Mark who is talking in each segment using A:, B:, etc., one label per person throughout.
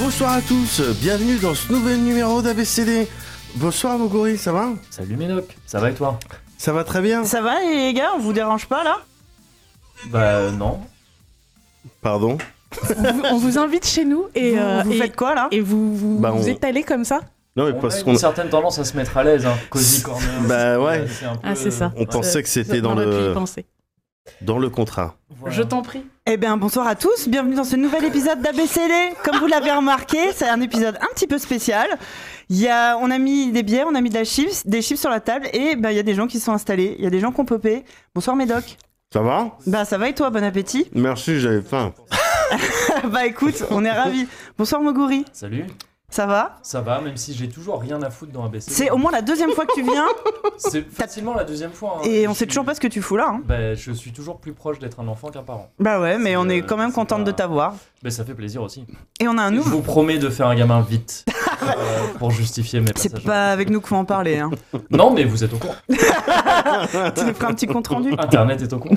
A: Bonsoir à tous, bienvenue dans ce nouvel numéro d'ABCD. Bonsoir Mogori, ça va
B: Salut Ménoc, ça va et toi
A: Ça va très bien
C: Ça va les gars, on vous dérange pas là
B: Bah non.
A: Pardon
D: on vous invite chez nous et
C: vous,
D: euh,
C: vous
D: et-
C: faites quoi là
D: et vous vous,
A: Bah,
D: vous
A: on-
D: étalez comme ça
A: Non mais
B: on
A: parce
B: a
A: qu'on
B: une certaine tendance à se mettre à l'aise, hein. Cozy corner.
A: Bah ouais.
B: c'est un peu- euh,
D: Ah, c'est ça.
A: on pensait que c'était dans
D: On aurait pu y
A: le,
D: penser.
A: dans le contrat.
B: Voilà.
D: Je t'en prie.
C: Eh bien bonsoir à tous, bienvenue dans ce nouvel épisode d'ABCD. Comme vous l'avez remarqué, c'est un épisode un petit peu spécial. Il y a, on a mis des bières, on a mis de la chips, des chips sur la table et bah, il y a des gens qui sont installés, il y a des gens qui ont popé. Bonsoir Médoc.
A: Ça va
C: Bah ça va et toi, bon appétit
A: Merci, j'avais faim.
C: Bah écoute, on est ravis. Bonsoir Moguri,
B: Salut,
C: ça va
B: ça va, même si j'ai toujours rien à foutre dans ABC.
C: C'est au moins la deuxième fois que tu viens
B: C'est facilement la deuxième fois. hein.
C: et
B: Je
C: on sait
B: suis-
C: toujours pas ce que tu fous là. hein.
B: Bah, je suis toujours plus proche d'être un enfant qu'un parent.
C: Bah ouais, mais
B: C'est,
C: on est
B: euh,
C: quand même
B: c'est
C: contente
B: pas-
C: de t'avoir.
B: Mais ça fait plaisir aussi.
C: Et on a un
B: Je
C: nouveau.
B: vous promets de faire un gamin vite euh, pour justifier mes passages.
C: C'est pas avec nous qu'on va en parler. Hein.
B: Non, mais vous êtes au courant.
C: tu nous feras un petit compte rendu.
B: Internet est au courant.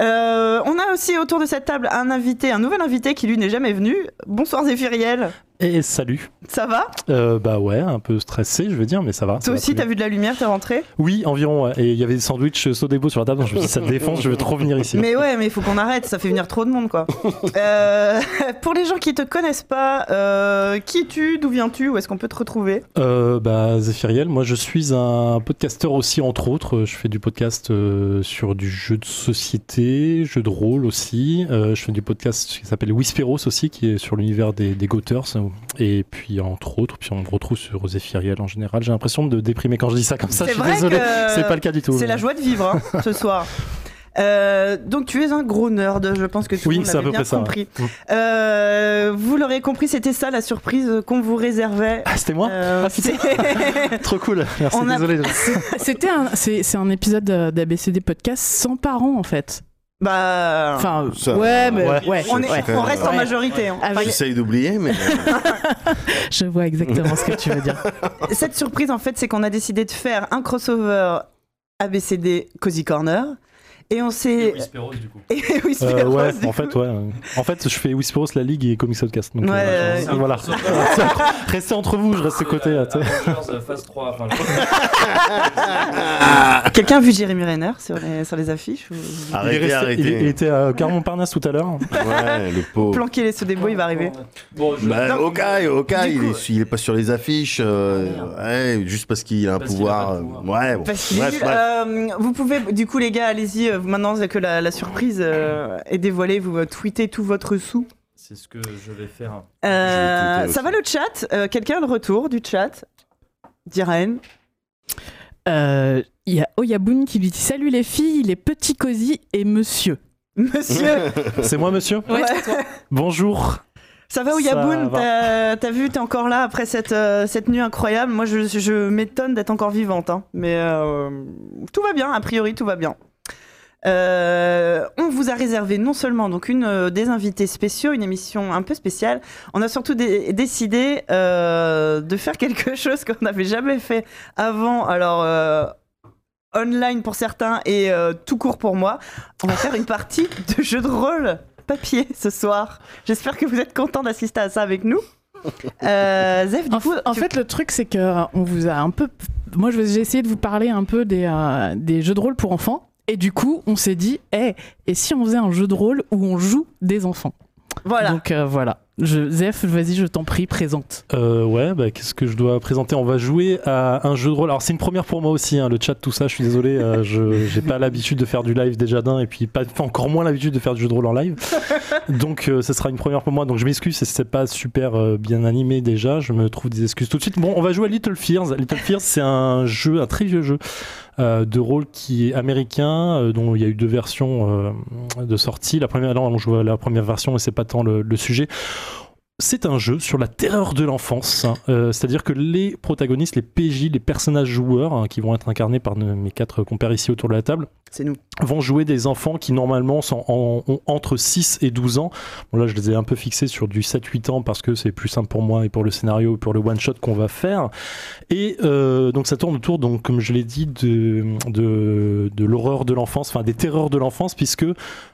C: Euh, on a aussi autour de cette table un invité, un nouvel invité qui lui n'est jamais venu. Bonsoir Zéphiriel,
E: Et salut.
C: ça va
E: Euh, bah ouais, un peu stressé, je veux dire, mais ça va. ça
C: Toi
E: va
C: aussi t'as
E: très bien.
C: vu de la lumière, t'es rentré
E: Oui, environ. ouais. Et il y avait des sandwichs Sodebo sur la table, donc je me suis dit, ça te défonce, je veux trop venir ici.
C: Mais ouais, mais il faut qu'on arrête, ça fait venir trop de monde quoi. Euh, pour les gens qui te connaissent pas, euh, qui es-tu, d'où viens-tu, où est-ce qu'on peut te retrouver
E: Euh, bah, Zéphiriel, moi je suis un podcasteur aussi, entre autres. Je fais du podcast euh, sur du jeu de société, jeu de rôle aussi. Euh, je fais du podcast qui s'appelle Whisperos aussi, qui est sur l'univers des, des Gothers. Et puis, entre autres, puis on me retrouve sur Zéphiriel en général. J'ai l'impression de déprimer quand je dis ça comme ça, je
C: C'est
E: suis
C: vrai
E: désolé.
C: que
E: C'est pas le cas du tout.
C: C'est la joie de vivre hein, ce soir. Euh, donc tu es un gros nerd, je pense que tout le
E: Oui,
C: monde
E: c'est à
C: l'avait
E: peu
C: bien
E: près ça, ouais.
C: compris.
E: Mm.
C: Euh, vous l'aurez compris, c'était ça la surprise qu'on vous réservait.
E: Ah, c'était moi
C: Euh,
E: Ah, putain.
C: c'est-
E: Trop cool, merci,
C: On a-
E: désolé.
D: C'était un c'est c'est un épisode euh, d'ABCD podcast sans parents en fait.
C: Bah,
D: Enfin
A: Ah, Ça-
D: ouais mais ouais.
E: ouais.
C: on, est-
D: ouais.
A: Ouais.
C: on reste en
D: Ouais.
C: majorité. hein.
D: Avec-
A: J'essaye d'oublier, mais euh,
D: je vois exactement ce que tu veux dire.
C: Cette surprise, en fait, c'est qu'on a décidé de faire un crossover ABCD Cozy Corner. Et on s'est.
B: Whisperos, du coup.
C: Et oui, c'est
E: Euh, ouais,
C: rose, du
E: en
C: coup.
E: fait, ouais. En fait, je fais Whisperos, la Ligue et Comics Outcast. Donc,
C: Ouais,
E: euh,
C: ouais,
B: ouais.
E: voilà.
B: C'est un
E: Restez entre vous, je reste à côté. là, tu sais.
B: Avengers, euh, phase 3. enfin, je-
C: "Ah, Quelqu'un a vu Jérémy Renner sur les, sur les affiches ou-
E: il, est
A: arrêtez,
E: resté- il- il
A: arrêtez.
E: était à Carmont-Parnasse tout à l'heure.
A: Ouais, le pauvre.
C: Planquer les Sodebo, il va arriver.
B: Oh. Bon, je-
A: Bah,
C: Non.
A: ok, ok,
C: Du
A: il,
C: coup-
A: est, su- il est pas sur les affiches, euh, ouais, juste parce qu'il a un
B: Parce qu'il a
A: pouvoir.
B: pas de
A: euh,
B: pouvoir.
A: Ouais, bon.
C: Parce qu'il est
A: Bref,
C: nul.
A: bref.
C: Euh, vous pouvez, du coup, les gars, allez-y. euh, Maintenant que la, la surprise euh, est dévoilée, vous euh, tweetez tout votre sou.
B: C'est ce que je vais faire.
C: Euh,
A: tweeté aussi.
C: ça va le chat Euh, Quelqu'un a le retour du chat D'Irène
D: Euh, Il y a Oyabun qui lui dit salut les filles, les petits cosy et monsieur.
C: Monsieur
E: C'est moi, monsieur
C: Ouais.
E: Bonjour.
C: Ça va Ouyaboun
E: Ça va.
C: T'as t'as vu, t'es encore là après cette, euh, cette nuit incroyable. Moi, je, je m'étonne d'être encore vivante. hein. Mais euh, tout va bien, a priori, tout va bien. Euh, on vous a réservé non seulement donc une euh, des invités spéciaux, une émission un peu spéciale. On a surtout dé- décidé euh, de faire quelque chose qu'on n'avait jamais fait avant. Alors euh, online pour certains et euh, tout court pour moi. On va faire une partie de jeu de rôle papier ce soir. J'espère que vous êtes contents d'assister à ça avec nous. Euh, Zef, du
D: En,
C: coup,
D: en
C: tu-
D: fait, le truc, c'est que euh, on vous a un peu. Moi, je vais- j'ai essayé de vous parler un peu des, euh, des jeux de rôle pour enfants. Et du coup, on s'est dit, Eh, et si on faisait un jeu de rôle où on joue des enfants
C: voilà.
D: Donc euh, voilà. Je, Zef, vas-y, je t'en prie, présente.
E: Euh, ouais, bah, qu'est-ce que je dois présenter On va jouer à un jeu de rôle. Alors, c'est une première pour moi aussi, hein, le chat, tout ça. Je suis désolé, euh, je j'ai pas l'habitude de faire du live déjà d'un, et puis pas, enfin, encore moins l'habitude de faire du jeu de rôle en live. Donc, euh, ce sera une première pour moi. Donc, je m'excuse si c'est pas super euh, bien animé déjà. Je me trouve des excuses tout de suite. Bon, on va jouer à Little Fears. Little Fears, c'est un jeu, un très vieux jeu euh, de rôle qui est américain, euh, dont il y a eu deux versions euh, de sortie. La première, là, on joue à la première version, et c'est pas tant le- le sujet. C'est un jeu sur la terreur de l'enfance, hein. Euh, c'est-à-dire que les protagonistes, les PJ, les personnages joueurs hein, qui vont être incarnés par ne- mes quatre compères ici autour de la table,
C: C'est nous.
E: vont jouer des enfants qui normalement sont en- ont entre 6 et 12 ans. Bon là je les ai un peu fixés sur du 7-8 ans parce que c'est plus simple pour moi et pour le scénario et pour le one shot qu'on va faire. Et euh, donc ça tourne autour, donc, comme je l'ai dit, de, de, de l'horreur de l'enfance, enfin des terreurs de l'enfance puisque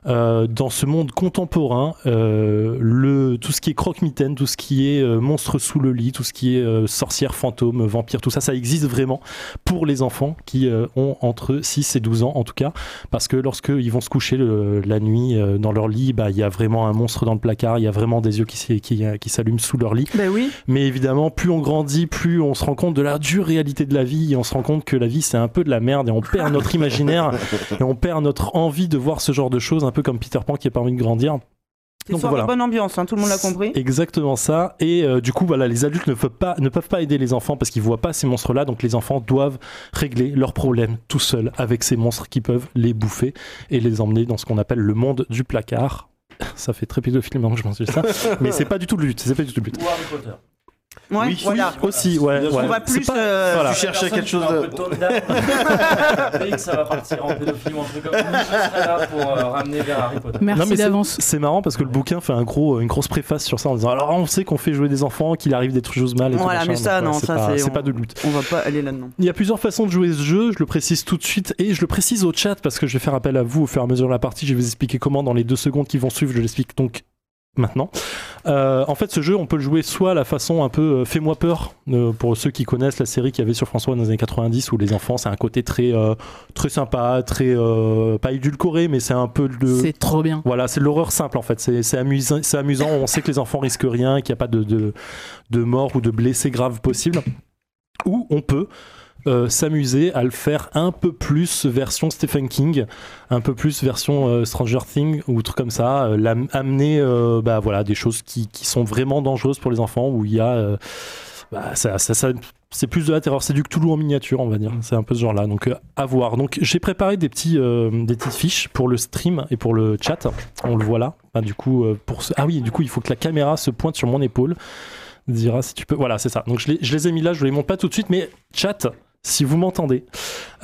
E: euh, dans ce monde contemporain, euh, le, tout ce qui est croque-mitaine, tout ce qui est euh, monstre sous le lit, tout ce qui est euh, sorcière, fantôme, vampire, tout ça, ça existe vraiment pour les enfants qui euh, ont entre 6 et 12 ans en tout cas parce que lorsqu'ils vont se coucher le- la nuit euh, dans leur lit, bah, il y a vraiment un monstre dans le placard, il y a vraiment des yeux qui s'y- qui- qui s'allument sous leur lit.
F: Ben oui.
E: Mais évidemment, plus on grandit, plus on se rend compte de la dure réalité de la vie et on se rend compte que la vie c'est un peu de la merde et on perd notre imaginaire et on perd notre envie de voir ce genre de choses, un peu comme Peter Pan qui n'a pas envie de grandir.
F: C'est
E: Donc
F: soir
E: voilà.
F: de bonne ambiance, hein, tout le monde l'a compris.
E: Exactement ça. Et euh, du coup, voilà, les adultes ne peuvent pas, ne peuvent pas aider les enfants parce qu'ils voient pas ces monstres-là. Donc les enfants doivent régler leurs problèmes tout seuls avec ces monstres qui peuvent les bouffer et les emmener dans ce qu'on appelle le monde du placard. Ça fait très pédophile maintenant que je m'en suis dit ça, mais c'est pas du tout le but. C'est pas du tout le but.
G: Ou Harry Potter.
F: Ouais,
A: Oui,
F: voilà.
E: Aussi, ouais,
F: On
E: ouais.
F: va
E: C'est
F: plus.
E: pas-
F: euh,
E: voilà.
A: Tu cherchais quelque chose
G: de...
A: de-
G: Un peu de tone down. Dès que ça va partir en pédophilie ou un truc comme ça, je serai là pour euh, ramener vers Harry Potter.
E: Non,
D: Merci
E: mais c'est-
D: d'avance.
E: C'est marrant parce que le bouquin fait un gros, une grosse préface sur ça en disant alors on sait qu'on fait jouer des enfants, qu'il arrive des trucs choses mal et tout,
F: Voilà,
E: machin.
F: mais ça,
E: Donc, ouais,
F: non,
E: c'est
F: ça,
E: pas-
F: c'est-
E: c'est
F: on-
E: pas de but.
F: On va pas aller là-dedans.
E: Il y a plusieurs façons de jouer ce jeu, je le précise tout de suite et je le précise au chat parce que je vais faire appel à vous au fur et à mesure de la partie, je vais vous expliquer comment dans les deux secondes qui vont suivre, je l'explique donc maintenant. Euh, en fait ce jeu on peut le jouer soit la façon un peu euh, fais-moi peur euh, pour ceux qui connaissent la série qu'il y avait sur François dans les années 90 où les enfants c'est un côté très, euh, très sympa, très euh, pas édulcoré mais c'est un peu de...
D: C'est trop bien.
E: Voilà, c'est de l'horreur simple en fait. C'est c'est amusant, c'est amusant. On sait que les enfants risquent rien, qu'il n'y a pas de, de, de mort ou de blessés graves possible. Ou on peut euh, s'amuser à le faire un peu plus version Stephen King, un peu plus version euh, Stranger Things ou truc comme ça. euh, l'am- amener euh, bah, voilà, des choses qui, qui sont vraiment dangereuses pour les enfants où il y a. euh, bah, ça, ça- ça- c'est plus de la terreur, c'est du Cthulhu en miniature, on va dire. C'est un peu ce genre-là, donc euh, à voir. Donc j'ai préparé des, petits, euh, des petites fiches pour le stream et pour le chat. On le voit là. Bah, du coup, euh, pour ce... Ah oui, du coup, il faut que la caméra se pointe sur mon épaule. Dira si tu peux. Voilà, c'est ça. Donc je les, je les ai mis là, je ne les montre pas tout de suite, mais chat, si vous m'entendez,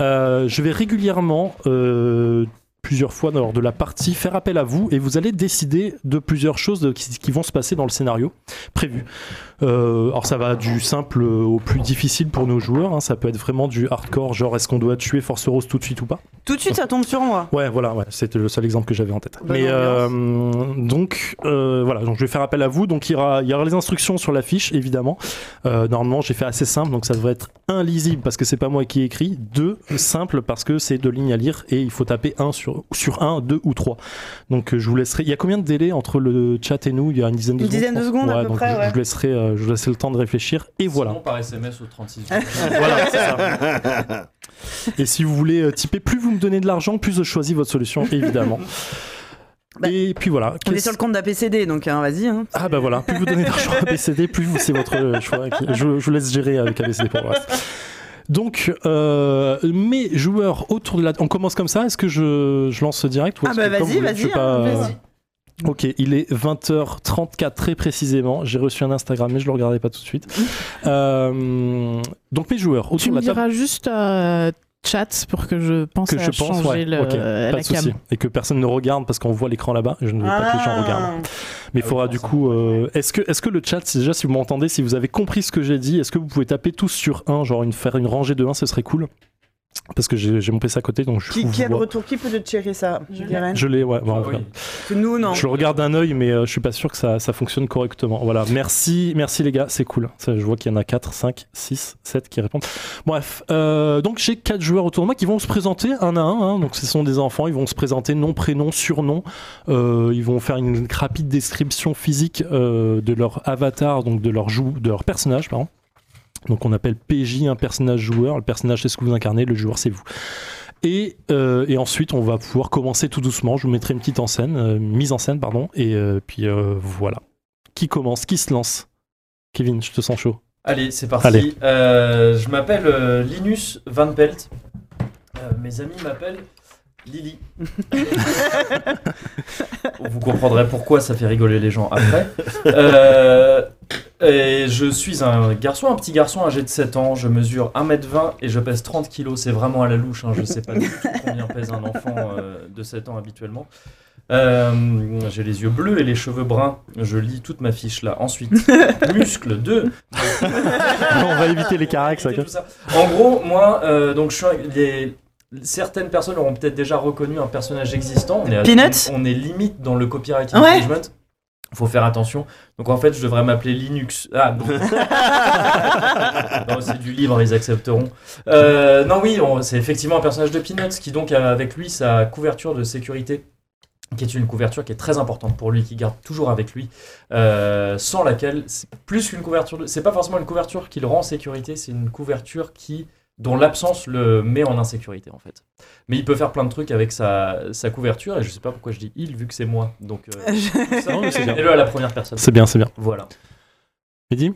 E: euh, je vais régulièrement, euh, plusieurs fois lors de la partie, faire appel à vous et vous allez décider de plusieurs choses de- qui, qui vont se passer dans le scénario prévu. Euh, alors ça va du simple au plus difficile pour nos joueurs. hein. Ça peut être vraiment du hardcore, genre est-ce qu'on doit tuer Force Rose tout de suite ou pas
F: Tout de suite, ça tombe sur moi.
E: Ouais, voilà, ouais, c'était le seul exemple que j'avais en tête.
F: Bonne
E: Mais euh, donc, euh, voilà, donc je vais faire appel à vous. Donc, il y aura, il y aura les instructions sur la fiche, évidemment. Euh, normalement, j'ai fait assez simple, donc ça devrait être un lisible parce que c'est pas moi qui ai écrit. Deux, simple parce que c'est deux lignes à lire et il faut taper un sur, sur un, deux ou trois. Donc, euh, je vous laisserai. Il y a combien de délais entre le chat et nous Il y a une dizaine de
F: Une
E: secondes.
F: dizaine de
E: je pense.
F: secondes, à peu
E: donc
F: près,
E: je,
F: ouais.
E: je vous laisserai, euh, je vous laisserai le temps de réfléchir. Et voilà.
G: Sinon, par SMS au 36.
E: Voilà, c'est ça. Et si vous voulez euh, typer, plus vous me donnez de l'argent, plus je choisis votre solution, évidemment.
F: Bah,
E: Et puis voilà.
F: On est
E: Qu'est-ce-
F: sur le compte d'APCD, donc hein, vas-y. hein.
E: Ah bah voilà, plus vous donnez d'argent à BCD, plus vous- c'est votre euh, choix. Je, je vous laisse gérer avec ABCD pour le reste. Donc, euh, mes joueurs autour de la... On commence comme ça, est-ce que je, je lance direct ou
F: Ah
E: est-ce
F: bah
E: que comme
F: vas-y,
E: vous voulez,
F: vas-y,
E: je sais
F: hein,
E: pas, euh,
F: vas-y.
E: Ok, il est 20h34 très précisément. J'ai reçu un Instagram, mais je le regardais pas tout de suite. Euh, donc mes joueurs autour
D: Tu
E: de
D: me
E: la table.
D: diras juste euh, chat pour que je pense
E: que
D: à
E: je pense,
D: changer
E: ouais.
D: le-
E: ok,
D: euh,
E: pas
D: la
E: de
D: cam.
E: souci. Et que personne ne regarde parce qu'on voit l'écran là-bas. Je ne veux pas que les gens regardent. Mais
G: Ah oui,
E: il faudra du
G: forcément.
E: coup. euh, est-ce que, est-ce que le chat, si- déjà, si vous m'entendez, si vous avez compris ce que j'ai dit, est-ce que vous pouvez taper tous sur un, genre une, faire une rangée de 1, ce serait cool Parce que j'ai, j'ai mon PC à côté, donc je
F: Qui,
E: vous
F: qui a de
E: vois.
F: retour Qui peut te tirer ça
D: Je l'ai.
F: Guérin
E: Je l'ai, ouais. bah, bon,
G: Ah
E: on verra.
G: oui.
F: Parce que nous, non.
E: Je le regarde d'un œil, mais euh, je suis pas sûr que ça, ça fonctionne correctement. Voilà, merci, merci les gars, c'est cool. Ça, je vois qu'il y en a 4, 5, 6, 7 qui répondent. Bref, euh, donc j'ai 4 joueurs autour de moi qui vont se présenter un à un. hein. Donc ce sont des enfants, ils vont se présenter nom, prénom, surnom. Euh, ils vont faire une rapide description physique euh, de leur avatar, donc de leur, jou de leur personnage, pardon. Donc on appelle PJ un personnage joueur, le personnage c'est ce que vous incarnez, le joueur c'est vous. Et, euh, et ensuite on va pouvoir commencer tout doucement, je vous mettrai une petite en scène, euh, mise en scène pardon, et euh, puis euh, voilà. Qui commence, qui se lance Kevin, je te sens chaud.
G: Allez, c'est parti.
E: Allez.
G: Euh, je m'appelle euh, Linus Van Pelt. Euh, mes amis m'appellent Lily. Vous comprendrez pourquoi ça fait rigoler les gens après. Euh, Et je suis un garçon, un petit garçon âgé de 7 ans, je mesure 1m20 et je pèse 30 kilos, c'est vraiment à la louche, hein, je sais pas du tout combien pèse un enfant euh, de 7 ans habituellement. Euh, J'ai les yeux bleus et les cheveux bruns, je lis toute ma fiche là. Ensuite, muscle 2,
E: On va éviter les caracs, ça.
G: éviter tout ça. En gros, moi, euh, donc je suis un- les- certaines personnes auront peut-être déjà reconnu un personnage existant. On est à-
F: Peanuts
G: on, on est limite dans le copyright
F: Ouais.
G: management. Faut faire attention. Donc en fait, je devrais m'appeler Linux. Ah non. Non, c'est du livre, ils accepteront. Euh, non, oui, on- c'est effectivement un personnage de Peanuts qui donc a avec lui sa couverture de sécurité, qui est une couverture qui est très importante pour lui, qui garde toujours avec lui, euh, sans laquelle c'est plus qu'une couverture. de- C'est pas forcément une couverture qui le rend en sécurité, c'est une couverture qui dont l'absence le met en insécurité en fait. Mais il peut faire plein de trucs avec sa, sa couverture et je sais pas pourquoi je dis il vu que c'est moi. Donc euh,
E: Non, mais c'est bien.
G: le à la première personne.
E: C'est bien, c'est bien.
G: Voilà.
E: Mehdi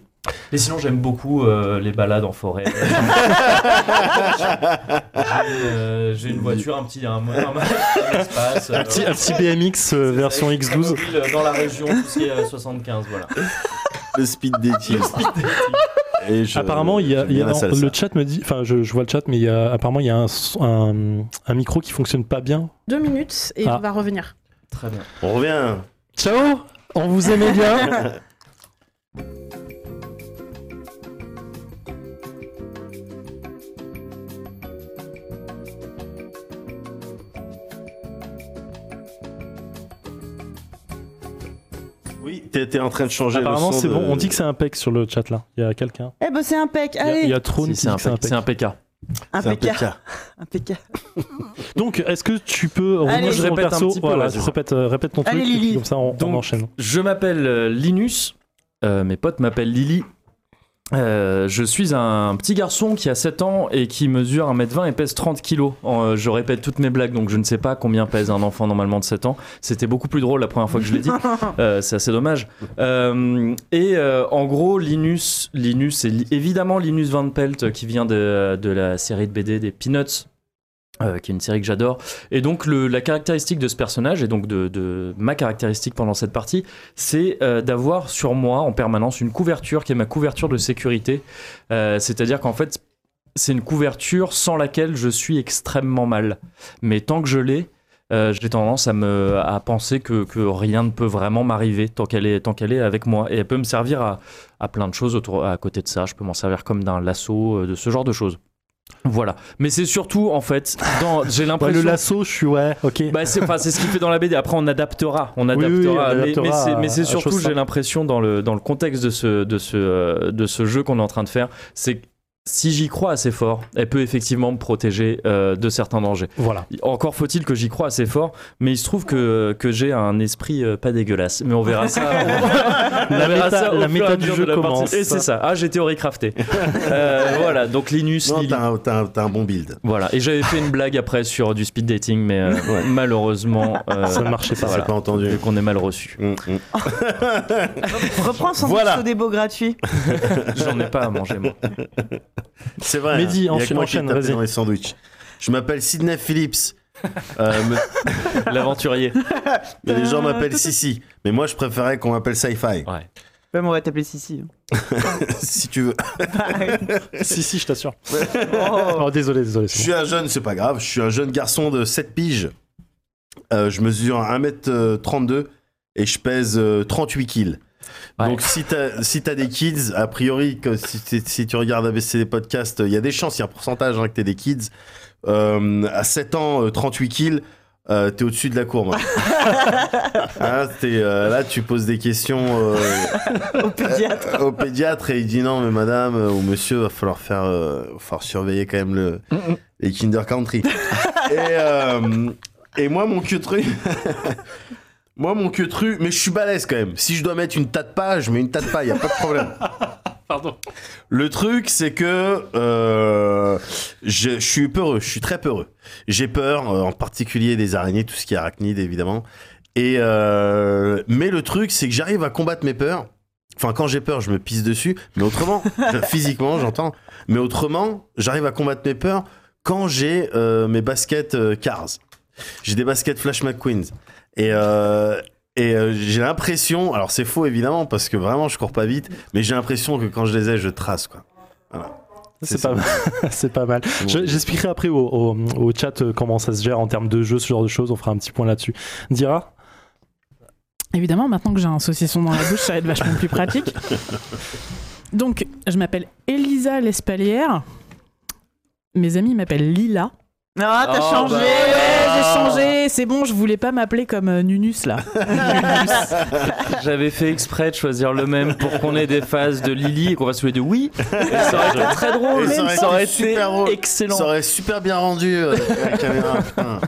G: Et sinon, j'aime beaucoup euh, les balades en forêt. Euh, J'ai une voiture, un petit, un, un, un espace, euh,
E: Un petit, un petit BMX euh, version
G: avec un
E: X12.
G: mobile, euh, dans la région, tout ce qui est euh, 75, voilà.
A: Le speed dating. Et je-
E: Apparemment, il y a,
A: j'aime
E: il y a-
A: bien la
E: non,
A: salsa.
E: le chat me dit, enfin, je, je vois le chat, mais il y a, apparemment, il y a un, son- un, un micro qui fonctionne pas bien.
D: Deux minutes et
E: Ah.
D: on va revenir.
G: Très bien.
A: On revient.
E: Ciao On vous aimait bien
A: Oui, t'étais en train de changer le
E: Apparemment,
A: son
E: c'est
A: de-
E: bon. On dit que c'est un pec sur le chat là. Il y a quelqu'un.
F: Eh ben c'est un
C: E
F: pec,
E: Il y a- Il y
F: allez
E: a Trône qui
B: Si,
E: dit
B: C'est un,
E: que c'est un E
B: P- E
E: pec.
B: c'est un PK.
F: Un
E: E
A: C'est un
F: pec,
A: PK.
F: un pec.
E: Donc, est-ce que tu peux revenir
F: Allez.
E: sur
B: Je
E: ton
B: répète un
E: perso
B: petit peu,
E: Voilà,
B: ouais,
E: tu
B: c'est ça.
E: répètes, euh, répète ton truc.
F: Allez,
E: et puis
F: Lily.
E: comme ça, on, on
B: Donc-
E: enchaîne.
B: Je m'appelle euh, Linus, euh, mes potes m'appellent Lily. Euh, je suis un petit garçon qui a 7 ans et qui mesure 1m20 et pèse 30 kg. euh, je répète toutes mes blagues, donc je ne sais pas combien pèse un enfant normalement de 7 ans. C'était beaucoup plus drôle la première fois que je l'ai dit. Euh, c'est assez dommage. Euh, et euh, en gros, Linus, Linus c'est li- évidemment Linus Van Pelt euh, qui vient de, de la série de BD des Peanuts. euh, qui est une série que j'adore. Et donc le- la caractéristique de ce personnage, et donc de, de ma caractéristique pendant cette partie, c'est euh, d'avoir sur moi en permanence une couverture qui est ma couverture de sécurité. Euh, C'est-à-dire qu'en fait, c'est une couverture sans laquelle je suis extrêmement mal. Mais tant que je l'ai, euh, j'ai tendance à, me, à penser que, que rien ne peut vraiment m'arriver tant qu'elle est, tant qu'elle est avec moi. Et elle peut me servir à, à plein de choses autour, à côté de ça. Je peux m'en servir comme d'un lasso, euh, de ce genre de choses. Voilà. Mais c'est surtout, en fait, dans- j'ai
E: Ouais,
B: l'impression.
E: le lasso, je suis ouais, ok.
B: Bah, c'est enfin, c'est ce qu'il fait dans la BD. Après, on adaptera. On
E: Oui, oui,
B: adaptera.
E: oui, on
B: Mais-
E: adaptera
B: mais c'est-
E: à-
B: mais
E: à
B: c'est surtout,
E: chose
B: j'ai
E: simple.
B: l'impression, dans le, dans le contexte de ce, de ce, euh, de ce jeu qu'on est en train de faire, c'est que si j'y crois assez fort, elle peut effectivement me protéger euh, de certains dangers.
E: Voilà.
B: Encore faut-il que j'y crois assez fort, mais il se trouve que, que j'ai un esprit euh, pas dégueulasse. Mais on verra ça. on
E: La
B: verra
E: méta-
B: ça au
E: la
B: fur et
E: méta
B: à
E: du
B: mesure
E: jeu
B: de la partie.
E: commence.
B: Et c'est ça. Ah, j'ai théorie craftée. Euh, voilà, donc Linus,
A: Non,
B: Lily.
A: t'as un, t'as un- t'as un bon build.
B: Voilà, et j'avais fait une blague après sur du speed dating, mais euh, malheureusement, euh,
E: Ça ne marchait pas.
A: J'ai
B: voilà.
A: pas entendu.
B: vu qu'on est mal reçu.
A: Mm, mm.
F: Reprends son
E: Voilà.
F: morceau débo gratuit.
B: J'en ai pas à manger, moi.
A: C'est vrai. hein.
E: Mehdi,
A: il y a
E: enchaîne,
A: que moi qui ai
E: enchaîne,
A: tapé
E: vas-y.
A: dans les sandwichs. Je m'appelle Sidney Phillips. Euh, me-
B: L'aventurier.
A: mais les
E: Euh,
A: gens m'appellent Sissi. Mais moi, je préférais qu'on m'appelle
E: Ah.
A: Sci-Fi.
B: Ouais.
F: Même on va t'appeler Sissi.
A: si tu veux.
E: si, si, je t'assure.
F: Oh.
E: Oh, désolé, désolé.
A: Je
E: c'est bon.
A: suis un jeune, c'est pas grave. Je suis un jeune garçon de 7 piges. Euh, je mesure 1m32 et je pèse euh, 38 kills.
B: Ouais.
A: Donc si t'as si t'as des kids, a priori, que si, t'es- si tu regardes ABC des podcasts, il y a des chances, il y a un pourcentage hein, que t'aies des kids. Euh, à 7 ans, euh, 38 kills, euh, t'es au-dessus de la courbe. Hein, t'es, euh, là, tu poses des questions euh,
F: Au pédiatre.
A: au pédiatre et il dit non, mais madame euh, ou monsieur, va falloir faire, euh, va falloir surveiller quand même le, les Kinder Country. et, euh, et moi, mon que tru. Moi, mon que tru, mais je suis balèze quand même. Si je dois mettre une tas de pas, je mets une tas de pas, y a pas de problème.
E: Pardon.
A: Le truc, c'est que euh, je, je suis peureux, je suis très peureux. J'ai peur, euh, en particulier des araignées, tout ce qui est arachnide, évidemment. Et euh, mais le truc, c'est que j'arrive à combattre mes peurs. Enfin, quand j'ai peur, je me pisse dessus. Mais autrement, je- physiquement, j'entends. Mais autrement, j'arrive à combattre mes peurs quand j'ai euh, mes baskets euh, Cars. J'ai des baskets Flash McQueen. Et, euh, Et euh, j'ai l'impression, alors c'est faux évidemment parce que vraiment je cours pas vite, mais j'ai l'impression que quand je les ai, je trace quoi.
E: C'est
A: C'est
E: pas, mal. c'est pas mal.
A: C'est bon.
E: Je- J'expliquerai après au, au- au chat euh, comment ça se gère en termes de jeu, ce genre de choses. On fera un petit point là-dessus. Dira
D: Évidemment, maintenant que j'ai un saucisson dans la bouche, ça va être vachement plus pratique. Donc, je m'appelle Elisa L'Espalière. Mes amis m'appellent Lila.
C: Ah, t'as
B: Oh,
C: changé
B: bah
D: Ouais, j'ai changé. C'est bon, je voulais pas m'appeler comme euh, Nunus là.
B: J'avais fait exprès de choisir le même pour qu'on ait des phases de Lily et qu'on va se les deux oui. Et ça aurait été très drôle.
A: Et ça aurait été super drôle.
B: excellent.
A: Ça aurait super bien rendu euh, avec la caméra. putain.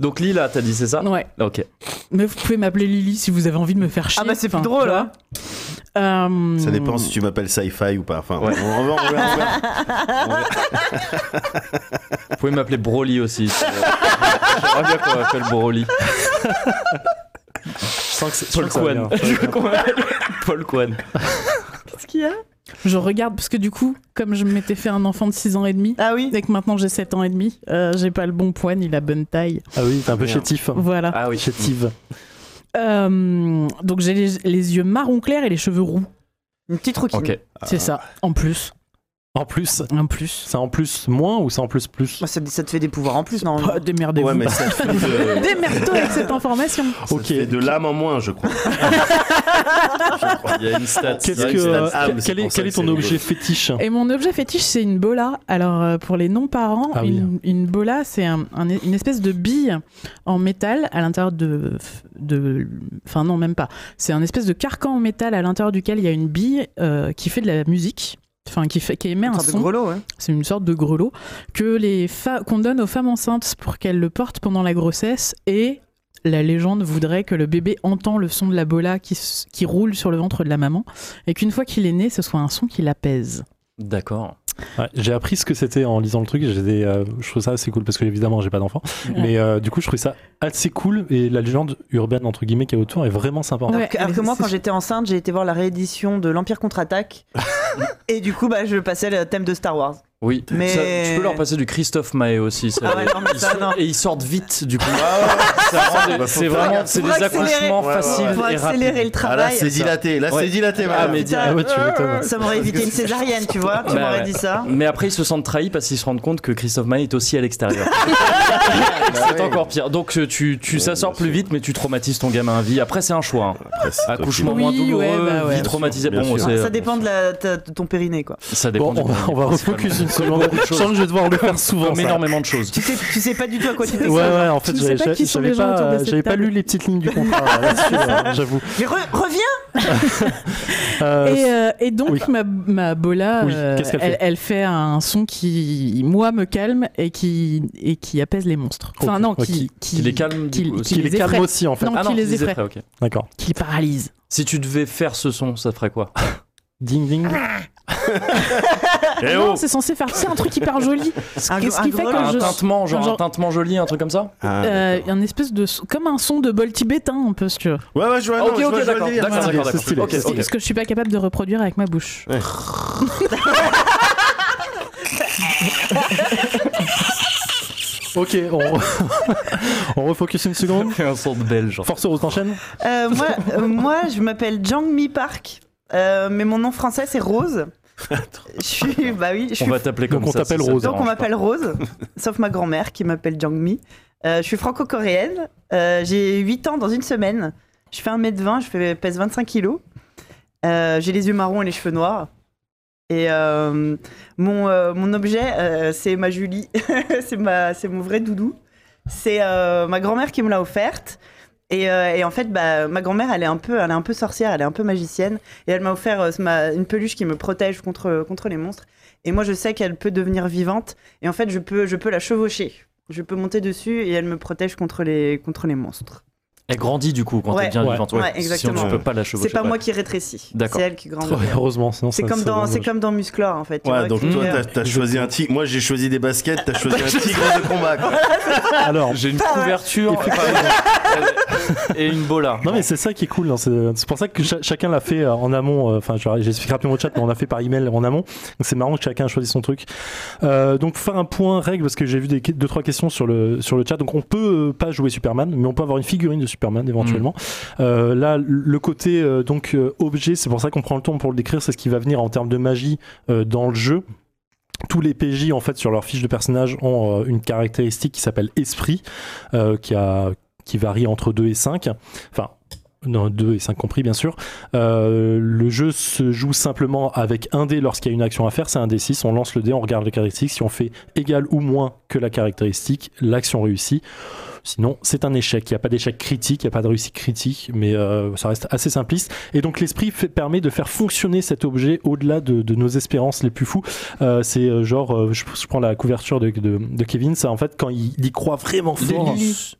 B: Donc Lila, t'as dit c'est ça
C: Ah.
D: Ouais.
B: Ok.
D: Mais vous pouvez m'appeler Lily si vous avez envie de me faire chier.
C: Ah bah, c'est plus
D: Enfin,
C: drôle,
D: tu vois.
C: hein.
D: Euh,
E: Hmm.
A: Ça dépend si tu m'appelles sci-fi ou pas. Enfin,
B: Ouais.
A: on, on va, on va- on va-
B: Vous pouvez m'appeler Broly aussi. si vous voulez. J'aimerais bien qu'on m'appelle Broly.
E: Je sens que c'est- je
B: Paul
E: sens que ça
B: Kwan.
E: vient.
B: Je veux qu'on m'appelle Paul Kwan.
C: Qu'est-ce qu'il y a
D: Je regarde parce que du coup, comme je m'étais fait un enfant de 6 ans et demi
C: Ah oui.
D: et que maintenant j'ai 7 ans et demi, euh, j'ai pas le bon poids ni la bonne taille.
E: Ah oui, t'es un peu
A: Merde.
E: chétif.
D: Voilà.
B: Ah oui.
E: Chétive.
D: Euh, donc j'ai les, les yeux marron clair et les cheveux roux.
C: Une petite rouquine.
B: Ok.
D: C'est ça. En plus.
E: En plus,
D: En plus.
E: c'est en plus moins ou c'est en plus plus
C: Bah, ça, ça te fait des pouvoirs en plus, non
D: Bah, démerdez-vous.
A: Ouais, mais ça te fait de,
D: Démerde-toi avec cette information.
A: ça te
E: Ok.
A: fait de l'âme en moins, je crois. Je crois.
B: Il y a une stat.
A: Qu'est-ce
E: Qu'est-ce
A: vrai
E: que,
A: que c'est
E: euh,
A: stable, c'est
E: quel
A: pour
E: est,
A: ça
E: quel
A: que
E: est ton
A: c'est
E: objet
A: rigolo.
E: fétiche
D: Et mon objet fétiche, c'est une bola. Alors, euh, pour les non-parents,
E: Ah oui.
D: une, une bola, c'est un- un- une espèce de bille en métal à l'intérieur de, de. Enfin, non, même pas. C'est un espèce de carcan en métal à l'intérieur duquel il y a une bille euh, qui fait de la musique. Enfin, qui, fait, qui émet un
C: Sorte de
D: son.
C: grelot, ouais.
D: C'est une sorte de grelot que les fa- qu'on donne aux femmes enceintes pour qu'elles le portent pendant la grossesse et la légende voudrait que le bébé entend le son de la bola qui, s- qui roule sur le ventre de la maman et qu'une fois qu'il est né, ce soit un son qui l'apaise.
B: D'accord.
E: Ouais, J'ai appris ce que c'était en lisant le truc. J'ai des, euh, je trouve ça assez cool parce que évidemment j'ai pas d'enfant, mais euh, du coup je trouve ça assez cool et la légende urbaine entre guillemets qui est autour est vraiment sympa.
D: Ouais,
C: Alors que- alors
D: mais
C: que moi,
D: c'est-
C: quand j'étais enceinte, j'ai été voir la réédition de l'Empire contre-attaque. et du coup, bah, je passais le thème de Star Wars.
B: Oui.
C: Mais-
B: Ça, tu peux leur passer du Christophe Maé aussi. ça-
C: Ah ouais, non, mais
B: ils
C: ça,
B: sont-
C: non.
B: Et ils sortent vite du coup.
A: Ça rend-
B: C'est- C'est vraiment c'est
C: Faut
B: des
C: accélérer.
B: accouchements
A: Ouais, ouais,
D: Ah,
B: faciles
A: ouais.
C: Pour
B: et rapides.
C: accélérer le
A: Ah là,
C: travail.
A: c'est dilaté. Là,
B: Ouais.
A: c'est dilaté,
B: Ah,
A: madame.
B: mais
C: Putain,
E: Ah ouais, tu m'étonnes.
C: ça m'aurait évité une césarienne, tu vois. Tu
B: Bah
C: m'aurais
B: ouais.
C: dit ça.
B: Mais après, ils se sentent trahis parce qu'ils se rendent compte que Christophe Maé est aussi à l'extérieur.
A: Ah,
B: c'est encore pire. Donc euh, tu, tu
A: Ouais,
B: ça sort
A: bien
B: plus
A: sûr.
B: vite, mais tu traumatises ton gamin à vie. Après, c'est un choix. hein.
A: Après, c'est toi qui-
B: Accouchement
D: Oui,
B: moins douloureux,
D: ouais, bah ouais. Bien
B: vie
A: sûr,
B: traumatisée.
A: bien
B: Bon,
A: sûr.
B: c'est-
C: Ça dépend de, la, ta- de ton périnée, quoi.
B: Ça dépend.
E: Bon,
B: du
E: on va,
B: contenu,
E: on va
B: principalement.
E: refocus une seconde. Je sens que je vais devoir le faire souvent.
B: Comme
E: ça.
B: énormément de choses.
C: Tu sais, tu sais pas du tout à quoi tu
E: Ouais,
C: t'es
E: ouais, en
D: ne
E: fait,
D: sais
E: j'avais
D: pas qui sont
E: j'avais
D: les gens autour de
E: pas, euh,
D: cette
E: j'avais pas
D: table.
E: lu les petites lignes du contrat là-dessus, euh, j'avoue.
C: Mais re- reviens
E: Euh,
D: Et, euh, et donc,
E: oui.
D: ma, ma bola,
E: Oui,
D: euh,
E: qu'est-ce qu'elle
D: elle,
E: fait
D: elle fait un son qui, moi, me calme et qui, et qui apaise les monstres. Enfin,
E: Ok.
D: non,
E: Ouais,
D: qui,
E: qui-
D: qui,
B: qui les calme, du
D: qui-
B: coup,
D: qui
E: qui les calme
D: effraie.
E: aussi en fait.
D: Non,
B: Ah
D: qui
B: non,
D: les
B: les
D: effraie.
B: effraie, ok.
E: D'accord.
D: qui les paralyse.
B: Si tu devais faire ce son, ça ferait quoi
E: Ding ding.
A: Eh
D: non,
A: oh
D: c'est censé faire c'est un truc hyper joli.
C: Un
D: Qu'est-ce
C: gr-
D: qui
C: un
D: fait
C: gros-
D: que
B: Un
D: je-
B: tintement, genre,
D: genre-
B: un tintement joli, un truc comme ça
A: Ah,
D: Euh,
A: d'accord.
D: un espèce de son- comme un son de bol tibétain un peu si tu veux.
A: Ouais, ouais, je vois. non,
B: Ok,
A: je vois- je
B: ok,
A: vois le
B: d'accord.
A: délire.
B: D'accord,
A: Ouais,
B: d'accord,
E: c'est stylé,
B: d'accord. Ok,
E: c'est
B: ok.
D: ce que je suis pas capable de reproduire avec ma bouche.
E: Ok, on, on refocus une seconde.
B: Fais un son de belge.
E: Force Rose t'enchaîne
C: Euh, moi, euh, moi, je m'appelle Jang Mi Park, euh, mais mon nom français c'est Rose. Je suis, bah oui, je
B: On
C: suis.
B: va t'appeler
E: Donc
B: comme
E: on
B: ça.
E: t'appelle
B: si ça te
E: Rose.
C: Donc on
B: dérange pas.
C: m'appelle Rose, sauf ma grand-mère qui m'appelle Jang Mi. Euh, je suis franco-coréenne, euh, j'ai 8 ans dans une semaine. Je fais 1m20, je fais, pèse 25 kilos. Euh, j'ai les yeux marrons et les cheveux noirs. Et euh, mon, euh, mon objet, euh, c'est ma Julie, c'est ma- c'est mon vrai doudou. C'est euh, ma grand-mère qui me l'a offerte. Et, euh, et en fait, bah, ma grand-mère, elle est un peu, elle est un peu sorcière, elle est un peu magicienne, et elle m'a offert euh, ma- une peluche qui me protège contre contre les monstres. Et moi, je sais qu'elle peut devenir vivante, et en fait, je peux, je peux la chevaucher. Je peux monter dessus et elle me protège contre les contre les monstres.
B: Elle grandit du coup quand
C: Ouais.
B: elle devient
E: Ouais.
B: vivante.
C: Ouais,
B: Si on
C: exactement.
B: ne peut pas la chevaucher.
C: C'est pas
B: ouais.
C: moi qui rétrécis,
B: D'accord.
C: c'est elle qui grandit.
E: Heureusement, sinon
C: C'est
E: ça-
C: comme
E: ça
C: dans,
E: va-
C: c'est comme dans Musclor en fait. tu
A: Ouais,
C: vois,
A: donc
C: qui-
A: toi,
C: euh,
A: t'as- t'as choisi un tigre. Moi, j'ai choisi des baskets, t'as choisi un tigre de combat. quoi.
E: Alors,
B: J'ai une couverture. et une bola.
E: Non mais c'est ça qui est cool, hein, c'est c'est pour ça que cha- chacun l'a fait euh, en amont, euh, enfin je- j'explique rapidement au chat, mais on l'a fait par email en amont, donc c'est marrant que chacun choisisse son truc. Euh, donc faire un point règle, parce que j'ai vu des, que- deux trois questions sur le, sur le chat, donc on peut euh, pas jouer Superman, mais on peut avoir une figurine de Superman éventuellement. Euh, là, le côté euh, donc euh, objet, c'est pour ça qu'on prend le temps pour le décrire, c'est ce qui va venir en termes de magie euh, dans le jeu. Tous les PJ, en fait, sur leur fiche de personnage, ont euh, une caractéristique qui s'appelle esprit, euh, qui, a, qui varie entre 2 et 5. Enfin, non, 2 et 5 compris, bien sûr. Euh, le jeu se joue simplement avec un dé lorsqu'il y a une action à faire, c'est un dé 6. On lance le dé, on regarde les caractéristiques. Si on fait égal ou moins que la caractéristique, l'action réussit. Sinon, c'est un échec. Il n'y a pas d'échec critique, il n'y a pas de réussite critique, mais euh, ça reste assez simpliste. Et donc, l'esprit fait- permet de faire fonctionner cet objet au-delà de, de nos espérances les plus fous. Euh, c'est euh, genre, euh, je, je prends la couverture de, de- de Kevin, ça en fait, quand il, il y croit vraiment fort.
F: Lily.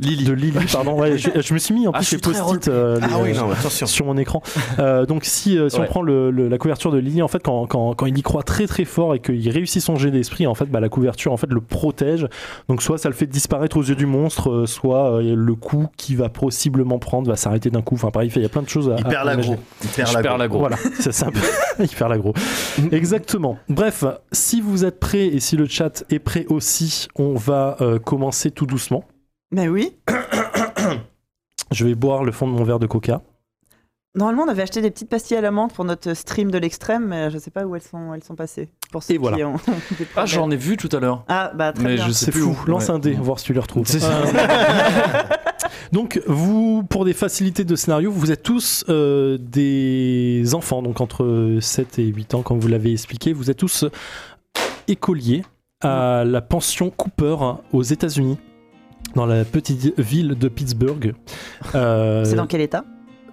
B: Lily.
E: De Lily, pardon. Ouais, je, je me suis mis en
B: Ah,
E: plus
B: je
E: les
B: suis très
E: post-it euh,
A: Ah
E: les-
A: oui, non, mais attention.
E: sur mon écran. Euh, donc si, euh, si
B: Ouais.
E: on prend le- le- la couverture de Lily, en fait, quand, quand- quand il y croit très très fort et qu'il réussit son jet d'esprit, en fait, bah, la couverture en fait le protège. Donc soit ça le fait disparaître aux yeux du monstre, euh, soit euh, le coup qu'il va possiblement prendre va s'arrêter d'un coup. Enfin pareil, il fait- il y a plein de choses à.
A: Il
E: à-
A: perd
E: à
A: l'agro.
E: imaginer.
A: Il
B: Je perds l'agro.
E: Voilà, c'est simple. il perd l'agro. Exactement. Bref, si vous êtes prêts et si le chat est prêt aussi, on va euh, commencer tout doucement.
F: Bah oui.
E: Je vais boire le fond de mon verre de coca.
F: Normalement, on avait acheté des petites pastilles à la menthe pour notre stream de l'extrême, mais je sais pas où elles sont, elles sont passées. Pour ceux
E: Et voilà.
F: qui ont des
B: Ah,
F: problèmes.
B: j'en ai vu tout à l'heure.
F: Ah, bah très
B: Mais
F: bien.
B: je sais
E: C'est
B: plus
E: fou.
B: où.
E: Lance
B: Ouais.
E: un dé, voir si tu le retrouves. Euh.
B: C'est ça.
E: Donc, vous, pour des facilités de scénario, vous êtes tous euh, des enfants, donc entre 7 et 8 ans, comme vous l'avez expliqué. Vous êtes tous euh, écoliers à la pension Cooper hein, aux États-Unis, dans la petite ville de Pittsburgh. Euh,
F: C'est dans quel état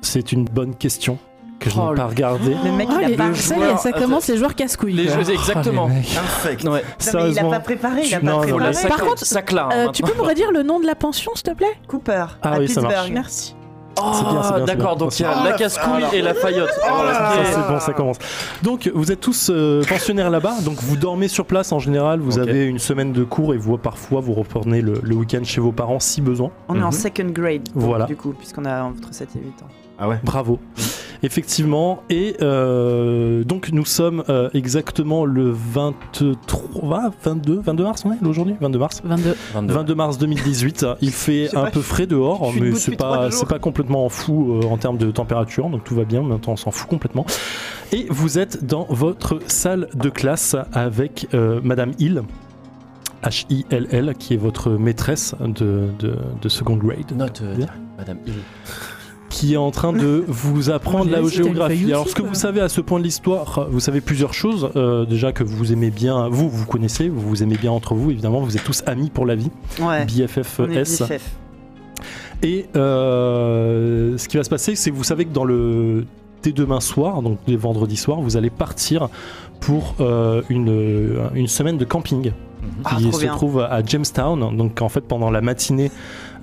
E: c'est une bonne question que je
B: Oh
E: n'ai
B: là
E: pas regardée.
F: Le mec, il a
D: Ah, les-
F: pas.
D: ça, y est, ça commence les joueurs casse-couilles.
B: Les
D: quoi. Euh,
B: jeux, exactement.
E: Oh, les mecs.
A: Infect.
B: Ouais.
F: Non, mais il a
E: Sérieusement.
F: pas préparé, il a
E: Tu-
F: pas
E: non, non,
F: préparé.
E: là,
D: Par contre,
B: ça claque.
D: Euh, tu peux me redire le nom de la pension, s'il te plaît
F: Cooper
E: Ah
F: à
E: oui, ça
F: Pittsburgh.
E: marche.
D: Merci.
E: c'est bien, c'est bien, c'est
B: D'accord,
E: bien.
B: donc il y
A: Oh,
B: a la
A: la-
B: casse-couille
A: alors.
B: et la faillotte.
A: Oh là là.
E: Ça,
B: Ok.
E: c'est bon, ça commence. Donc, vous êtes tous euh, pensionnaires là-bas, donc vous dormez sur place en général, vous
B: Ok.
E: avez une semaine de cours et vous, parfois vous reprenez le, le week-end chez vos parents si besoin.
F: On est en
B: Mhm.
F: second grade. donc,
E: Voilà.
F: Du coup, puisqu'on a entre 7 et 8 ans.
A: Ah ouais.
E: Bravo. Effectivement, et euh, donc nous sommes euh, exactement le 23, 22, 22 mars, on est là aujourd'hui 22 mars
D: 22.
B: 22.
E: 22 mars 2018, hein, il
F: Je
E: fait
F: sais
E: un
F: pas,
E: peu frais dehors,
F: je suis
E: mais
F: debout
E: c'est
F: depuis trois
E: pas,
F: jours.
E: c'est pas complètement fou euh, en termes de température, donc tout va bien, mais on s'en fout complètement. Et vous êtes dans votre salle de classe avec euh, Madame Hill, H-I-L-L, qui est votre maîtresse de, de, de second grade,
B: Note, euh, dire, madame Hill.
E: qui est en train de vous apprendre
D: Mais
E: la
D: vas-y, t'as une
E: géographie.
D: feuille
E: Alors,
D: aussi,
E: ce que
D: quoi.
E: vous savez à ce point de l'histoire, vous savez plusieurs choses. euh, déjà que vous aimez bien, vous, vous connaissez, vous vous aimez bien entre vous, évidemment, vous êtes tous amis pour la vie,
F: Ouais. On est
E: BFFS.
F: BFF.
E: Et euh, ce qui va se passer, c'est que vous savez que dans le dès demain soir, donc dès vendredi soir, vous allez partir pour euh, une, une semaine de camping
F: Ah,
E: qui
F: trop
E: se
F: bien.
E: trouve à Jamestown. Donc en fait, pendant la matinée,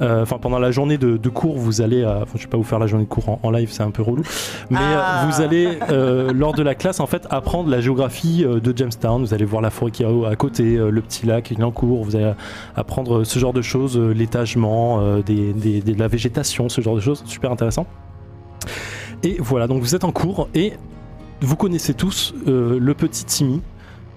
E: euh, enfin pendant la journée de, de cours, vous allez, à- enfin, je vais pas vous faire la journée de cours en, en live, c'est un peu relou, mais
F: Ah.
E: euh, vous allez euh, lors de la classe en fait apprendre la géographie euh, de Jamestown. Vous allez voir la forêt qui est à- à côté, euh, le petit lac, une encours. Vous allez apprendre ce genre de choses, euh, l'étagement, euh, des, des- des- de la végétation, ce genre de choses, super intéressant. Et voilà, donc vous êtes en cours et vous connaissez tous euh, le petit Timmy.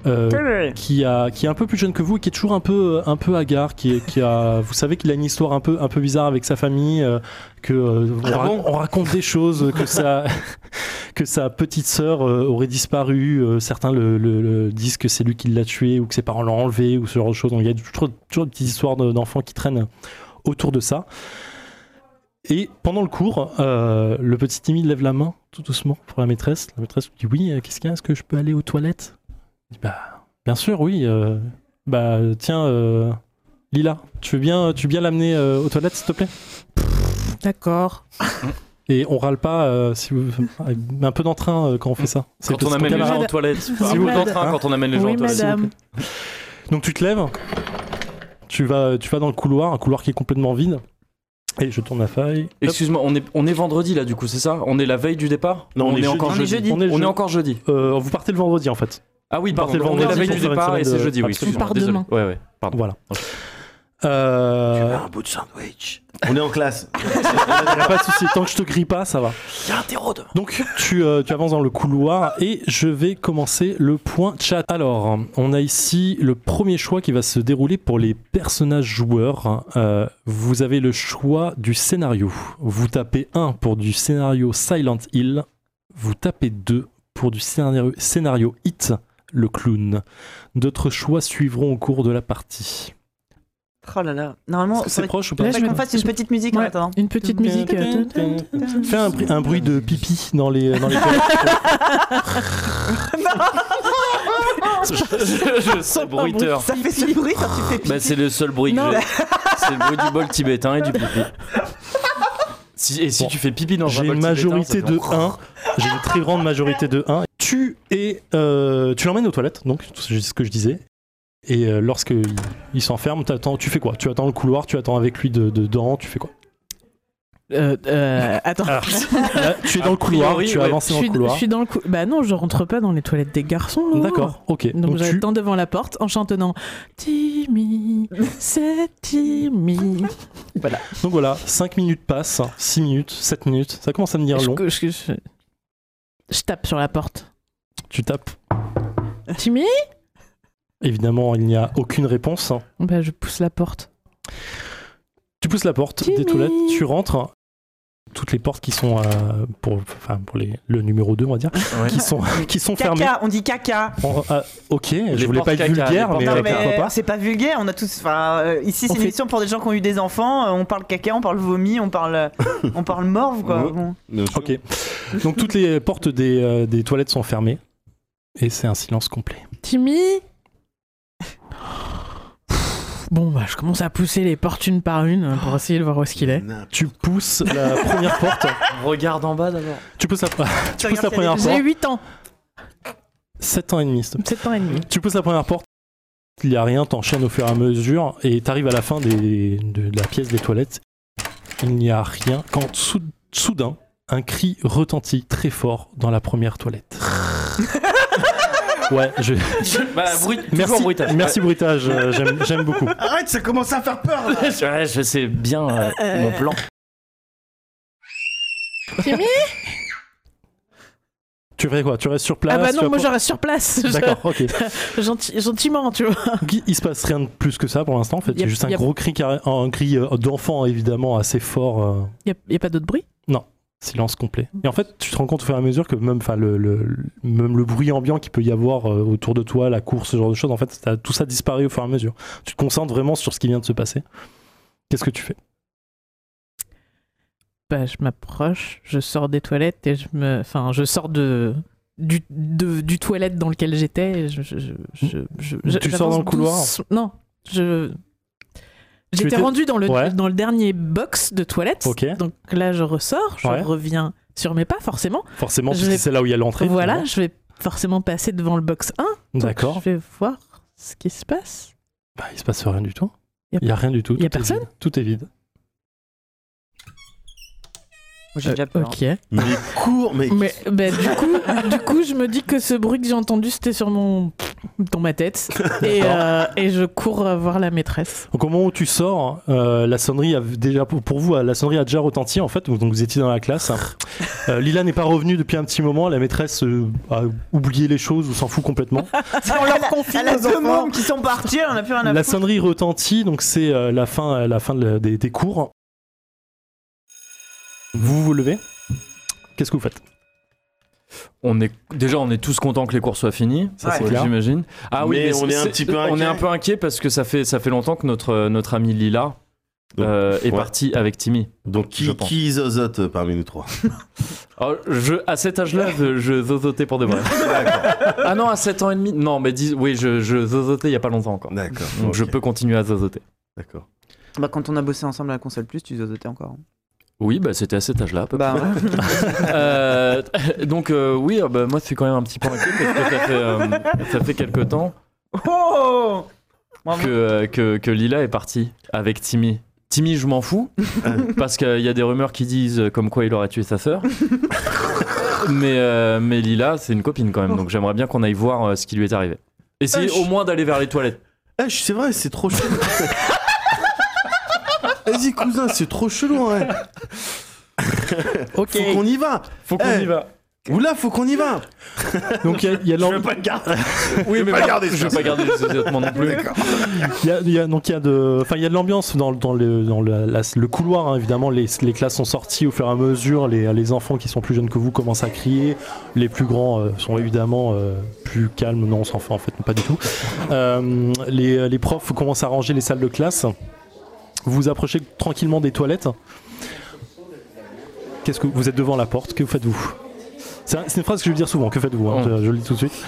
E: euh, qui, a, qui est un peu plus jeune que vous et qui est toujours un peu, euh, un peu hagard, qui, est- qui a, vous savez qu'il a une histoire un peu, un peu bizarre avec sa famille, euh, que euh, on,
A: Ah
E: ra-
A: bon
E: on raconte des choses, que sa, que sa petite sœur euh, aurait disparu, euh, certains le, le- le disent que c'est lui qui l'a tué ou que ses parents l'ont enlevé ou ce genre de choses. Donc il y a toujours, toujours des petites histoires de- d'enfants qui traînent autour de ça. Et pendant le cours, euh, le petit timide lève la main tout doucement pour la maîtresse. La maîtresse lui dit Oui, euh, qu'est-ce qu'il y a Est-ce que je peux aller aux toilettes Il dit, Bah, bien sûr, oui. euh, bah, tiens, euh, Lila, tu veux bien, tu veux bien l'amener euh, aux toilettes, s'il te plaît
D: D'accord.
E: Et on râle pas, euh, si vous, un peu d'entrain euh, quand on fait ça. C'est
B: Quand on
E: ton
B: amène les
E: camarade.
B: gens
D: camarade.
B: aux toilettes.
D: Si
B: Enfin,
D: vous
B: vous
D: plaît.
B: d'entrain quand on amène les gens
D: Hein Oui,
B: aux toilettes.
D: madame.
E: Donc tu te lèves, tu vas, tu vas dans le couloir, un couloir qui est complètement vide. Et je tourne la feuille. Hop.
B: Excuse-moi, on est, on est vendredi là du coup, c'est ça On est la veille du départ
A: Non, on est jeudi.
B: encore
F: On est
B: jeudi.
F: jeudi.
E: On est jeudi.
B: encore jeudi.
E: Euh, vous partez le vendredi en fait.
B: Ah oui,
E: Partez
B: pardon,
E: le
B: on est la veille
E: vendredi
B: du
E: pour faire une
B: départ
E: semaine
B: et c'est
E: de-
B: jeudi, oui.
E: Absolument.
B: excuse-moi,
D: On part
B: désolé.
D: demain.
B: Ouais, ouais, pardon.
E: Voilà.
B: Ok.
E: Euh,
A: Un bout de sandwich. On est en classe.
E: y a pas de souci, tant que je te grille pas, ça va.
A: Il y a un terreau dehors.
E: Donc tu, euh, tu avances dans le couloir et je vais commencer le point chat. Alors, on a ici le premier choix qui va se dérouler pour les personnages joueurs. Euh, vous avez le choix du scénario. Vous tapez 1 pour du scénario Silent Hill. Vous tapez 2 pour du scénario, scénario Hit, le clown. D'autres choix suivront au cours de la partie.
F: Oh là là. Normalement,
E: Est-ce que C'est proche ou pas
D: Là,
F: Faudrait
D: je
F: qu'on
D: me-
F: fasse une petite musique en
D: Ouais.
F: attendant.
D: Une petite musique. euh,
E: Fais un, bruit- un bruit de pipi dans les... Dans les
B: je, je- je- c'est bruiteur.
F: Ça fait ce bruit quand tu fais pipi.
B: Bah, c'est le seul bruit que
D: Non.
B: j'ai. C'est le bruit du bol tibétain et du pipi. Si- et si
E: Bon.
B: tu fais pipi dans un
E: J'ai
B: bol
E: une majorité
B: tibétain,
E: de 1. J'ai une très grande majorité de 1. Tu et euh, tu l'emmènes aux toilettes, donc c'est ce que je disais. Et euh, lorsque il, il s'enferme, t'attends- tu fais quoi Tu attends le couloir, tu attends avec lui de, de- dedans, tu fais quoi
D: euh, euh, attends.
E: Alors, là, Tu es dans le couloir,
B: priori,
E: tu
B: ouais.
E: avances
D: Je
E: Ah, dans le
D: suis, je
E: couloir.
D: suis dans le cou- Bah non, je rentre pas dans les toilettes des garçons. non.
E: D'accord, ok.
D: Donc,
E: Donc tu
D: j'attends devant la porte en chantonnant Timmy, c'est Timmy.
E: Donc voilà, 5 minutes passent, 6 minutes, 7 minutes, ça commence à me dire long.
D: Je, je- je- je tape sur la porte.
E: Tu tapes.
D: Timmy
E: Évidemment, il n'y a aucune réponse.
D: Bah je pousse la porte.
E: Tu pousses la porte des
D: Timmy.
E: toilettes, tu rentres. Toutes les portes qui sont euh, pour, enfin, pour les, le numéro 2, on va dire,
B: Ouais.
E: qui sont, qui sont fermées.
F: Caca, on dit caca.
E: On- ah, ok, je voulais
B: portes
E: pas être
B: caca,
E: vulgaire,
B: les
E: mais,
B: portes
E: euh,
F: Non
B: caca.
E: pourquoi
F: mais
E: pas
F: c'est pas vulgaire, on a tous. Enfin, euh, ici c'est
D: On
F: une
D: fait-
F: émission pour des gens qui ont eu des enfants. euh, on parle caca, on parle vomi, on parle, on parle morve quoi.
A: Ouais.
F: Bon.
E: Ok. Donc toutes les portes des, euh, des toilettes sont fermées. Et c'est un silence complet.
D: Timmy Bon bah je commence à pousser les portes une par une hein, pour essayer de voir où est-ce qu'il est.
E: Tu pousses la première porte.
B: Regarde en bas d'abord.
E: Tu pousses la, tu pousses la
F: regardes s'il y a
E: première
F: des-
D: J'ai
E: porte.
D: 8 ans,
E: 7 ans et demi, s'il te plaît.
D: 7 ans et demi.
E: Tu pousses la première porte. Il n'y a rien, t'enchaînes au fur et à mesure. Et t'arrives à la fin des- de, de la pièce des toilettes. Il n'y a rien. Quand sou- soudain, un cri retentit très fort dans la première toilette. ouais, je,
B: Bah, bruit,
E: Merci,
B: toujours bruitage.
E: merci bruitage, euh, j'aime- j'aime beaucoup.
A: Arrête, ça commence à faire peur. là.
B: Ouais. Ouais, je sais bien euh,
D: Euh.
B: mon plan.
D: Timmy
E: Tu fais quoi Tu restes sur place
D: Ah bah
E: tu
D: non, moi je
E: apportes-
D: reste sur place. Je-
E: D'accord, ok.
D: Gentil- gentiment, tu vois.
E: Donc, il- il se passe rien de plus que ça pour l'instant. En fait, il y a
D: Yep,
E: juste un
D: yep.
E: gros cri, carré- un cri euh, d'enfant évidemment assez fort, euh,
D: Y a, y a pas d'autre bruit
E: silence complet. Et en fait, tu te rends compte au fur et à mesure que même, enfin, le, le- le- même le bruit ambiant qu'il peut y avoir euh, autour de toi, la course, ce genre de choses, en fait, ça- tout ça disparaît au fur et à mesure. Tu te concentres vraiment sur ce qui vient de se passer. Qu'est-ce que tu fais
D: Bah je m'approche, je sors des toilettes et je me... Enfin, je sors de... Du, de- du toilette dans lequel j'étais. et Je, je, je, je- je-
E: Tu sors dans le
D: j'avance
E: couloir
D: douce- Non, je... J'étais
E: étais-
D: rendu dans le,
E: Ouais.
D: dans le dernier box de toilettes.
E: Ok.
D: Donc là, je ressors, je
E: Ouais.
D: reviens sur mes pas, forcément.
E: Forcément,
D: Je
E: puisque
D: vais-
E: c'est là où il y a l'entrée.
D: voilà, je vais forcément passer devant le box 1.
E: finalement.
D: donc
E: D'accord.
D: Je vais voir ce qui se passe.
E: Bah, il se passe rien du tout.
D: Y a-
E: Il y a rien du tout.
D: y a
E: tout est
D: personne
E: vide. Tout est vide.
F: J'ai déjà peur.
D: Ok.
A: Mais il court, mais.
D: Mais bah, du coup, du coup, je me dis que ce bruit que j'ai entendu, c'était sur mon dans ma tête, et, euh, et je cours euh, voir la maîtresse.
E: Donc au moment où tu sors, euh, la sonnerie a déjà pour, pour vous, la sonnerie a déjà retenti en fait. Donc vous étiez dans la classe. Euh, Lila n'est pas revenue depuis un petit moment. La maîtresse euh, a oublié les choses ou s'en fout complètement.
F: On leur confie
D: aux enfants.
F: qui sont partis, on a plus rien à
E: La
F: foutre.
E: sonnerie retentit. Donc c'est euh, la fin, la fin de la- des, des cours. Vous vous levez. Qu'est-ce que vous faites
B: On est déjà, on est tous contents que les cours soient finis.
E: Ça, c'est
B: Ouais,
E: clair.
B: J'imagine. Ah oui,
A: Mais on est un
B: c'est-
A: petit peu
B: On
A: inquiet.
B: est un peu inquiet parce que ça fait ça fait longtemps que notre notre ami Lila
A: Donc,
B: euh,
A: ouais.
B: est parti avec Timmy.
A: Donc
B: Je
A: qui,
B: pense.
A: qui zozote parmi nous trois
B: Alors, Oh, je, à cet âge-là, je, je veux voter pour de vrai. ah non, à 7 ans et demi. Non, mais dis, oui, je, je veux voter il y a pas longtemps encore.
A: D'accord.
B: Donc je
A: ok,
B: peux continuer à voter.
A: D'accord.
F: Bah, quand on a bossé ensemble à la console plus, tu zozotais encore.
B: Oui, bah c'était à cet âge-là. à peu
F: Bah,
B: Euh, donc euh, oui, euh, bah, moi je suis quand même un petit peu inquiet parce que ça fait, euh, ça fait quelque temps
F: oh Bravo.
B: que, euh, que, que Lila est partie avec Timmy. Timmy, je m'en fous parce qu'il y a des rumeurs qui disent euh, comme quoi il aurait tué sa sœur. mais, euh, mais Lila, c'est une copine quand même, donc j'aimerais bien qu'on aille voir euh, ce qui lui est arrivé. Essayez
A: Ah, je- Eh,
B: au moins d'aller vers les toilettes.
A: Ah, je- c'est vrai, c'est trop chaud. Vas-y, cousin, c'est trop chelou, ouais.
D: Ok.
A: Faut qu'on y va.
B: Faut qu'on
A: Eh,
B: y va.
A: Oula, faut qu'on y va.
E: Donc il y a- il y a
A: Je
E: l'en-
A: veux pas le garder.
B: Oui, mais
A: pas garder
B: je
A: ça.
B: vais pas garder les vêtements non plus.
E: Il y a, il y a- donc il y a de, enfin il y a de l'ambiance dans, le- dans le dans le, la- le couloir hein, évidemment. Les, les classes sont sorties au fur et à mesure. Les, les enfants qui sont plus jeunes que vous commencent à crier. Les plus grands euh, sont évidemment euh, plus calmes. Non, on s'en fait en fait pas du tout. Euh, les, les profs commencent à ranger les salles de classe. Vous vous approchez tranquillement des toilettes. Qu'est-ce que vous êtes devant la porte Que faites-vous C'est un- c'est une phrase que je veux dire souvent. Que faites-vous hein,
B: Oh.
E: je, je le dis tout de suite.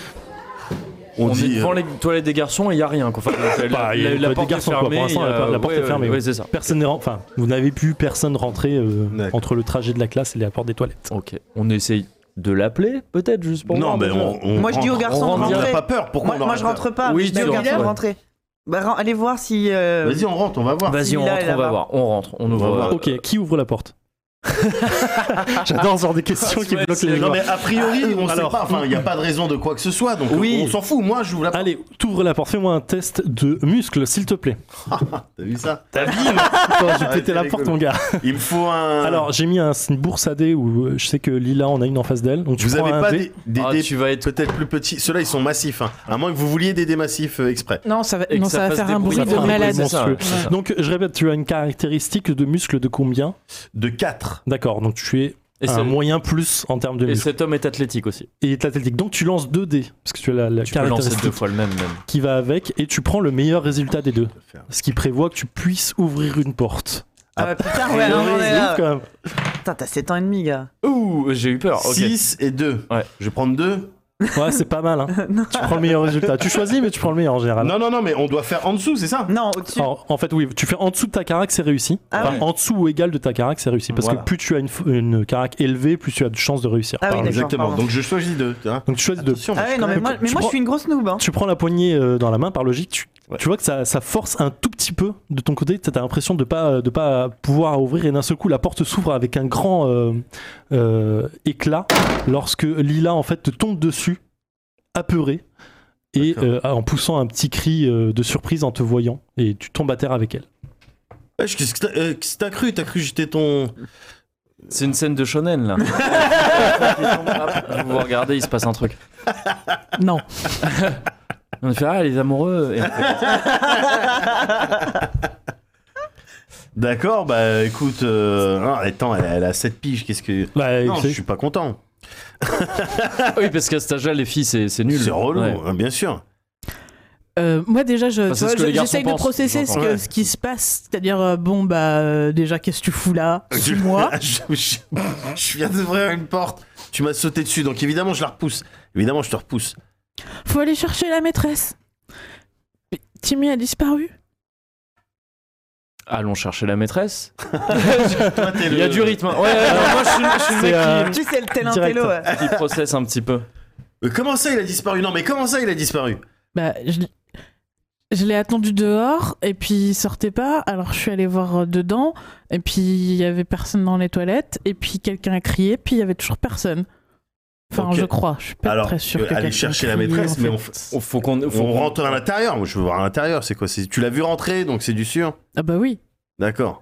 A: On,
B: On, est
A: dit.
B: devant
A: euh,
B: les toilettes des garçons et il y a rien. Enfin, la,
E: Bah, il y a
B: la-
E: une
B: la
E: toilette des
B: porte
E: garçons,
B: est
E: quoi. Pour
B: fermée.
E: l'instant, la-
B: euh,
E: la porte est
B: ouais,
E: fermée,
B: Ouais,
E: oui.
B: c'est ça.
E: Personne n'est ren- enfin vous n'avez pu personne rentrer euh,
A: D'accord.
E: entre le trajet de la classe et la porte des toilettes.
B: Ok. On essaye de l'appeler, peut-être, juste pour
A: Non,
B: voir,
A: mais
B: déjà.
A: on, on-
F: Moi, je dis aux
A: on-
F: garçons
A: on
B: de
A: rentre, on
B: rentrer.
A: n'a pas peur. Pourquoi
F: Moi,
A: on
F: moi,
A: aurait
F: je
A: peur
F: rentre pas,
B: Oui,
F: mais je dis
B: tu
F: aux
B: rentres,
F: garçons de
B: ouais.
F: rentrer. Bah, ren- allez voir si. euh,
A: Vas-y, on rentre, on va voir.
B: Vas-y, on
F: Il a-
B: rentre,
F: là-bas.
B: on va voir. On rentre, on ouvre.
A: va voir.
B: euh,
E: Ok, qui ouvre la porte J'adore ce genre de questions qui
B: Ouais,
E: bloquent
B: c'est-
E: les gens.
A: Non, mais a priori, on
E: Alors.
A: sait pas. Enfin, il n'y a pas de raison de quoi que ce soit. Donc,
E: Oui.
A: on s'en fout. Moi, j'ouvre la porte.
E: Allez, t'ouvres la porte, fais-moi un test de muscle, s'il te plaît.
A: T'as vu ça
E: Attends, j'ai
A: Ouais,
E: pété la
A: c'est
E: porte,
A: rigolo.
E: mon gars.
A: Il me faut un.
E: Alors, j'ai mis un, une bourse à dés où euh, je sais que Lila en a une en face d'elle. Donc, tu
A: vous
E: prends
A: avez
E: un
A: pas
E: dé.
A: des, des
B: ah,
A: dés
B: tu vas être.
A: peut-être plus petits Ceux-là, ils sont massifs. hein. À moins que vous vouliez des dés massifs euh, exprès.
D: Non, ça va,
B: et que
D: non, ça va
B: fasse
D: faire
B: des
D: un
B: bruits
D: bruit de
E: faire un bruit
D: malade.
E: de
B: monstrueux.
E: monstrueux. Donc, je répète, tu as une caractéristique de muscle de combien
A: De 4.
E: D'accord, donc tu es
B: Et,
E: un
B: c'est-
E: moyen plus en termes de
B: et
E: muscle.
B: cet homme est athlétique aussi.
E: Et l'athlétique. Donc, tu lances deux dés, parce que tu as la, la
B: Tu peux lancer deux
E: caractéristique
B: fois le même, même.
E: qui va avec, et tu prends le meilleur résultat des deux. Ce qui prévoit que tu puisses ouvrir une porte.
F: Ah, ouais, putain, ouais, non, on est
E: C'est ouf,
F: là.
E: quand même.
F: Putain, t'as 7 ans et demi, gars.
B: Ouh, j'ai eu peur. Ok.
A: 6 et 2.
B: Ouais.
A: Je vais prendre 2.
E: Ouais, c'est pas mal. Hein. tu prends le meilleur résultat. Tu choisis, mais tu prends le meilleur en général.
A: Non, non, non, mais on doit faire en dessous, c'est ça
F: Non, au-dessus.
E: Alors, en fait, oui, tu fais en dessous de ta carac, c'est réussi.
F: Ah
E: Enfin,
F: oui.
E: En dessous ou égal de ta carac, c'est réussi. Parce
A: Voilà.
E: que plus tu as une, f- une carac élevée, plus tu as de chances de réussir.
F: Ah oui,
E: Pardon.
F: d'accord,
A: Exactement.
F: pardon.
A: Donc je choisis hein. 2.
E: Donc tu choisis de.
F: Ah ouais, non, mais
E: Donc,
F: moi,
E: tu
F: mais moi,
E: prends-
F: je suis une grosse noob. Hein.
E: Tu prends la poignée euh, dans la main par logique, tu,
A: Ouais.
E: tu vois que ça, ça force un tout petit peu de ton côté, t'as t'as l'impression de pas, de pas pouvoir ouvrir et d'un seul coup la porte s'ouvre avec un grand euh, euh, éclat lorsque Lila en fait te tombe dessus, apeurée, et
A: D'accord.
E: euh, en poussant un petit cri euh, de surprise en te voyant, et tu tombes à terre avec elle.
A: Wesh, qu'est-ce que t'as- euh, qu'est-ce que t'as cru T'as cru que j'étais ton.
B: C'est une scène de shonen là. vous regardez, il se passe un truc.
D: Non.
B: On fait ah les amoureux. Et on fait,
A: D'accord, bah écoute. euh, ah, attends, elle, a- elle a 7 piges. Qu'est-ce que.
E: Bah,
A: Non,
E: c'est-
A: je suis pas content.
B: oui parce qu'à cet âge-là les filles c'est c'est nul.
A: C'est relou,
B: Ouais.
A: hein, bien sûr.
D: Euh, moi déjà, je-
B: Enfin,
D: tu
B: c'est
D: vois,
B: ce que les
D: je-
B: garçons
D: j'essaye de
B: pensent,
D: processer ce,
B: j'entends.
D: que-
A: Ouais.
D: ce qui se passe, c'est-à-dire euh, bon bah euh, déjà qu'est-ce que tu fous là
A: Je-
D: Sous moi
A: je, je- je viens d'ouvrir une porte. Tu m'as sauté dessus, donc évidemment je la repousse. Évidemment je te repousse.
D: Faut aller chercher la maîtresse. Mais Timmy a disparu.
B: Allons chercher la maîtresse.
A: Toi, t'es
B: Il y a
A: le-
B: du rythme. hein. Ouais, ouais, non, moi je suis, je suis le
E: C'est,
B: mec
E: euh,
F: Tu sais, le tel
E: Direct.
F: intello. ouais.
B: qui, qui processe un petit peu.
A: Euh, Comment ça il a disparu Non mais comment ça il a disparu
D: Bah je, l'ai- je l'ai attendu dehors et puis il sortait pas. Alors je suis allée voir euh, dedans et puis il y avait personne dans les toilettes et puis quelqu'un a crié puis il y avait toujours personne. Enfin
A: Ok.
D: je crois, je suis pas
A: Alors,
D: très sûre.
A: euh,
D: que
A: aller
D: quelqu'un
A: chercher la
D: crie,
A: maîtresse,
D: en
A: mais
D: fait.
A: on, f-
B: On- Faut qu'on faut
A: on
B: qu'on-
A: rentre à l'intérieur. Moi, je veux voir à l'intérieur. C'est quoi c'est- Tu l'as vu rentrer, donc c'est du sûr.
D: Ah bah oui.
A: D'accord.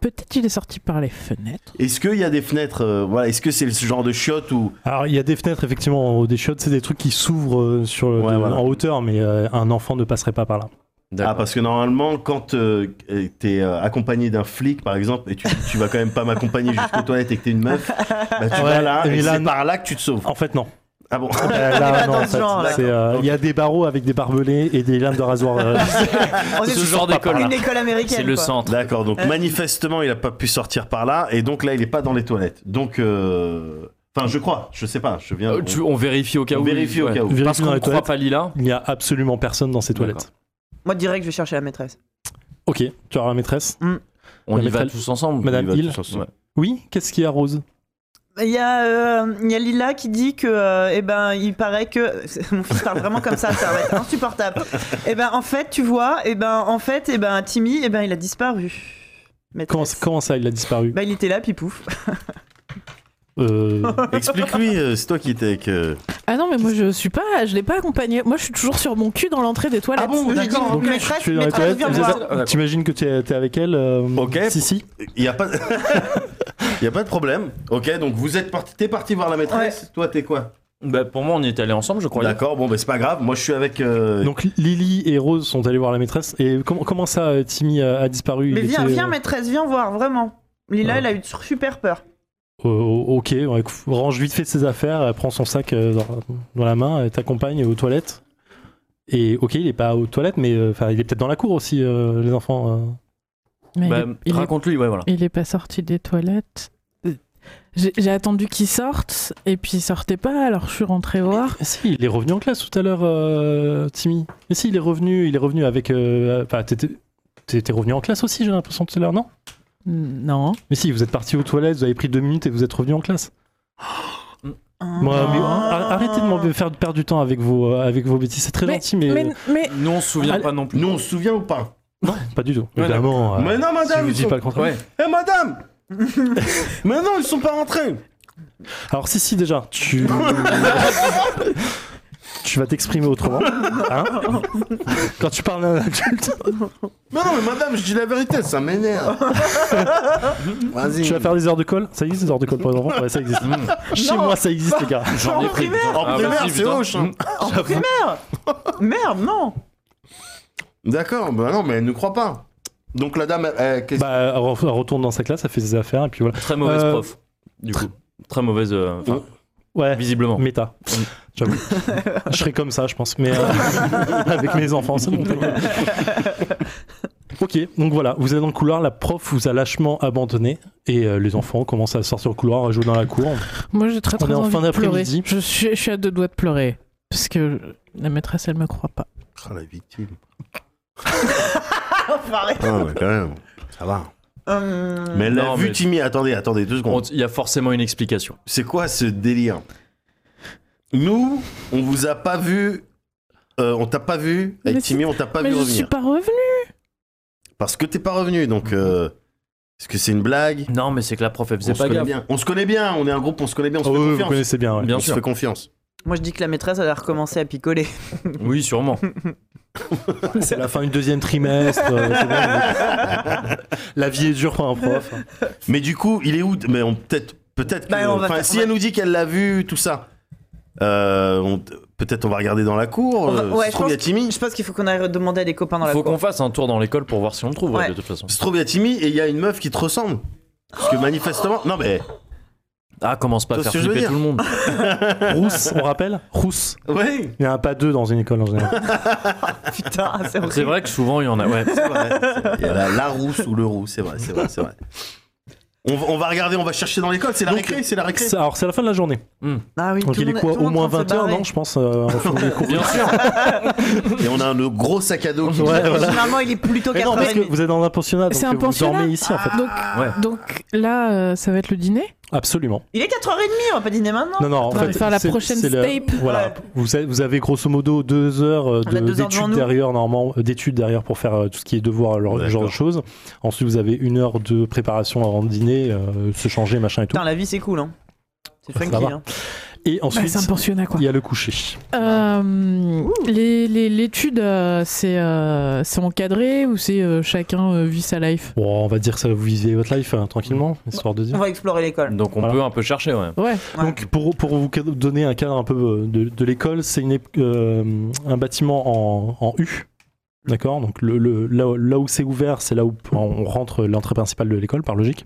D: Peut-être il est sorti par les fenêtres.
A: Est-ce qu'il y a des fenêtres euh, Voilà. Est-ce que c'est ce genre de chiottes ah, ou
E: Alors, il y a des fenêtres, effectivement, des chiottes, c'est des trucs qui s'ouvrent euh, sur le-
A: Ouais,
E: de-
A: voilà.
E: en hauteur, mais euh, un enfant ne passerait pas par là.
A: Ah,
B: D'accord.
A: parce que normalement, quand euh, euh, t'es euh, accompagné d'un flic, par exemple, et tu, tu vas quand même pas m'accompagner jusqu'aux toilettes et que t'es une meuf, bah, tu
E: Ouais,
A: vas là,
E: mais
A: et
E: là,
A: c'est
E: non.
A: par là que tu te sauves.
E: En fait, non.
A: Ah bon
E: Euh,
F: On est
E: là,
F: pas
E: non,
F: dans
E: en
F: ce
E: fait,
F: genre, là.
E: c'est, euh, Il y a des barreaux avec des barbelés et des lames de rasoir. euh,
F: On est
B: Ce
F: sur
B: genre d'école.
F: une école américaine.
B: C'est le
F: quoi.
B: centre.
A: D'accord, donc manifestement, il a pas pu sortir par là, et donc là, il est pas dans les toilettes. Donc, euh, enfin, je crois, je sais pas, je viens.
B: Euh, tu- on vérifie au cas
A: on
B: où.
A: vérifie au
B: ouais.
A: cas où.
E: vérifie
B: Parce
E: dans
B: qu'on
E: les
B: ne croit
E: toilettes.
B: pas Lila.
E: Il n'y a absolument personne dans ces toilettes.
F: Moi, direct, je vais chercher la maîtresse.
E: Ok, tu as la maîtresse.
B: On
E: La
B: y va
E: maîtresse-
B: tous ensemble.
E: Madame
B: On y va
E: Hill.
B: tous ensemble. Ouais.
E: Oui, qu'est-ce qu'il y a, Rose
F: Il y, a, euh, il y a Lila qui dit que, euh, eh ben, il paraît que. Mon fils parle vraiment comme ça, ça va être insupportable. Eh ben, en fait, tu vois, eh ben, en fait, eh ben, Timmy, eh ben, il a disparu.
E: comment,
F: Maîtresse.
E: comment ça, il a disparu
F: Bah, il était là, puis pouf.
E: Euh,
A: Explique-lui, euh, c'est toi qui étais avec. euh,
D: Ah non, mais moi je suis pas, je l'ai pas accompagné. Moi je suis toujours sur mon cul dans l'entrée des toilettes.
A: Ah bon,
F: Oui,
A: d'accord,
F: donc
A: ok.
F: maîtresse,
E: Tu es dans les
F: maîtresse,
E: toilettes,
F: viens
E: vous
F: voir.
E: êtes- T'imagines que t'es es avec elle euh,
A: Ok.
E: Si, si.
A: Il y a pas, il y a pas de problème. Ok, donc vous êtes parti, t'es parti voir la maîtresse. Toi, t'es quoi
B: Bah, pour moi, on y est allé ensemble, je crois.
A: D'accord. Bon, ben c'est pas grave. Moi, je suis avec. euh,
E: Donc Lily et Rose sont allés voir la maîtresse. Et comment, comment ça, euh, Timmy a, a disparu
F: Mais
E: Il
F: viens,
E: était,
F: viens,
E: euh,
F: maîtresse, viens voir, vraiment. Lila,
E: Ouais.
F: elle a eu super peur.
E: euh, ok, ouais, écoute, range vite fait ses affaires, elle prend son sac euh, dans, dans la main, elle t'accompagne aux toilettes. Et ok, il est pas aux toilettes, mais euh, enfin, il est peut-être dans la cour aussi, euh, les enfants. euh.
D: Mais
B: Bah,
D: il, est- il est,
B: Raconte-lui, ouais, voilà.
D: il est pas sorti des toilettes. J'ai j'ai attendu qu'il sorte et puis il sortait pas, alors je suis rentrée voir.
E: Mais Eh si, il est revenu en classe tout à l'heure, euh, Timmy. Mais si, il est revenu, il est revenu avec. euh, Enfin, t'étais t'étais revenu en classe aussi, j'ai l'impression tout à l'heure, non
D: Non.
E: Mais si, vous êtes parti aux toilettes, vous avez pris deux minutes et vous êtes revenu en classe.
C: Ah.
E: Bon,
F: Ah.
E: euh, mais, euh, ar- arrêtez de me faire perdre du temps avec vos, euh, avec vos bêtises, c'est très
D: Mais-
E: gentil, mais,
D: Mais, mais
B: Nous, on se souvient
E: Allez.
B: pas non plus.
A: Nous, on se souvient ou pas
E: pas du tout.
B: Ouais,
E: Évidemment, euh,
A: Mais non,
E: si je
A: madame.
E: vous
A: ils
E: dis
A: sont-
E: pas le contraire.
B: Ouais.
A: Eh, madame. Mais non, ils sont pas rentrés.
E: Alors si, si, déjà, tu... tu vas t'exprimer autrement. hein Quand tu parles à un adulte,
A: Mais non, mais madame, je dis la vérité, ça m'énerve. Vas-y.
E: tu vas faire des heures de colle. Ça existe, des heures de colle pour les enfants Ouais, ça
A: Mm.
E: existe. Chez
F: Non.
E: moi, ça existe, les gars.
B: J'en ai
F: En
B: pris.
F: primaire
B: putain.
A: En
B: Ah,
A: primaire,
B: vas-y,
A: c'est
B: putain. Mmh.
A: hoche. hein.
F: En primaire Ah, Merde, non
A: D'accord. Bah non, mais elle ne croit pas. Donc la dame, euh, qu'est-ce-
E: Bah, elle re- elle retourne dans sa classe, elle fait ses affaires, et puis voilà.
B: Très mauvaise
E: Euh,
B: prof, du coup. Très mauvaise, euh, enfin,
E: Ouais,
B: visiblement.
E: méta.
B: Mm.
E: J'avoue. je serais comme ça, je pense, mais euh, avec mes enfants, c'est bon. Ok, donc voilà, vous êtes dans le couloir, la prof vous a lâchement abandonné, et euh, les enfants commencent à sortir au couloir, à jouer dans la cour.
D: moi j'ai très
E: On
D: très
E: est en
D: envie
E: fin
D: de pleurer.
E: d'après-midi.
D: Je suis, je suis à deux doigts de pleurer parce que la maîtresse elle me croit pas.
A: Oh, la victime.
F: Enfoiré.
A: Ah, mais quand même. Ça va.
F: Hum,
A: Mais elle a
B: Non,
A: vu
B: mais-
A: Timmy. Attendez, attendez deux
B: On-
A: secondes.
B: Il y a forcément une explication.
A: C'est quoi ce délire Nous, on vous a pas vu. euh, on t'a pas vu avec
D: Mais
A: Timmy, on t'a pas
D: mais
A: vu
D: je
A: revenir.
D: suis pas revenue.
A: Parce que t'es pas revenu, donc. euh, Est-ce que c'est une blague
B: Non, mais c'est que la prof, elle faisait
A: On se
B: pas
A: connaît
B: gaffe.
A: bien. On se connaît bien. On est un groupe. On se connaît bien. On se
E: Oh,
A: fait hein.
E: oui, vous
A: confiance.
E: connaissez bien, ouais.
B: Bien
A: on se
B: sûr.
A: fait confiance.
F: Moi, je dis que la maîtresse, elle a recommencé à picoler.
B: Oui, sûrement.
E: C'est la fin du deuxième trimestre. euh, c'est bon, mais- la vie est dure pour un prof.
A: Mais du coup, il est où Mais on peut-être, peut-être. que-
F: Bah, on va
A: enfin,
F: faire-
A: si
F: on va-
A: elle nous dit qu'elle l'a vu, tout ça, euh, on- peut-être on va regarder dans la cour.
F: On va-
A: euh,
F: ouais,
A: si
F: je
A: se trouve, il y a
F: pense
A: Timmy.
F: Je pense qu'il faut qu'on aille demander à des copains dans la
B: Faut
F: cour.
B: qu'on fasse un tour dans l'école pour voir si on le trouve, ouais,
F: Ouais.
B: de toute façon.
A: Se trouve, il y a Timmy et il y a une meuf qui te ressemble. Parce que manifestement, non mais
B: Ah, commence pas à
A: Tu vois
B: faire
A: ce que je veux dire
B: flipper tout le monde.
E: Rousse, on rappelle Rousse.
A: ouais,
E: Il n'y en a pas deux dans une école en général.
F: Putain, c'est
B: C'est
F: horrible.
B: vrai que souvent, il y en a. Ouais.
A: c'est vrai. Il y a la, la rousse ou le roux, c'est vrai, c'est vrai, c'est vrai. On, va- on va regarder, on va chercher dans l'école. C'est la
E: Donc,
A: récré, c'est la récré.
E: Ça- Alors, c'est la fin de la journée.
F: Ah oui,
E: Donc,
F: tout
E: il
F: le
E: est
F: monde-
E: quoi
F: tout le
E: Au
F: monde
E: moins
F: en train de se
E: 21,
F: barrer.
E: non, je pense. euh, en fin de cours.
B: Bien sûr.
A: Et on a un gros sac à dos. qui-
E: Ouais, voilà.
F: Généralement, il est plutôt
E: Mais non, parce que
F: 80.
E: vous êtes dans un pensionnat, donc
D: C'est un
E: vous dormez
D: pensionnat.
E: ici en fait.
D: Donc,
B: Ouais.
D: donc là euh, ça va être le dîner.
F: Ah.
E: Absolument.
F: Il est 4h30, on Ah, va pas dîner maintenant.
E: Non, non, en
D: On va
E: fait.
D: faire la
E: c'est-
D: prochaine
E: c'est le-
D: stape.
E: Voilà,
F: Ouais.
E: vous avez, vous avez grosso modo deux heures euh,
F: On a
E: de-
F: deux heures devant
E: d'études
F: nous.
E: derrière, normalement, euh, d'études derrière pour faire euh, tout ce qui est devoir, genre,
A: D'accord.
E: genre de choses. Ensuite, vous avez une heure de préparation avant le dîner, euh, se changer, machin et tout.
F: Putain, la vie, c'est cool, hein. C'est
E: Ça
F: funky,
E: va.
F: hein.
E: Et
D: Bah,
E: ensuite,
D: c'est un pensionnat quoi.
E: il y a le coucher.
D: Euh, les- les- L'étude, euh, c'est euh, c'est encadré ou c'est euh, chacun euh, vit sa life
E: Bon, on va dire ça, vous vivez votre life euh, tranquillement, histoire de
F: On
E: dire.
F: va explorer l'école.
B: Donc, on
E: Voilà.
B: peut un peu chercher, ouais.
D: Ouais.
F: Mm. Ouais.
E: Donc, pour, pour vous cad- donner un cadre un peu euh, de, de l'école, c'est une ép- euh, un bâtiment en, en U. D'accord Donc, le, le- là, où- là où c'est ouvert, c'est là où on rentre l'entrée principale de l'école, par logique.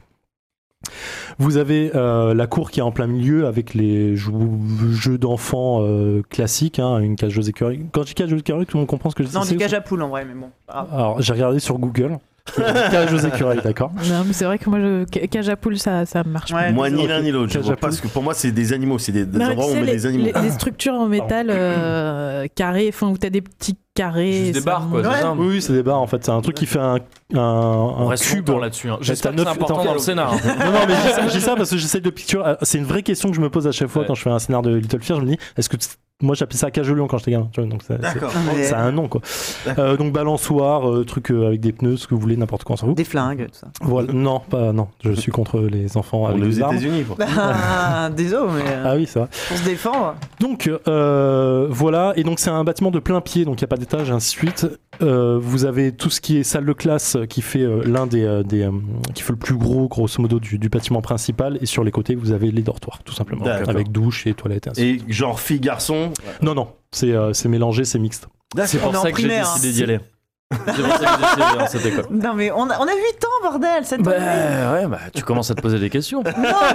E: Vous avez euh, la cour qui est en plein milieu avec les jou- jeux d'enfants euh, classiques, hein, une cage aux écureuils. Quand je dis cage aux écureuils, tout le monde comprend ce que je dis.
F: Non,
E: c'est
F: du
E: où,
F: cage à poule en vrai, mais bon. Ah.
E: Alors, j'ai regardé sur Google. cage aux écureuils, d'accord
D: Non, mais c'est vrai que moi, je... ca- cage à poule, ça, ça me marche.
F: Ouais,
A: Moi,
F: désolé.
A: ni l'un ni l'autre. Je
E: Cage
A: vois
E: à
A: pas
E: poules.
A: parce que pour moi, c'est des animaux, c'est des, des
D: Non, mais
A: endroits où
D: tu
A: on
D: sais,
A: met
D: les,
A: des animaux.
D: les- les structures en métal euh, carré, enfin où t'as des petits carrés.
B: Juste des
D: ça
B: barres, quoi.
D: monte.
B: c'est
F: Ouais.
B: ça
E: Oui, oui, c'est des barres en fait. C'est un truc qui fait un, un,
B: On
E: un
B: reste
E: cube.
B: longtemps là-dessus. hein. J'espère
E: t'as
B: que c'est
E: neuf-
B: important
E: t'as-
B: dans le scénar. hein.
E: Non, non, mais Ah, je dis ça- je dis ça parce que j'essaie de picture. C'est une vraie question que je me pose à chaque fois
B: Ouais.
E: quand je fais un scénar de Little Fear. Je me dis, est-ce que moi j'appelais ça cajolion quand j'étais gamin. tu vois, donc ça- c'est-
A: D'accord.
F: Ouais.
E: ça a un nom quoi.
A: D'accord.
E: Euh, donc balançoire, euh, truc euh, avec des pneus, ce que vous voulez, n'importe quoi en vous.
C: Des flingues, tout ça.
E: Voilà. Non, pas non. Je suis contre les enfants
A: On
E: avec
A: est aux Bah,
E: des armes.
A: États-Unis, hein. quoi.
C: Ah, Désolé, mais euh,
E: Ah oui, ça.
C: pour se défendre.
E: Donc euh, voilà, et donc c'est un bâtiment de plein pied, donc il n'y a pas d'étage, ainsi de suite. Euh, vous avez tout ce qui est salle de classe euh, qui fait euh, l'un des, euh, des, euh, qui fait le plus gros, grosso modo, du, du bâtiment principal, et sur les côtés vous avez les dortoirs, tout simplement,
A: D'accord.
E: avec douche et toilette. ainsi
A: Et
E: de
A: genre fille garçon.
E: suite. Non, non, c'est euh, c'est mélangé, c'est mixte.
B: C'est
C: On
B: pour
C: est en
B: ça que j'ai
C: primaire, hein.
B: décidé d'y aller. C'est pour ça que j'ai décidé d'aller dans cette école.
C: Non, mais on a, on a 8 ans, bordel, cette
B: Bah
C: année.
B: ouais, bah tu commences à te poser des questions.
C: Non,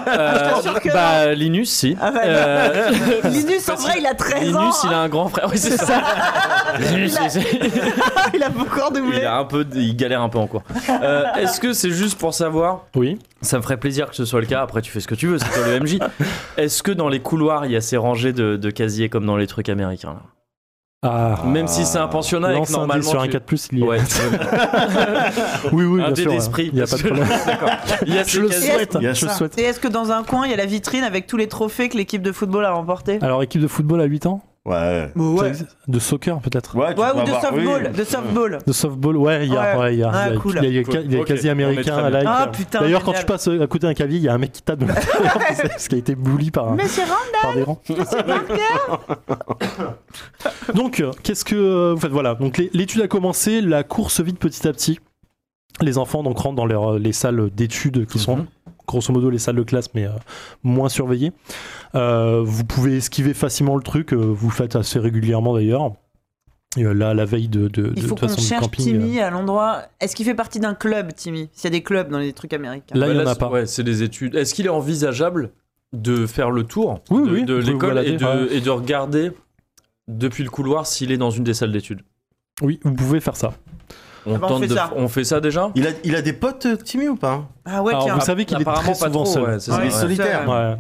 B: Euh,
C: t'assure que
B: bah Linus, si.
C: Ah bah,
B: Euh,
C: Linus, en vrai, il a 13 ans.
B: Linus, il a un grand frère. Oui, c'est ça. Linus,
C: Il a-
B: c'est-
C: il a beaucoup
B: il
C: redoublé.
B: a un peu, il galère un peu en cours. Euh, Est-ce que c'est juste pour savoir
E: Oui.
B: Ça me ferait plaisir que ce soit le cas. Après, tu fais ce que tu veux, c'est toi le MJ. Est-ce que dans les couloirs, il y a ces rangées de, de casiers comme dans les trucs américains là
E: Ah.
B: Même si c'est un pensionnat et que
E: Lance un dé
B: normalement.
E: sur un
B: tu-
E: 4 plus, il y a-
B: Ouais, tu veux-
E: Oui, oui,
B: un
E: bien
B: dé
E: sûr.
B: d'esprit.
E: Il n'y a pas de problème.
B: D'accord. Il y a ces
E: Je le
B: casiers.
E: souhaite.
A: Il y a-
E: Je le
C: Ça.
E: souhaite.
C: Et est-ce que dans un coin, il y a la vitrine avec tous les trophées que l'équipe de football a remportés
E: Alors, équipe de football à 8 ans
A: Ouais.
E: bah
C: Ouais,
E: Ça existe De soccer, peut-être
A: Ouais, tu
C: Ouais,
A: peux
C: ou de
A: avoir-
C: softball.
A: oui.
C: De softball.
E: De softball, ouais, il y a,
C: Ouais.
E: ouais, il y a,
C: Ah,
E: il y a-
C: cool.
E: il y a- il y a-
B: Cool.
E: il y a
B: Ok,
E: quasi
B: on est
E: américain
B: très
E: à like.
C: Ah putain.
E: D'ailleurs, quand tu
C: génial.
E: passes euh, à côté d'un cavier, il y a un mec qui tape dans le parce qu'il a été bully par, un-
C: Mais c'est rare.
E: par des rangs.
C: Ah,
E: donc, euh, qu'est-ce que euh, vous faites Voilà, donc les- l'étude a commencé, la course se vide petit à petit. Les enfants donc rentrent dans leur, euh, les salles d'études qui sont
B: Mhm.
E: grosso modo les salles de classe, mais euh, moins surveillées. Euh, vous pouvez esquiver facilement le truc, euh, vous le faites assez régulièrement d'ailleurs. Et, euh, là, la veille de, de, de,
C: Il faut
E: de
C: qu'on
E: façon du
C: cherche
E: camping. euh,
C: Timmy à l'endroit. Est-ce qu'il fait partie d'un club, Timmy S'il y a des clubs dans les trucs américains.
E: euh, Là, il
B: Ouais,
E: n'y en a
B: Bah c'est-
E: pas.
B: Ouais, c'est des études. Est-ce qu'il est envisageable de faire le tour
E: Oui,
B: de,
E: oui,
B: de
E: vous pouvez
B: l'école
E: vous
B: et, de-
E: balader,
B: et de regarder depuis le couloir s'il est dans une des salles d'études
E: Oui, vous pouvez faire ça.
B: on,
C: Ah bah, on
B: tente
C: fait
B: de-
C: ça.
B: on fait ça déjà
A: Il a, il a des potes, euh, Timmy, ou pas
C: Ah ouais,
E: Alors,
C: tiens.
E: vous savez qu'il est
B: Apparemment
E: très
B: pas
E: souvent
B: trop,
E: seul.
B: ouais, c'est
A: Il
B: ça,
A: est
B: ouais.
A: solitaire.
E: Ouais.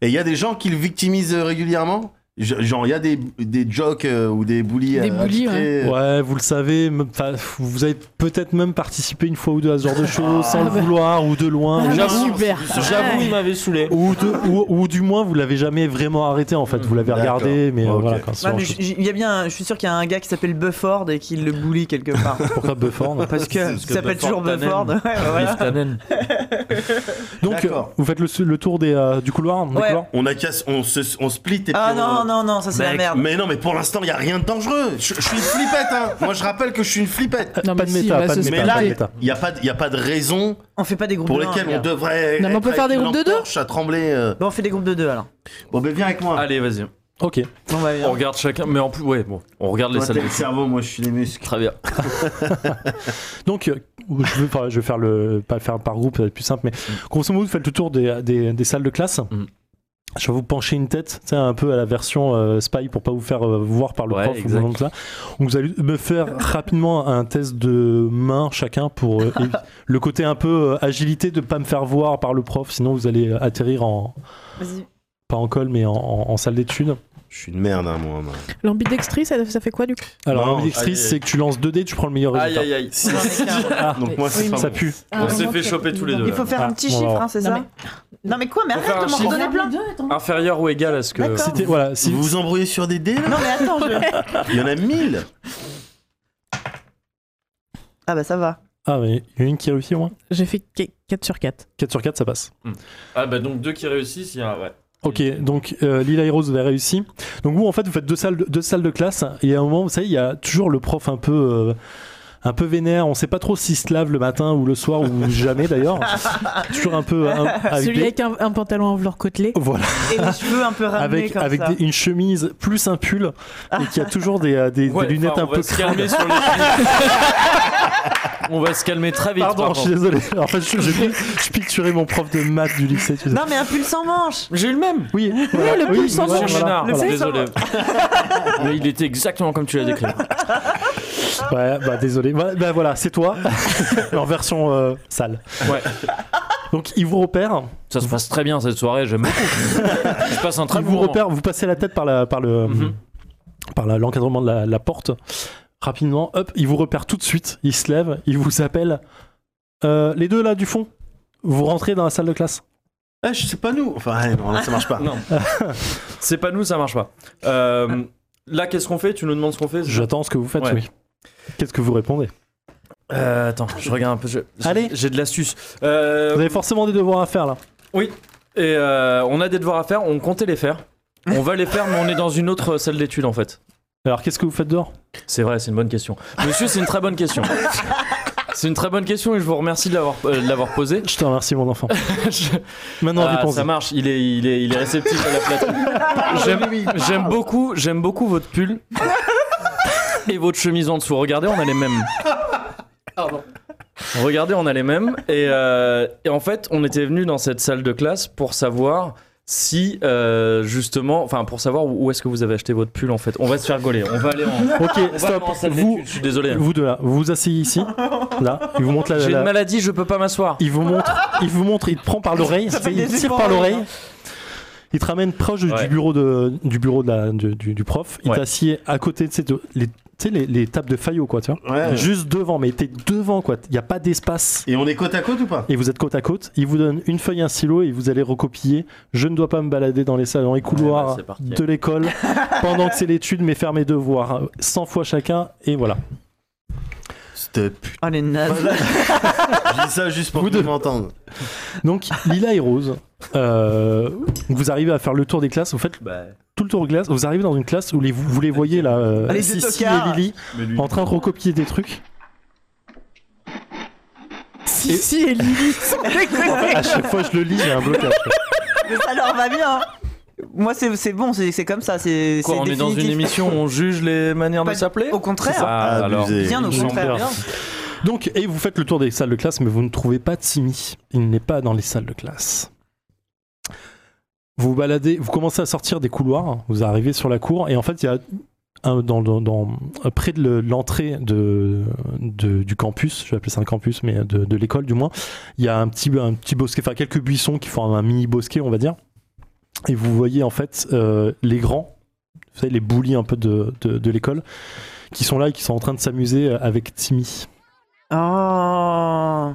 A: Et il y a des gens qui le victimisent euh, régulièrement Je- Genre, il y a des, des jokes euh, ou des bullies.
D: Des
A: euh,
D: bullies,
A: attitrés, euh,
E: Ouais, vous le savez, me- enfin, vous avez peut-être même participé une fois ou deux à ce genre de choses sans le
D: bah.
E: vouloir ou de loin.
D: Ah, bah,
E: ou-
B: J'avoue,
D: super.
B: J'avoue,
D: Ouais.
B: il m'avait saoulé.
E: Ou, de- ou- ou du moins, vous l'avez jamais vraiment arrêté en fait. Vous l'avez
A: D'accord.
E: regardé, mais euh,
A: Ok. Bah,
E: voilà. quoi, ce
C: Ouais,
E: genre
C: mais
E: de choses.
C: j- j- il y a bien, un- je suis sûr qu'il y a un gars qui s'appelle Bufford et qui le bully quelque part.
E: Pourquoi Bufford non
C: Parce que
B: Parce que
C: il s'appelle
B: Bufford
C: toujours Bufford.
B: Tannen.
C: Ouais, bah voilà.
E: Donc,
A: D'accord.
E: euh, vous faites le, le tour des, euh, du couloir des
C: Ouais.
E: couloirs
A: On a qu'à s- on se on split et
C: Ah
A: puis on-
C: non, non, non, ça c'est la
A: Mec,
C: merde.
A: Mais non, mais pour l'instant, il n'y a rien de dangereux. Je, je suis une flippette, hein. Moi, je rappelle que je suis une flippette.
D: Non,
E: Euh,
D: mais
E: Pas de
D: si,
E: méta,
D: bah,
E: pas de
D: ce-
E: méta.
A: Mais là,
E: pas de
A: il
E: méta.
A: n'y a, pas de- y a pas de raison
C: On fait pas des groupes
A: pour
C: de un,
A: lesquelles
C: les
A: on
C: gars.
A: devrait.
D: Non, mais on
A: être
D: peut faire
A: avec une
D: des groupes de
A: lampe
D: deux.
A: torche à trembler. euh.
C: Bon, on fait des groupes de deux alors.
A: Bon, ben viens avec
E: Ah.
A: moi.
B: Allez, vas-y.
E: Ok.
C: Bon, bah,
B: On
C: viens.
B: regarde chacun, mais en plus, ouais, bon, on regarde les
A: Toi,
B: salles
A: t'es le
B: d'études.
A: cerveau, moi, je suis les muscles.
B: Très bien.
E: Donc, euh, je, vais, pas- je vais faire le, pas le faire par groupe, ça va être plus simple, mais grosso modo, vous faites le tour des, des- des salles de classe.
B: Mm.
E: Je vais vous pencher une tête, tu sais, un peu à la version euh, spy pour pas vous faire euh, voir par le
B: Ouais,
E: prof ou
B: exact.
E: quelque chose comme ça. Donc, vous allez me faire rapidement un test de main chacun pour euh, évi- le côté un peu euh, agilité de pas me faire voir par le prof, sinon vous allez euh, atterrir en
C: Vas-y.
E: pas en col mais en, en- en salle d'études.
A: Je suis une merde, hein, moi. moi.
D: L'ambidextrie, ça, ça fait quoi du coup
E: Alors,
A: Non,
E: l'ambidextrice,
B: aïe, aïe.
E: c'est que tu lances 2 dés, tu prends le meilleur
B: Aïe,
E: résultat.
B: aïe, aïe.
C: J'en ai qu'un.
E: Ah,
A: Donc, moi, c'est
D: Oui,
A: pas
E: ça
A: bon.
E: pue.
B: On s'est fait choper tous les deux.
C: Il faut faire
E: Ah,
C: un petit
E: bon,
C: chiffre,
E: alors.
C: hein, c'est
D: Non,
C: ça Non mais quoi Mais arrête
B: faire un
C: de m'en
B: chiffre.
C: donner plein.
B: Inférieur ou égal à ce que.
C: D'accord.
E: C'était- voilà, si
A: Si vous vous embrouillez sur des dés, là
C: Non mais attends, je...
A: Il y en a 1000
C: Ah bah ça va.
E: Ah, mais il y en a une qui réussit au moins.
D: J'ai fait 4 sur 4.
E: 4 sur 4, ça passe.
B: Ah, bah donc deux qui réussissent, il y a un. Ouais.
E: Ok, donc euh, Lila et Rose, vous avez réussi. Donc vous, en fait, vous faites deux salles, de- deux salles de classe, et à un moment, vous savez, il y a toujours le prof un peu, euh, un peu vénère. On sait pas trop s'il se lave le matin ou le soir ou jamais d'ailleurs. toujours un peu. un- avec
D: Celui
E: Ah, des-
D: avec
E: Oh.
D: un, un pantalon en velours côtelé.
E: Voilà,
C: Et les cheveux un peu ramenés
E: avec,
C: comme
E: avec
C: ça.
E: des- une chemise plus un pull, et qui a toujours des, euh, des- des lunettes
B: enfin,
E: un
B: on va
E: peu
B: se calmer
E: crades.
B: sur les- on va se calmer très vite.
E: Pardon,
B: par
E: je suis
B: contre.
E: désolé. En fait, je, je, je picturais mon prof de maths du lycée. tu sais.
C: Non mais un pull sans manches.
B: J'ai eu le même.
E: Oui, voilà,
D: le pull sans
E: voilà,
B: Monsieur
E: voilà,
B: Ménard,
E: voilà.
B: désolé. Mais il était exactement comme tu l'as décrit.
E: Ouais, bah désolé. Bah, bah, voilà, c'est toi. en version euh, sale.
B: Ouais.
E: Donc il vous repère.
B: Ça se passe très bien cette soirée, j'aime beaucoup. Je passe un très
E: il
B: bon
E: vous
B: moment.
E: repère. Vous passez la tête par la par le
B: Mhm.
E: par la- l'encadrement de la, la porte. Rapidement, hop, il vous repère tout de suite. Il se lève. Il vous appelle. Euh, les deux là du fond. Vous rentrez dans la salle de classe.
A: Ah, je sais pas nous. Enfin, ouais, non, là, ça marche pas.
B: Non. c'est pas nous, ça marche pas. Euh, là, qu'est-ce qu'on fait Tu nous demandes ce qu'on fait c'est ça
E: J'attends ce que vous faites,
B: Ouais.
E: oui. Qu'est-ce que vous répondez
B: Euh, Attends, je regarde un peu. je- j'ai-
E: Allez.
B: J'ai de l'astuce. Euh,
E: Vous avez forcément des devoirs à faire là.
B: Et euh, on a des devoirs à faire, on comptait les faire. On va les faire, mais on est dans une autre euh, salle d'études en fait.
E: Alors qu'est-ce que vous faites dehors
B: C'est vrai, c'est une bonne question. Monsieur, c'est une très bonne question. C'est une très bonne question et je vous remercie de l'avoir euh, de l'avoir posée.
E: Je te remercie, mon enfant. Maintenant,
B: Ah,
E: réponse.
B: ça marche, il est, il est, il est réceptif à la flatterie.
C: Ah
B: J'aime- J'aime beaucoup, j'aime beaucoup votre pull et votre chemise en dessous. Regardez, on a les mêmes. Regardez, on a les mêmes. Et, euh, et en fait, on était venu dans cette salle de classe pour savoir si euh, justement, enfin pour savoir où où est-ce que vous avez acheté votre pull en fait. On va se faire gauler. On va aller en.
E: Ok,
B: on va aller
E: stop.
B: en salle
E: Vous,
B: d'études, je suis désolé. hein.
E: vous deux là, vous vous asseyez ici. Là, il vous montre la.
B: J'ai
E: la-
B: une maladie, je peux pas m'asseoir.
E: Il vous montre, il vous montre, il te prend par l'oreille,
F: Ça fait
E: il te
F: des
E: tire
F: efforts,
E: par l'oreille.
F: hein.
E: Il te ramène proche
B: Ouais.
E: du bureau de du bureau de la, du, du- du prof. Il
B: Ouais.
E: t'assied à côté de ces deux- les, tu sais, les, les tables de faillot quoi, tu vois.
A: Ouais.
E: Juste devant, mais t'es devant quoi. Il n'y a pas d'espace.
A: Et on est côte à côte ou pas
E: et vous êtes côte à côte. Il vous donne une feuille, un stylo et vous allez recopier. Je ne dois pas me balader dans les salles, dans les
B: bah,
E: couloirs
B: c'est parti.
E: de l'école pendant que c'est l'étude, mais faire mes devoirs 100 fois chacun. Et voilà.
A: C'était putain.
C: Oh les nazes.
A: Je dis ça juste pour
E: Vous
A: que
E: deux.
A: vous m'entendez.
E: Donc Lila et Rose, euh, vous arrivez à faire le tour des classes. Vous faites
B: Bah,
E: tout le tour de classe. Vous arrivez dans une classe où les, vous, vous les voyez là, euh,
C: Les deux
E: Sissi
C: tocards.
E: et Lily,
B: mais lui-
E: en train de recopier des trucs.
D: Si, si, et Lily.
E: À chaque fois, je le lis, j'ai un blocage. quoi.
C: Mais ça leur va bien. Moi, c'est c'est bon, c'est c'est comme ça. C'est
B: Quoi,
C: c'est
B: on est dans une
C: définitif.
B: émission où on juge les manières
C: Pas
B: de
C: du-
B: s'appeler
C: Au contraire,
B: Ah, alors.
A: Abusé.
C: bien au
E: Une
C: contraire.
E: chambre. Donc, et vous faites le tour des salles de classe, mais vous ne trouvez pas Timmy. Il n'est pas dans les salles de classe. Vous vous baladez, vous commencez à sortir des couloirs, vous arrivez sur la cour, et en fait, il y a un, dans, dans- dans- près de le- l'entrée de, de- du campus, je vais appeler ça un campus, mais de, de l'école du moins, il y a un petit, un petit bosquet, enfin quelques buissons qui font un mini bosquet, on va dire. Et vous voyez en fait euh, les grands, vous savez, les bullies un peu de, de- de l'école, qui sont là et qui sont en train de s'amuser euh, avec Timmy.
C: Oh.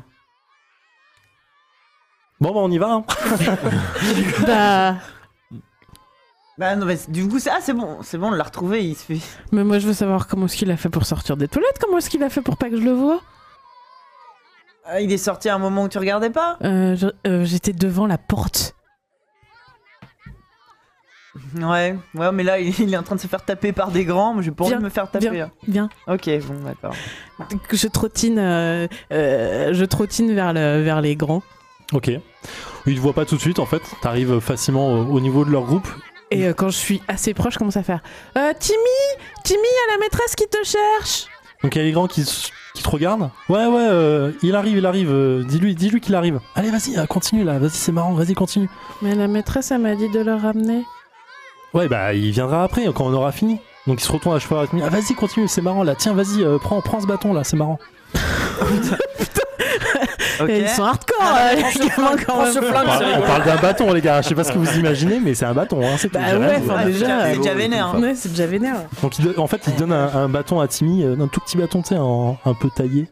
E: Bon, bah on y va. hein.
D: Bah,
C: Bah non, mais du coup, c'est ah, c'est bon, c'est bon, on l'a retrouvé. Il se fait.
D: mais moi je veux savoir comment est-ce qu'il a fait pour sortir des toilettes, comment est-ce qu'il a fait pour pas que je le vois.
C: Ah, il est sorti à un moment où tu regardais pas.
D: Euh, je- euh, J'étais devant la porte.
C: Ouais, ouais, mais là, il il est en train de se faire taper par des grands. mais J'ai pas envie
D: Viens,
C: de me faire taper.
D: viens.
C: hein.
D: Bien.
C: Ok, bon, d'accord.
D: Je trottine, euh, euh, je trottine vers, le, vers les grands.
E: Ok. Ils te voient pas tout de suite en fait. T'arrives facilement au, au niveau de leur groupe.
D: Et euh, quand je suis assez proche, je commence à faire euh, Timmy Timmy, il y a la maîtresse qui te cherche
E: Donc il y a les grands qui, s- qui te regardent. Ouais ouais, euh, il arrive, il arrive. euh, dis-lui, dis-lui qu'il arrive. Allez vas-y, euh, continue là. Vas-y c'est marrant, vas-y continue.
D: Mais la maîtresse, elle m'a dit de le ramener.
E: Ouais bah il viendra après quand on aura fini. Donc il se retourne à cheval. à tenir. Ah, vas-y continue, c'est marrant là. Tiens vas-y, euh, prends, prends ce bâton là, c'est marrant.
C: Ok.
D: Et ils sont hardcore,
E: Ah,
D: euh, les gamins, quand même.
E: On parle, on parle d'un bâton les gars. Je sais pas ce que vous imaginez, mais c'est un bâton. Hein, c'est tout.
D: Bah
E: J'ai rien
D: ouais,
E: dit.
D: enfin,
C: Ah,
D: déjà,
C: c'est
D: euh,
C: déjà vénère. hein.
D: Ouais, c'est déjà vénère.
E: Donc il do- en fait il donne un, un bâton à Timmy, euh, un tout petit bâton, tu sais, un, un peu taillé.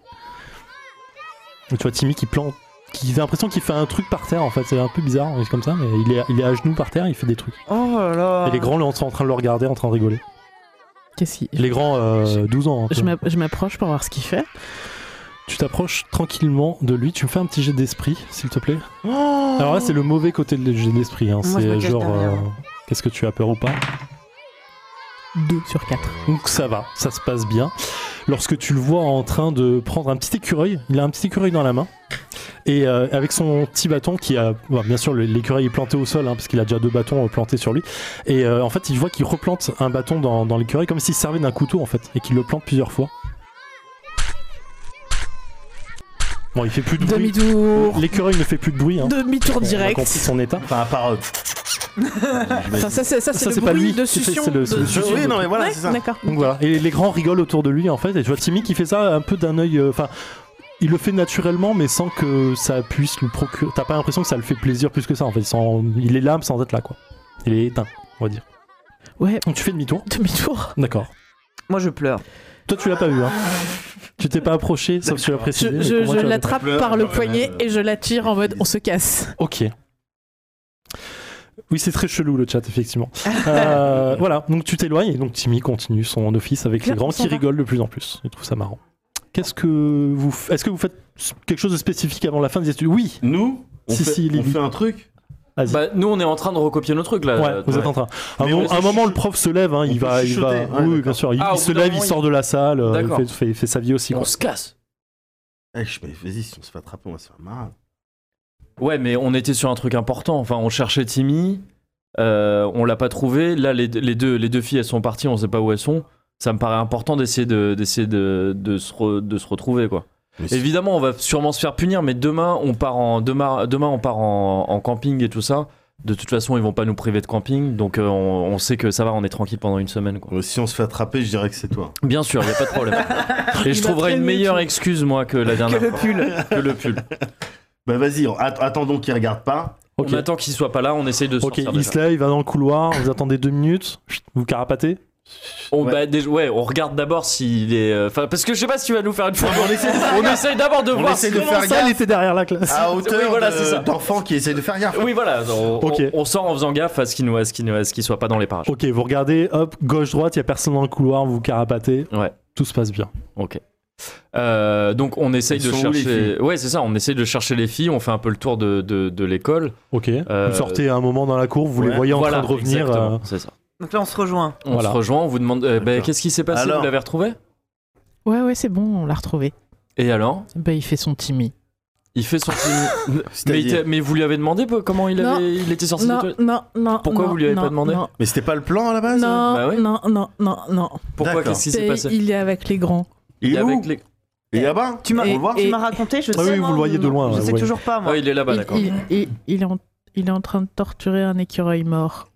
E: Et tu vois Timmy qui plante, qui a l'impression qu'il fait un truc par terre en fait, c'est un peu bizarre, c'est comme ça, mais il est, il est à genoux par terre, il fait des trucs.
C: Oh là là.
E: Et les grands là, sont en train de le regarder, en train de rigoler.
D: Qu'est-ce qu'il.
E: Les grands, euh, 12 ans. hein, tu
D: Je
E: vois.
D: m'app- je m'approche pour voir ce qu'il fait.
E: Tu t'approches tranquillement de lui, tu me fais un petit jet d'esprit, s'il te plaît. Alors là c'est le mauvais côté de jet d'esprit, hein,
C: Oh Moi, je me
E: c'est
C: cache
E: genre...
C: derrière.
E: Qu'est-ce que tu as peur ou pas
D: 2 sur 4.
E: Donc ça va, ça se passe bien. Lorsque tu le vois en train de prendre un petit écureuil, il a un petit écureuil dans la main. Et euh, avec son petit bâton qui a... bon, bien sûr, le- l'écureuil est planté au sol, hein, parce qu'il a déjà deux bâtons euh, plantés sur lui. Et euh, en fait, il voit qu'il replante un bâton dans, dans l'écureuil, comme s'il servait d'un couteau, en fait, et qu'il le plante plusieurs fois. Bon, il fait plus de bruit.
D: Demi-tour
E: L'écureuil ne fait plus de bruit. Hein.
D: Demi-tour
E: On a compris
D: direct
E: son état.
A: Enfin, à part. euh,
D: Ça,
A: j'imagine.
D: ça, c'est- ça,
E: Ça,
D: c'est le
E: c'est pas
D: bruit
E: lui
D: de
E: qui fait,
D: succion.
E: c'est le- c'est le
D: de-
E: succion.
A: Euh, oui, non, mais voilà,
D: Ouais,
A: c'est ça.
D: D'accord.
B: Mm.
E: Donc voilà, et les grands rigolent autour de lui en fait, et tu vois Timmy qui fait ça un peu d'un œil, euh, enfin, il le fait naturellement mais sans que ça puisse lui procurer, t'as pas l'impression que ça le fait plaisir plus que ça en fait, sans... il est là mais sans être là quoi, il est éteint on va dire.
D: Ouais,
E: Donc tu fais demi-tour,
D: demi-tour.
E: d'accord.
C: Moi, je pleure.
E: Toi tu l'as pas vu hein, tu t'es pas approché sauf que tu l'as précisé.
D: Je,
E: mais
D: je-
E: pour moi,
D: je
E: tu l'as-
D: l'attrape
A: pleure,
D: par le
A: ouais,
D: poignet
A: euh,
D: et je l'attire en mode on se casse.
E: Ok. Oui, c'est très chelou le chat, effectivement. Euh, voilà, donc tu t'éloignes et donc Timmy continue son office avec les
D: Claire,
E: grands
D: on s'en
E: qui
D: va.
E: rigolent de plus en plus. Ils trouvent ça marrant. Qu'est-ce que vous f- Est-ce que vous faites quelque chose de spécifique avant la fin des études Oui,
A: Nous, on,
E: Si,
A: fait,
E: si,
A: on
E: Lily.
A: fait un truc.
E: Vas-y.
B: Bah, nous, on est en train de recopier nos trucs là.
E: ouais,
B: Euh,
E: vous êtes en train. À un,
A: Mais
E: moment-
A: on-
E: à un moment, le prof se lève, hein,
A: on
E: il
A: peut
E: va, il
A: chuchoter.
E: va.
A: Ouais,
E: oui,
A: d'accord.
E: bien sûr. Il,
B: Ah,
E: il
B: au
E: se
B: bout d'un
E: lève, il
B: moment,
E: sort de la salle, euh, il
B: D'accord.
E: fait, fait- fait sa vie aussi.
B: On
E: quoi.
B: se casse.
A: Eh, je- mais vas-y, si on se fait attraper, on va se faire marrer.
B: Ouais, mais on était sur un truc important. Enfin, on cherchait Timmy. euh, on l'a pas trouvé. Là, les, les deux, les deux filles, elles sont parties. On sait pas où elles sont. Ça me paraît important d'essayer de, d'essayer de, de, se re- de se retrouver, quoi.
A: Mais si-
B: Évidemment, on va sûrement se faire punir, mais demain, on part en, demain, demain, on part en, en camping et tout ça. De toute façon, ils vont pas nous priver de camping, donc euh, on, on sait que ça va, on est tranquille pendant une semaine. Quoi.
A: Euh, Si on se fait attraper, je dirais que c'est toi.
B: Bien sûr, il n'y a pas de problème. et je
F: Il va
B: trouverai une
F: prévenir,
B: meilleure
F: tu-
B: excuse, moi, que la dernière.
F: Que le
B: fois.
F: pull.
B: Que le pull.
A: Bah vas-y, on- att- attendons qu'il regarde pas.
E: Ok.
B: On attend qu'il soit pas là, on essaye de
E: Ok,
B: sortir.
E: il
B: déjà.
E: se lève, il va dans le couloir, vous attendez deux minutes, chut, vous carapatez.
B: On,
A: Ouais.
B: bah, déjà- ouais, on regarde d'abord s'il est. euh, Enfin, parce que je sais pas si tu vas nous faire une fois. on essaye, d'abord de
A: On
B: voir.
A: essaie
B: si-
A: de faire
E: ça,
A: gaffe.
E: il était derrière la classe.
A: À hauteur
B: Oui, voilà,
A: de-
B: c'est ça.
A: d'enfants qui essayent de faire gaffe.
B: Oui, voilà. On, on-
E: Ok.
B: on sort en faisant gaffe à ce qu'il nous, à ce qu'il nous- à ce qu'il soit pas dans les parages.
E: Ok, vous regardez, hop, gauche-droite, il n'y a personne dans le couloir, vous carapatez.
B: Ouais.
E: Tout se passe bien.
B: Ok. Euh, donc on essaye
A: Elles
B: de
A: sont où, les
B: chercher. Ouais, c'est ça. On essaye de chercher les filles. On fait un peu le tour de, de, de l'école.
E: Ok.
B: Euh,
E: Vous sortez à un moment dans la cour, vous les
A: ouais,
E: voyez en
B: Voilà,
E: train de revenir.
B: exactement,
E: euh,
B: C'est ça.
C: Donc là, on se rejoint.
B: On
E: Voilà.
B: se rejoint. On vous demande. euh, bah,
A: D'accord.
B: Qu'est-ce qui s'est passé
A: Alors
B: Vous l'avez retrouvé
D: Ouais, ouais, c'est bon, on l'a retrouvé.
B: Et alors
D: Bah, il fait son Timmy.
B: Il fait son. film. mais, il
A: C'est-à-dire
B: t'a- mais vous lui avez demandé peu- comment il
D: Non.
B: avait il était sorti. des
D: Non,
B: toilettes
D: non, non.
B: Pourquoi
D: non,
B: vous lui avez pas
D: non,
B: demandé
D: Non,
A: Mais c'était pas le plan à la base hein
D: non,
B: Bah ouais.
D: non, non, non, non.
B: Pourquoi
A: D'accord.
B: Qu'est-ce qui s'est
D: Et
B: passé
D: Il est avec les grands.
A: Il
B: est
A: est où
B: avec les-
A: Il est là-bas
C: Tu m'as
D: Et-
C: on va voir,
D: et-
C: Oh, tu m'as raconté, je
E: Ah
C: sais.
E: oui,
C: moi,
E: vous le voyez de
C: non,
E: loin,
C: Je
E: ouais,
C: sais
E: ouais.
C: toujours pas, moi.
B: Ah, il est là-bas,
D: Il-
B: d'accord.
D: il, il- il est en, il est en train de torturer un écureuil mort.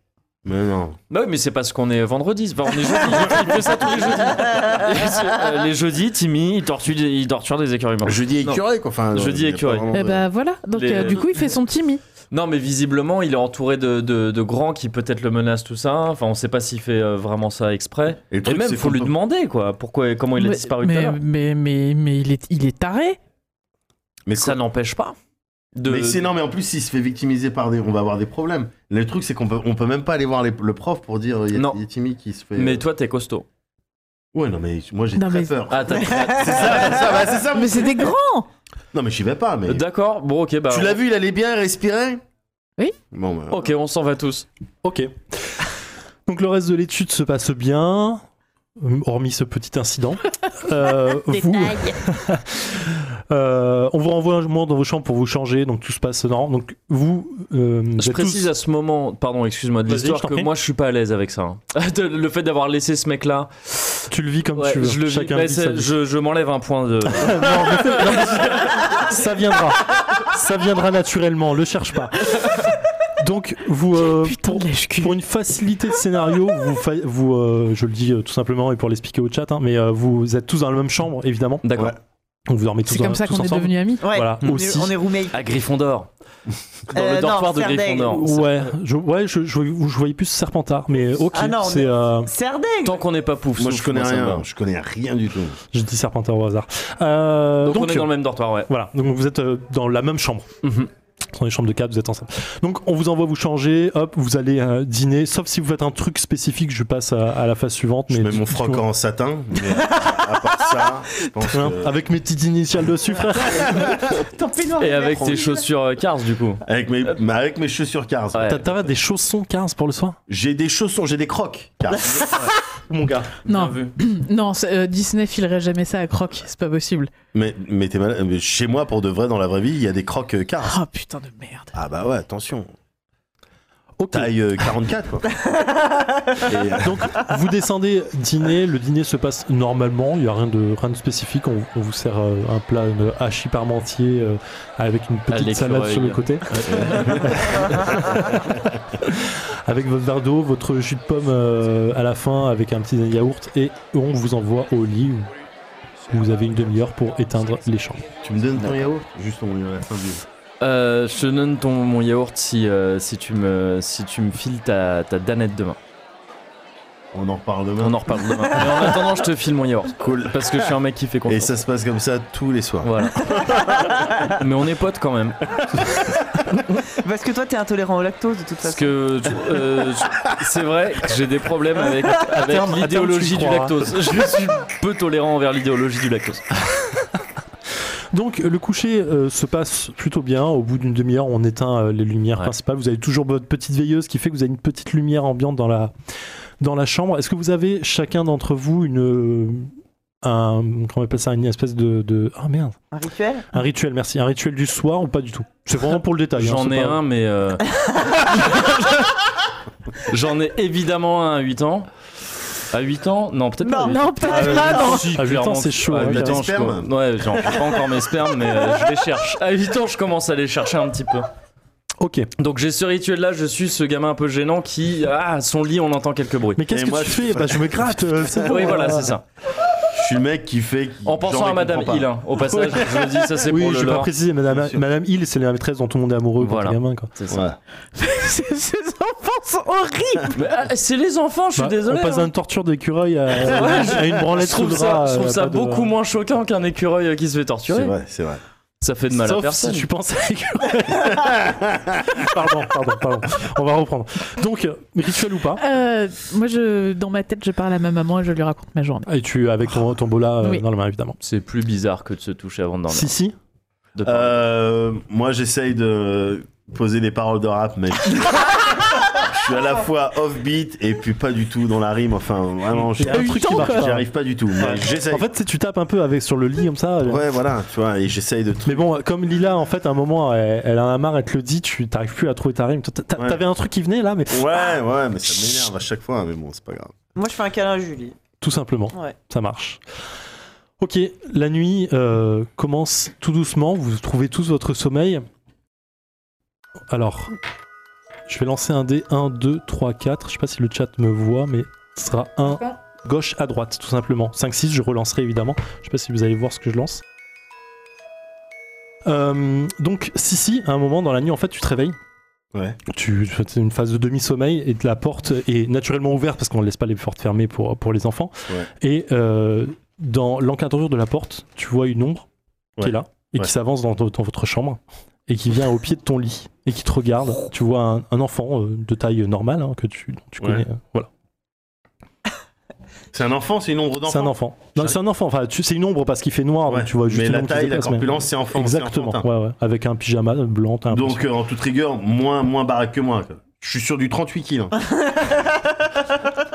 A: Mais non.
B: Bah oui, mais c'est parce qu'on est vendredi. Enfin, on est jeudi. il fait ça tous les jeudis. Et c'est- euh, les jeudis, Timmy, il torture, des- il torture des écureuils morts.
A: Jeudi
B: Non.
A: écureuil, quoi. Enfin,
B: Jeudi
A: il y a pas
B: écureuil.
A: vraiment
D: Eh
A: de-
D: bah voilà, donc
B: Les-
D: euh, du coup il fait son Timmy.
B: Non, mais visiblement, il est entouré de, de- de grands qui peut-être le menacent, tout ça. Enfin, on sait pas s'il fait euh, vraiment ça exprès.
A: Et le
B: Et
A: truc,
B: même,
A: c'est
B: faut lui
A: qu'on-
B: demander, quoi, pourquoi, comment il a
D: mais,
B: disparu tout à
D: mais,
B: l'heure.
D: mais, mais, mais il est, il est taré.
A: Mais
B: Ça
A: quoi-
B: n'empêche pas de.
A: Mais c'est non, mais en plus, s'il se fait victimiser par des. On va avoir des problèmes. Le truc, c'est qu'on peut, on peut même pas aller voir les- le prof pour dire euh, il y, a-
B: Non.
A: il y a Timmy qui se fait.
B: Mais toi, t'es costaud.
A: Ouais, non, mais moi j'ai
D: Non,
A: très
D: mais-
A: peur.
B: Ah, t'as-
A: C'est ça, c'est ça, bah, c'est ça. mon-
D: Mais c'est des grands
A: Non, mais j'y vais pas, mais.
B: D'accord, bon, ok, bah.
A: Tu l'as vu, il allait bien respirer
D: Oui.
A: Bon, bah.
B: Ok, on s'en va tous.
E: Ok. Donc le reste de l'étude se passe bien, euh, hormis ce petit incident. Euh, vous, Euh, on vous renvoie un moment dans vos chambres pour vous changer, donc tout se passe normal. Donc vous, euh, vous
B: Je
E: êtes
B: précise
E: tous-
B: à ce moment, pardon, excuse-moi de
E: Vas-y,
B: l'histoire,
E: je t'en
B: que
E: prie.
B: moi, je suis pas à l'aise avec ça. hein. De- le fait d'avoir laissé ce mec-là,
E: tu le vis comme
B: ouais,
E: tu veux.
B: je le vis-
E: Chacun
B: mais
E: vit sa
B: c'est-
E: vie.
B: je, je m'enlève un point de.
E: Non, mais fais- non, mais- ça viendra. Ça viendra naturellement, le cherche pas. Donc, vous, euh, pour, pour une facilité de scénario, vous, fa- vous euh, je le dis euh, tout simplement et pour l'expliquer au chat, hein, mais euh, vous êtes tous dans la même chambre, évidemment.
B: D'accord.
A: Ouais.
E: Donc, vous dormez tous,
D: C'est comme
E: dans-
D: ça
E: tous
D: qu'on est
E: ensemble.
D: devenus amis.
C: Ouais,
E: Voilà,
C: on est-
E: aussi.
C: on est roommates.
B: À Gryffondor. Dans
C: Euh,
B: le dortoir
C: non,
B: de
C: Ferdeg.
B: Gryffondor.
E: Ouais, je, ouais je, je, je voyais plus Serpentard, mais ok,
C: Ah non, on
E: c'est,
C: est-
E: euh,
C: Serdeg
B: Tant qu'on n'est pas pouf.
A: Moi je
B: souffle,
A: connais
B: ça me va.
A: rien, je connais rien du tout.
E: je dis Serpentard au hasard. Euh,
B: Donc, on est dans le même dortoir, ouais.
E: Voilà, donc vous êtes euh, dans la même chambre. Ce sont les chambres de quatre, vous êtes ensemble. Donc on vous envoie vous changer, hop, vous allez euh, dîner, sauf si vous faites un truc spécifique, je passe à, à la phase suivante.
A: Je mets
E: tu-
A: mon
E: tu-
A: froc en satin, mais à part ça, je pense
E: Hein,
A: que-
E: Avec mes petites initiales dessus, frère.
C: Ton peignoir
B: Et
C: vert.
B: avec tes chaussures euh, Cars, du coup.
A: avec, mes, mais avec mes chaussures Cars.
B: Ouais.
E: T'as- T'as des chaussons 15 pour le soir
A: J'ai des chaussons, j'ai des crocs Cars.
E: Mon gars.
D: Non,
B: Bien vu.
D: non c'est- euh, Disney filerait jamais ça à Croc, c'est pas possible.
A: mais mais, t'es malade- mais chez moi, pour de vrai, dans la vraie vie, il y a des crocs euh, Cars.
D: Oh putain de merde.
A: Ah bah ouais, attention.
E: Ok.
A: Taille euh, 44 quoi. Et, euh,
E: Donc vous descendez dîner, le dîner se passe normalement, il n'y a rien de, rien de spécifique, on, on vous sert euh, un plat de hachis parmentier euh, avec une petite
B: l'écureuil.
E: salade sur le côté. avec votre verre d'eau, votre jus de pomme euh, à la fin avec un petit yaourt et on vous envoie au lit où vous avez une demi-heure pour éteindre les chambres.
A: tu me donnes ton yaourt Juste on à la fin du.
B: Euh, je te donne ton, mon yaourt si, euh, si, tu me, si tu me files ta, ta danette demain.
A: On en reparle demain.
B: On en reparle demain. Mais en attendant, je te file mon yaourt.
A: Cool.
B: Parce que je suis un mec qui fait
A: Et
B: confiance.
A: ça se passe comme ça tous les soirs.
B: Voilà. Mais on est potes quand même.
F: Parce que toi, t'es intolérant au lactose de toute
B: Parce
F: façon.
B: que je- euh, je- c'est vrai que j'ai des problèmes avec, avec
E: terme, tu
B: l'idéologie
E: y
B: du
E: crois, hein.
B: lactose. Je suis peu tolérant envers l'idéologie du lactose.
E: Donc le coucher euh, se passe plutôt bien. Au bout d'une demi-heure, on éteint euh, les lumières
B: Ouais.
E: principales. Vous avez toujours votre petite veilleuse qui fait que vous avez une petite lumière ambiante dans la, dans la chambre. Est-ce que vous avez chacun d'entre vous une euh, un, comment on appelle ça, une espèce de, de- ah merde
C: Un rituel
E: un rituel merci un rituel du soir ou pas du tout c'est vraiment pour le détail hein,
B: J'en
E: c'est
B: ai
E: pas-
B: un, mais. euh, J'en ai évidemment un à 8 ans. À 8 ans Non, peut-être pas. à
D: Non,
B: huit
D: non, peut-être
A: Euh,
D: pas, non.
B: Si,
E: À huit
B: clairement.
E: ans, c'est chaud,
B: À
E: hein,
B: huit
A: t'as
B: ans,
A: des
B: je
A: spermes
B: crois. Ouais, j'en fais pas encore mes spermes, mais euh, je les cherche. À 8 ans, je commence à les chercher un petit peu.
E: ok
B: Donc j'ai ce rituel-là, je suis ce gamin un peu gênant qui... Ah, à son lit, on entend quelques bruits.
E: mais qu'est-ce
A: Et
E: que
A: moi,
E: tu
A: je-
E: fais bah je me gratte euh, c'est
B: Oui,
E: bon,
B: voilà,
E: euh,
B: c'est ça.
A: Je suis le mec qui fait. qui-
B: En
A: genre,
B: pensant
A: je
B: à Madame
A: comprends pas.
B: Hill, hein, au passage, je me dis, ça c'est
E: oui
B: pour
E: je
B: le
E: vais pas
B: lore.
E: préciser madame
A: Bien sûr.
E: madame Hill c'est la maîtresse dont tout le monde est amoureux
B: Voilà.
E: quand t'es gamin quoi
B: C'est ça.
A: Ouais.
D: Ces ces enfants sont horribles.
B: Mais, ah, c'est les enfants, je suis
E: Bah,
B: désolé.
E: On passe
B: hein.
E: d'une torture d'écureuil à, à une branlette
B: Je trouve
E: sous le bras,
B: ça, je trouve
E: euh,
B: ça
E: pas de-
B: beaucoup moins choquant qu'un écureuil euh, qui se fait
A: C'est
B: torturer.
A: vrai, c'est vrai.
B: Ça fait de mal à
E: Sauf
B: personne.
E: si tu penses à l'écureuil. pardon, pardon, pardon. On va reprendre. Donc, euh, rituel ou pas
D: Euh, moi, je, dans ma tête, je parle à ma maman et je lui raconte ma journée.
E: Et tu avec ton, ton bola euh,
D: Oui.
E: dans la main, évidemment.
B: C'est plus bizarre que de se toucher avant de dormir.
E: Si, si.
B: De parler.
A: Euh, moi, j'essaye de poser des paroles de rap, mais je suis à la fois off-beat et puis pas du tout dans la rime. Enfin, vraiment, j'y
E: Il y a un
A: arrive-
E: truc qui
D: temps,
E: marche
D: quoi.
A: j'y
E: pas.
A: arrive pas du tout. Mais j'essaye.
E: En fait, tu sais, tu tapes un peu avec sur le lit comme ça. euh,
A: ouais, voilà, tu vois, et j'essaye de.
E: Mais bon, euh, comme Lila, en fait, à un moment, elle, elle en a marre, elle te le dit, tu t'arrives plus à trouver ta rime. Toi, t'a- t'a-
A: Ouais.
E: T'avais un truc qui venait là, mais
A: Ouais, ouais, mais ça m'énerve à chaque fois, mais bon, c'est pas grave.
C: Moi, je fais un câlin à Julie.
E: Tout simplement.
C: Ouais.
E: Ça marche. Ok, la nuit euh, commence tout doucement. Vous trouvez tous votre sommeil. Alors, je vais lancer un dé 1, 2, 3, 4. Je sais pas si le chat me voit, mais ce sera 1 gauche à droite, tout simplement. 5, 6, je relancerai évidemment. Je sais pas si vous allez voir ce que je lance. Euh, donc, si, si, à un moment dans la nuit, en fait, tu te réveilles.
A: Ouais.
E: Tu fais une phase de demi-sommeil et la porte est naturellement ouverte parce qu'on ne laisse pas les portes fermées pour, pour les enfants.
A: Ouais.
E: Et euh, dans l'encadrure de la porte, tu vois une ombre qui
A: Ouais.
E: est là et
A: Ouais.
E: qui s'avance dans, dans votre chambre et qui vient au pied de ton lit et qui te regarde. Tu vois un, un enfant euh, de taille normale hein, que tu, dont tu
A: Oh. Ouais.
E: connais. euh, voilà.
A: C'est un enfant, c'est une ombre d'enfant.
E: C'est un enfant. Non,
A: Ça-
E: c'est un enfant. Enfin, tu- c'est une ombre parce qu'il fait noir.
A: Ouais.
E: donc tu vois juste
A: mais
E: une
A: la
E: ombre qui se
A: taille, la
E: déplace, mais-
A: corpulence, c'est enfant. c'est
E: Exactement.
A: enfantin.
E: Ouais, ouais. Avec un pyjama blanc. t'as l'impression.
A: Donc, euh, en toute rigueur, moins, moins barré que moi. quoi. Je suis sur du 38 kilos.
E: Ah,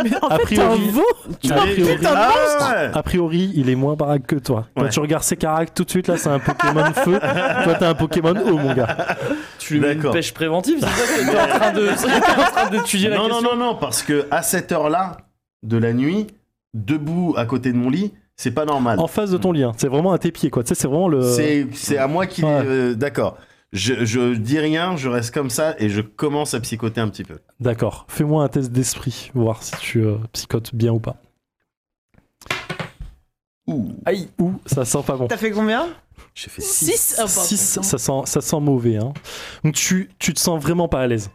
D: Mais en
E: A
D: fait, t'es un
E: priori-
D: veau.
E: a priori,
A: Ah, ouais.
E: a priori, il est moins baraque que toi. Quand
A: Ouais.
E: tu regardes ses caracs tout de suite, là, c'est un Pokémon feu. Toi, t'es un Pokémon eau, mon gars.
B: tu lui mets une
A: d'accord.
B: pêche préventive, c'est ça que t'es en train de- t'es en train d'étudier la
A: non,
B: question.
A: non, non, non, parce que à cette heure-là de la nuit, debout à côté de mon lit, c'est pas normal.
E: En face de ton lien. C'est vraiment à tes pieds, quoi. Tu sais, c'est vraiment le.
A: C'est c'est à moi qu'il est.
E: Ouais.
A: euh, D'accord. Je, je dis rien, je reste comme ça et je commence à psychoter un petit peu.
E: D'accord. Fais-moi un test d'esprit, voir si tu euh, psychotes bien ou pas.
B: Aïe.
E: Ou ça sent pas bon.
C: T'as fait combien
A: J'ai fait
D: 6
C: ah,
E: Six, ça sent, ça sent mauvais. hein. Donc tu, tu te sens vraiment pas à l'aise.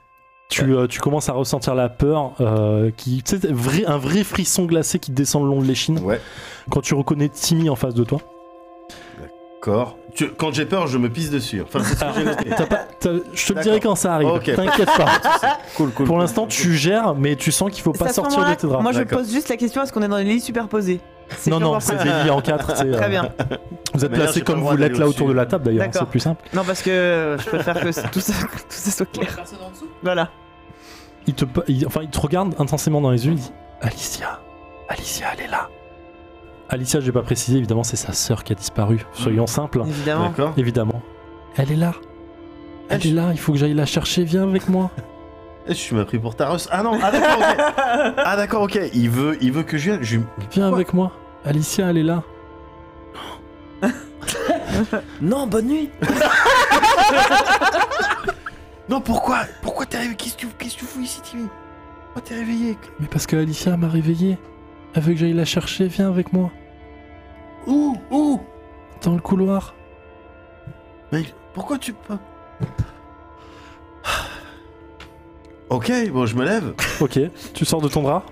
E: Tu, euh, tu commences à ressentir la peur, euh, qui, tu sais, vrai, un vrai frisson glacé qui te descend le long de l'échine
A: Ouais,
E: quand tu reconnais Timmy en face de toi.
A: corps. Tu- quand j'ai peur, je me pisse dessus. Enfin, c'est ce que j'ai noté.
E: T'as pas- t'as- je te le
A: D'accord.
E: dirai quand ça arrive,
A: Ok.
E: t'inquiète pas.
A: cool, cool.
E: Pour l'instant, tu gères, mais tu sens qu'il faut
C: C'est
E: pas
C: à ce
E: sortir de
C: moment-là
E: tes
C: que
E: draps.
C: Moi, je
A: D'accord.
C: pose juste la question est-ce qu'on est dans les lits superposés C'est
E: non,
C: sûr
E: non,
C: qu'on
E: c'est
C: fera-
E: des lits euh, en 4.
C: Très bien.
E: Vous êtes
A: Mais là, j'ai
E: placés
A: pas
E: comme
A: le droit
E: vous l'êtes
A: d'aller
E: là autour de
A: au-dessus.
E: la table d'ailleurs, hein,
C: D'accord.
E: c'est plus simple.
C: Non, parce que je préfère que tout ça, que tout ça soit clair. Voilà.
E: Il te, il- enfin, il te regarde intensément dans les yeux, il dit Alicia, Alicia, elle est là. Alicia, je vais pas précisé, évidemment, c'est sa sœur qui a disparu. Soyons simples, hein.
C: Évidemment.
A: D'accord.
E: évidemment. Elle est là. Elle est là, il faut que j'aille la chercher, viens avec moi.
A: Et Je suis pris pour Taros. Ah non, ah d'accord, ok. Ah d'accord, ok. Il veut, il veut que je vienne. Je-
E: Viens avec moi. Alicia, elle est là.
B: Non, bonne nuit.
A: Non, pourquoi Pourquoi t'es réveillé Qu'est-ce que tu qu'est-ce que tu fous ici, Timmy Pourquoi t'es réveillé
E: Mais parce que Alicia m'a réveillé. Elle veut que j'aille la chercher, viens avec moi.
A: Où Où
E: Dans le couloir.
A: Mais pourquoi tu peux Ok, bon, je me lève.
E: Ok, tu sors de ton drap.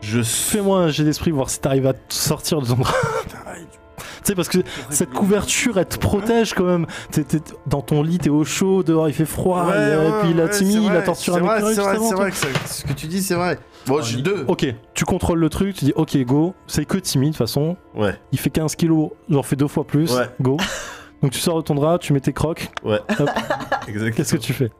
A: Je fais
E: Fais-moi un jet d'esprit, voir si t'arrives à t- sortir de ton drap.
A: Putain, aïe.
E: Tu sais, parce que cette couverture, elle te protège quand même. T'es, t'es- dans ton lit, t'es au chaud, dehors il fait froid,
A: Ouais,
E: et, euh,
A: ouais,
E: puis la
A: ouais, c'est
E: timide, la
A: vrai,
E: torture
A: C'est
E: avec
A: vrai,
E: Perry,
A: c'est vrai,
E: justement,
A: c'est
E: toi.
A: vrai que ça- ce que tu dis, c'est vrai. Bon, j'ai deux.
E: Ok, tu contrôles le truc, tu dis ok, go, c'est que timide de toute façon,
A: Ouais,
E: il fait 15 kilos, j'en fais deux fois plus,
A: Ouais.
E: go. Donc tu sors de ton drap, tu mets tes crocs,
A: exactement.
E: qu'est-ce que tu fais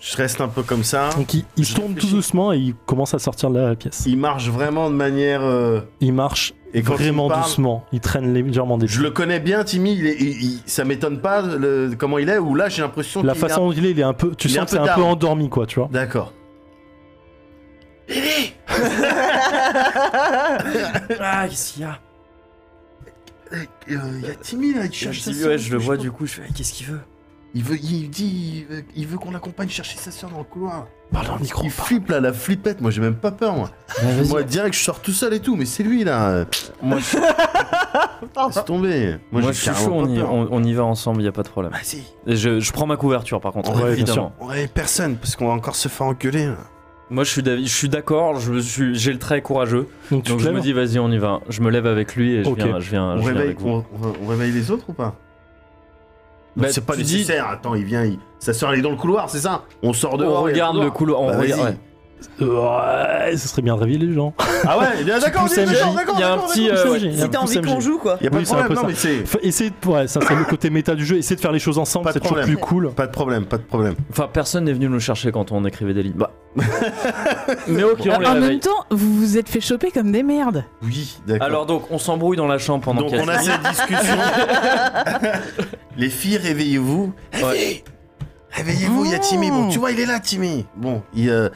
A: Je reste un peu comme ça.
E: Donc il, il
A: Je
E: tourne tout
A: réfléchis.
E: doucement et il commence à sortir de la pièce.
A: Il marche vraiment de manière. euh,
E: Il marche
A: Et quand il
E: vraiment
A: parle-
E: doucement, il traîne légèrement des
A: Je le connais bien, Timmy. Il est- il- il- ça m'étonne pas le- comment il est. Ou là, j'ai l'impression.
E: La
A: qu'il est
E: façon dont il est, il est un peu, tu
A: il est
E: sens
A: un
E: que
A: peu
E: c'est
A: down.
E: un peu endormi quoi, tu vois.
A: un- D'accord.
B: Ah, qu'est-ce qu'il y a
A: Euh, Il y a Timmy là, il cherche
B: Je dis, ouais, je le vois du coup, je fais, ah, qu'est-ce qu'il veut
A: Il veut, il dit, il veut, il veut qu'on l'accompagne chercher sa soeur dans le couloir.
E: Parle dans le micro.
A: Il flippe là, la flippette. Moi, j'ai même pas peur, moi.
B: Bah,
A: Moi, direct, je sors tout seul et tout, mais c'est lui là.
B: Moi, je,
A: Laisse tomber.
B: moi,
A: Moi, j'ai
B: je suis chaud,
A: carrément
B: on
A: pas
B: y,
A: peur.
B: on- on y va ensemble, il a pas de problème.
A: Vas-y.
B: Et je, je prends ma couverture par contre,
A: Ouais, bien
B: évidemment.
A: On réveille personne parce qu'on va encore se faire engueuler. là.
B: Moi, Ah, je suis d'avis- je suis d'accord, je suis- j'ai le trait courageux.
E: Donc tu
B: Donc
E: te
B: je me
E: lèves.
B: dis, vas-y, on y va. Je me lève avec lui et je
E: Ok.
B: viens, je viens,
A: On
B: je viens
A: réveille,
B: avec vous.
A: on, on- on réveille les autres ou pas Non,
B: Bah,
A: C'est pas
B: tu dis-
A: nécessaire. Attends, il vient, il... sa soeur elle est dans le couloir, c'est ça On sort dehors.
B: On
A: il y a
B: regarde le couloir, on
A: Bah,
B: regarde.
A: vas-y.
B: ouais.
E: Ouais, ce serait bien de réveiller les gens.
A: Ah ouais, bien, d'accord,
E: pousses
A: on est
E: MJ.
A: d'accord, d'accord.
B: Il y a un
A: d'accord,
B: petit.
A: d'accord.
B: euh,
E: Pousse
B: ouais.
E: MJ, il y a
C: Si t'as
E: un pouce
C: envie qu'on
E: MJ.
C: joue, quoi.
A: Il y a pas
E: Oui,
A: de
E: c'est un
A: problème,
E: peu
A: non,
E: ça.
A: mais c'est.
E: Faut essayer de, ouais, ça c'est le côté méta du jeu, essayer de faire les choses ensemble,
A: Pas de
E: c'est toujours
A: problème.
E: plus cool.
A: Pas de problème, pas de problème.
B: Enfin, personne n'est venu nous chercher quand on écrivait des livres.
A: Bah.
B: Mais ok, on les
D: Bah, en même
B: réveille.
D: temps, vous vous êtes fait choper comme des merdes.
A: Oui, d'accord.
B: Alors donc, on s'embrouille dans la chambre pendant
A: Donc
B: qu'elle-
A: on a cette discussion. Les filles, réveillez-vous. Réveillez Réveillez-vous, il y a Timmy. Bon, tu vois, il est là, Timmy. Bon, il, euh,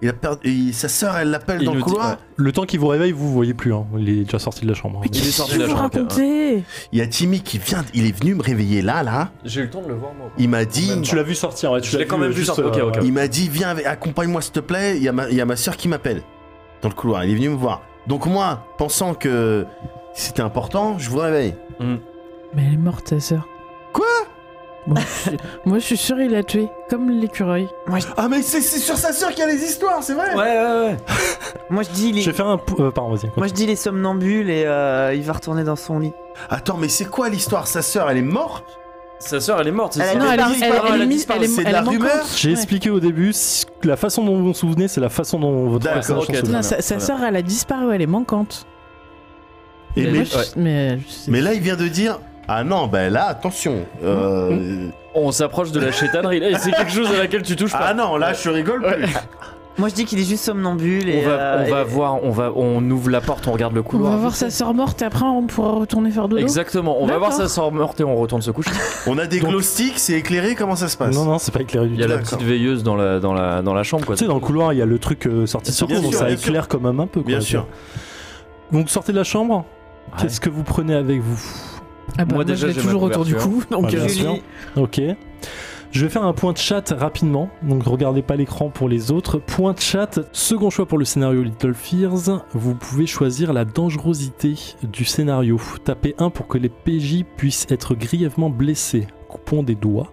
A: il a perdu. il- sa sœur, elle l'appelle
B: Il
A: dans le
B: nous dit-
A: couloir.
B: ouais.
E: Le temps qu'il vous réveille, vous voyez plus, hein. il est déjà sorti de la chambre. hein.
B: Il est sorti
D: Je
B: de la
D: vous
B: chambre.
D: raconter.
A: Il y a Timmy qui vient. Il est venu me réveiller là, là.
B: J'ai eu le temps de le voir, moi.
A: Il m'a dit.
E: Tu l'as vu sortir, ouais, tu
B: Je l'ai
E: l'as
B: quand même
E: euh,
B: vu
E: juste,
B: sortir, ok, ok.
E: euh,
A: Il m'a dit viens avec- accompagne-moi s'il te plaît, il y a ma, il y a ma soeur qui m'appelle dans le couloir, il est venu me voir. Donc moi, pensant que c'était important, je vous réveille.
D: Mais elle est morte, ta sœur.
A: Quoi
D: Moi, je suis- Moi, je suis sûr il l'a tuée, comme l'écureuil.
A: Ah mais c'est c'est sur sa soeur qu'il y a les histoires, c'est vrai
B: Ouais, ouais, ouais.
C: Moi je dis les,
E: J'ai fait un. pou- euh, pardon, vas-y.
C: moi je dis les somnambules et euh, il va retourner dans son lit.
A: Attends, mais c'est quoi l'histoire Sa soeur, elle est morte
B: Sa sœur, elle est morte, c'est
C: Elle
B: ça
C: a
D: elle,
C: disparu,
D: est- elle, est-
A: elle a
D: elle est mise-
A: disparu,
D: elle est-
A: c'est de
D: elle est
A: la
D: manquante.
A: rumeur
E: J'ai
D: Ouais.
E: expliqué au début si- la façon dont vous vous souvenez, c'est la façon dont votre
A: D'accord,
E: personnage s'en
B: ok.
E: souvient.
B: Très
D: Non,
B: bien,
D: sa, sa
B: très
D: sœur, elle a disparu, elle est manquante.
A: Et
B: Elle
D: Moi,
A: mais,
B: est-
D: je-
B: ouais.
D: mais, je sais-
A: mais là, il vient de dire ah non, ben là, attention.
E: Hein
A: euh,
B: On s'approche de la chétanerie, là, et c'est quelque chose à laquelle tu touches pas.
A: Ah non, là, je rigole plus.
C: Moi je dis qu'il est juste somnambule et
B: on va,
C: euh,
B: on va
C: et-
B: voir, on va, on ouvre la porte, on regarde le
D: on
B: couloir.
D: va voir sa sœur morte et après on pourra retourner faire dodo.
B: Exactement, on va
D: D'accord.
B: voir sa sœur morte et on retourne se coucher.
A: On a des
E: Donc-
A: glow sticks, c'est éclairé, comment ça se passe
E: Non, non, c'est pas éclairé du
B: Il
E: tout.
B: y a la
A: D'accord.
B: petite veilleuse dans la, dans la, dans la chambre, quoi.
E: Tu sais, dans le couloir, il y a le truc euh, sorti de
A: Bien
E: secours, donc
A: sûr,
E: ça
A: bien
E: éclaire quand même un peu. quoi.
A: Bien sûr.
E: Donc sortez de la chambre.
B: Ouais.
E: Qu'est-ce que vous prenez avec vous
D: Ah bah,
B: Moi,
D: moi,
B: déjà,
D: je
B: j'ai
D: l'ai
B: ma
D: toujours autour du
B: couverture.
D: cou. Donc,
E: Ah, bien
D: euh,
E: sûr. Ok. Je vais faire un point de chat rapidement, donc regardez pas l'écran pour les autres. Point de chat, second choix pour le scénario Little Fears, vous pouvez choisir la dangerosité du scénario. Tapez 1 pour que les PJ puissent être grièvement blessés, coupons des doigts.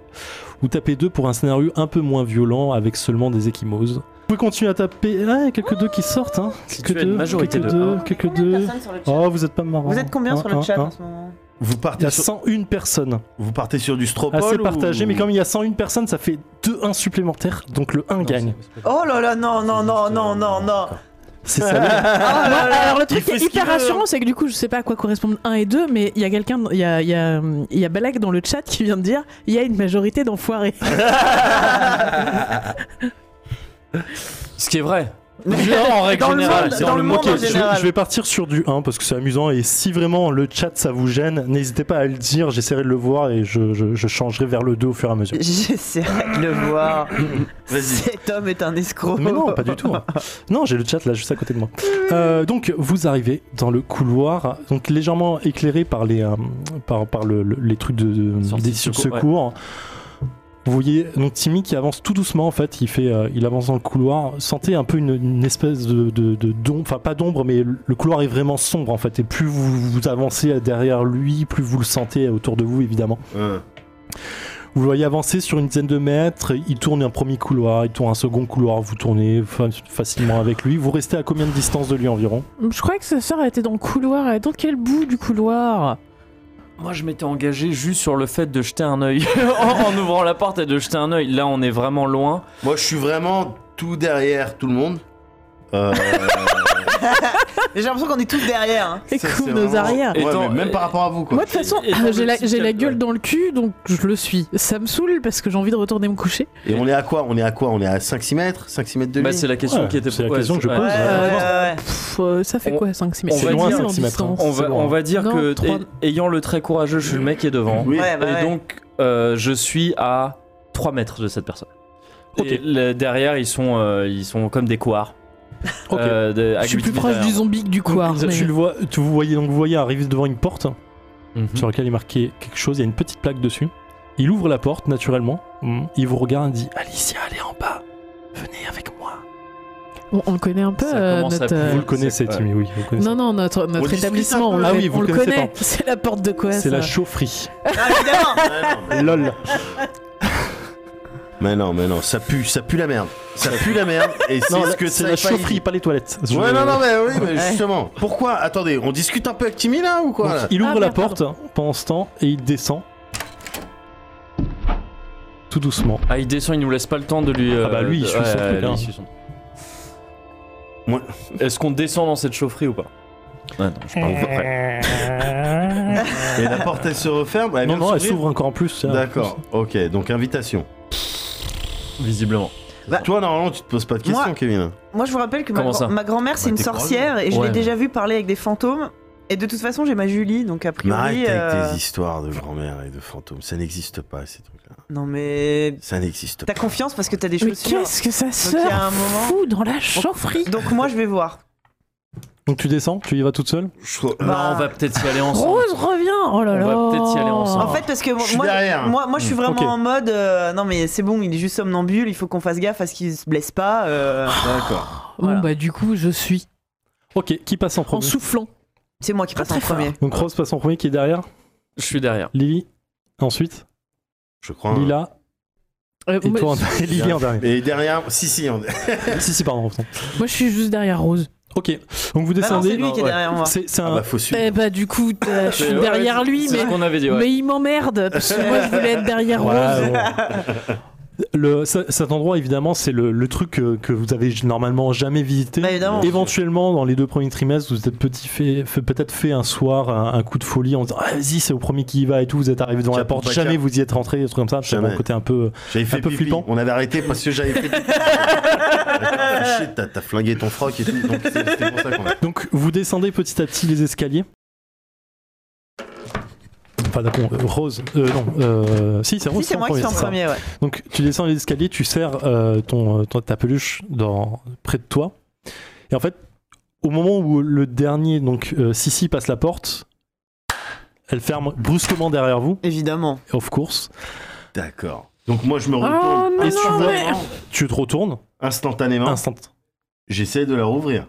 E: Ou tapez 2 pour un scénario un peu moins violent avec seulement des échymoses. Vous pouvez continuer à taper. Ah, il y a quelques deux qui sortent, hein.
B: Si
E: Quelques
B: tu as une
E: deux,
B: majorité
E: quelques
B: de
E: deux,
B: un.
E: quelques
C: Combien de
E: deux.
C: personnes sur le chat
E: Oh, vous êtes pas marrant. Hein,
C: Vous êtes combien sur le chat en ce moment
A: Vous
E: Il y
A: partez
E: a
A: sur,
E: 101 personnes
A: vous partez sur du stropole
E: assez
A: ou-
E: partagé, mais comme il y a 101 personnes, ça fait 2-1 supplémentaires, donc le 1 gagne.
C: Oh là là, non, non, non,
E: euh,
C: non, non, non.
E: C'est ça.
D: Ah, non, alors le
A: Il
D: truc qui
A: fait
D: est
A: ce qu'il
D: hyper
A: veut,
D: rassurant, c'est que du coup, je sais pas à quoi correspondent 1 et 2, mais il y a quelqu'un, il y a, il y, a, hum, il y a Balak dans le chat qui vient de dire il y a une majorité d'enfoirés.
B: Ce qui est vrai. en règle
C: Dans le
B: générale,
C: monde,
B: c'est
C: dans le monde
E: Ok,
B: moquet.
C: en
E: je,
C: général.
E: je vais partir sur du 1 parce que c'est amusant et si vraiment le chat ça vous gêne, n'hésitez pas à le dire, j'essaierai de le voir et je, je- je changerai vers le 2 au fur et à mesure.
C: J'essaierai de le voir.
A: Vas-y.
C: Cet homme est un escroc.
E: Mais non, pas du tout. hein. Non, j'ai le chat là juste à côté de moi. Euh, donc vous arrivez dans le couloir, donc légèrement éclairé par les euh, par, par le- le- les trucs de, de-
B: Sortie
E: des
B: de
E: secours.
B: secours, ouais.
E: Vous voyez donc Timmy qui avance tout doucement en fait, il fait euh, il avance dans le couloir. Sentez un peu une, une espèce de de- de d'ombre, enfin pas d'ombre, mais le le couloir est vraiment sombre en fait. Et plus vous, vous avancez derrière lui, plus vous le sentez autour de vous évidemment.
A: Hein.
E: Vous le voyez avancer sur une dizaine de mètres, il tourne un premier couloir, il tourne un second couloir, vous tournez fa- facilement avec lui. Vous restez à combien de distance de lui environ
D: Je croyais que sa sœur elle était dans le couloir, elle est dans quel bout du couloir
B: Moi, je m'étais engagé juste sur le fait de jeter un œil en, en ouvrant la porte et de jeter un œil. Là, on est vraiment loin.
A: Moi, je suis vraiment tout derrière tout le monde. Euh,
C: J'ai l'impression qu'on est tous derrière. hein.
A: ça,
D: Écoute
A: c'est
D: nos
A: vraiment-
D: arrières.
A: Ouais,
B: Étant-
A: mais même par rapport à vous, quoi.
D: Moi, de toute façon, euh,
B: Et dans le
D: j'ai la, j'ai la
B: système,
D: gueule
B: ouais.
D: dans le cul, donc je le suis. Ça me saoule parce que j'ai envie de retourner me coucher.
A: Et on est à quoi On est à quoi On est à 5-6 mètres 5-6 mètres de lui
B: Bah, c'est la question
E: Ouais,
B: qui était
E: c'est la
B: ouais,
E: question que je
B: ouais.
E: pose.
C: Ouais,
E: Euh,
C: ouais, ouais, ouais.
D: Pff, euh, ça fait
B: On-
D: quoi, 5-6 mètres
B: on va
D: loin,
B: dire-
D: en
E: 6 mètres, hein.
D: distance.
B: On va,
E: C'est bon.
B: on va dire
D: Non,
B: que,
D: trois-
B: ay- ayant le trait courageux, je suis le mec qui est devant.
A: Oui.
C: Ouais, bah
B: et
C: ouais.
B: donc, euh, je suis à 3 mètres de cette personne.
E: Ok.
B: Et le- derrière, ils sont, euh, ils sont comme des couards.
E: Ok.
B: Euh, de-
D: Je suis
B: à
D: plus
B: 8
D: proche
B: mètres
D: du zombie que du quoi.
E: Donc, tu le vois, tu vous voyez donc vous voyez arriver devant une porte
B: Mhm.
E: sur laquelle il est marqué quelque chose. Il y a une petite plaque dessus. Il ouvre la porte naturellement. Il vous regarde et dit Alicia, allez en bas. Venez avec moi.
D: On, on le connaît un peu,
B: Ça
D: euh,
B: commence à
D: notre. euh,
E: Vous le connaissez,
B: c'est-
E: Timmy, oui. Vous le connaissez.
D: Non, non, notre, notre
A: discute un
D: établissement, on,
A: peu.
D: le-
E: Ah oui, vous
D: on le
E: le connaissez
D: connaît.
E: pas.
D: C'est la porte de quoi
E: C'est
D: ça
E: la chaufferie.
C: Ah, évidemment.
A: Ah, non, mais-
E: Lol.
A: Mais non, mais non, ça pue, ça pue la merde. Ça pue la merde. Et c'est
E: Non,
A: ce que
E: c'est
A: ça
E: la
A: est pas
E: chaufferie,
A: ici.
E: pas les toilettes. Je-
A: Ouais, non, non, mais oui, mais
C: Ouais.
A: justement. Pourquoi Attendez, on discute un peu avec Timmy là ou quoi
E: Donc,
A: là
E: il ouvre
D: Ah,
E: la
D: merde,
E: porte pendant ce temps et il descend. Tout doucement.
B: Ah, il descend, il nous laisse pas le temps de lui. euh,
E: bah, lui, il
B: de-
E: suit son truc,
B: lui,
E: hein.
B: il suit son-
A: Moi-
B: Est-ce qu'on descend dans cette chaufferie ou pas Ouais, non, je parle pas
E: Euh.
B: près.
A: Et la porte elle se referme elle
E: non,
A: vient
E: non,
A: de
E: elle
A: s'ouvrir
E: s'ouvre encore en plus. ça.
A: D'accord, ok, donc invitation.
B: Visiblement.
A: Toi, normalement, tu te poses pas de questions,
C: Moi-
A: Kevin.
C: Moi, je vous rappelle que ma,
B: Comment
C: grand-
B: ça
C: ma grand-mère, c'est
A: Bah,
C: une
A: t'es courageux.
C: sorcière et je
B: Ouais.
C: l'ai déjà vue parler avec des fantômes. Et de toute façon, j'ai ma Julie, donc a
A: Mais
C: priori.
A: arrête avec
C: euh,
A: tes histoires de grand-mère et de fantômes. Ça n'existe pas, ces trucs-là.
C: Non, mais.
A: Ça n'existe pas.
C: T'as confiance parce que t'as des
D: Mais
C: choses sûres.
D: qu'est-ce que ça
C: il y
D: sort
C: a un moment-
D: fou dans la chaufferie
C: Donc, moi, je vais voir.
E: Donc tu descends, tu y vas toute seule.
A: Je-
C: Bah,
B: Non, on va peut-être y aller ensemble.
D: Rose revient Oh là
B: On
D: là
B: va peut-être y aller ensemble.
D: Ah.
C: En fait, parce que moi,
A: Je suis
C: moi,
A: derrière.
C: moi, moi, je suis
E: Mm,
C: vraiment
E: ok.
C: en mode. euh, non, mais c'est bon, il est juste somnambule. Il faut qu'on fasse gaffe à ce qu'il se blesse pas. euh,
A: D'accord.
D: Bon, bah, du coup, je suis
E: Ok, qui passe en
D: en
E: premier
D: soufflant.
C: c'est moi qui passe en
D: très fort.
C: premier.
E: Donc Rose passe en premier qui est derrière.
B: Je suis derrière.
E: Lily. Ensuite,
A: Je crois. hein.
E: Lila.
D: Euh,
E: Et
D: moi,
E: toi, en dernier. Et Lily en dernier.
A: Et derrière, si, si, on...
E: si, si, pardon. pardon.
D: moi, je suis juste derrière Rose.
E: Ok, donc
C: Bah non,
E: vous
C: c'est
E: descendez.
C: lui qui est
A: ouais.
C: derrière moi.
E: C'est c'est
A: ah
E: un.
A: bah, faut suivre.
D: Eh bah, du coup, t'as- je suis
B: Ouais,
D: derrière
B: ouais,
D: lui,
B: C'est
D: mais,
B: ce qu'on avait dit, ouais.
D: mais il m'emmerde. Parce que moi, je voulais être derrière Rose.
E: Ouais, ouais. Le, ce- cet endroit, évidemment, c'est le, le truc euh, que, vous avez normalement jamais visité.
C: Bah, évidemment.
E: Éventuellement, dans les deux premiers trimestres, vous êtes petit fait, fait- peut-être fait un soir un, un coup de folie en disant Ah, vas-y, c'est au premier qui y va et tout. Vous êtes arrivé devant la
A: Cap ou
E: porte,
A: pas
E: jamais
A: cap.
E: vous y êtes rentré, des trucs comme ça. C'est
A: Jamais.
E: un côté un peu. euh.
A: J'avais fait
E: peu
A: pipi.
E: flippant.
A: On avait arrêté parce que j'avais fait pipi. D'accord, Shit, t'as- t'as flingué ton froc et tout. Donc c'est- c'était pour ça qu'on a.
E: Donc, vous descendez petit à petit les escaliers. Enfin, d'accord, euh, Rose. euh, non, euh, si, c'est Rose.
C: Si, c'est moi qui suis en
E: c'est ça.
C: premier, ouais.
E: Donc tu descends les escaliers, tu serres euh, ton, euh, ton- ta peluche dans, près de toi. Et en fait, au moment où le dernier, donc euh, Sissi, passe la porte, elle ferme brusquement derrière vous,
C: Évidemment.
E: of course.
A: D'accord. Donc moi je me
D: Oh,
A: retourne
D: non,
A: et tu
D: non,
A: vois,
D: mais-
E: Tu te retournes,
A: instantanément.
E: instant.
A: J'essaie de la rouvrir.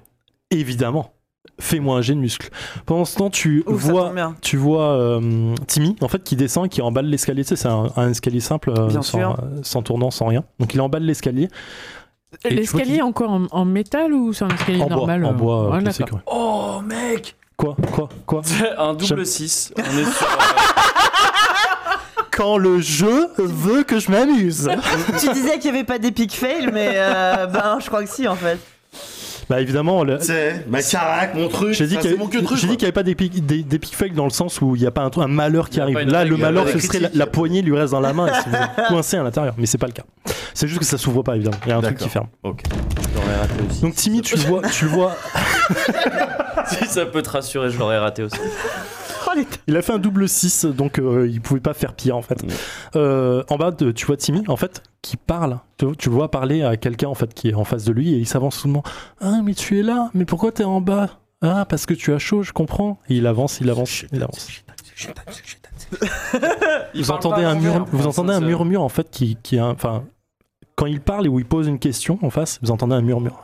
E: Évidemment, fais-moi un jet de muscle. Pendant ce temps, tu
C: Ouf, ça
E: vois,
C: tombe bien.
E: tu vois euh, Timmy, en fait, qui descend, qui emballe l'escalier. Tu sais, c'est un, un escalier simple, euh,
C: Bien
E: sans,
C: sûr.
E: euh, sans tournant, sans rien. Donc il emballe l'escalier Et tu vois
D: L'escalier
E: qu'il-
D: encore en, en métal ou c'est un escalier
E: en bois,
D: normal
E: en
D: euh,
E: bois euh,
D: ouais,
E: classique,
D: d'accord.
E: ouais.
B: Oh, mec
E: Quoi, quoi, quoi
B: Un double
E: J'aime-
B: 6. On est sur.
E: quand le jeu veut que je m'amuse.
C: tu disais qu'il n'y avait pas d'epic fail, mais euh, ben, je crois que si, en fait.
E: bah évidemment, le-
A: Tu sais, ma carac, mon truc.
E: j'ai dit
A: ça,
E: qu'il y
A: c'est
E: avait-
A: mon que truc.
E: j'ai dit qu'il n'y avait pas d'épic des- d'épic fake dans le sens où il n'y a pas un, un malheur
B: Il
E: qui
B: y a
E: arrive.
B: pas une
E: Là,
B: règle, euh,
E: le
B: il y a
E: malheur,
A: pas
E: ce
A: de
E: serait la,
A: critique.
E: la poignée lui reste dans la main et si vous êtes coincé à l'intérieur, mais c'est pas le cas. C'est juste que ça s'ouvre pas évidemment. Il y a un truc
A: D'accord.
E: qui ferme.
A: Ok.
B: J'aurais raté aussi.
E: Donc Timmy, tu le vois, tu le vois.
B: si ça peut te rassurer, je l'aurais raté aussi.
C: Oh, les t-
E: Il a fait un double 6, donc euh, il pouvait pas faire pire en fait.
A: Ouais.
E: Euh, en bas, de, tu vois Timmy en fait qui parle. Tu, tu le vois parler à quelqu'un en fait qui est en face de lui et il s'avance soudainement. Ah mais tu es là, mais pourquoi t'es en bas Ah parce que tu as chaud, je comprends. Et il avance, il avance, il avance. Vous entendez un mur,
C: hein,
E: vous entendez un murmure en fait qui, qui est un- enfin quand il parle et où il pose une question en face, vous entendez un murmure.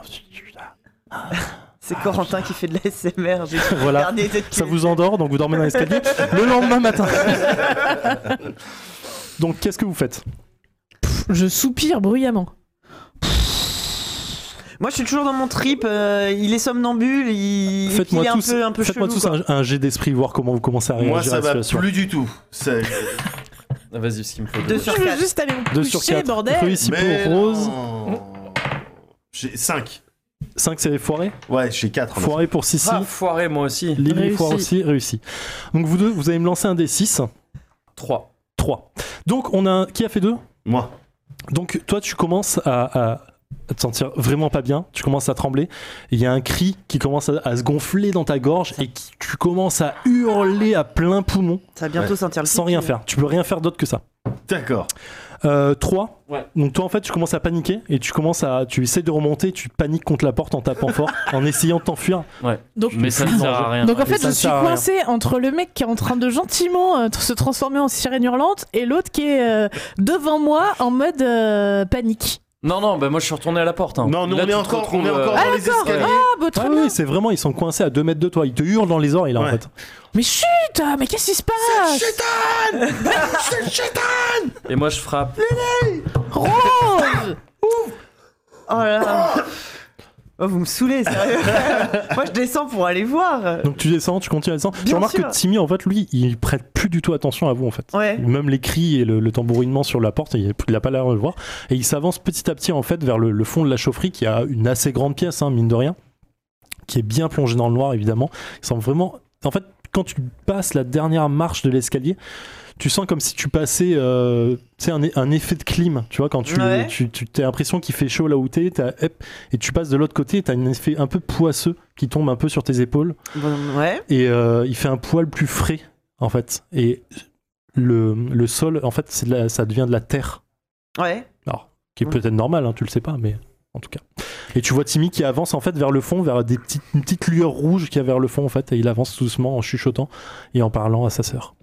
C: C'est Corentin qui fait de l'ASMR. j'ai tout
E: Ah, Voilà.
C: regardé, t'es
E: Ça
C: cul.
E: vous endort, donc vous dormez dans l'escalier le lendemain matin. donc qu'est-ce que vous faites
D: Je soupire bruyamment.
C: Moi, je suis toujours dans mon trip. euh, il est somnambule, il, et puis il
E: Faites-moi
C: est un
E: tous,
C: peu, un peu
E: faites-moi
C: chelou,
E: tous
C: quoi.
E: un, un jet d'esprit, voir comment vous commencez à réagir
A: Moi,
E: à
A: ça
E: la
A: va
E: situation.
A: plus du tout. C'est-
B: Ah, Vas-y, ce qu'il me faut.
C: Deux
B: deux.
C: sur
D: Je veux
C: quatre.
D: juste aller au
E: 2 sur
D: coucher,
E: 4.
D: bordel.
A: Mais
E: rose.
A: non. J'ai 5.
E: 5, c'est foiré.
A: Ouais, j'ai 4.
E: Foiré pour Sissi.
B: Ah, foiré, moi aussi.
E: Lily
D: Réussi.
E: foire aussi, réussi. Donc vous deux, vous allez me lancer un D6.
B: 3.
E: 3. Donc on a. un- Qui a fait 2
A: Moi.
E: Donc toi, tu commences à, à- à te sentir vraiment pas bien. Tu commences à trembler. Il y a un cri qui commence à, à se gonfler dans ta gorge et qui, tu commences à hurler à plein poumon
F: Ça va bientôt
A: Ouais.
F: sentir le
E: sans
C: euh.
E: rien faire. Tu peux rien faire d'autre que ça.
A: D'accord.
E: 3.
G: Ouais.
E: Donc toi en fait tu commences à paniquer et tu commences à tu essaies de remonter, tu paniques contre la porte en tapant fort, en essayant de t'enfuir.
D: Donc,
B: Mais ça ne sert à rien.
D: donc en
E: Mais
D: fait,
E: ça
D: je
E: ne
D: suis
E: sert à rien.
D: coincé entre le mec qui est en train de gentiment euh, se transformer en sirène hurlante et l'autre qui est euh, devant moi en mode euh, panique.
B: Non, non, bah moi je suis retourné à la porte. hein.
A: Non, nous,
B: Là,
A: on est
B: tu te
A: encore-
B: retrouves,
A: on est encore
B: euh,
A: dans les
D: d'accord.
A: escaliers.
D: Ah, bah, très
E: Ah
D: bien.
E: oui, c'est vraiment ils sont coincés à 2 mètres de toi, ils te hurlent dans les oreilles là en
A: Ouais.
E: fait.
D: Mais chut, ah, mais qu'est-ce qui se passe
B: Et moi je frappe.
D: Rose
C: Oh là là. Oh, vous me saoulez, sérieux. Moi, je descends pour aller voir.
E: Donc tu descends, tu continues à descendre. Tu
C: Bien
E: remarques
C: sûr.
E: que Timmy en fait lui, il prête plus du tout attention à vous en fait.
C: Ouais.
E: Même les cris et le, le tambourinement sur la porte, il n'a pas l'air de le voir. Et il s'avance petit à petit en fait vers le, le fond de la chaufferie qui a une assez grande pièce, hein, mine de rien, qui est bien plongée dans le noir évidemment. Il semble vraiment. En fait, quand tu passes la dernière marche de l'escalier, tu sens comme si tu passais euh, tu sais, un, un effet de clim. Tu vois, quand tu,
C: Ouais.
E: tu, tu as l'impression qu'il fait chaud là où t'es, t'as- hep, et tu passes de l'autre côté, et t'as un effet un peu poisseux qui tombe un peu sur tes épaules
C: Bon, ouais.
E: et euh, il fait un poil plus frais en fait et le, le sol en fait c'est de la- ça devient de la terre
C: Ouais.
E: alors qui est
C: Ouais.
E: peut-être normal hein, tu le sais pas mais en tout cas et tu vois Timmy qui avance en fait vers le fond vers des petites, une petite lueur rouge qu'il y a vers le fond en fait et il avance doucement en chuchotant et en parlant à sa sœur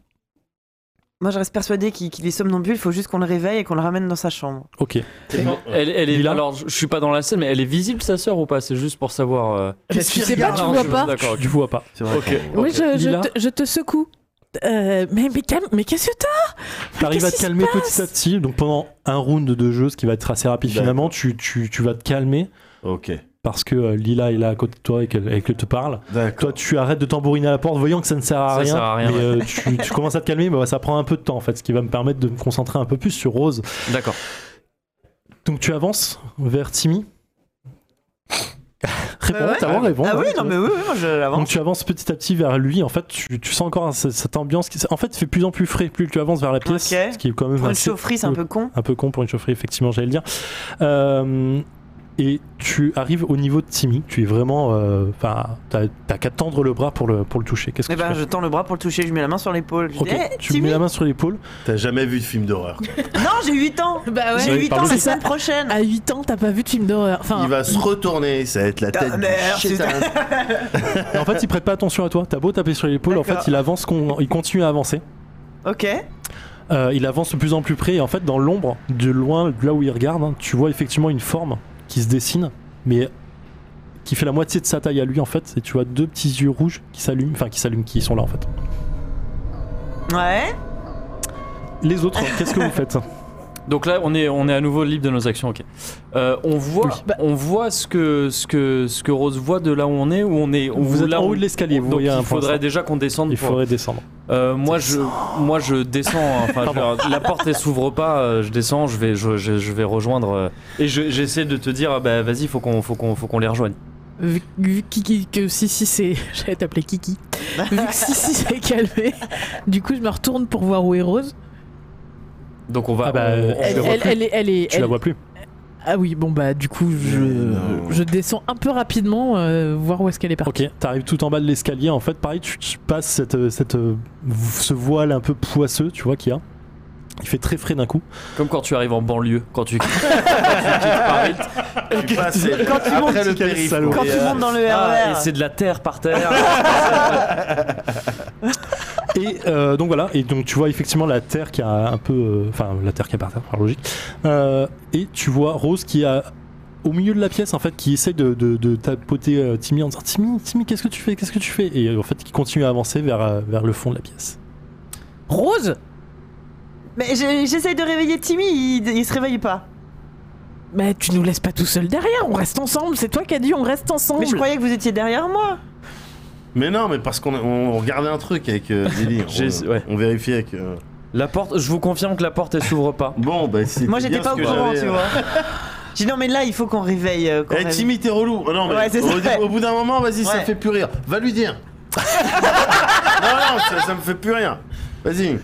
C: Moi, je reste persuadée qu'il qu'il est somnambule. Il faut juste qu'on le réveille et qu'on le ramène dans sa chambre.
E: ok
C: Ah,
B: Elle, elle est.
E: Lila
B: Alors je je suis pas dans la scène, mais elle est visible sa sœur ou pas C'est juste pour savoir. euh,
A: Qu'est-ce
D: tu sais
B: regarde
D: pas, tu
B: Non,
D: vois
B: je-
D: pas.
B: D'accord,
E: tu
B: ok.
E: vois pas
A: C'est vrai. qu'on-
D: Oui, je, je
E: Lila.
D: te, je te secoue. Euh, mais mais, calme- mais qu'est-ce que t'as qu'est-ce
E: T'arrives à te
D: qui se
E: calmer petit à petit donc pendant un round de jeu ce qui va être assez rapide
A: D'accord.
E: finalement tu, tu, tu vas te calmer
A: Oh, Ok.
E: parce que euh, Lila est là à côté de toi et qu'elle et qu'elle te parle Toi,
A: D'accord.
E: tu arrêtes de tambouriner à la porte, voyant que ça ne sert à
B: Ça
E: rien.
B: sert à rien,
E: mais, euh, tu, tu commences à te calmer, mais ouais, ça prend un peu de temps en fait, ce qui va me permettre de me concentrer un peu plus sur Rose.
B: D'accord.
E: Donc tu avances vers Timmy. réponds,
C: Euh, ouais.
E: t'as réponds.
C: ah oui,
E: Oh, bah, ouais,
C: non,
E: tu-
C: mais oui, oui, moi, je l'avance.
E: hein. Donc tu avances petit à petit vers lui. En fait, tu, tu sens encore ce- cette ambiance qui, en fait, fait plus en plus frais plus tu avances vers la pièce,
C: Ok.
E: ce qui est quand même
C: Pour une
E: assez-
C: chaufferie, c'est un peu con.
E: un peu con pour une chaufferie, effectivement, j'allais le dire. Euh, et tu arrives au niveau de Timmy. Tu es vraiment, euh, enfin, t'as t'as qu'à tendre le bras pour le pour le toucher. Qu'est-ce que
C: Eh
E: tu
C: ben,
E: fais
C: je tends le bras pour le toucher. Je mets la main sur l'épaule. Je dis,
E: Ok,
C: Eh,
E: tu
C: Timmy.
E: mets la main sur l'épaule.
A: T'as jamais vu de film d'horreur. quoi.
C: Non, j'ai 8 ans.
D: Bah
C: J'ai
E: Ah Oui,
C: 8 ans
E: pardon.
C: la
D: C'est ça.
C: semaine prochaine.
D: À 8 ans, t'as pas vu de film d'horreur. Enfin,
A: Il va se retourner, ça va être la tête.
C: Ah,
A: du hein.
C: merde,
A: chétan.
E: Et en fait, il prête pas attention à toi. T'as beau taper sur l'épaule, en fait,
C: D'accord.
E: il avance, con- il continue à avancer.
C: Ok.
E: Euh, il avance de plus en plus près. Et en fait, dans l'ombre, de loin, de là où il regarde, hein, tu vois effectivement une forme qui se dessine, mais qui fait la moitié de sa taille à lui, en fait. Et tu vois deux petits yeux rouges qui s'allument, enfin qui s'allument, qui sont là, en fait.
C: Ouais.
E: Les autres, qu'est-ce que vous faites
B: Donc là, on est, on est à nouveau libre de nos actions, ok. Euh, on voit, on voit ce que, ce que, ce que Rose voit de là où on est, où on est, où
E: Vous êtes
B: là
E: en
B: où-
E: haut de l'escalier, vous
B: Donc
E: voyez un
B: il faudrait
E: point.
B: déjà qu'on descende.
E: Il
B: pour-
E: faudrait descendre.
B: Euh, moi, je, moi, je descends. hein. Enfin, je- la porte elle s'ouvre pas. euh, je descends. Je vais, je, je- je vais rejoindre. euh, et je- j'essaie de te dire, bah vas-y, faut qu'on, faut qu'on, faut qu'on les rejoigne.
D: vu, vu que Kiki, que si si c'est, j'allais t'appeler Kiki. vu que si si s'est calmé, du coup je me retourne pour voir où est Rose.
B: Donc on va.
E: Ah bah,
B: on- on-
E: Je
D: Elle,
E: la vois
D: elle,
E: plus.
D: elle est, elle est-
E: Tu la
D: elle-
E: vois plus.
D: Ah oui, bon bah du coup je,
A: Non.
D: je descends un peu rapidement euh, voir où est-ce qu'elle est partie.
E: Ok, t'arrives tout en bas de l'escalier. En fait, pareil, tu, tu passes cette, euh, cette, euh, ce voile un peu poisseux, tu vois, qu'il y a. Il fait très frais d'un coup.
B: Comme quand tu arrives en banlieue, quand tu, quand tu quittes Paris.
A: Tu passes les-
C: Quand tu montes-
A: après le
E: quel
A: périph',
E: salaud.
A: oui,
C: Quand tu
A: euh,
C: montes dans le E
B: Ah, et
C: RER.
B: c'est de la terre par terre.
E: Et euh, donc voilà, et donc tu vois effectivement la terre qui a un peu. euh, Enfin, la terre qui est par terre, par logique. Euh, et tu vois Rose qui a. Au milieu de la pièce, en fait, qui essaie de, de, de tapoter euh, Timmy en disant Timmy, Timmy, qu'est-ce que tu fais Qu'est-ce que tu fais Et euh, en fait, qui continue à avancer vers, euh, vers le fond de la pièce.
D: Rose
C: Mais j'ai- j'essaye de réveiller Timmy. Il, il se réveille pas.
D: Bah, tu nous laisses pas tout seul derrière, on reste ensemble. C'est toi qui as dit on reste ensemble.
C: Mais je croyais que vous étiez derrière moi.
A: Mais non, mais parce qu'on on regardait un truc avec euh, Lily.
B: J'ai-
A: on,
B: ouais.
A: on vérifiait avec. euh,
B: La porte, je vous confirme que la porte elle s'ouvre pas.
A: Bon, bah c'est.
C: Moi, j'étais pas au courant, tu vois. J'ai dit non, mais là, il faut qu'on réveille. euh, qu'on
A: euh. Eh,
C: réveille.
A: Timmy, t'es relou. Oh, Non, mais
C: Ouais, c'est
A: au,
C: ça.
A: au bout d'un moment, vas-y, ça
C: Ouais.
A: fait plus rire. Va lui dire. non, non, ça, ça me fait plus rien. Vas-y.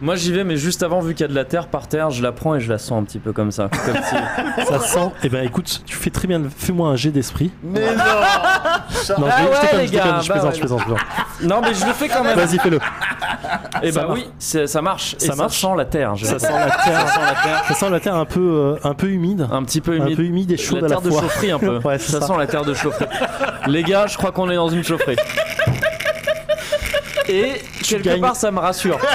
B: Moi j'y vais, mais juste avant, vu qu'il y a de la terre par terre, je la prends et je la sens un petit peu comme ça. Comme si...
E: Ça sent. Eh ben écoute, tu fais très bien. Fais-moi un jet d'esprit.
A: Mais non
E: Non,
B: Ah
E: je- je
B: ouais,
E: déconne,
B: les
E: je déconne,
B: gars,
E: je
B: bah
E: plaisante,
B: ouais.
E: je plaisante, je plaisante.
B: Non, mais je le fais quand même.
E: Vas-y, fais-le.
B: Et
E: Ça
B: bah
E: marche.
B: oui, c'est- ça marche. Et
E: Ça marche.
B: sent la terre. je-
E: Ça sent la
B: Ça
E: terre.
B: sent la terre.
E: Ça sent la terre un peu, euh, un peu humide.
B: Un petit peu
E: Un
B: humide.
E: peu humide et chaude
B: la
E: à
B: terre
E: la
B: de
E: fois.
B: chaufferie un peu.
E: Ouais, c'est
B: ça,
E: ça.
B: sent la terre de chaufferie. Les gars, je crois qu'on est dans une chaufferie. Et quelque
E: gagnes.
B: part, ça me rassure.
E: Tu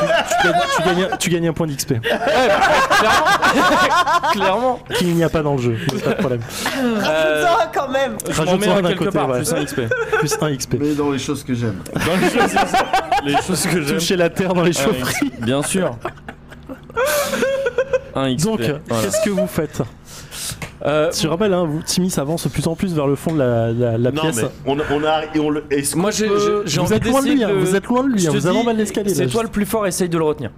E: gagnes, tu gagnes un- tu gagnes un point d'XP.
B: Clairement. Clairement.
E: Qu'il n'y a pas dans le jeu. Pas de problème.
B: Euh,
C: Ah, quand même.
B: je
E: Rajoute-en
B: m'en mets un
E: d'un
B: quelque
E: côté,
B: part,
E: ouais.
B: plus un XP.
E: Plus 1 XP.
A: Mais dans les choses que j'aime.
B: Dans les choses, les choses que j'aime.
E: Toucher la terre dans les
B: Ah
E: chaufferies.
B: Bien sûr. Un XP.
E: Donc, euh,
B: voilà.
E: qu'est-ce que vous faites
B: Euh,
E: Tu rappelles, hein, vous, Timmy s'avance de plus en plus vers le fond de la, la- la
A: Non,
E: pièce.
A: mais on, on a. Et on le, est-ce
B: moi,
A: qu'on
B: j'ai
A: peut-
B: j'ai- j'ai
E: vous
B: envie
E: êtes loin de
B: d'essayer
E: lui, hein,
B: de le-
E: vous êtes loin de lui,
B: Je
E: hein,
B: te
E: vous avez en
B: dis,
E: bas de l'escalier.
B: C'est
E: là.
B: toi le plus fort, essaye de le retenir.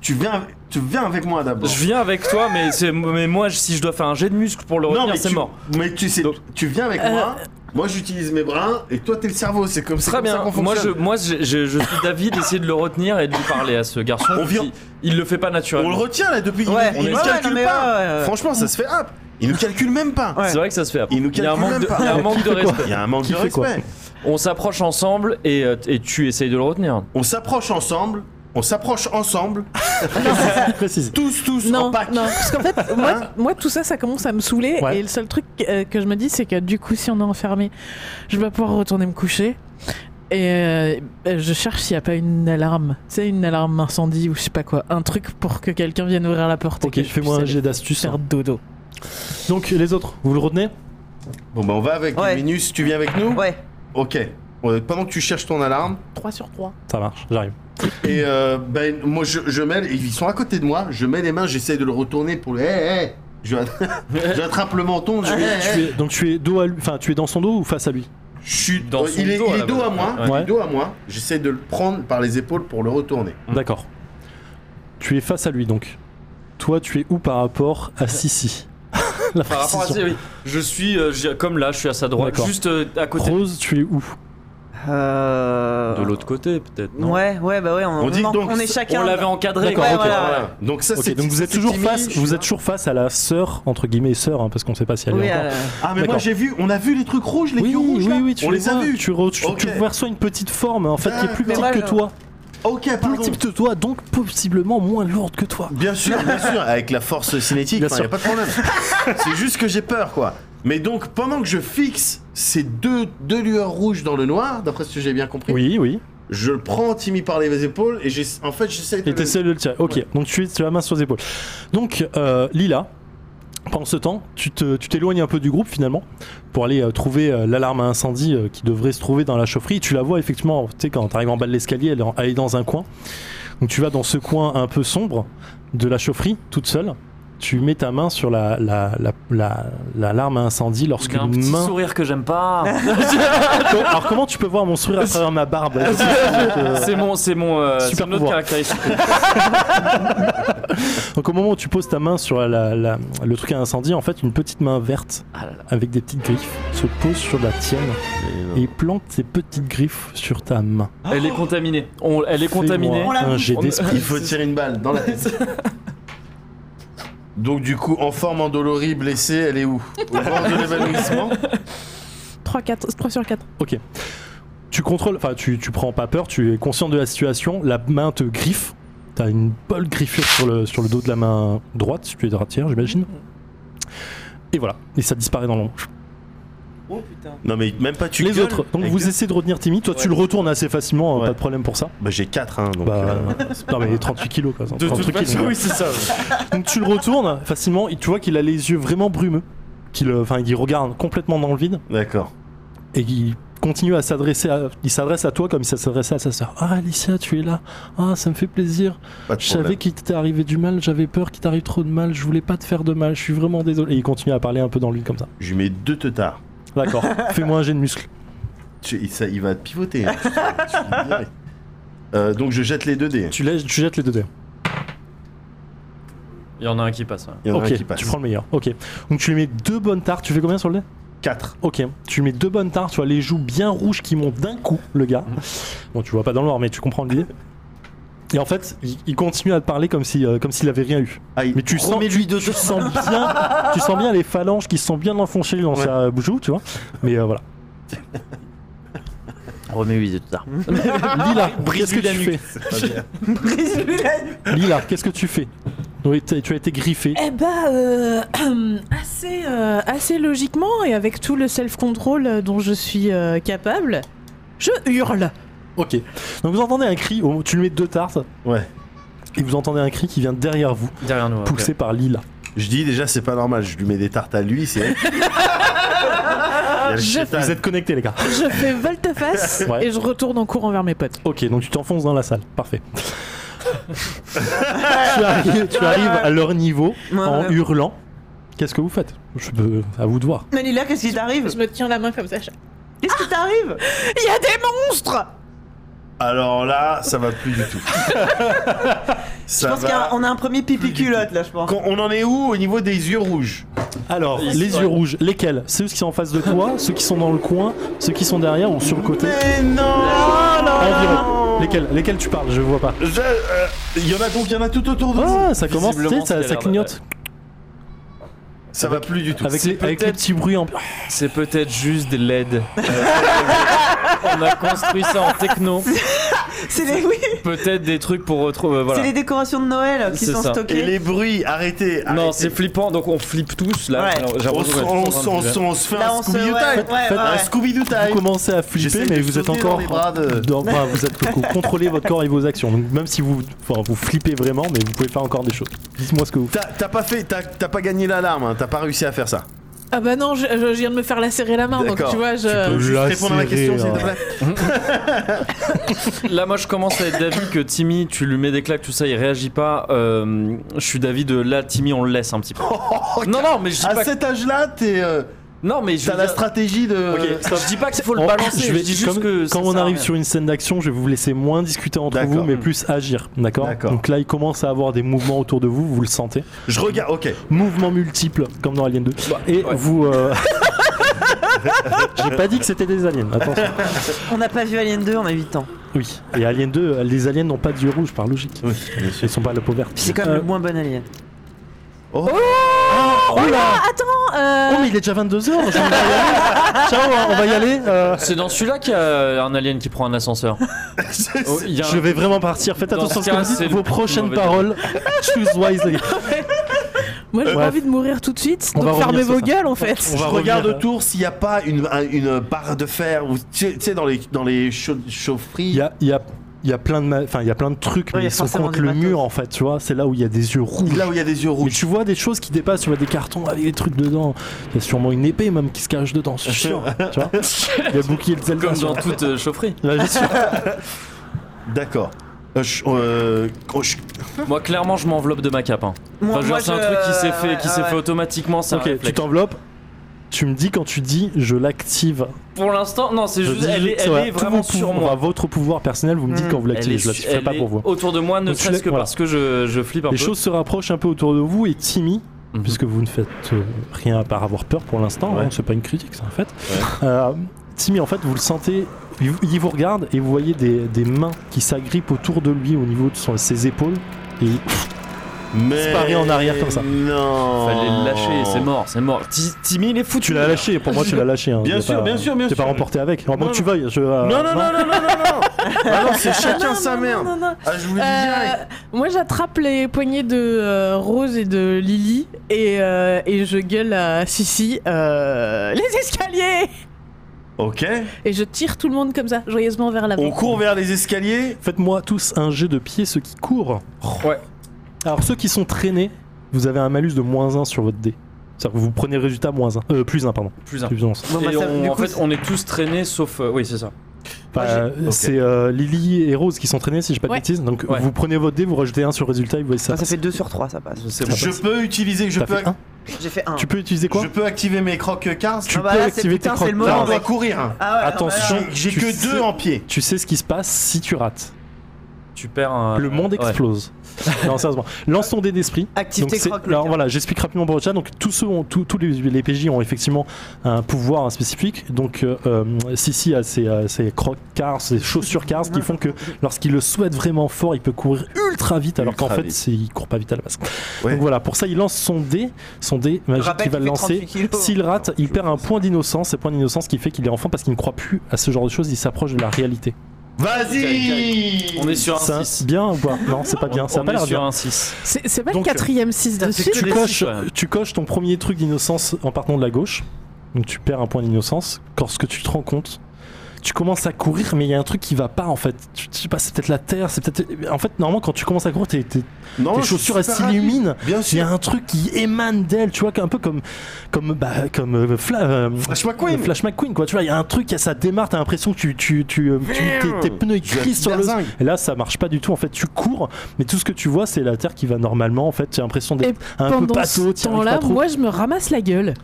A: Tu viens, tu viens avec moi d'abord.
B: Je viens avec toi, mais, c'est- mais moi, si je dois faire un jet de muscle pour le retenir, c'est
A: tu,
B: mort.
A: Mais tu sais,
B: Donc-
A: tu viens avec moi.
C: Euh.
A: Moi, j'utilise mes bras et toi, t'es le cerveau. C'est comme, c'est
B: Très
A: comme ça
B: bien.
A: qu'on
B: Moi, je,
A: fonctionne.
B: moi je, je- je suis David d'essayer de le retenir et de lui parler à ce garçon.
A: On vient-
B: qui- Il, le fait pas
A: On le
B: naturellement.
A: retient là depuis. il-
C: Ouais,
A: il,
B: est-
A: nous
C: ouais,
A: calcule
C: non, mais
A: pas.
C: ouais, ouais, ouais.
A: Franchement, ça se fait hop. Il nous calcule même pas.
C: Ouais.
B: C'est vrai que ça se fait. après.
A: Il nous
B: y a un
A: calcule
B: manque
A: même
B: de,
A: pas.
B: il y a un manque de respect.
A: Il y a un manque
E: Qui
A: de
E: fait quoi
A: respect.
B: On s'approche ensemble et, euh, et tu essayes de le retenir.
A: On s'approche ensemble. On s'approche ensemble.
E: Précise.
A: Tous, tous en
D: Non, non,
A: pack.
D: parce qu'en fait,
A: Hein
D: moi, moi, tout ça, ça commence à me saouler.
E: Ouais.
D: Et le seul truc euh, que je me dis, c'est que du coup, si on est enfermé, je vais pouvoir retourner me coucher. Et euh, euh, je cherche s'il n'y a pas une alarme. Tu sais, une alarme incendie ou je sais pas quoi. Un truc pour que quelqu'un vienne ouvrir la porte. et
E: Ok,
D: que je
E: fais-moi
D: puisse
E: un
D: aller
E: jet d'astuce. hein.
D: Faire dodo.
E: Donc, les autres, vous le retenez
A: Bon, bah, on va avec
C: Ouais.
A: Minus. Tu viens avec nous
C: Ouais.
A: Ok. Euh, Pendant que tu cherches ton alarme,
D: 3 sur 3.
E: Ça marche, j'arrive.
A: et euh, ben, moi je, je mets, ils sont à côté de moi, je mets les mains, j'essaye de le retourner pour le. Hey, hey. Je- J'attrape le menton, je, eh, Hey, hey.
E: Tu es- donc, tu es dos à lui, enfin, tu es dans son dos ou face à lui
A: Je suis Euh,
B: Dans son
A: il est,
B: dos,
A: il
B: à
A: est
B: la
A: dos
B: base.
A: à moi, il
E: Ouais.
A: est dos à moi. J'essaie de le prendre par les épaules pour le retourner.
B: Hmm.
E: D'accord. Tu es face à lui donc. Toi, tu es où par rapport à Sissi La
B: Par rapport à
E: précision.
B: ça, oui. Je suis euh, je- comme là, je suis à sa droite,
E: D'accord.
B: juste euh, à côté.
E: Rose, tu es où
C: Euh...
B: De l'autre côté, peut-être. non
C: Ouais, ouais, bah ouais, on,
A: On dit
C: on-
A: donc,
C: on est
A: ça-
C: chacun.
B: On l'avait encadré.
E: D'accord,
B: quoi.
C: Ouais, ok. voilà.
A: Voilà. Donc ça
E: Ok,
A: c'est.
E: donc vous êtes
A: c'est
E: toujours
A: Timmy,
E: face,
A: je-
E: vous êtes toujours face à la sœur entre guillemets sœur, hein, parce qu'on sait pas si elle
C: Oui,
E: est encore.
C: euh,
A: Ah mais moi
E: D'accord.
A: j'ai vu, on a vu les trucs rouges, les
E: oui,
A: fioles rouges
E: oui,
A: là.
E: oui, tu
A: on les, a
E: vois,
A: vus.
E: Tu, re- tu,
A: Ok.
E: tu perçois une petite forme en fait qui est plus
C: Mais
E: petite
C: moi,
E: que
C: je-
E: toi,
A: Ok,
E: plus
A: pardon.
E: petite que toi, donc possiblement moins lourde que toi.
A: Bien sûr, bien sûr, avec la force cinétique,
E: Bien
A: il y a
E: sûr.
A: pas de problème. c'est juste que j'ai peur quoi. Mais donc pendant que je fixe ces deux, deux lueurs rouges dans le noir, d'après ce que j'ai bien compris,
E: Oui, oui.
A: je le prends Timmy par les épaules et j'ai en fait j'essaie de
E: Et
A: le-
E: t'essaies de le tirer. Ok,
A: Ouais.
E: donc tu, es- tu as la main sur les épaules. Donc, euh, Lila, pendant ce temps, tu te- tu t'éloignes un peu du groupe finalement pour aller euh, trouver euh, l'alarme à incendie euh, qui devrait se trouver dans la chaufferie. Tu la vois effectivement, tu sais, quand t'arrives en bas de l'escalier, elle, est en- elle est dans un coin. Donc tu vas dans ce coin un peu sombre de la chaufferie, toute seule. Tu mets ta main sur la, la, la, la- l'alarme à incendie
B: Il
E: lorsque
B: y a un
E: une
B: petit
E: main.
B: sourire que j'aime pas.
E: Alors comment tu peux voir mon sourire à travers ma barbe
B: c'est mon, c'est mon, euh,
E: Super
B: c'est notre
E: pouvoir.
B: caractéristique.
E: Donc au moment où tu poses ta main sur la- la- le truc à incendie, en fait, une petite main verte
B: Ah là là.
E: avec des petites griffes se pose sur la tienne et plante ses petites griffes sur ta main.
B: Elle est contaminée. On- elle est
E: Fais-moi
B: contaminée.
E: Un jet
B: On-
E: d'esprit.
A: Il faut tirer une balle dans la tête. Donc du coup, en forme endolorie, blessée, elle est où Au bord de l'évanouissement
D: 3, 4, 3 sur 4.
E: Tu contrôles, enfin tu, tu prends pas peur, tu es conscient de la situation, la main te griffe, t'as une bonne griffure sur le, sur le dos de la main droite, si tu es droitière j'imagine. Et voilà, et ça disparaît dans l'ombre.
C: Oh putain.
A: Non mais même pas tu
E: Les
A: gueules
E: autres, donc
A: Elle
E: vous
A: gueule.
E: essayez de retenir Timmy, toi tu
B: Ouais.
E: le retournes assez facilement, hein,
A: Ouais.
E: pas de problème pour ça.
A: Bah j'ai 4 hein, donc...
E: Bah,
A: euh,
E: non mais 38 kilos quoi. ça,
B: De
E: 38
B: toute
E: kilos.
B: façon, oui, c'est ça.
E: Donc tu le retournes facilement et tu vois qu'il a les yeux vraiment brumeux, qu'il euh, enfin, il regarde complètement dans le vide
A: D'accord.
E: et qu'il continue à s'adresser à. Il s'adresse à toi comme s'il s'adressait à sa sœur. Ah, Alicia, tu es là. Ah, ça me fait plaisir.
A: Pas de
E: Je savais
A: problème.
E: qu'il t'était arrivé du mal. J'avais peur qu'il t'arrive trop de mal. Je voulais pas te faire de mal. Je suis vraiment désolé. Et il continue à parler un peu dans lui comme ça.
A: Je mets deux teutards.
E: D'accord. Fais-moi un jet de muscle.
A: Tu- il, ça- il va te pivoter. hein. Je te le dirai. Euh, donc je jette les deux dés.
E: Tu, lèches- tu jettes les deux dés.
B: Il y en a un qui passe. hein.
A: Il y en a
E: Ok.
A: un qui passe.
E: Tu prends le meilleur. Ok. Donc tu lui mets deux bonnes tartes. Tu fais combien sur le dé
A: 4.
E: Ok, tu lui mets deux bonnes tartes, tu vois les joues bien rouges qui montent d'un coup, le gars.
A: Mm.
E: Bon, tu vois pas dans le noir, mais tu comprends l'idée. Et en fait, il, il continue à te parler comme si, euh, comme s'il avait rien eu.
A: Ah,
E: Mais tu sens,
A: lui deux
E: tu sens bien, tu sens bien les phalanges qui se sont bien enfoncées dans
A: Ouais.
E: sa joue, tu vois. Mais euh, voilà.
B: Remets-lui de tard.
E: Lila, qu'est-ce que
B: la
E: tu
B: nuque.
E: fais
C: Brise-lui
E: Lila, qu'est-ce que tu fais Tu as été- tu as été griffé.
D: Eh bah, euh, assez, euh, assez logiquement et avec tout le self-control dont je suis euh, capable, je hurle.
E: Ok. Donc vous entendez un cri, au- tu lui mets deux tartes.
A: Ouais.
E: Et vous entendez un cri qui vient derrière vous,
B: Derrière nous.
E: poussé par Lila.
A: Je dis déjà, c'est pas normal. Je lui mets des tartes à lui, c'est. Il y a le
D: Je-
A: chétan.
E: Vous êtes connectés les gars.
D: Je fais volte-face
E: Ouais.
D: et je retourne en courant vers mes potes.
E: Ok, donc tu t'enfonces dans la salle, parfait. tu, arrives, tu arrives à leur niveau en
C: Ouais.
E: hurlant. Qu'est-ce que vous faites Je peux, à vous de voir.
C: Mais Lila, qu'est-ce qui t'arrive
D: Je me tiens la main comme ça. je-
C: Qu'est-ce qui t'arrive
D: Il y a des monstres
A: Alors là, ça va plus du tout.
C: Je
A: ça
C: pense qu'on
A: va.
C: a un premier pipi culotte là, je pense.
A: Quand- on en est où au niveau des yeux rouges
E: Alors,
B: Ils-
E: les
B: ouais.
E: yeux rouges, lesquels Ceux qui sont en face de toi, ceux qui sont dans le coin, ceux qui sont derrière ou sur le côté
A: Mais non
C: Ah,
E: Environ. Lesquels Lesquels tu parles Je vois pas.
A: Je- euh, Il y en a donc, il y en a tout autour de nous.
E: Ah, ça commence, tu sais,
B: Visiblement,
E: ça,
B: c'est
E: ça
B: galère,
E: clignote.
A: Ça va plus du tout.
E: Avec, les, avec les
B: peut-être-
E: petits bruits en.
B: C'est peut-être juste des LED. Euh, On a construit ça en techno.
C: C'est les, oui,
B: Peut-être des trucs pour retrouver. euh,
C: c'est
B: Voilà.
C: les décorations de Noël euh, qui
B: C'est
C: sont
B: ça.
A: Et
C: stockées.
A: les bruits, arrêtez.
B: Non,
A: arrêtez.
B: c'est flippant. Donc on flippe tous là.
C: Ouais.
B: Alors, j'ai
A: On,
B: l'impression
A: se-
B: qu'on est
A: on
B: tous en
A: se-
B: train de
A: on se-
B: faire.
A: on se fait
C: Là,
A: un Scooby-Doo
C: on se- ouais,
A: time.
C: ouais,
A: Un
C: ouais.
A: Scooby-Doo
E: Vous
A: time.
E: commencez à flipper,
A: J'essaie de
E: mais
A: te
E: vous êtes
A: sauter dans
E: encore.
A: les bras de-
E: dans- enfin, vous êtes vous contrôlez votre corps et vos actions. Donc même si vous, enfin, vous flippez vraiment, mais vous pouvez faire encore des choses. Dites-moi ce que vous.
A: T'as t'as pas fait, t'as t'as pas gagné l'alarme, hein, t'as pas réussi à faire ça.
D: Ah bah non, je, je- je viens de me faire lacérer la main, donc
A: D'accord.
D: tu vois,
A: Tu peux
D: je...
A: juste
E: la
A: répondre à ma question, s'il
E: serrure.
A: te plaît.
B: Là, moi, je commence à être d'avis que Timmy, tu lui mets des claques, tout ça, il réagit pas. Euh, je suis d'avis de là, Timmy, on le laisse un petit peu.
A: Oh,
B: non, non, mais je dis
A: À
B: pas.
A: cet âge-là, t'es, euh,
B: Non, mais je.
A: t'as ah,
B: veux
A: la
B: dire-
A: stratégie de.
B: Ok, stop. je dis pas qu'il faut le
E: On-
B: balancer.
E: Oh, je
B: Je,
E: vais-
B: dis juste
E: comme,
B: que.
E: quand
B: ça
E: on
B: sert à
E: arrive
B: rien.
E: sur une scène d'action, je vais vous laisser moins discuter entre
A: D'accord.
E: vous, mais plus agir, d'accord
A: D'accord.
E: Donc là, il commence à avoir des mouvements autour de vous, vous le sentez.
A: Je regarde, ok.
E: Mouvements multiples, comme dans Alien 2.
B: Bah,
E: Et
B: ouais.
E: vous... euh, J'ai pas dit que c'était des aliens, attention.
C: On n'a pas vu Alien 2, on a 8 ans.
E: Oui, et Alien 2, euh, les aliens n'ont pas d'yeux rouges, par logique.
A: Oui,
E: Ils sont pas à la peau verte.
C: C'est quand même
E: Euh,
C: le moins bon Alien.
E: Oh là
D: Euh,
E: Oh mais il est déjà 22h Ciao, hein, on va y aller euh,
B: C'est dans celui-là qu'il y a un alien qui prend un ascenseur. Oh, il y a un-
E: Je vais vraiment partir, faites
B: Dans
E: attention à
B: ce
E: ce que
B: cas,
E: vous
B: c'est
E: dites,
B: le
E: vos
B: plus
E: prochaines
B: mauvais jeu.
E: paroles. Choose wisely.
D: Moi j'ai
E: Euh,
D: pas
E: bref.
D: envie de mourir tout de suite,
E: On va
D: donc
E: revenir
D: fermez
E: sur
D: vos
E: ça.
D: gueules en fait.
E: On va
A: je regarde
E: revenir.
A: autour s'il n'y a pas une, un- une barre de fer ou tu sais- tu sais dans les dans les chau- chaufferies.
E: Il y a, il y a- il y a plein de, ma- enfin, il y a plein de trucs,
C: Ouais, il y
E: mais
C: a
E: ils sont
C: forcément
E: contre
C: du
E: le
C: matos.
E: mur en fait, tu vois. C'est là où il y a des yeux rouges.
A: Là où il y a des yeux
E: Mais
A: rouges.
E: tu vois des choses qui dépassent, tu vois des cartons avec des trucs dedans. Il y a sûrement une épée même qui se cache dedans, c'est sûr. tu vois Il y a le bouclier de Zelda.
B: Comme
E: sur-
B: dans toute euh, chaufferie.
E: Là, j'y suis.
A: D'accord. Euh, je- euh, oh, je-
B: Moi, clairement, je m'enveloppe de ma cape. hein.
C: Moi,
B: Enfin, je veux
C: moi,
B: dire, c'est un
C: je- euh, ah
B: truc qui s'est fait, qui
C: ouais,
B: s'est
C: ouais.
B: fait automatiquement. c'est un
E: Ok, tu
B: réflexe.
E: t'enveloppes. Tu me dis quand tu dis, je l'active.
B: Pour l'instant, non, c'est
E: Je
B: juste.
E: dis
B: Elle est,
E: juste,
B: elle
E: voilà,
B: est
E: tout
B: vraiment
E: vos pouvoirs-
B: sur
E: enfin,
B: moi. Hmm.
E: votre pouvoir personnel, vous me dites
C: Mhm.
E: quand vous
B: Elle
E: l'activez.
B: est,
E: Je l'activerai
B: elle
E: pas
B: est
E: pour vous.
B: autour de moi, ne
E: Donc, tu
B: serait-ce
E: l'as-
B: que
E: voilà.
B: parce que je, je flippe un
E: Les
B: peu.
E: choses se rapprochent un peu autour de vous et Timmy,
B: Mhm.
E: puisque vous ne faites euh, rien à part avoir peur pour l'instant,
A: Ouais.
E: hein, c'est pas une critique ça en fait. Euh, Timmy en fait vous le sentez, il vous- il vous regarde et vous voyez des, des mains qui s'agrippent autour de lui au niveau de son- ses épaules et il-
A: mais
E: C'est pareil en arrière comme ça.
A: Non.
B: Fallait le lâcher, c'est mort, c'est mort. Ti- Timmy, il est foutu.
E: Oh. tu l'as lâché, pour moi tu l'as lâché. hein,
A: Bien
E: t'es
A: sûr,
E: pas-
A: bien sûr, bien
E: T'es pas
A: sûr.
E: remporté avec, à moins
A: Non,
E: que tu veuilles. je, euh,
A: Non non non non non non non. Ah non, c'est chacun
D: Non,
A: sa
D: non,
A: merde.
D: non, non, non.
A: Ah je vous le dis
D: Euh,
A: direct.
D: moi j'attrape les poignées de euh, Rose et de Lily et, euh, et je gueule à Sissi euh, les escaliers
A: Ok.
D: et je tire tout le monde comme ça joyeusement vers l'avant.
A: On court vers les escaliers.
E: Faites-moi tous un jet de pied, ceux qui courent.
B: Ouais.
E: Alors ceux qui sont traînés, vous avez un malus de moins 1 sur votre dé. C'est-à-dire que vous prenez le résultat moins un. Euh, plus 1, pardon.
B: Plus un.
E: Plus 11.
F: Bon, bah,
B: Et
F: ça-
B: on-
F: du
B: en
F: coup,
B: fait, on est tous traînés sauf. euh, oui, c'est ça.
A: ok.
E: C'est euh, Lily et Rose qui sont traînées, si je ne pas de
D: Ouais.
E: bêtises. Donc
B: Ouais.
E: vous prenez votre dé, vous rajoutez 1 sur le résultat et vous voyez ça.
F: Ah, ça fait 2 sur 3, ça passe.
B: C'est bon.
A: Je peux utiliser, je
E: T'as
A: peux,
E: fait un
F: J'ai fait 1.
E: Tu peux utiliser quoi
A: je peux activer mes croque cards.
E: Tu
F: Ah bah
E: peux
F: là, c'est-
E: activer tes
F: putain, c'est
E: crocs.
F: le
A: Là,
F: moment.
A: on doit courir. hein.
F: Ah ouais, alors, bah,
E: Attention.
A: J'ai- J'ai
E: Tu
A: que
E: sais-
A: deux en pied.
E: Tu sais ce qui se passe si tu rates.
B: Tu perds un.
E: Le monde
B: Ah, ouais.
E: explose. non, sérieusement. Lance ton dé d'esprit.
F: euh, Active
E: Donc
F: tes
E: c'est-
F: crocs.
E: alors
F: Lucas.
E: voilà, j'explique rapidement pour le chat. Donc tous ceux ont, tous, tous les, les PJ ont effectivement un pouvoir hein, spécifique. Donc euh, euh, Sissi a ses, euh, ses crocs cars, ses chaussures cars qui font que lorsqu'il le souhaite vraiment fort, il peut courir ultra vite alors qu'en
A: Ultra
E: fait
A: vite.
E: c'est- il court pas vite à la base.
A: Ouais.
E: Donc voilà, pour ça il lance son dé, son dé magique
F: Rappelle
E: qu'il va
F: qu'il fait
E: lancer.
F: 38 kilos.
E: S'il rate, il perd un point d'innocence, et point d'innocence qui fait qu'il est enfant parce qu'il ne croit plus à ce genre de choses, il s'approche de la réalité.
A: Vas-y
B: On est sur
E: C'est
B: un
E: un-
B: 6.
E: bien ou pas Non, c'est pas bien, ça a
B: on
E: pas
B: est
E: l'air
B: sur
E: bien.
B: un 6.
D: C'est c'est pas
E: Donc,
D: le quatrième 6 de suite
E: tu
B: des
E: coches,
B: six, ouais.
E: tu coches ton premier truc d'innocence en partant de la gauche. Donc tu perds un point d'innocence. Quand ce que tu te rends compte, tu commences à courir, mais il y a un truc qui va pas en fait. Tu, tu sais pas, c'est peut-être la terre, c'est peut-être. En fait, normalement, quand tu commences à courir, tes- tes-
A: Non,
E: tes
A: Oh, je suis
E: chaussures elles
A: super rapide.
E: s'illuminent.
A: Bien
E: Il y a
A: sûr.
E: un truc qui émane d'elle, tu vois, un peu comme comme bah, comme euh, Fla- euh,
A: Flash McQueen.
E: Flash McQueen, quoi. Tu vois, il y a un truc, ça démarre, t'as l'impression que tu, tu, tu, euh, tu- tes, tes pneus ils
A: Je suis
E: crissent sur le
A: berzingue.
E: et là, ça marche pas du tout. En fait, tu cours, mais tout ce que tu vois, c'est la terre qui va normalement. En fait, tu as l'impression d'être un peu
D: Pendant
E: pâteau,
D: ce
E: t'y arrives pas
D: temps-là, Ah
E: trop.
D: moi je me ramasse la gueule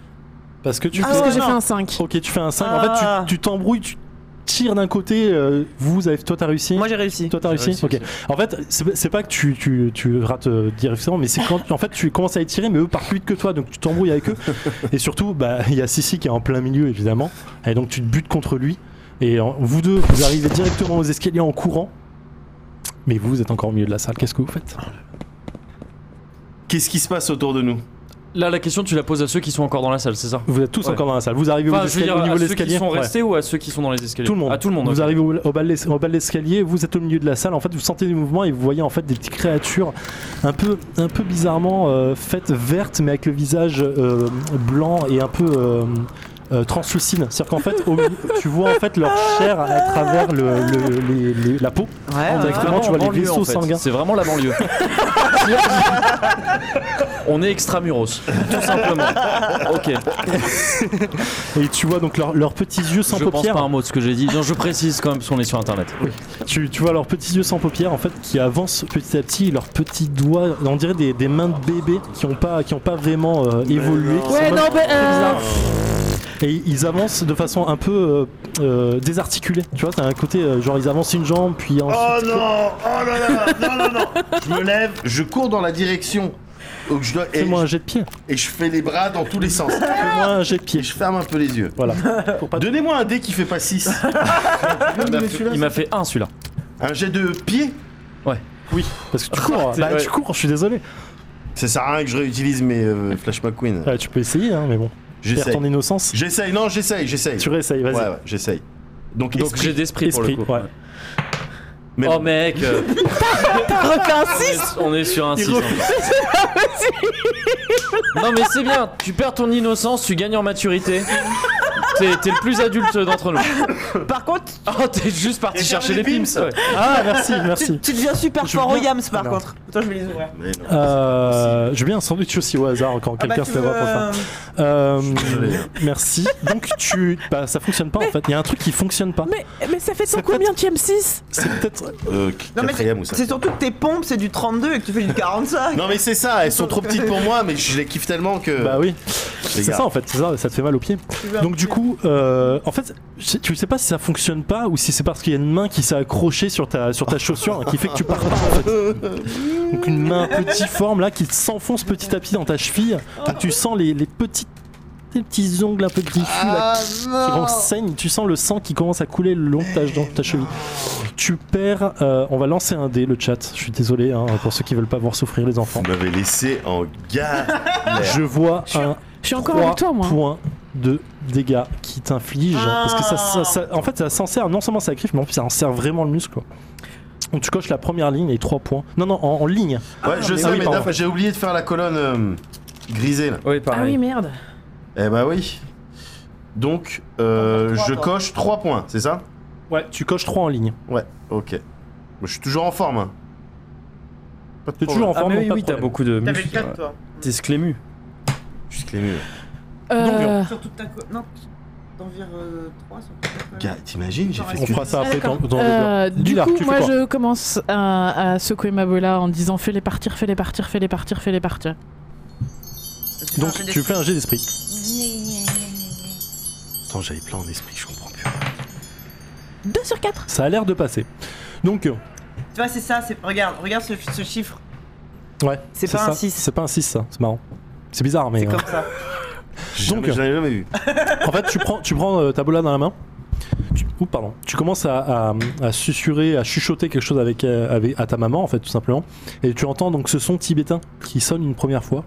E: Parce que tu
D: parce
E: fais-
D: que j'ai fait un 5.
E: Ok, tu fais un 5. En fait,
F: Ah.
E: tu- tu t'embrouilles, tu tires d'un côté. euh, vous avez, toi, t'as réussi.
F: Moi j'ai réussi.
E: toi, t'as réussi. Ok. En fait, c'est c'est pas que tu, tu, tu rates euh, directement, mais c'est quand en fait tu commences à étirer, mais eux partent plus vite que toi, donc tu t'embrouilles avec eux. Et surtout, bah, il y a Sissi qui est en plein milieu, évidemment. Et donc tu te butes contre lui. Et en- vous deux, vous arrivez directement aux escaliers en courant. Mais vous, vous êtes encore au milieu de la salle. Qu'est-ce que vous faites
A: Qu'est-ce qui se passe autour de nous
B: Là, la question, tu la poses à ceux qui sont encore dans la salle, c'est ça
E: Vous êtes tous
B: Ouais.
E: encore dans la salle. Vous arrivez aux
B: Enfin, je veux
E: escaliers-
B: dire,
E: au niveau
B: à
E: de
B: ceux qui
E: l'escalier.
B: sont
E: Ouais.
B: restés ou à ceux qui sont dans les escaliers
E: Tout le monde.
B: À Ah, tout le monde.
E: Vous
B: ok.
E: arrivez au, au bas de l'es- au bas de l'escalier, vous êtes au milieu de la salle. En fait, vous sentez des mouvements et vous voyez en fait des petites créatures un peu, un peu bizarrement euh, faites vertes, mais avec le visage euh, blanc et un peu euh, euh, translucide. C'est-à-dire qu'en fait, au- tu vois en fait leur chair à travers le, le- les- les- la peau.
F: Ouais,
E: Direct. Directement, tu vois les
B: en Ah, banlieue,
E: vaisseaux
B: en fait.
E: sanguins.
B: C'est vraiment la banlieue. On est extramuros, tout simplement. Ok,
E: Et tu vois donc leur- leurs petits yeux sans
B: je pense
E: paupières.
B: pas un mot de ce que j'ai dit. Non, je précise quand même parce qu'on est sur internet.
E: Tu, tu vois leurs petits yeux sans paupières en fait qui avancent petit à petit, leurs petits doigts, on dirait des, des mains de bébé qui n'ont pas, qui ont pas vraiment euh, évolué. qui sont
D: Ouais,
E: pas-
D: non, mais. euh,
E: Et ils avancent de façon un peu euh, euh, désarticulée. Tu vois, t'as un côté euh, genre ils avancent une jambe, puis
A: Oh
E: ensuite.
A: non Oh là là Non, non, non Je me lève, je cours dans la direction. où je dois, et,
E: Fais-moi un jet de pied.
A: je, et je fais les bras dans tous les sens.
D: Oh
E: Fais-moi un jet de
A: et
E: pied.
A: je ferme un peu les yeux.
E: Voilà. Pour pas-
A: Donnez-moi un dé qui fait pas 6.
B: Il m'a fait- Il m'a fait un celui-là.
A: un jet de pied
E: Oui, parce que tu cours.
B: t'es-
E: bah,
B: ouais.
E: tu cours, je suis désolé.
A: Ça sert à rien que je réutilise mes euh, Flash McQueen.
E: Ouais, tu peux essayer, hein, mais bon. Perds
A: J'essaye.
E: ton innocence.
A: J'essaye, non, j'essaye, j'essaye.
E: Tu réessayes, vas-y.
A: Ouais, ouais, j'essaye. Donc,
B: Donc
A: esprit.
B: j'ai d'esprit pour le
E: Esprit,
B: coup.
E: ouais.
A: Mais
B: Oh
A: non.
B: mec, euh,
F: Refaire
B: on, est, on est sur un 6. non mais c'est bien, tu perds ton innocence, tu gagnes en maturité. T'es t'es le plus adulte d'entre nous.
C: Par contre,
B: Oh, t'es juste parti
A: Et
B: chercher les
A: chercher les
B: pims.
A: pims.
B: ouais.
E: Ah, merci, merci.
C: tu, tu deviens super
E: Je
C: fort
E: veux
C: au
E: bien- Ah,
C: Yams par
E: Non.
C: contre. Attends, je vais les ouvrir.
A: Mais non.
E: Euh, J'ai bien un sandwich aussi au hasard quand
C: Ah bah,
E: quelqu'un
C: tu
E: se lèvera
C: veux,
E: pour le faire.
C: euh,
E: Euh,
A: désolé.
E: merci. Donc tu, bah, ça fonctionne pas en fait. Il y a un truc qui fonctionne pas.
D: Mais, mais ça fait ton
E: C'est
D: combien de 6
E: C'est peut-être.
A: Euh,
C: Non, mais
A: quatrième ou ça.
C: C'est surtout que tes pompes, c'est du 32 et que tu fais du 45.
A: Non mais c'est ça, elles sont trop petites pour moi, mais je les kiffe tellement que.
E: Bah oui.
A: Les
E: C'est
A: gars.
E: ça en fait. C'est ça. Ça te fait mal aux pieds.
C: Tu veux un
E: Donc du
C: peu-
E: coup, euh, en fait, je- tu sais pas si ça fonctionne pas ou si c'est parce qu'il y a une main qui s'est accrochée sur ta, sur ta chaussure hein, qui fait que tu pars pas en fait. Donc une main forme là qui s'enfonce petit à petit dans ta cheville.
A: Ah.
E: Donc tu sens les, les petites les petits ongles un peu griffus là,
A: Ah
E: qui
D: Oh.
A: non
E: renseignent. Tu sens le sang qui commence à couler le long de ta, dans ta cheville. Tu perds. euh, on va lancer un dé le chat. Je suis désolé hein, pour ceux qui veulent pas voir souffrir les enfants.
A: Vous m'avez laissé en galère.
E: Je vois un
D: Je suis encore
E: Trois
D: avec toi, moi. Ah
E: points de dégâts qui t'infligent.
C: Ah.
E: Parce que ça, ça- ça- en fait, ça s'en sert non seulement ça griffe, mais en plus ça en sert vraiment le muscle. quoi. Donc tu coches la première ligne et 3 points. Non, non, en, en ligne.
A: Ouais, je
E: mais
A: sais,
E: Ah, oui,
A: mais
E: pardon.
A: d'abord, j'ai oublié de faire la colonne euh, grisée là.
B: Oui,
D: Ah oui,
B: pareil.
D: merde.
A: Eh bah oui. Donc, euh,
C: Ah, bah, Trois
A: je
C: points.
A: coche 3 points, c'est ça
E: Ouais. Tu coches 3 en ligne.
A: Ouais, ok. Moi, je suis toujours en forme. hein. Pas de
E: T'es toujours en
B: Ah
E: forme.
B: mais
E: donc
B: oui,
E: pas de
B: oui, t'as
E: problème.
B: beaucoup de
C: T'avais
B: muscles.
C: 4 toi.
B: T'es sclému.
A: Plus que les murs.
D: Euh,
C: Ah. Sur toute ta co- Non, t'envires 3 sur toute ta
A: Gars, T'imagines, j'ai fait
E: On
A: que-
E: fera ça
D: Ah,
E: après dans,
D: d'accord.
E: dans
D: Euh,
E: deux heures.
D: du
E: Dis-leur,
D: coup,
E: tu fais
D: moi
E: quoi
D: je commence à, à secouer ma bola en disant fais-les partir, fais-les partir, fais-les partir, fais-les partir.
E: Donc tu fais un jet d'esprit.
A: Attends, j'avais plein en esprit, je comprends plus.
D: 2 sur 4
E: Ça a l'air de passer. Donc, euh,
C: Tu vois, c'est ça, c'est... regarde, regarde ce, ce chiffre.
E: ouais.
C: C'est pas un
E: ça.
C: six.
E: C'est pas un 6, ça. C'est marrant. C'est bizarre, mais.
C: C'est comme ça.
A: Jamais-
E: Donc- Ah,
A: je l'avais jamais vu.
E: En fait, tu prends, tu prends euh, ta bola dans la main. Tu, oups, pardon. Tu commences à, à, à susurrer, à chuchoter quelque chose avec, euh, avec- à ta maman, en fait, tout simplement. Et tu entends donc ce son tibétain qui sonne une première fois,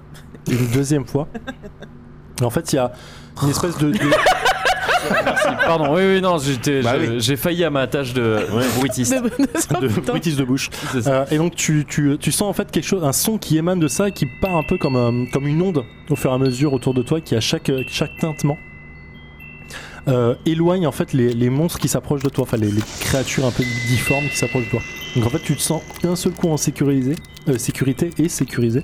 E: une deuxième fois. Et en fait, il y a une espèce de. de-
B: Pardon, oui, oui, non, j'étais-
A: Bah
B: je-
A: oui.
B: j'ai failli à ma tâche de
A: Ouais.
B: bruitiste.
D: De, de
C: Oh,
D: ça,
E: de
D: putain.
E: bruitis de bouche.
B: C'est ça.
E: Euh, et donc tu, tu, tu sens en fait quelque chose, un son qui émane de ça, qui part un peu comme, un- comme une onde au fur et à mesure autour de toi, qui à chaque, chaque tintement euh, éloigne en fait les, les monstres qui s'approchent de toi, enfin les, les créatures un peu difformes qui s'approchent de toi. Donc en fait tu te sens d'un seul coup en sécurisé, euh, sécurité et sécurisé.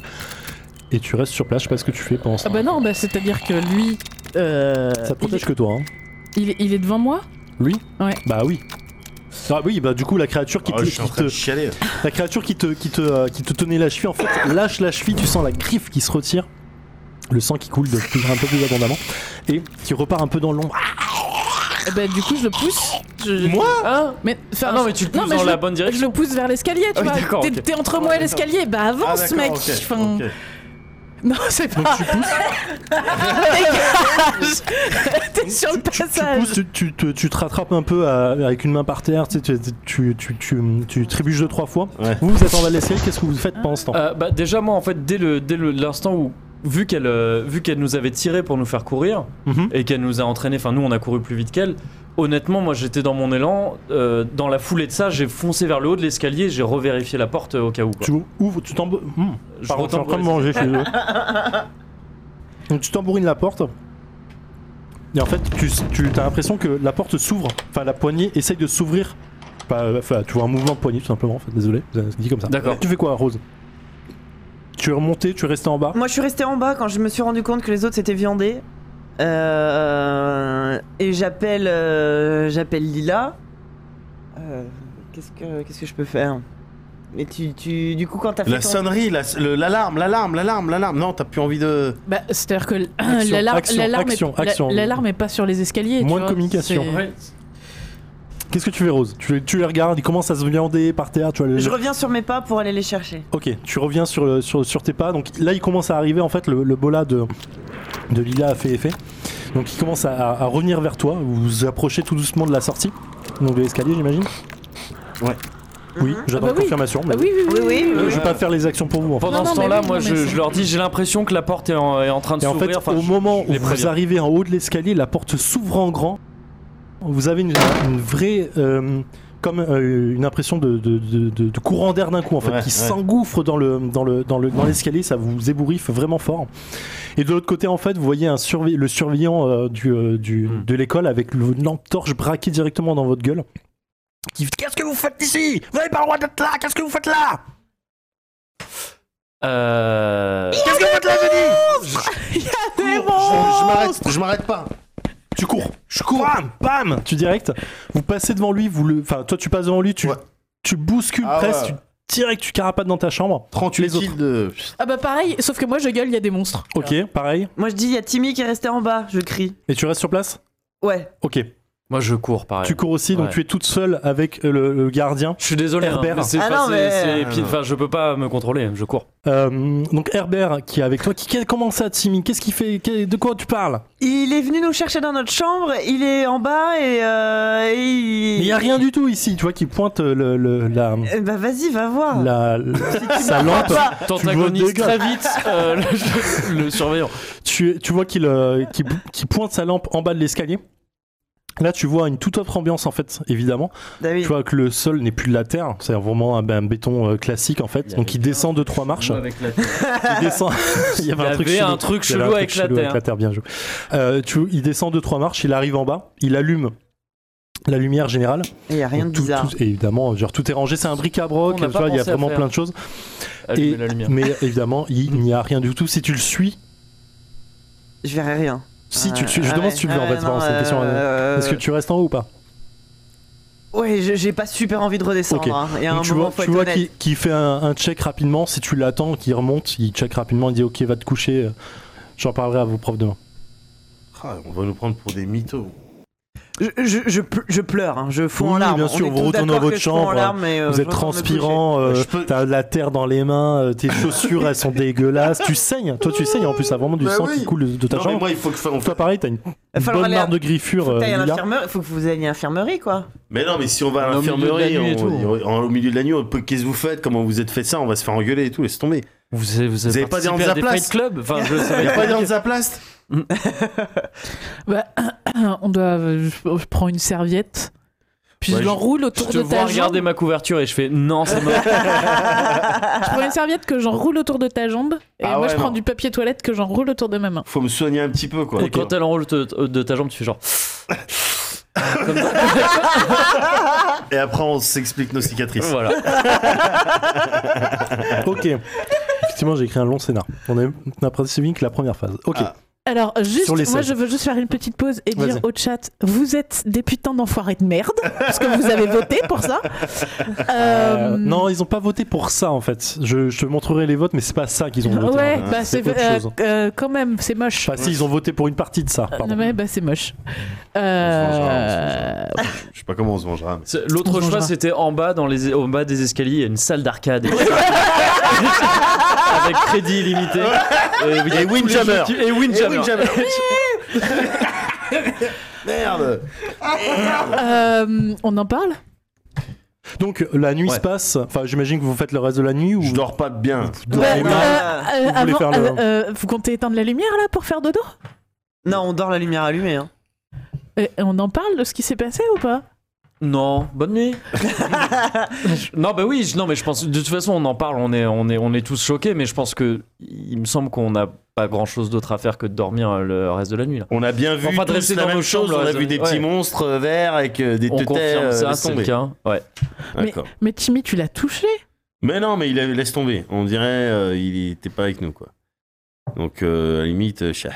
E: Et tu restes sur place, je sais pas ce que tu fais pendant ça.
D: Ah bah non, bah, c'est-à-dire que lui. euh,
E: Ça te protège que toi, hein.
D: il, il- il est devant moi
E: Lui
D: Ouais.
E: Bah oui. Ah oui, bah du coup la créature qui,
A: Ah,
E: te-
A: je suis en
E: qui
A: train
E: te,
A: de chialer.
E: La créature qui te, qui, te, euh, qui te tenait la cheville, en fait, lâche la cheville, tu sens la griffe qui se retire, le sang qui coule de plus, un peu plus abondamment, et qui repart un peu dans l'ombre.
D: Eh Bah du coup je le pousse. Je-
B: Moi Hein
D: mais, enfin,
B: Ah non, mais tu le
D: non,
B: pousses
D: mais
B: dans
D: je
B: la
D: le-
B: bonne
D: je le
B: direction.
D: pousse vers l'escalier,
B: Ah
D: tu
B: oui,
D: vois.
B: d'accord,
D: T'es
B: ok.
D: t'es entre moi et l'escalier, bah
A: Ah,
D: avance
A: d'accord,
D: mec.
A: ok,
D: Enfin,
A: ok.
D: Non, c'est
E: Donc
D: pas.
E: tu pousses,
D: Dégage T'es sur le
E: tu, tu
D: passage.
E: pousses, tu, tu te- tu te rattrapes un peu à- avec une main par terre, tu, sais, tu, tu, tu, tu- tu trébuches deux, trois fois.
A: Ouais.
E: Vous, vous êtes en bas de l'escalier, qu'est-ce que vous faites pendant ce temps
B: Euh, bah, déjà, moi, en fait, dès le dès le- l'instant où. Vu qu'elle euh, vu qu'elle nous avait tiré pour nous faire courir
E: Mhm.
B: et qu'elle nous a entraîné, enfin nous on a couru plus vite qu'elle. Honnêtement, moi j'étais dans mon élan. euh, dans la foulée de ça, j'ai foncé vers le haut de l'escalier, j'ai revérifié la porte euh, au cas où. Quoi.
E: Tu ouvres, tu t'en... Hmm.
B: Je
E: Pardon, je suis en
B: retombe-
E: train de manger chez eux. Donc tu tambourines la porte. Et en fait, tu, tu as l'impression que la porte s'ouvre. Enfin, la poignée essaye de s'ouvrir. Enfin, euh, enfin, tu vois un mouvement de poignée, tout simplement. en fait, désolé, c'est dit comme ça.
B: D'accord.
E: Tu fais quoi, Rose Tu es remonté, tu es resté en bas.
C: Moi, je suis restée en bas quand je me suis rendu compte que les autres s'étaient viandés. Euh, et j'appelle, euh, j'appelle Lila. Euh, qu'est-ce que, qu'est-ce que je peux faire Mais tu, tu, du coup, quand t'as fait
A: La
C: ton-
A: sonnerie, la- le- l'alarme, l'alarme, l'alarme, l'alarme. Non, t'as plus envie de.
D: Bah, c'est-à-dire que l-
E: Action,
D: l'alarme
E: action,
D: l'alarme est-
E: action,
D: la-
E: action.
D: l'alarme est pas sur les escaliers. tu
E: Moins de
D: vois,
E: communication.
D: c'est-
B: Ouais.
E: Qu'est-ce que tu fais, Rose tu, tu les regardes, ils commencent à se viander par terre. Tu vois, le-
C: Je reviens sur mes pas pour aller les chercher.
E: Ok, tu reviens sur, le- sur, sur tes pas. Donc là, il commence à arriver, en fait, le, le bola de, de Lila a fait effet. Donc il commence à, à- à revenir vers toi. Vous vous approchez tout doucement de la sortie. Donc de l'escalier, j'imagine
A: Ouais.
E: Oui,
C: Mhm.
E: j'attends
D: Ah bah
E: la
D: oui.
E: confirmation.
D: Ah
E: mais-
D: oui, oui, oui.
E: Euh, Je vais pas faire les actions pour vous, en fait.
B: Pendant
D: Non,
B: ce
D: non, mais
B: temps-là,
D: oui,
B: moi
D: non,
B: je,
D: mais
B: je
D: c'est-
B: leur dis, j'ai l'impression que la porte est en, est en train de
E: Et en
B: s'ouvrir.
E: fait,
B: enfin,
E: au
B: je-
E: moment
B: je les
E: où vous
B: préviens.
E: arrivez en haut de l'escalier, la porte s'ouvre en grand. Vous avez une, une vraie. euh, comme euh, une impression de, de- de- de- de courant d'air d'un coup, en fait,
A: Ouais,
E: qui
A: ouais.
E: s'engouffre dans l'escalier. Le, dans le, dans le, dans l'escalier, ça vous ébouriffe vraiment fort. Et de l'autre côté, en fait, vous voyez un surveil- le surveillant euh, du, euh, du-
A: Hmm.
B: Mm.
E: de l'école avec le- une lampe torche braquée directement dans votre gueule. Qui fait, Qu'est-ce que vous faites ici Vous n'avez pas le droit d'être là Qu'est-ce que vous faites là
B: Euh...
E: Qu'est-ce que vous faites là, je
A: Je-
E: dis
A: Je m'arrête, je m'arrête pas.
E: Tu cours, je cours. Bam, bam. Tu direct. Vous passez devant lui, vous le, enfin toi tu passes devant lui, tu,
A: Ouais.
E: tu bouscules
A: Ah
E: presque,
A: ouais.
E: tu direct tu carapates dans ta chambre.
A: 38
E: Les autres.
A: kills de.
D: Ah bah pareil, sauf que moi je gueule, il y a des monstres. Ah.
E: Ok, pareil.
C: Moi, je dis, il y a Timmy qui est resté en bas. Je crie.
E: Et tu restes sur place.
C: Ouais.
E: Ok.
B: Moi je cours pareil.
E: Tu cours aussi, donc
B: Ouais.
E: tu es toute seule avec euh, le, le gardien.
B: Je suis désolé, hein,
E: Herbert.
B: mais c'est
C: Ah
B: pas-
C: non,
B: c'est-
C: mais-
B: c'est pile- enfin, je peux pas me contrôler, je cours.
E: Euh, donc Herbert qui est avec toi, qui qui- comment ça, Timmy Qu'est-ce qu'il fait Qu'est- De quoi tu parles
C: Il est venu nous chercher dans notre chambre. Il est en bas et, euh, et il...
E: Mais il y a rien du tout ici. Tu vois qui pointe euh, le, le- la,
C: Eh Bah vas-y, va voir.
E: la, la- sa lampe. vois des
B: T'antagonise
E: gars.
B: très vite euh, le, le surveillant.
E: tu, tu vois qu'il euh, qu'il- qu'il pointe sa lampe en bas de l'escalier. Là, tu vois une toute autre ambiance, en fait, évidemment.
C: Bah oui.
E: Tu vois que le sol n'est plus de la terre, c'est vraiment un, un béton euh, classique, en fait.
B: Il y
E: Donc
B: avait
E: il descend de trois marches.
B: Avec la-
E: Il descend. il y avait un
B: Il
E: truc
B: y avait
E: chelou.
B: un truc
E: Il y avait
B: chelou avec la terre.
E: bien joué. Euh, tu, il descend de trois marches, il arrive en bas, il allume la lumière générale.
C: Il y a rien de
E: Donc, tout-
C: bizarre.
E: tout- et évidemment, genre, tout est rangé, c'est un bric-à-broc,
B: On
E: tu
B: n'a pas
E: vois, il y a
B: pensé à
E: vraiment
B: faire.
E: plein de choses.
B: Allumer
E: Et-
B: la lumière.
E: Mais évidemment, il n'y a rien du tout. Si tu le suis,
C: Je verrai rien.
E: Si
C: Ah,
E: tu le suis, je
C: ah
E: demande
C: ouais,
E: si tu le
C: ah
E: veux en
C: ouais,
E: fait. c'est vraiment
C: non,
E: cette question.
C: euh,
E: Est-ce que tu restes en haut ou pas
C: Ouais, je- j'ai pas super envie de redescendre.
E: Ok.
C: hein. Et à un
E: Donc, tu
C: moment,
E: vois,
C: faut
E: tu
C: être
E: vois
C: honnête.
E: qu'il qu'il fait un, un check rapidement. Si tu l'attends, qu'il remonte, il check rapidement, il dit ok, va te coucher. J'en parlerai à vos profs demain.
A: Ah, on va nous prendre pour des mythos.
C: Je, je, je ple- je pleure, hein, je fonds
E: Oui,
C: en larmes.
E: bien
C: On
E: sûr,
C: est
E: vous
C: tous
E: retournez
C: d'accord
E: dans votre
C: que je fonds en
E: chambre,
C: larmes, mais, euh,
E: Vous
C: je
E: êtes
C: retourne me coucher.
E: transpirant, euh,
A: Je peux-
E: t'as de la terre dans les mains, euh, tes chaussures elles sont dégueulasses, tu saignes. Toi tu saignes en plus, t'as vraiment du
A: Bah
E: sang
A: oui.
E: qui coule de, de ta
A: Non, mais
E: jambe.
A: moi, il faut que je fasse- on
E: Toi pareil, t'as une
C: Va falloir
E: bonne
C: aller à-
E: marque de griffure.
C: Faut que
E: euh,
C: t'ailles à
E: lilas.
C: l'infirmerie, faut que vous alliez à l'infirmerie, quoi.
A: Mais non, mais si on va à
B: On est au milieu de la
A: l'infirmerie,
B: nuit et
A: on-
B: tout.
A: on- au milieu de la nuit, on peut- qu'est-ce que vous faites Comment vous êtes fait ça On va se faire engueuler et tout, laisse tomber.
B: Vous, vous, vous
A: avez pas
B: participé
A: dit
B: à
A: Hansa
B: des
A: Place
B: Fight Club Enfin, je
A: Il
B: savais
A: n'y a
B: pas.
A: pas d'Anzaplast
D: Bah, on doit. Je, je prends une serviette, puis
A: Ouais,
D: je
A: je-
D: l'enroule
B: Je
D: autour
B: te
D: de ta
B: vois
D: jambe.
B: regarder ma couverture et je fais non, c'est mort.
D: Je prends une serviette que j'enroule autour de ta jambe, et
A: Ah
D: moi
A: ouais,
D: je prends
A: non.
D: du papier toilette que j'enroule autour de ma main.
A: Faut me soigner un petit peu, quoi.
B: Et quand elle enroule te- de ta jambe, tu fais genre. Comme ça.
A: Et après, on s'explique nos cicatrices.
B: voilà.
E: Ok. Effectivement, j'ai écrit un long scénar. On a, on a participé que la première phase. Ok.
A: Ah.
D: Alors, juste,
E: Sur les
D: moi
E: scènes.
D: je veux juste faire une petite pause et dire
E: Vas-y.
D: au chat vous êtes des putains d'enfoirés de merde, parce que vous avez voté pour ça. Euh,
E: Euh, non, ils ont pas voté pour ça en fait. Je, je te montrerai les votes, mais c'est pas ça qu'ils ont voté.
D: Ouais,
A: hein,
D: bah c'est
E: c'est autre
D: euh,
E: chose.
D: euh, quand même, c'est moche.
E: Enfin, Bah, si, ils ont voté pour une partie de ça. pardon.
C: Ah,
D: Non, mais bah c'est moche.
A: On se
D: Euh...
A: vengera, Je sais pas comment on se vengera. mais-
B: C'est-
D: On
B: L'autre
D: se
B: choix,
D: vengera.
B: c'était en bas, dans les, au bas des escaliers, il y a une salle d'arcade. Avec crédit illimité. Et, il y a
A: Et
B: tous les
A: Windjammer.
B: jeux qui- Et Windjammer.
A: Merde
D: euh, on en parle
E: Donc la nuit
B: Ouais.
E: se passe. Enfin, j'imagine que vous faites le reste de la nuit ou.
A: Je dors pas bien.
E: Vous
D: Bah,
E: dormez
D: euh,
E: mal.
D: euh,
E: Vous voulez
D: avant,
E: faire le-
D: euh, euh, vous comptez éteindre la lumière là pour faire dodo
C: Non, on dort la lumière allumée. Hein.
D: Et Euh, On en parle de ce qui s'est passé ou pas
B: Non, bonne nuit. non, bah oui, je- non, mais je pense. De toute façon, on en parle, on est, on est, on est tous choqués, mais je pense que. Il me semble qu'on n'a pas grand chose d'autre à faire que de dormir euh, le reste de la nuit. Là.
A: On a bien vu
B: Enfin,
A: tous
B: dressé
A: la
B: dans
A: même
B: nos
A: chose.
B: chambres,
A: On a
B: là,
A: vu des
B: ouais.
A: petits monstres euh, verts avec euh, des
B: On
A: têtes.
B: confirme
A: euh,
B: ça,
A: laisse
B: c'est le
A: tomber.
B: cas. Ouais.
A: D'accord.
D: Mais Timmy, tu l'as touché
A: Mais non, mais il a- laisse tomber. On dirait euh, il était pas avec nous, quoi. Donc, euh, à la limite, euh, chia.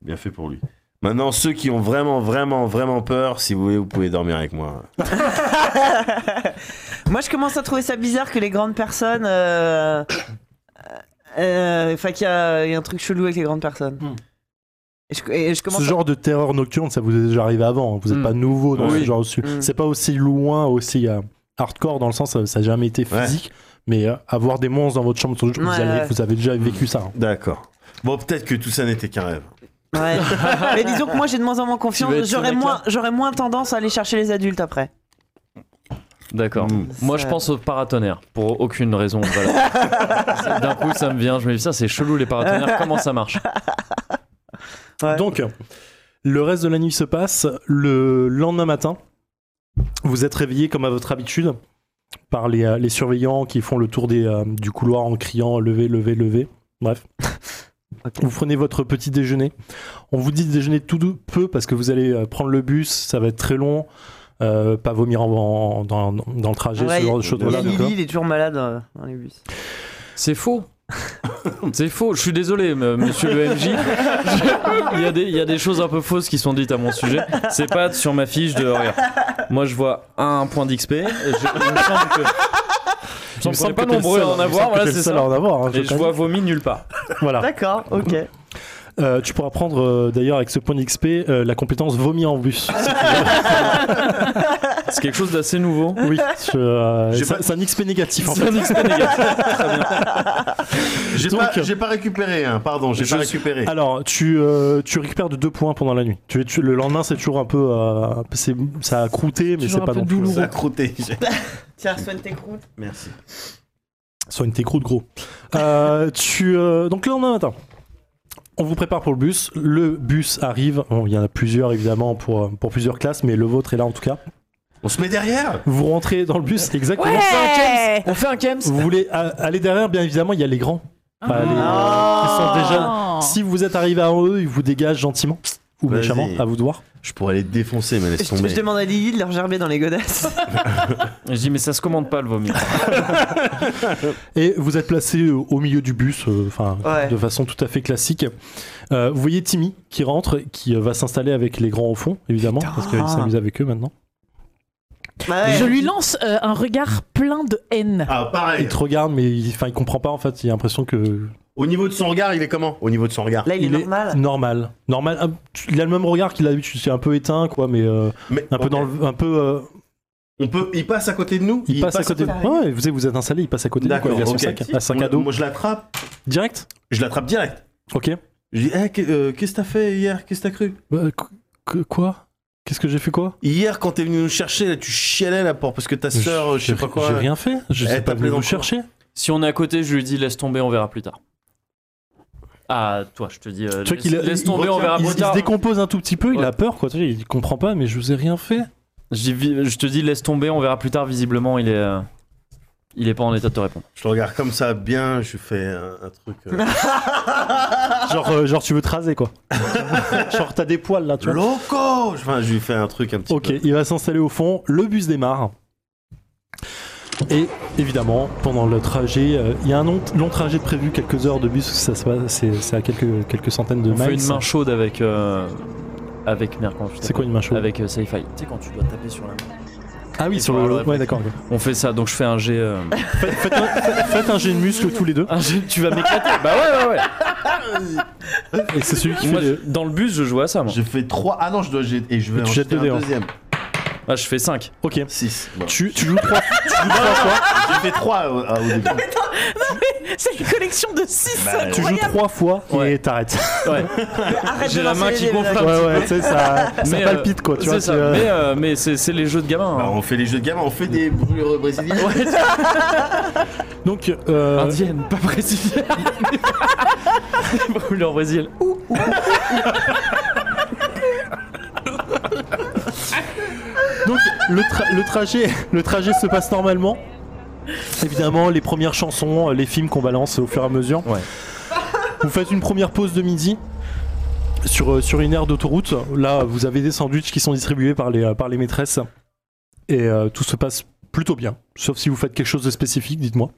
A: Bien fait pour lui. Maintenant, ceux qui ont vraiment, vraiment, vraiment peur, si vous voulez, vous pouvez dormir avec moi.
C: Moi, je commence à trouver ça bizarre que les grandes personnes. euh, euh, Enfin, qu'il y, a il y a un truc chelou avec les grandes personnes.
E: Hmm.
C: Et, je, et je
E: Ce
C: commence. à-
E: genre de terreur nocturne, ça vous est déjà arrivé avant. hein. Vous n'êtes
B: Mm.
E: pas nouveau dans
A: Hmm. Oui.
E: ce genre de su-
C: Mm.
E: C'est pas aussi loin, aussi euh, hardcore dans le sens euh, ça- ça n'a jamais été
A: Ouais.
E: physique. Mais euh, avoir des monstres dans votre chambre, vous,
C: Ouais,
E: avez,
C: ouais.
E: vous avez déjà vécu ça. hein.
A: D'accord. Bon, peut-être que tout ça n'était qu'un rêve.
C: Ouais. Mais disons que moi, j'ai de moins en moins confiance.
B: vas être ce
C: J'aurais
B: mec-là.
C: moins, j'aurais moins tendance à aller chercher les adultes après.
B: D'accord.
A: Mm.
B: Moi,
C: Ça-
B: je pense aux paratonnerres pour aucune raison. valable. D'un coup, ça me vient. Je me dis ça, c'est chelou les paratonnerres. Comment ça marche
C: Ouais.
E: Donc, le reste de la nuit se passe. Le lendemain matin, vous êtes réveillé comme à votre habitude par les, euh, les surveillants qui font le tour des, euh, du couloir en criant levez, levez, levez. Bref. Vous prenez votre petit déjeuner. On vous dit de déjeuner tout dou- peu parce que vous allez euh, prendre le bus, ça va être très long. euh, pas vomir en- en- dans, dans le trajet,
C: Ah Ouais,
E: ce genre de
C: Il y
E: choses-là.
C: a
E: donc, euh,
C: Lily, il est toujours malade euh, dans les bus.
B: C'est faux. C'est faux. Je suis désolé, m- monsieur le MJ. Je- Il y, a des- il y a des choses un peu fausses qui sont dites à mon sujet. C'est pas sur ma fiche de rien. Moi, je vois un point d'XP. et je- Il me semble que. Il
E: il
B: me semble
E: me semble
B: pas
E: que t'es le
B: nombreux à
E: seul-
B: en
E: il me
B: avoir.
E: semble que
B: Voilà,
E: t'es le
B: c'est
E: seul à
B: ça.
E: en avoir, hein, je
B: Et je
E: crois.
B: vois vomi nulle part.
E: Voilà.
C: D'accord, ok.
E: Euh, tu pourras prendre euh, d'ailleurs avec ce point d'XP euh, la compétence vomir en bus.
B: C'est quelque chose d'assez nouveau.
E: oui, je, euh,
A: J'ai
E: ça-
A: pas-
E: c'est un XP négatif en
B: C'est
E: fait.
B: un XP négatif.
A: J'ai
E: Donc-
A: pas, j'ai pas récupéré, hein, pardon, j'ai
E: Je
A: pas
E: suis-
A: récupéré.
E: Alors, tu, euh, tu récupères de deux points pendant la nuit. Tu, tu- le lendemain, c'est toujours un peu. euh, c'est- ça a croûté, mais
D: Toujours
E: c'est
D: un
E: pas
D: peu
E: non plus.
D: douloureux.
A: Ça a crotté. j'ai-
C: Tiens, soigne tes croûtes.
A: Merci.
E: Soit une técro de gros. Euh, tu, euh, donc, le lendemain matin, on vous prépare pour le bus. Le bus arrive. Bon, il y en a plusieurs évidemment pour, euh, pour plusieurs classes, mais le vôtre est là en tout cas.
A: On se met derrière
E: Vous rentrez dans le bus exactement.
D: Ouais
B: On fait un Kems.
E: Vous voulez a- aller derrière, bien évidemment, il y a les grands. Pas les-
D: Ah.
C: Hein.
E: Ils sont déjà- Si vous êtes arrivé à eux, ils vous dégagent gentiment. ou méchamment,
A: Vas-y.
E: à vous de voir.
A: Je pourrais les défoncer, mais laisse
C: Je,
A: tomber.
C: je demande à Lily de leur gerber dans les godasses.
B: Je dis, mais ça se commande pas le vomi.
E: Et vous êtes placé euh, au milieu du bus, euh, enfin,
C: Ouais.
E: de façon tout à fait classique. Euh, vous voyez Timmy qui rentre, qui euh, va s'installer avec les grands au fond, évidemment,
C: Putain.
E: parce qu'il s'amuse avec eux maintenant.
C: Bah ouais.
D: Je lui lance euh, un regard plein de haine.
A: Ah, pareil.
E: Il te regarde, mais il, enfin, il comprend pas en fait. Il a l'impression que
A: Au niveau de son regard, il est comment Au niveau de son regard.
C: Là, il, est normal.
E: normal, normal. un- Il a le même regard qu'il a d'habitude. C'est un peu éteint, quoi, mais euh,
A: Mais
E: un peu
A: ok.
E: dans, le- un peu. euh,
A: On peut, il passe à côté de nous.
E: il, passe, à côté.
C: côté.
E: Ouais, vous savez, vous êtes installé, il passe à côté. de vous, quoi.
A: D'accord.
E: Il a son
A: ok.
E: sac, à sac
A: Moi-
E: à dos.
A: Moi, je l'attrape.
E: Direct.
A: Je l'attrape direct.
E: Ok.
A: Je dis, Eh, qu'est- euh, qu'est-ce que t'as fait hier Qu'est-ce que t'as cru
E: Euh, qu- que- quoi Qu'est-ce que j'ai fait quoi
A: Hier, quand t'es venu nous chercher, là, tu chialais là pour parce que ta sœur, je sais
E: J'ai-
A: pas quoi.
E: J'ai rien fait. Je
A: Eh,
E: sais pas
A: t'appelais
E: venu
A: dans
E: vous
A: le coin.
E: chercher.
B: Si on est à côté, je lui dis laisse tomber, on verra plus tard. Ah, toi, je te dis euh,
E: Tu vois
B: laisse,
E: qu'il a-
B: laisse
E: il-
B: tomber, on verra
E: Il,
B: plus
E: il se
B: tard.
E: décompose un tout petit peu, il
B: Ouais.
E: a peur, quoi. Tu sais, il comprend pas, mais je vous ai rien fait.
B: Je, dis, vi- je te dis laisse tomber, on verra plus tard. Visiblement, il est, euh, il est pas en état de te répondre.
A: Je le regarde comme ça, bien. Je fais un, un truc. euh,
E: Genre, euh, genre, tu veux te raser, quoi. genre, t'as des poils là, tu vois.
A: Loco Enfin, je lui fais un truc un petit
E: Ok, il va s'installer au fond. Le bus démarre. Et évidemment, pendant le trajet, euh, il y a un long, long trajet de prévu, quelques heures de bus, ça se passe, c'est c'est à quelques, quelques centaines de
B: On fait
E: miles.
B: une main chaude avec. euh, avec merde, comment je
E: C'est quoi une main chaude
B: Avec euh, sci-fi. Tu sais, quand tu dois taper sur la main.
E: Ah oui,
B: Et
E: sur
B: pour
E: le.
B: avoir le
E: Ouais, d'accord.
B: On fait ça, donc je fais un jet. euh,
E: Faites, faites un- faites un jet de muscle tous les deux.
B: un jet, tu vas m'éclater. bah ouais, ouais, ouais.
E: Et c'est celui qui
B: Moi,
E: fait. le-
B: je- dans le bus, je joue à ça, moi.
A: Je fais 3. Ah non, je dois jeter. Et je vais
E: Tu
A: en
E: jettes
A: jeter
E: deux dés,
A: un
E: hein.
A: deuxième.
B: Ah, je fais 5.
E: Ok.
A: 6.
E: Tu, tu joues trois.
A: J'ai fait 3 au, ah, au début.
D: C'est une collection de 6
A: Bah,
E: Tu joues trois fois
B: Ouais.
E: et t'arrêtes.
B: Ouais. J'ai la main qui gonfle.
E: Ouais, ouais, tu sais, ça, ça
B: Mais, euh,
E: palpite quoi, tu vois.
B: C'est
E: tu,
B: ça.
E: euh,
B: Mais, euh, mais c'est c'est les jeux de gamins.
A: Bah,
B: hein.
A: on fait les jeux de gamme, on fait des brûlures brésiliennes.
E: Donc, euh,
B: Indienne, pas brésilienne. Brûlé en Brésil.
E: donc le, tra- le trajet, le trajet se passe normalement. Évidemment, les premières chansons, euh, les films qu'on balance au fur et à mesure.
B: Ouais.
E: Vous faites une première pause de midi sur, euh, sur une aire d'autoroute. Là, vous avez des sandwichs qui sont distribués par les, euh, par les maîtresses. Et euh, tout se passe plutôt bien. Sauf si vous faites quelque chose de spécifique, dites-moi.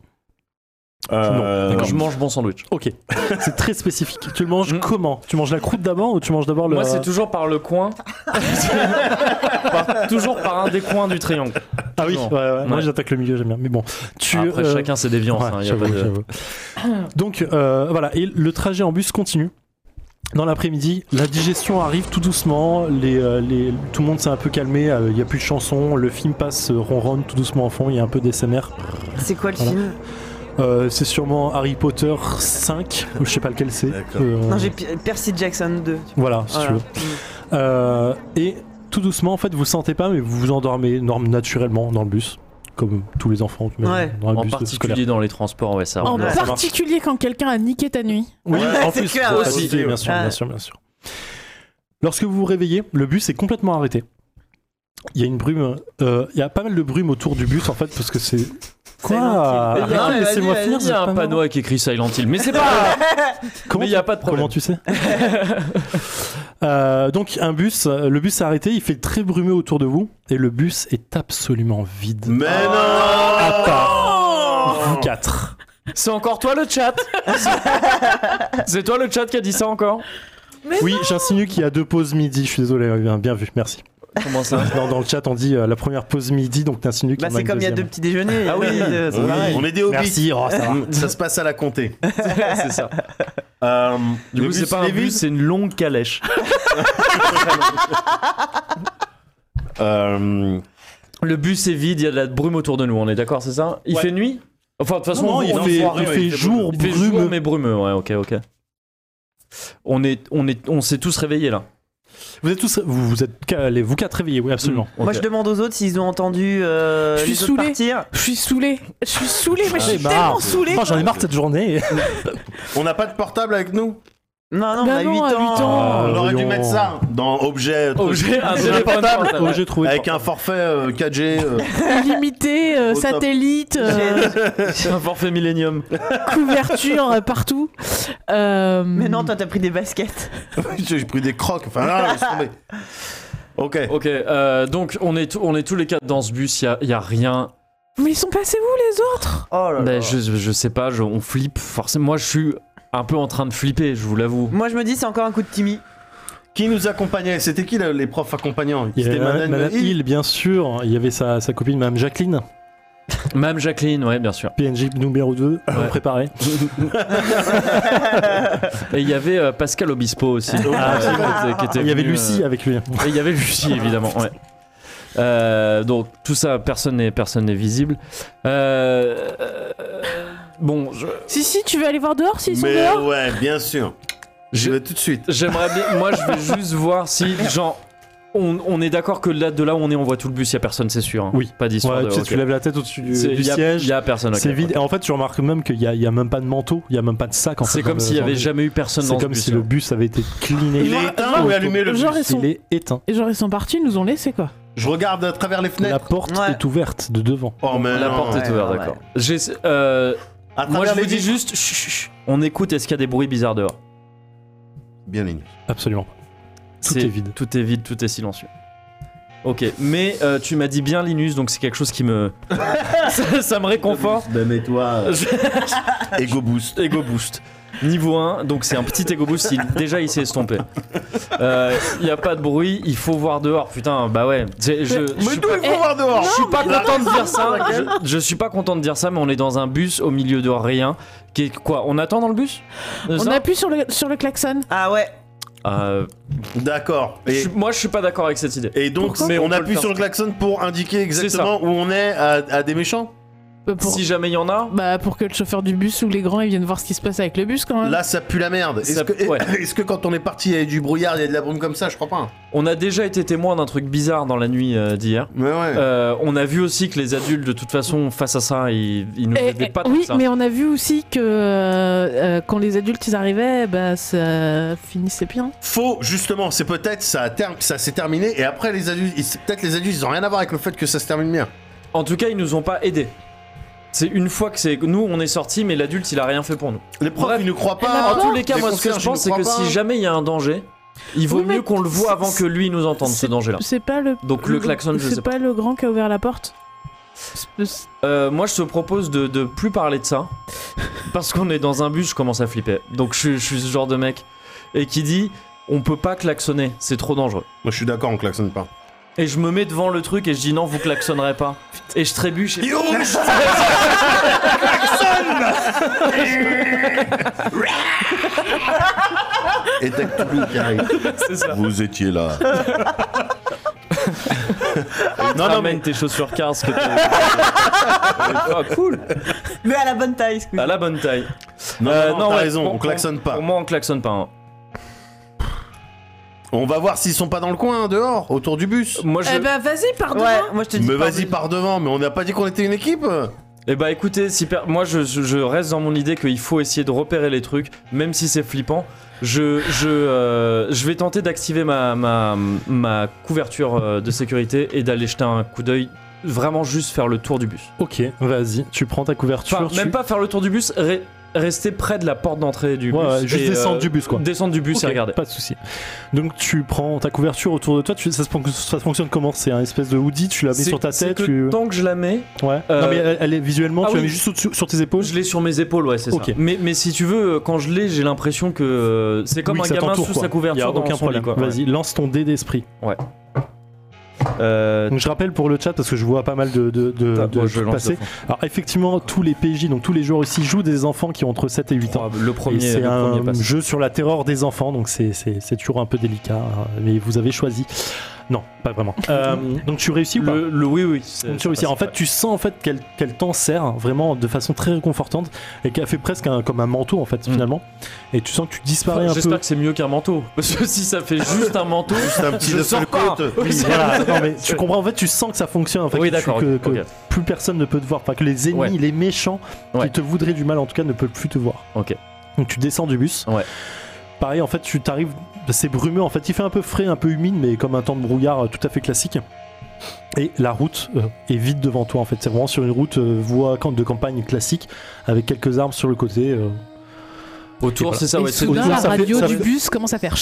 A: Euh,
B: D'accord, je mange bon sandwich.
E: Ok, c'est très spécifique. Tu le manges
B: Mm.
E: comment Tu manges la croûte d'abord ou tu manges d'abord le.
B: Moi, c'est toujours par le coin. Par- toujours par un des coins du triangle.
E: Ah oui, ouais,
B: Non.
E: ouais, moi
B: Ouais.
E: j'attaque le milieu, j'aime bien. Mais bon, tu.
B: Après,
E: euh,
B: chacun ses déviances.
E: ouais,
B: hein, y a
E: j'avoue,
B: pas de-
E: j'avoue. Donc euh, voilà, et le trajet en bus continue. Dans l'après-midi, la digestion arrive tout doucement, les, euh, les- tout le monde s'est un peu calmé, euh, il n'y a plus de chansons, le film passe, euh, ronronne tout doucement en fond, il y a un peu d'SMR.
C: C'est quoi le
E: Voilà.
C: film
E: Euh, c'est sûrement Harry Potter 5, je sais pas lequel c'est.
A: D'accord.
E: Euh, on-
C: Non, j'ai P- Percy Jackson 2.
E: Voilà, si tu
C: Voilà. Mm.
E: veux. Euh, et tout doucement, en fait, vous sentez pas, mais vous vous endormez norm- naturellement dans le bus, comme tous les enfants tu mets
C: Ouais.
E: dans le
B: En
E: bus de scolaire. Oh,
B: particulier dans les transports, Ah, ouais, ça.
D: En
C: Ouais,
E: ça marche.
D: particulier quand quelqu'un a niqué ta nuit.
E: Oui,
A: Ouais,
E: en
C: c'est
E: plus,
C: clair,
E: pour
A: aussi.
E: faciliter, bien sûr,
C: Ouais.
E: bien sûr, bien sûr. Lorsque vous vous réveillez, le bus est complètement arrêté. Il y a une brume, euh, il y a pas mal de brume autour du bus en fait, parce que c'est Ah, quoi
C: gentil.
E: Arrête,
B: Non, mais
E: Laissez-moi
C: vas-y,
E: finir.
B: Il y a
E: c'est
B: un
E: pas
B: panneau
E: marrant.
B: avec écrit Silent Hill, mais c'est pas.
C: Bah,
E: Comment
B: mais il n'y a pas de problème.
E: Comment tu sais Euh, Donc un bus, euh, le bus est arrêté, il fait très brumeux autour de vous et le bus est absolument vide.
A: Mais
E: À part
A: non
E: vous quatre.
B: C'est encore toi le chat. c'est toi le chat qui a dit ça encore.
E: oui, j'insinue qu'il y a deux pauses midi. Je suis désolé, ouais, bien, bien vu, merci.
B: Comment ça
E: Non, dans le chat, on dit euh, la première pause midi, donc t'insinues
C: Bah,
E: qu'il y en a
C: c'est
E: une
C: comme il y a deux
E: deuxième.
C: petits déjeuners.
B: Ah oui,
C: euh, c'est
A: Oui,
C: pareil.
A: On est des hobbits.
E: Merci, oh, ça va.
A: Ça se passe à la comté.
B: C'est ça.
A: Euh,
B: Du
A: le
B: coup, c'est
A: bus
B: pas un
A: Lévis,
B: bus, c'est une longue calèche.
A: euh,
B: Le bus est vide, il y a de la brume autour de nous, on est d'accord, c'est ça Il
E: Ouais.
B: fait nuit Enfin, de toute façon,
E: Non,
B: on-
E: il
B: on
E: fait-
B: voit-
E: il
B: ouais,
E: fait jour
B: il fait
E: brumeux.
B: jour, mais brumeux, ouais, ok, ok. On est, on est, on s'est tous réveillés là.
E: Vous êtes tous, vous, vous êtes ca- les- vous quatre réveillés, oui, absolument.
B: Ok.
C: Moi, je demande aux autres s'ils ont entendu euh,
D: Je suis
C: les autres
D: saoulée.
C: partir.
D: Je suis saoulée. Je suis
E: Ah,
D: saoulée, mais je suis
E: bah, J'en ai marre.
D: tellement saoulée.
E: Oh, J'en ai marre de cette journée.
A: on n'a pas de portable avec nous
C: Non, non, on
D: Bah
C: a
D: non,
C: 8
D: à
C: ans.
D: huit ans.
E: Ah,
A: on aurait dû
E: voyons.
A: mettre ça dans objet, truc,
B: Objet, un
A: Objet
B: téléphone
A: portable.
B: portable.
E: Oh, j'ai trouvé.
A: avec un forfait euh, 4G. euh,
D: Illimité, euh,
A: Au top.
D: satellite, euh,
B: un forfait Millennium.
D: couverture euh, partout. Euh,
C: Mais non, toi, t'as pris des baskets.
A: J'ai pris des crocs. Enfin, là, laisse tomber. Ok.
B: Ok, euh, donc on est, tou- on est tous les quatre dans ce bus, il n'y a, rien.
D: Mais ils sont passés où les autres
C: Oh là là.
B: Ben, je, je sais pas, je- on flippe. Forcément, moi je suis un peu en train de flipper, je vous l'avoue.
C: Moi, je me dis, c'est encore un coup de Timmy.
A: Qui nous accompagnait C'était qui là, les profs accompagnants
E: Il y
A: C'était
E: avait Madame,
A: Madame Hill.
E: Hill, bien sûr. Il y avait sa, sa copine, Madame Jacqueline,
B: Même Jacqueline, ouais, bien sûr.
E: PNJ numéro 2,
B: Ouais.
E: préparée.
B: Et il y avait euh, Pascal Obispo aussi. Euh,
E: Ah,
B: qui
E: c'est vrai.
B: était- qui était
E: Il y avait
B: venu,
E: Lucie
B: euh,
E: avec lui.
B: Et il y avait Lucie, évidemment. ouais. Euh, donc tout ça, personne n'est personne n'est visible. Euh, euh, bon, je-
D: Si, si, tu veux aller voir dehors s'ils sont
A: Mais
D: dehors
A: ouais, bien sûr. Je vais tout de suite.
B: j'aimerais bien. Moi, je veux juste voir si, genre, on, on est d'accord que là, de là où on est, on voit tout le bus, il y a personne, c'est sûr. hein.
E: Oui.
B: Pas d'histoire.
E: Ouais,
B: de-
E: tu, sais,
B: ok.
E: tu lèves la tête au-dessus du,
B: C'est-
E: du
B: y a-
E: siège.
B: y a personne. ok.
E: c'est vide. Et en fait, tu remarques même qu'il n'y a, il y a même pas de manteau, il n'y a même pas de sac. en fait,
B: C'est
E: dans
B: comme
E: le-
B: s'il y
E: dans
B: avait
E: le-
B: jamais eu personne
E: C'est
B: dans
E: comme
B: ce bus.
E: si le bus avait été cleané.
A: Il est éteint ou allumé le
D: Genre,
A: bus
D: ils sont,
E: Il est éteint.
D: genre, ils sont partis, ils nous ont laissés quoi.
A: Je regarde à travers les fenêtres.
E: La porte
C: Ouais.
E: est ouverte de devant.
A: Oh, mais
B: La
A: non.
B: porte est
C: Ouais,
B: ouverte,
C: ouais.
B: d'accord. J'ai- euh,
A: À
B: moi, je
A: travers
B: vous
A: les
B: dis
A: vitres.
B: juste, chut, chut, chut. on écoute, est-ce qu'il y a des bruits bizarres dehors
A: Bien ligne.
E: Absolument. pas. Tout
B: C'est-
E: est... vide.
B: Tout est vide, tout est silencieux. Ok, mais euh, tu m'as dit bien Linus, donc c'est quelque chose qui me. ça, ça me réconforte.
A: Ben, mais toi, Ego Boost.
B: Ego boost. Niveau 1, donc c'est un petit ego boost, il- déjà il s'est estompé. Euh, Il n'y a pas de bruit, il faut voir dehors, putain, bah ouais. c'est- Je, je
A: Mais
B: suis
A: d'où
B: pas-
A: il faut voir dehors
B: Je suis pas
A: La
B: content de dire ça.
A: raison pour laquelle-
B: Je, je suis pas content de dire ça, mais on est dans un bus au milieu de rien. Qui est quoi On attend dans le bus Euh,
D: On
B: ça
D: appuie sur le, sur le klaxon.
C: Ah ouais.
B: Euh,
A: D'accord.
B: je
A: Et,
B: suis- Moi, je suis pas d'accord avec cette idée.
A: et donc,
B: Pourquoi
A: mais on
B: On peut le
A: appuie
B: faire.
A: sur le klaxon pour indiquer exactement où on est à, à des méchants
D: Euh, Pour,
B: Si jamais il y en a,
D: bah, pour que le chauffeur du bus ou les grands ils viennent voir ce qui se passe avec le bus quand même.
A: Là, ça pue la merde. Est-ce
B: Ça-
A: que,
B: ouais.
A: est-ce que quand on est parti, il y avait du brouillard, il y a de la brume comme ça Je crois pas.
B: on a déjà été témoin d'un truc bizarre dans la nuit euh, d'hier.
A: Mais ouais.
B: Euh, on a vu aussi que les adultes, de toute façon, face à ça, ils, ils nous
D: Eh,
B: aidaient
D: eh,
B: pas
D: oui,
B: tout ça.
D: mais on a vu aussi que euh, euh, quand les adultes ils arrivaient, bah ça finissait bien.
A: Faux, justement, c'est peut-être ça à terme que ça s'est terminé et après les adultes, ils- c'est peut-être les adultes, ils ont rien à voir avec le fait que ça se termine bien.
B: En tout cas, ils nous ont pas aidés. C'est une fois que c'est nous, on est sortis, mais l'adulte, il a rien fait pour nous.
A: Les profs,
B: Bref.
A: ils ne croient
D: la
A: pas.
B: Eh, En tous les cas,
A: Les
B: moi, ce que
A: concierges,
B: je
A: ils
B: pense,
A: nous
B: c'est que
A: croient pas.
B: si jamais il y a un danger, il vaut
D: Oui, mais
B: mieux qu'on le voit
D: c'est-
B: avant que lui nous entende ce
D: c'est-
B: danger-là.
D: C'est pas le
B: Donc le klaxon, je
D: c'est
B: sais
D: pas le grand qui a ouvert la porte.
B: Euh, moi, je te propose de, de plus parler de ça. Parce qu'on est dans un bus, je commence à flipper. Donc, je, suis- je suis ce genre de mec. Et qui dit on peut pas klaxonner, c'est trop dangereux.
A: Moi, je suis d'accord, on klaxonne pas.
B: Et je me mets devant le truc et je dis non, vous klaxonnerez pas. Et je trébuche. Et...
A: Et t'as que Toulouse qui arrive.
B: C'est ça.
A: Vous étiez là.
B: Non, non,
A: Ramène
B: mais... tes chaussures Cars. Que ah, cool. Ah,
C: Mais à la bonne taille, ce coup.
B: À la bonne taille.
A: Non,
B: Euh,
A: non, non, t'as
B: ouais,
A: raison,
B: pour-
A: on klaxonne pas.
B: Pour moi, on klaxonne pas. hein.
A: On va voir s'ils sont pas dans le coin, dehors, autour du bus.
B: Moi, je.
D: Eh bah vas-y, pardon.
C: Ouais, moi, je te dis.
A: Euh, Mais
C: pas
A: vas-y,
C: de-
A: par devant, mais on n'a pas dit qu'on était une équipe
B: Eh bah écoutez, si per- moi je, je- je reste dans mon idée qu'il faut essayer de repérer les trucs, même si c'est flippant. Je, je, euh, je vais tenter d'activer ma, ma, ma couverture euh, de sécurité et d'aller jeter un coup d'œil, vraiment juste faire le tour du bus.
E: Ok, vas-y. Tu prends ta couverture.
B: Enfin,
E: tu-
B: même pas faire le tour du bus, re- rester près de la porte d'entrée du
E: Ouais,
B: bus.
E: ouais, juste
B: et, euh,
E: descendre du bus, quoi.
B: Descendre du bus
E: Ok,
B: et regarder.
E: Pas de souci. Donc tu prends ta couverture autour de toi. Tu... Ça, se... fon- ça fonctionne comment C'est un espèce de hoodie. Tu la mets
B: C'est-
E: sur ta
B: c'est
E: tête.
B: que
E: Tu...
B: Tant que je la mets,
E: Ouais.
B: Euh,
E: Non mais elle, elle est visuellement.
B: ah
E: tu la
B: oui.
E: mets juste au-dessus- sur tes épaules.
B: je l'ai sur mes épaules, ouais, c'est
E: Ok.
B: ça. Mais, mais si tu veux, euh, quand je l'ai, j'ai l'impression que euh, c'est comme
E: Oui,
B: un
E: ça
B: gamin
E: t'entoure,
B: sous
E: quoi.
B: sa couverture
E: Y a
B: dans
E: aucun
B: son
E: problème.
B: lit, quoi.
E: Vas-y, lance ton dé d'esprit.
B: Euh,
E: Donc je rappelle pour le chat parce que je vois pas mal de, de, de,
B: Putain,
E: de
B: moi, je
E: trucs
B: lance
E: passer.
B: le fond.
E: Alors effectivement tous les PJ donc tous les joueurs ici jouent des enfants qui ont entre 7 et 8 ans.
B: Le
E: Et
B: premier,
E: c'est
B: le premier
E: un
B: passe.
E: jeu sur la terreur des enfants donc c'est- c'est c'est toujours un peu délicat hein, mais vous avez choisi. Non pas vraiment. Euh, donc tu réussis ou pas
B: Le, le- oui, oui.
E: Donc,
B: c'est-
E: tu réussis.
B: ça
E: En
B: passe,
E: fait, tu sens en fait qu'elle qu'elle t'en sert vraiment de façon très réconfortante et qu'elle fait presque un- comme un manteau en fait
B: Mm.
E: finalement. Et tu sens que tu disparais
B: ouais.
E: un peu.
B: J'espère que c'est mieux qu'un manteau. Parce que si ça fait juste un manteau,
A: Juste un petit
B: je
A: de
B: sors pas.
A: côte.
B: Oui,
E: Oui,
B: c'est-
E: voilà. Non, mais tu
B: c'est-
E: comprends en fait, tu sens que ça fonctionne. En fait,
B: Oui,
E: que tu-
B: d'accord.
E: que,
B: ok,
E: que
B: ok.
E: plus personne ne peut te voir, pas que les ennemis,
B: Ouais.
E: les méchants
B: Ouais.
E: qui te voudraient du mal en tout cas ne peuvent plus te voir.
B: Ok.
E: Donc tu descends du bus.
B: Ouais.
E: Pareil, en fait, tu t'arrives, c'est brumeux. En fait, il fait un peu frais, un peu humide, mais comme un temps de brouillard euh, tout à fait classique. Et la route euh, est vide devant toi. En fait, c'est vraiment sur une route euh, voie camp- de campagne classique avec quelques arbres sur le côté. euh.
B: Autour,
E: voilà.
B: c'est ça,
D: Et
B: ouais. c'est-
D: soudain,
E: au-
D: la
E: ça fait-
D: radio
E: ça
D: du
E: fait-
D: bus commence à faire.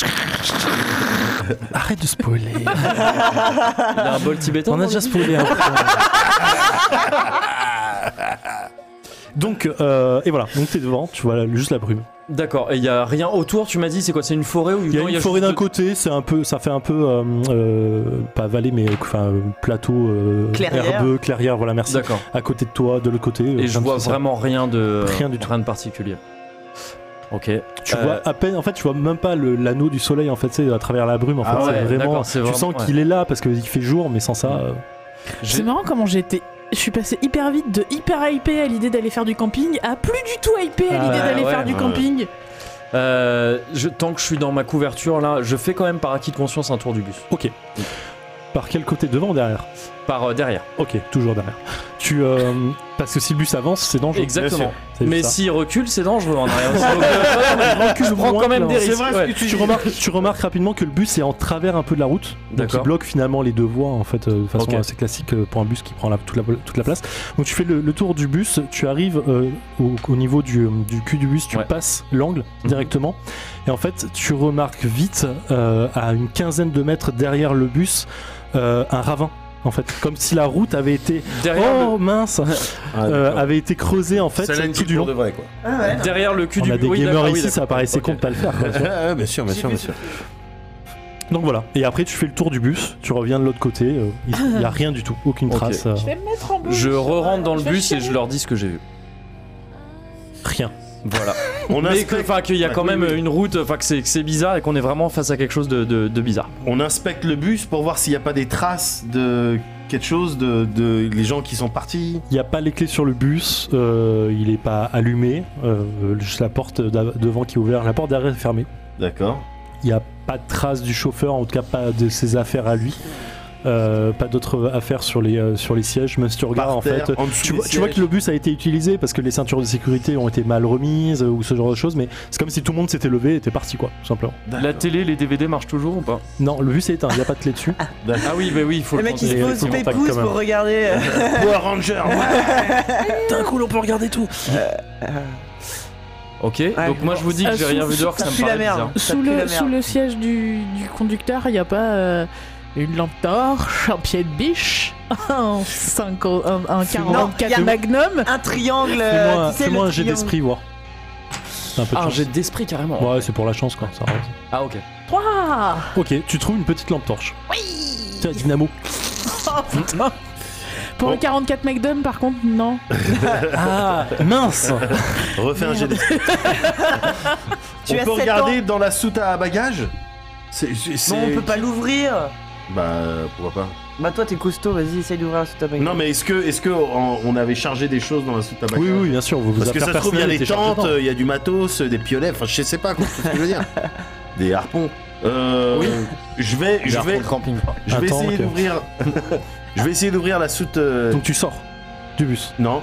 E: Arrête de spoiler.
B: Il a un bol tibétain.
E: On a
B: dans
E: déjà
B: le-
E: spoilé. un peu. Donc, euh, et voilà. Donc t'es devant. Tu vois là, juste la brume.
B: D'accord, et il y a rien autour, tu m'as dit, c'est quoi C'est une forêt ou
E: Il y a une forêt d'un côté, c'est un peu, ça fait un peu euh, euh, pas vallée, mais euh, enfin euh, plateau euh,
F: Clairière.
E: herbeux, clairière. Voilà, merci.
B: D'accord.
E: À côté de toi, de l'autre côté. euh,
B: Et je
E: comme
B: vois
E: ça, ça-
B: vraiment rien de
E: Rien du tout.
B: de particulier. Ok.
E: Tu
B: Euh,
E: vois à peine. En fait, tu vois même pas le- l'anneau du soleil. En fait, c'est à travers la brume. En
B: Ah
E: fait,
B: ouais,
E: c'est vraiment.
B: d'accord, c'est
E: Tu
B: vraiment-
E: sens qu'il est là parce qu'il fait jour, mais sans ça. euh,
B: J'ai-
D: C'est marrant comment j'étais. Je suis passé hyper vite de hyper hypé à l'idée d'aller faire du camping à plus du tout hypé à
E: Ah,
D: l'idée
B: ouais,
D: d'aller
B: ouais,
D: faire du
A: ouais.
D: camping.
B: Euh, je- tant que je suis dans ma couverture là, je fais quand même par acquis de conscience un tour du bus.
E: Par quel côté Devant ou derrière
B: Par euh, derrière.
E: Ok, toujours derrière. Tu euh, parce que si le bus avance, c'est dangereux.
B: Exactement.
E: C'est
B: Mais
E: ça.
B: s'il recule, c'est dangereux hein, en arrière. Donc, euh, je prends quand même des
A: C'est
B: risques.
A: vrai
B: ouais.
A: ce que tu
E: Tu
A: dis.
E: remarques, tu remarques rapidement que le bus est en travers un peu de la route, donc il
B: D'accord.
E: bloque finalement les deux voies en fait euh, de façon
B: Ok.
E: assez classique euh, pour un bus qui prend la- toute, la, toute la place. Donc tu fais le, le tour du bus, tu arrives euh, au, au niveau du, euh, du cul du bus, tu
B: Ouais.
E: passes l'angle
B: Mhm.
E: directement et en fait tu remarques vite euh, à une quinzaine de mètres derrière le bus euh, un ravin en fait, comme si la route avait été
B: Derrière,
E: oh mince
A: Ah,
E: euh,
A: d'accord.
E: avait été creusée en fait
A: Ça l'a une
E: tout
A: petite
E: du
A: pour
E: long.
A: de vrai, quoi.
F: Ah ouais.
B: le, derrière le cul
E: On
B: du
E: a des
B: oui,
E: gamers
B: d'accord, oui,
E: ici, ça
B: d'accord.
E: paraissait
B: Ok.
E: con de pas le faire. quoi.
A: Ah, ouais, bien sûr, bien sûr, bien sûr.
E: Donc voilà, et après tu fais le tour du bus, tu reviens de l'autre côté, euh, il n'y a rien du tout, aucune
B: Ok.
E: trace, euh,
D: Je vais me mettre en bouche.
B: Je re-rentre dans le
D: vais
B: bus et
D: chialer.
B: je leur dis ce que j'ai vu.
E: rien.
B: Voilà.
A: On,
B: Mais que-
A: inspecte,
B: enfin, qu'il y a
A: Ouais,
B: quand
A: oui,
B: même
A: oui.
B: une route, enfin que c'est que c'est bizarre et qu'on est vraiment face à quelque chose de, de- de bizarre.
A: on inspecte le bus pour voir s'il n'y a pas des traces de quelque chose, de, de les gens qui sont partis.
E: Il n'y a pas les clés sur le bus, euh, il n'est pas allumé, euh, juste la porte d'av- devant qui est ouverte, la porte derrière est fermée.
A: D'accord.
E: Il n'y a pas de trace du chauffeur, en tout cas pas de ses affaires à lui. Euh, pas d'autres affaires sur les, euh, sur les sièges, même si tu regardes
A: Par
E: en
A: terre,
E: fait.
A: en dessous
E: Tu
A: des
E: vois, tu vois
A: sièges.
E: que le bus a été utilisé parce que les ceintures de sécurité ont été mal remises euh, ou ce genre de choses, mais c'est comme si tout le monde s'était levé et était parti quoi, tout simplement.
B: La
A: D'accord.
B: télé, les DVD marchent toujours ou pas
E: Non, le bus est éteint, il n'y a pas de clé dessus.
A: D'accord.
B: Ah oui, mais oui, il faut
C: Le
B: le
C: mec, il se
E: Et
C: pose
E: les contacts,
C: pépouze
E: quand même.
C: pour regarder. euh,
A: Power Ranger. ouais.
E: D'un coup, on peut regarder tout.
C: euh,
B: Ok, donc moi je vous dis que
D: Euh,
B: j'ai rien
D: sous-
B: vu dehors, que
C: ça
B: ça me
C: pue la
B: paraît
C: merde.
B: bizarre.
C: Ça
D: Sous
C: pue la
D: le,
C: merde.
D: sous le siège du, du conducteur, il n'y a pas euh, une lampe torche, un pied de biche, un, 5 un, un
E: Fais-moi-
D: 44
C: Non, y a-
D: magnum.
C: un triangle. euh,
E: Fais-moi
C: tu sais,
E: fais-moi
C: le
E: un jet
C: triangle.
E: d'esprit, voir. C'est un peu de
B: Ah,
E: chance.
B: j'ai d'esprit carrément.
E: Ouais, c'est pour la chance, quoi. Ça arrête.
B: Ah ok.
D: 3
E: ok, tu trouves une petite lampe torche. Oui Tiens, dynamo.
D: Pour le
A: Bon.
D: 44 magnum, par contre, non.
E: Ah, mince
A: Refais un jet. de-
C: Tu as
A: on peut
C: 7
A: regarder dans la soute à bagages. C'est,
C: Non, on peut pas l'ouvrir.
A: Bah euh, pourquoi pas.
C: Bah, toi, t'es costaud, vas-y, essaye d'ouvrir la sous-tabac.
A: Non mais est-ce que est-ce que on on avait chargé des choses dans la soute à bagages
E: Oui, oui, bien sûr. Vous vous
A: Parce que ça se trouve, il y a des tentes, euh, il y a du matos, euh, des piolets, enfin je sais pas quoi, c'est ce que je veux dire. Des harpons. Euh, Je vais, je vais,
B: camping.
A: je vais
E: Attends,
A: essayer
E: ok.
A: d'ouvrir. je vais essayer d'ouvrir la soute. euh,
E: Donc tu sors du bus.
A: Non.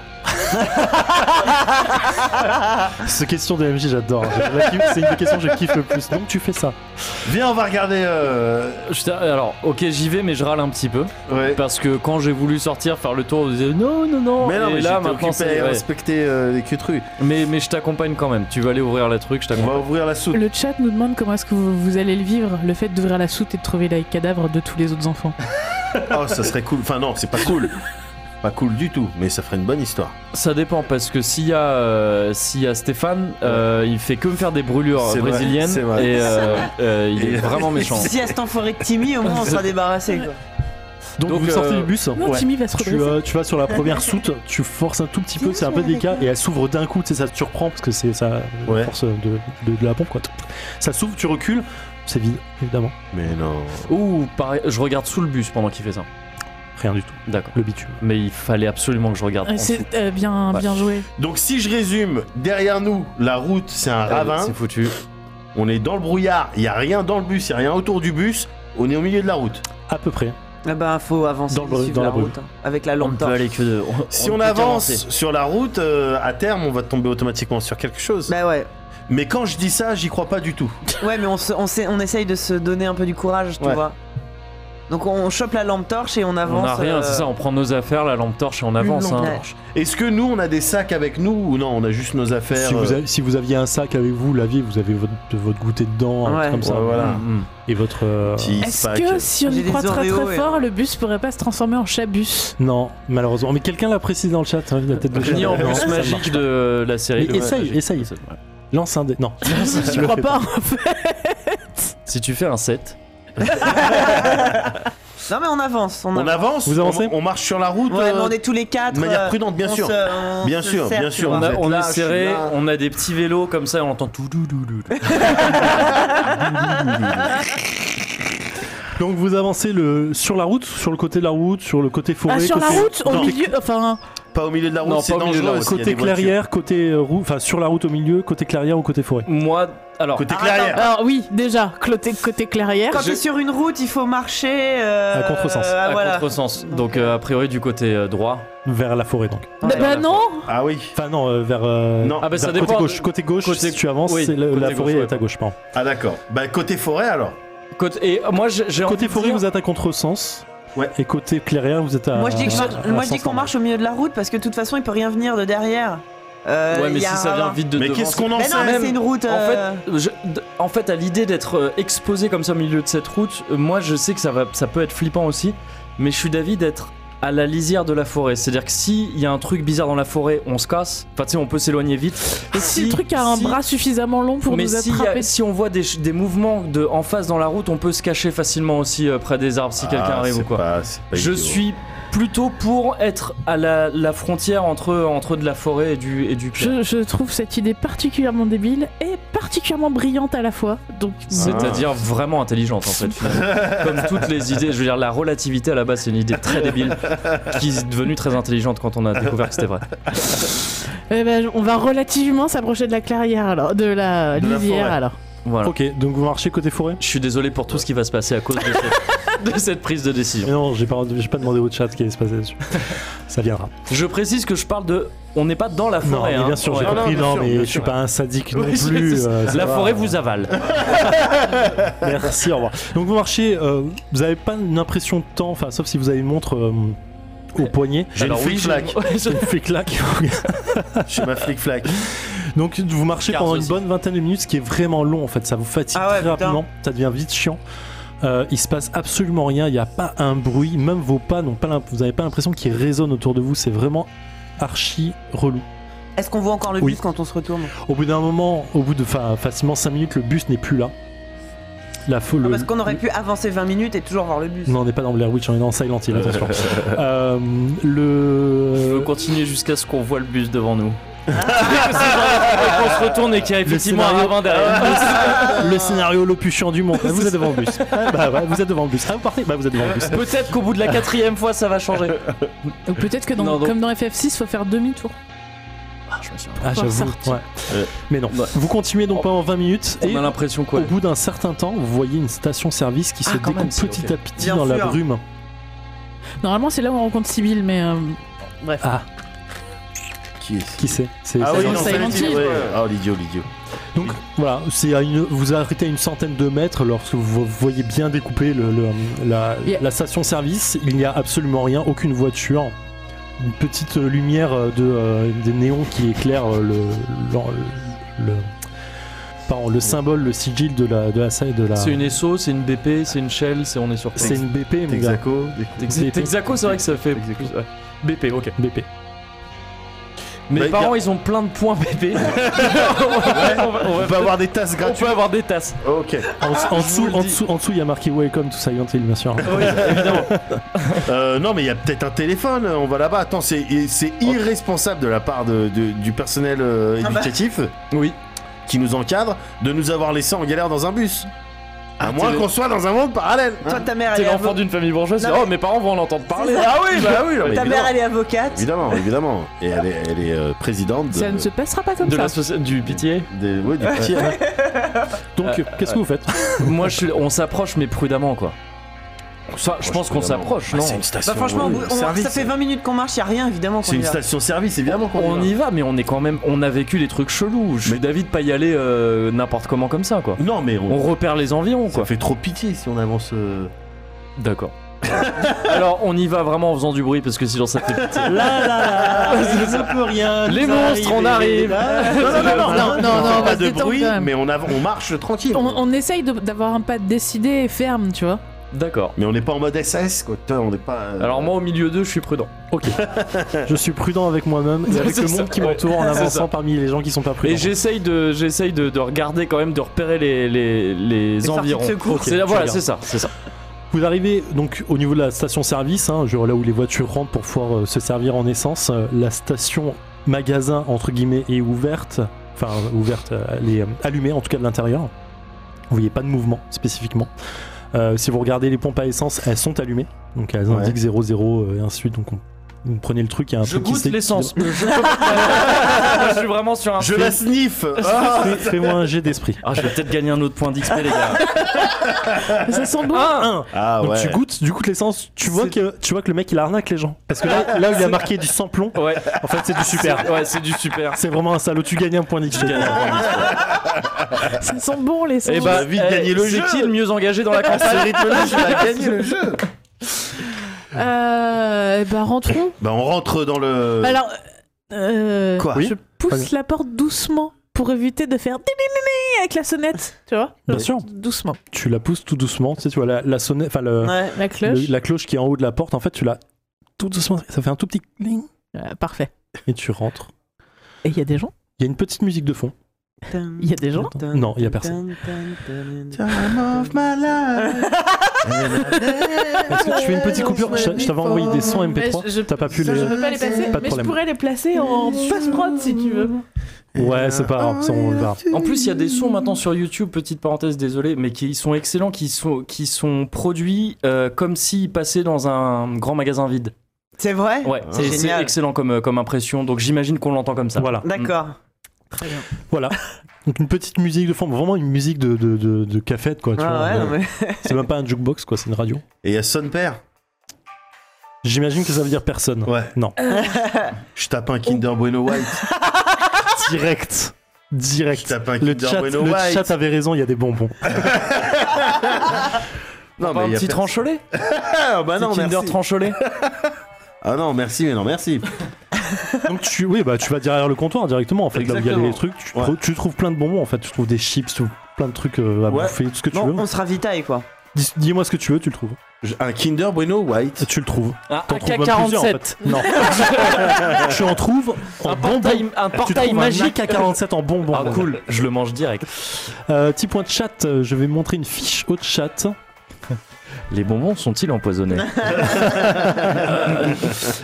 E: Cette Ah. question de MJ, j'adore. Je la kiffe, C'est une des questions que je kiffe le plus. Donc tu fais ça.
A: Viens, on va regarder. euh,
B: Alors, ok, j'y vais, mais je râle un petit peu.
A: Ouais.
B: Parce que quand j'ai voulu sortir, faire le tour, on disait non, non, non.
A: Mais non,
B: et
A: mais
B: là,
A: là,
B: maintenant,
A: occupé
B: c'est.
A: à
B: ouais.
A: respecter euh, les cutrues.
B: Mais, mais je t'accompagne quand même. Tu vas aller ouvrir la truc, je
A: On
B: t'accompagne.
A: va ouvrir la soute.
D: Le chat nous demande comment est-ce que vous, vous allez le vivre, le fait d'ouvrir la soute et de trouver les cadavres de tous les autres enfants.
A: Oh, ça serait cool. Enfin, non, c'est pas cool. Pas cool du tout, mais ça ferait une bonne histoire.
B: Ça dépend, parce que s'il y, a, euh, s'il y a Stéphane, euh, il fait que me faire des brûlures
A: C'est vrai,
B: brésiliennes.
A: c'est vrai.
B: Et euh, euh, il
A: Et-
B: est vraiment méchant.
C: Si à cet enfoiré de Timmy, au moins, on sera débarrassé. quoi.
E: Donc,
B: Donc,
E: vous sortez
B: euh,
E: du bus.
D: Non,
E: Ouais.
D: Timmy va se
E: Tu,
D: redresser.
E: euh, tu vas sur la première soute, tu forces un tout petit peu, c'est un peu délicat, et elle s'ouvre d'un coup, tu sais, ça te surprend parce que c'est ça, la
A: Ouais.
E: force de, de- de la pompe, quoi. Ça s'ouvre, tu recules, c'est vide, évidemment,
A: Mais non.
B: Ouh, pareil, je regarde sous le bus pendant qu'il fait ça.
E: rien du tout,
B: D'accord.
E: le bitume.
B: Mais il fallait absolument que je regarde. en
D: Euh,
B: dessous.
D: C'est euh, bien,
B: Ouais.
D: bien joué.
A: Donc, si je résume, derrière nous, la route, c'est un ravin.
B: Ah, C'est foutu.
A: On est dans le brouillard. Il y a rien dans le bus, il y a rien autour du bus. On est au milieu de la route.
E: À peu près.
C: Ah bah, faut avancer,
E: Dans le-
C: suivre
E: dans
C: la
E: la brume.
C: route. hein, Avec la
B: On ne
C: lampe
B: peut
C: torche.
B: aller que de.
A: Si
B: ne
A: on
B: peut
A: avance
B: qu'avancer.
A: sur la route, euh, à terme, on va tomber automatiquement sur quelque chose.
C: Bah, ouais.
A: Mais quand je dis ça, j'y crois pas du tout.
C: Ouais, mais on, se- on, s'est- on essaye de se donner un peu du courage, tu
A: Ouais.
C: vois. Donc on chope la lampe torche et on
B: On
C: avance.
B: n'a rien,
C: euh,
B: c'est ça, on prend nos affaires, la lampe torche et on avance.
C: lampe
B: hein.
C: torche.
A: Est-ce que nous, on a des sacs avec nous ou non On a juste nos affaires.
E: Si vous,
A: euh,
E: avez- si vous aviez un sac avec vous, l'aviez, vous avez votre, votre goûter dedans, un
C: Ouais.
E: truc comme ça.
A: Ouais, voilà.
B: Mm, mm.
E: Et votre. euh,
A: petits
D: Est-ce
A: sacs.
D: que si on
C: J'ai
D: y
C: des
D: croit très
C: Oreos
D: très
C: et-
D: fort, le bus pourrait pas se transformer en chabus
E: Non, malheureusement. Mais quelqu'un l'a précisé dans le chat, hein, il a peut-être déjà-
B: Ni Bah, en
E: Non,
B: bus
E: ça marche
B: magique
E: pas.
B: de la série.
E: Mais essaye,
B: magique.
E: essaye.
B: Ouais.
E: Lance un dé. Non.
D: Je crois pas en fait.
B: Si tu fais un 7,
C: Non, mais on avance. On
A: On
C: avance.
A: avance
E: Vous avancez
A: on, on marche sur la route
C: Ouais,
A: euh,
C: mais on est tous les quatre.
A: de manière
C: euh,
A: prudente, bien
C: on
A: sûr.
C: se- on
A: Bien
C: se
A: sûr,
C: serre,
A: bien
C: tu
A: sûr,
C: vois.
B: on a,
A: êtes
B: on
A: là,
B: est
A: je suis
B: serré,
A: là.
B: on a des petits vélos comme ça, on entend tout dou dou dou dou.
E: Donc vous avancez le, sur la route, sur le côté de la route, sur le côté forêt,
D: Ah, sur la
E: côté-
D: route, au
E: Non.
D: milieu, enfin,
A: Pas au milieu de la route,
B: Non,
A: c'est
B: pas au milieu de la
A: dangereux.
B: route.
A: s'il y a
E: côté
A: des voitures.
E: clairière, côté euh, roue, enfin sur la route au milieu, côté clairière ou côté forêt.
B: Moi, alors,
A: Côté
C: Ah,
A: clairière.
D: alors oui, déjà, côté, côté clairière.
C: Quand t'es sur une route, il faut marcher. euh,
E: À contresens.
C: euh,
B: à
C: voilà.
B: contresens. Donc, euh, a priori, du côté euh, droit.
E: Vers la forêt donc.
D: Bah, bah non
A: Ah oui.
E: Enfin non, euh, vers. euh,
A: Non.
B: Ah, bah
E: vers
B: ça dépend.
E: Côté gauche, côté gauche
B: Côté-
E: si tu avances,
B: oui,
E: c'est la,
B: côté
E: la
B: gauche,
E: forêt
B: ouais.
E: est à gauche. pardon.
A: Ah d'accord. Bah côté forêt alors.
B: Côté- et moi, j'ai j'ai envie
E: Côté
B: de
E: forêt,
B: dire-
E: vous êtes à contresens.
A: Ouais.
E: Et côté clairière, vous êtes à.
C: Moi, je dis que je-
E: Euh, à-
C: moi,
E: à
C: je dis
E: sens
C: qu'on
E: normal.
C: marche au milieu de la route parce que de toute façon, il peut rien venir de derrière. Euh,
B: Ouais, mais
C: il y
B: si
C: a un
B: ça vient
C: ravin.
B: vite de
A: Mais
B: devant,
A: qu'est-ce
B: c'est-
A: qu'on en
C: Mais
A: sait
C: non, mais
B: même-
C: c'est une route.
B: En
C: euh,
B: fait, je- d- en fait, à l'idée d'être euh, exposé comme ça au milieu de cette route, euh, moi je sais que ça, va, ça peut être flippant aussi, mais je suis d'avis d'être à la lisière de la forêt. C'est-à-dire que s'il y a un truc bizarre dans la forêt, on se casse. Enfin, tu sais, on peut s'éloigner vite. Et
D: Si le truc a un
B: si-
D: bras suffisamment long pour
B: mais
D: nous
B: si, y a-
D: attraper.
B: si on voit des, ch- des mouvements de, en face dans la route, on peut se cacher facilement aussi euh, près des arbres si quelqu'un
A: Ah,
B: arrive ou
A: c'est
B: quoi.
A: pas- c'est pas
B: Je
A: idiot.
B: suis plutôt pour être à la, la frontière entre, entre de la forêt et du, et du clair.
D: Je, je trouve cette idée particulièrement débile et particulièrement brillante à la fois. Donc,
B: C'est-à-dire
E: Ah.
B: vraiment intelligente en fait. finalement. Comme toutes les idées, je veux dire, la relativité à la base, c'est une idée très débile qui est devenue très intelligente quand on a découvert que c'était vrai.
D: eh ben, on va relativement s'approcher de la clairière alors, de la
A: De la
D: lisière
A: forêt.
D: alors.
B: Voilà.
E: Ok, donc vous marchez côté forêt
B: Je suis désolé pour tout ce qui va se passer à cause de cette, de cette prise de
E: Mais
B: décision.
E: Non, j'ai pas, j'ai pas demandé au chat ce qui allait se passer dessus. ça viendra.
B: Je précise que je parle de. On n'est pas dans la
E: Non,
B: forêt.
E: mais bien
B: hein.
E: sûr,
B: Ouais.
E: j'ai
A: Non, non,
E: compris.
A: bien
E: Non,
A: sûr,
E: mais
A: bien
E: je suis
A: sûr.
E: pas un sadique non
B: Oui, c'est-
E: plus.
B: c'est-
E: euh, ça
B: La
E: va.
B: forêt vous avale.
E: Euh. Merci, au revoir. Donc vous marchez, euh, vous avez pas une impression de temps, enfin sauf si vous avez une montre euh, au poignet.
A: J'ai une
B: Alors oui,
A: flic flac.
B: j'ai- ouais, je-
E: Ça vous fait claque.
A: J'ai ma flic flac.
E: Donc vous marchez
B: Cars
E: pendant une
B: aussi.
E: bonne vingtaine de minutes, ce qui est vraiment long en fait. Ça vous fatigue
C: Ah ouais,
E: très
C: putain.
E: rapidement, ça devient vite chiant. Euh, il se passe absolument rien, il n'y a pas un bruit, même vos pas n'ont pas, l'imp- vous n'avez pas l'impression qu'ils résonnent autour de vous. C'est vraiment archi relou.
C: Est-ce qu'on voit encore le
E: Oui.
C: bus quand on se retourne
E: Au bout d'un moment, au bout de fa- facilement 5 minutes, le bus n'est plus là. La fo-
C: Ah,
E: le-
C: Parce qu'on aurait pu avancer 20 minutes et toujours voir le bus.
E: Non, on n'est pas dans Blair Witch, on est dans Silent Hill, attention. Euh, le.
B: Je veux continuer jusqu'à ce qu'on voit le bus devant nous. et qu'on se retourne et qu'il y a effectivement un
E: scénario-
B: ravin derrière.
E: le scénario l'opuchant du monde. Ah, vous êtes devant le bus. Ah, bah, ouais, vous êtes devant le bus. Ah, vous partez Bah, vous êtes devant le bus.
B: Peut-être qu'au bout de la quatrième fois, ça va changer.
D: Ou peut-être que dans-
B: Non, donc-
D: comme dans FF6, faut faire demi-tour.
E: Ah,
D: Pour
E: j'avoue.
D: sortir.
E: ouais.
A: Ouais.
E: Mais non.
B: Ouais.
E: Vous continuez donc pendant 20 minutes et
B: Euh, bah, On a l'impression quoi
E: au bout d'un certain temps, vous voyez une station-service qui
B: Ah,
E: se
B: quand
E: découpe
B: même, si,
E: petit
B: ok.
E: à petit
C: Bien
E: dans la
C: sûr.
E: brume.
D: Normalement, c'est là où on rencontre Sibyl, mais euh, bref.
E: Ah,
A: Qui est
E: qui c'est C'est-
A: Ah
E: c'est-
A: oui,
D: dans
A: non,
D: Silent
A: Silent Hill,
D: Hill.
A: ouais. Oh l'idiot, l'idiot.
E: Donc voilà, c'est à une, vous arrêtez à une centaine de mètres lorsque vous voyez bien découper le, le- la,
D: Yeah.
E: la station-service. Il n'y a absolument rien, aucune voiture. Une petite euh, lumière euh, de, euh, des néons qui éclaire euh, le, l'en- le, pardon, le symbole, le sigil de la, de la salle. De la,
B: C'est une SO, c'est une BP, c'est une Shell, c'est on est sur quoi
E: Ah. c'est une BP, mon gars.
A: Texaco.
B: Tex- Texaco, c'est vrai que ça fait plus. ouais. BP, ok.
E: BP.
B: Mes
A: Bah,
B: parents, ils ont plein de points BP. on, va- on
A: On
B: va-
A: peut avoir des tasses
B: on peut
A: gratuites.
B: avoir des tasses.
A: Ok.
E: En, en dessous,
B: Ah, le
E: en,
B: dis.
E: dessous, en dessous, il y a marqué Welcome to Silent Hill, bien sûr.
A: Euh, non, mais il y a peut-être un téléphone, on va là-bas. Attends, c'est et c'est irresponsable de la part de- de- du personnel euh,
C: Ah bah.
A: éducatif
B: Oui.
A: qui nous encadre de nous avoir laissés en galère dans un bus. À
B: Ah,
A: moins
B: t'es-
A: qu'on soit dans un monde parallèle.
C: Toi, ta mère, elle
B: C'est
C: est
B: l'enfant
C: avo-
B: d'une famille bourgeoise.
C: Non,
B: Oh, mes parents vont en entendre parler.
A: Ah oui, bah oui, non, mais
C: ta mère,
A: évidemment,
C: elle est avocate.
A: évidemment, évidemment. Et elle est, elle est euh, présidente de,
D: Ça ne se passera pas comme
B: De
D: ça.
B: la soci- du pitié.
A: des- ouais, du petit. hein.
E: Donc,
B: Euh,
E: qu'est-ce que vous faites
B: Moi, je suis- on s'approche, mais prudemment, quoi. Ça, je pense qu'on s'approche, non
A: Ah, C'est une station.
C: Bah franchement,
A: euh,
C: on- on-
A: service.
C: ça fait 20 minutes qu'on marche, y a rien évidemment qu'on
A: C'est
C: y
A: une
C: va.
A: station service, évidemment qu'on
B: On
A: va.
B: y va, mais on est quand même. On a vécu des trucs chelous. Je suis David pas y aller euh, n'importe comment comme ça, quoi.
A: Non, mais
B: On
A: on,
B: repère les environs,
A: ça
B: quoi.
A: fait trop pitié si on avance. euh,
B: D'accord. Alors, on y va vraiment en faisant du bruit parce que sinon ça fait pitié.
C: Là, là, là, je ne peux rien.
B: Les
C: nous
B: monstres, on arrive.
A: Non, non, non,
D: Non, non, non, on
A: on fait
D: va
A: pas
D: se
A: de
D: détendre
A: bruit,
D: quand même.
A: mais on, av- on marche tranquille.
D: On, on essaye de- d'avoir un pas décidé et ferme, tu vois.
B: D'accord.
A: Mais on n'est pas en mode SS, quoi. Putain, On n'est pas. euh,
B: Alors, moi, au milieu d'eux, je suis prudent.
E: Ok. Je suis prudent avec moi-même et avec
B: C'est
E: le
B: ça.
E: monde qui m'entoure en
B: C'est ça.
E: avançant parmi les gens qui sont pas prudents.
B: Et j'essaye de, j'essaye de, de regarder quand même, de repérer les, les, les
C: sorties de
B: environs.
C: secours.
B: C'est- voilà,
E: Ok, je regarde.
B: c'est ça, c'est ça.
E: Vous arrivez donc au niveau de la station-service, hein, genre là où les voitures rentrent pour pouvoir euh, se servir en essence. Euh, la station magasin entre guillemets est ouverte, enfin euh, ouverte, euh, elle est euh, allumée en tout cas de l'intérieur. Vous voyez pas de mouvement spécifiquement. Euh, si vous regardez les pompes à essence, elles sont allumées, donc elles
A: Ouais.
E: indiquent 00 euh, et ainsi de suite. Donc on, vous prenez le truc, il y a un
B: Je
E: truc qui
B: goûte
E: s'est-
B: l'essence. je je suis vraiment sur un.
A: Je
B: fil.
A: la sniff Ah
E: Fais- Fais-moi un jet d'esprit.
B: Ah, je vais peut-être gagner un autre point d'XP, les gars.
D: Ça sent bon.
B: Ah,
E: Un.
A: Ah
E: Donc
A: ouais.
E: tu goûtes, du coup l'essence, tu vois que tu vois que le mec il arnaque les gens. Parce que là, là où il a marqué du sans plomb,
B: ouais,
E: en fait c'est du super.
B: ouais, c'est du super.
E: C'est vraiment un salaud, tu gagnes un point d'XP.
D: Ça sent bon les
B: Et
D: sangs.
B: bah,
A: a vite gagné le jeu.
B: C'est qui le mieux engagé dans la
A: À ce
B: campagne
A: rythme-là, je vais gagner le jeu
D: Euh, bah rentrons.
A: Bah, on rentre dans le.
D: Bah Alors, euh,
A: Quoi
E: Oui.
D: je pousse la porte doucement pour éviter de faire délélélé avec la sonnette, tu vois
E: Bien
D: Genre,
E: sûr.
D: Doucement.
E: Tu la pousses tout doucement, tu sais, tu vois la, la sonnette, enfin le-
C: Ouais.
D: La
E: le-
D: cloche.
E: la cloche qui est en haut de la porte, en fait tu la tout doucement, ça fait un tout petit cling
D: Euh, parfait.
E: et tu rentres.
D: Et il y a des gens
E: Il y a une petite musique de fond.
D: Il y a des gens
E: Attends. Non, il y a personne. Est-ce que tu fais une petite coupure Je, je t'avais envoyé des sons MP3,
D: Mais je- je-
E: t'as pas pu
D: Ça,
E: les.
D: je peux pas les passer,
E: Pas
D: mais
E: de
D: je
E: problème.
D: pourrais les placer en post-prod si tu veux.
E: Ouais, c'est pas grave, ça, on le verra.
B: En plus, il y a des sons maintenant sur YouTube, petite parenthèse, désolé, mais qui sont excellents, qui sont, qui sont produits euh, comme s'ils passaient dans un grand magasin vide.
C: C'est vrai
B: Ouais, c'est c'est
C: Ah. Génial.
B: excellent comme, euh, comme impression, donc j'imagine qu'on l'entend comme ça.
E: Voilà,
C: D'accord.
E: voilà. Donc une petite musique de fond, vraiment une musique de, de, de, de cafette quoi. tu vois,
C: Ah ouais,
E: euh,
C: non, mais-
E: C'est même pas un jukebox quoi, c'est une radio.
A: Et il y a son père.
E: J'imagine que ça veut dire personne.
A: Ouais.
E: Non.
A: Je tape un Kinder Bueno White.
E: Direct.
A: Je
E: Direct.
A: tape un
E: Le
A: Kinder
E: chat,
A: Bueno
E: le
A: White.
E: chat avait raison, il y a des bonbons.
A: Non,
B: Pas
A: mais
B: un
A: il y a
B: petit
A: personne.
B: trancholet
A: Ah, bah non,
B: Petit Kinder
A: merci.
B: trancholet
A: Ah non, merci, mais non, merci.
E: Donc tu, oui, bah tu vas derrière le comptoir directement en fait, là où il y a les
A: Exactement.
E: trucs, tu,
A: Ouais.
E: trou- tu trouves plein de bonbons en fait, tu trouves des chips, tu trouves plein de trucs euh, à
A: Ouais.
E: bouffer, tout ce que tu
C: Bon,
B: Hein
E: veux.
C: on se ravitaille quoi.
E: Dis- Dis-moi ce que tu veux, tu le trouves.
A: Je- Un Kinder Bueno White.
E: Tu le trouves.
B: Un
E: T'en trouves même plusieurs, en
B: AK-47
E: fait. Non. tu en trouves en
B: Un
E: bonbons.
B: portail, un
E: Tu
B: portail
E: trouves
B: magique
E: à 47 en bonbons.
B: Ah cool, je le mange direct.
E: Euh, petit point de chat, euh, je vais montrer une fiche au chat.
B: Les bonbons sont-ils empoisonnés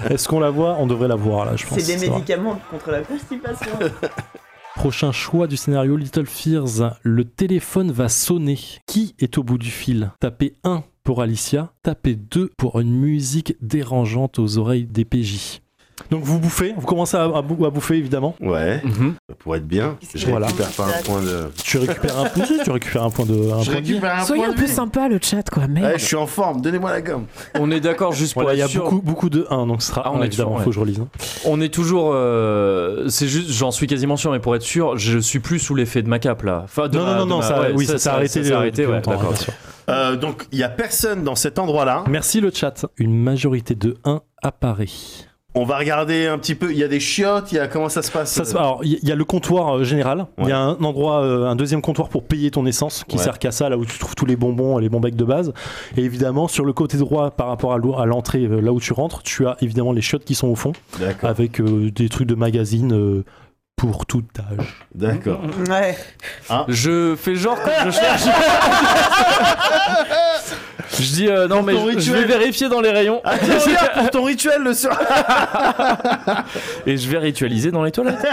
E: Est-ce qu'on la voit On devrait la voir là, je pense.
C: C'est des
E: ça va.
C: médicaments contre la constipation.
E: Prochain choix du scénario Little Fears. Le téléphone va sonner. Qui est au bout du fil Tapez 1 pour Alicia, tapez 2 pour une musique dérangeante aux oreilles des PJ. Donc vous bouffez, vous commencez à, à bou- à bouffer évidemment.
A: Ouais,
B: Mhm.
A: pour être bien. Je
E: Voilà.
A: récupère pas un point de.
E: Tu récupères un point, tu récupères un point de. un
A: Je
E: point de vie.
A: récupère un
D: Soyez
A: point
D: un
A: de
D: peu
A: vie.
D: sympa le chat, quoi, merde.
A: Ouais, je suis en forme, donnez-moi la gomme.
B: On est d'accord juste pour
E: Voilà, il y a
B: être sûr.
E: beaucoup, beaucoup de 1, donc ce sera
B: Ah, on
E: un,
B: est
E: évidemment,
B: sûr, ouais.
E: faut que je relise. hein.
B: On est toujours. euh, c'est juste, j'en suis quasiment sûr, mais pour être sûr, je suis plus sous l'effet de ma cape là. Enfin, de
E: Non,
B: ma-
E: non, non,
B: de
E: non,
B: ma-
E: ça,
B: ouais,
E: oui, ça, s'est
B: ça
E: arrêté.
B: s'est
E: euh,
B: arrêté,
E: depuis
B: ouais,
E: longtemps,
B: d'accord.
E: bien sûr.
A: Euh, donc, il y a personne dans cet endroit-là.
E: Merci le chat. Une majorité de 1 apparaît.
A: On va regarder un petit peu. Il y a des chiottes, il y a comment ça se passe
E: Ça se- alors, il y, il y a le comptoir euh, général. Il y a un endroit, euh, un deuxième comptoir pour payer ton essence qui
A: Ouais.
E: sert qu'à ça, là où tu trouves tous les bonbons, les bons becs de base. Et évidemment, sur le côté droit, par rapport à l'o- à l'entrée, euh, là où tu rentres, tu as évidemment les chiottes qui sont au fond,
A: D'accord.
E: avec euh, des trucs de magazines euh, pour tout âge.
A: D'accord.
B: Bah
C: ouais.
B: Je fais genre que je cherche. je dis euh, non, mais
A: ton
B: je, je vais
A: rituel.
B: vérifier dans les rayons
A: Ah, tiens, regarde, pour ton rituel le soir.
B: et je vais ritualiser dans les toilettes.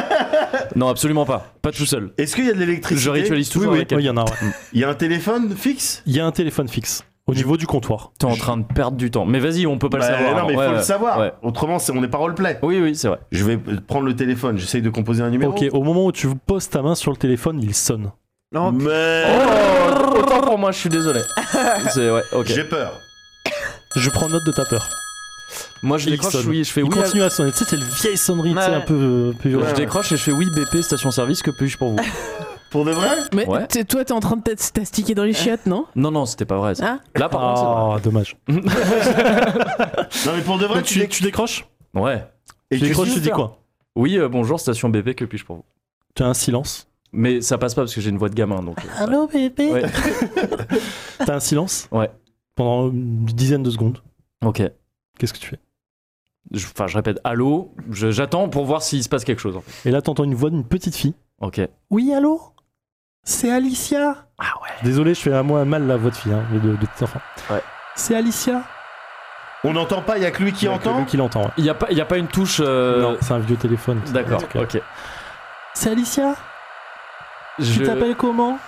B: non, absolument pas. Pas tout seul.
A: Est-ce qu'il y a de l'électricité
B: Je ritualise
E: Oui,
B: toujours
E: oui,
B: avec
E: oui,
B: elle.
E: il y en a. ouais.
A: Il y a un téléphone fixe
E: Il y a un téléphone fixe au niveau du comptoir.
B: T'es en train de perdre du temps. Mais vas-y, on peut pas
A: Bah,
B: le savoir.
A: Non, mais il
B: Ouais,
A: faut le
B: ouais.
A: savoir.
B: ouais.
A: Autrement, c'est- on n'est pas roleplay.
B: Oui, oui, c'est vrai.
A: Je vais euh, prendre le téléphone, j'essaye de composer un numéro.
E: Ok, au moment où tu poses ta main sur le téléphone, il sonne.
A: Mais
B: Oh, autant pour moi, je suis désolé. C'est ouais, ok.
A: j'ai peur.
E: Je prends note de ta peur.
B: Moi, je
E: Et il
B: décroche,
E: sonne.
B: oui, je fais
E: Il
B: oui.
E: continue à sonner. Tu sais, c'est le vieille sonnerie, tu sais,
C: Ouais.
E: un peu, euh, un peu
B: Je
E: violente.
B: décroche et je fais oui, BP, station-service, que puis-je pour vous
A: Pour de vrai
D: Mais
B: Ouais.
D: t'es- toi, t'es en train de t'as- t'astiquer dans les chiottes, non
B: Non, non, c'était pas vrai. ça.
D: Ah.
B: Là, par contre,
E: Ah, dommage.
A: Non, mais pour de vrai,
E: Donc,
A: tu,
E: tu, tu décroches
B: c'est vrai. Ouais.
A: et
E: Tu
A: qu'est-ce
E: décroches,
A: que
E: tu dis
A: fais
E: quoi
B: Oui, euh, bonjour, station BP, que puis-je pour vous
E: Tu as un silence.
B: Mais ça passe pas parce que j'ai une voix de gamin, donc. euh,
E: Allô, bébé
B: Ouais.
E: T'as un silence
B: Ouais.
E: Pendant une dizaine de secondes.
B: Ok.
E: Qu'est-ce que tu fais
B: Je- Enfin, je, répète, allô, je- j'attends pour voir s'il se passe quelque chose. en fait.
E: Et là, t'entends une voix d'une petite fille.
B: Ok.
E: Oui, allô C'est Alicia
B: Ah ouais.
E: Désolé, je fais à moi mal la voix de fille, hein, mais de, de petit enfant.
B: Ouais.
E: C'est Alicia
A: On n'entend pas, il y a que lui qui
E: Il y a que
A: entend.
E: lui Qui l'entend, ouais.
B: Il n'y a, pas- y a pas une touche. euh,
E: Non, c'est un vieux téléphone. c'est
B: D'accord,
E: un truc, ouais.
B: ok.
E: C'est Alicia Tu
B: Je,
E: t'appelles comment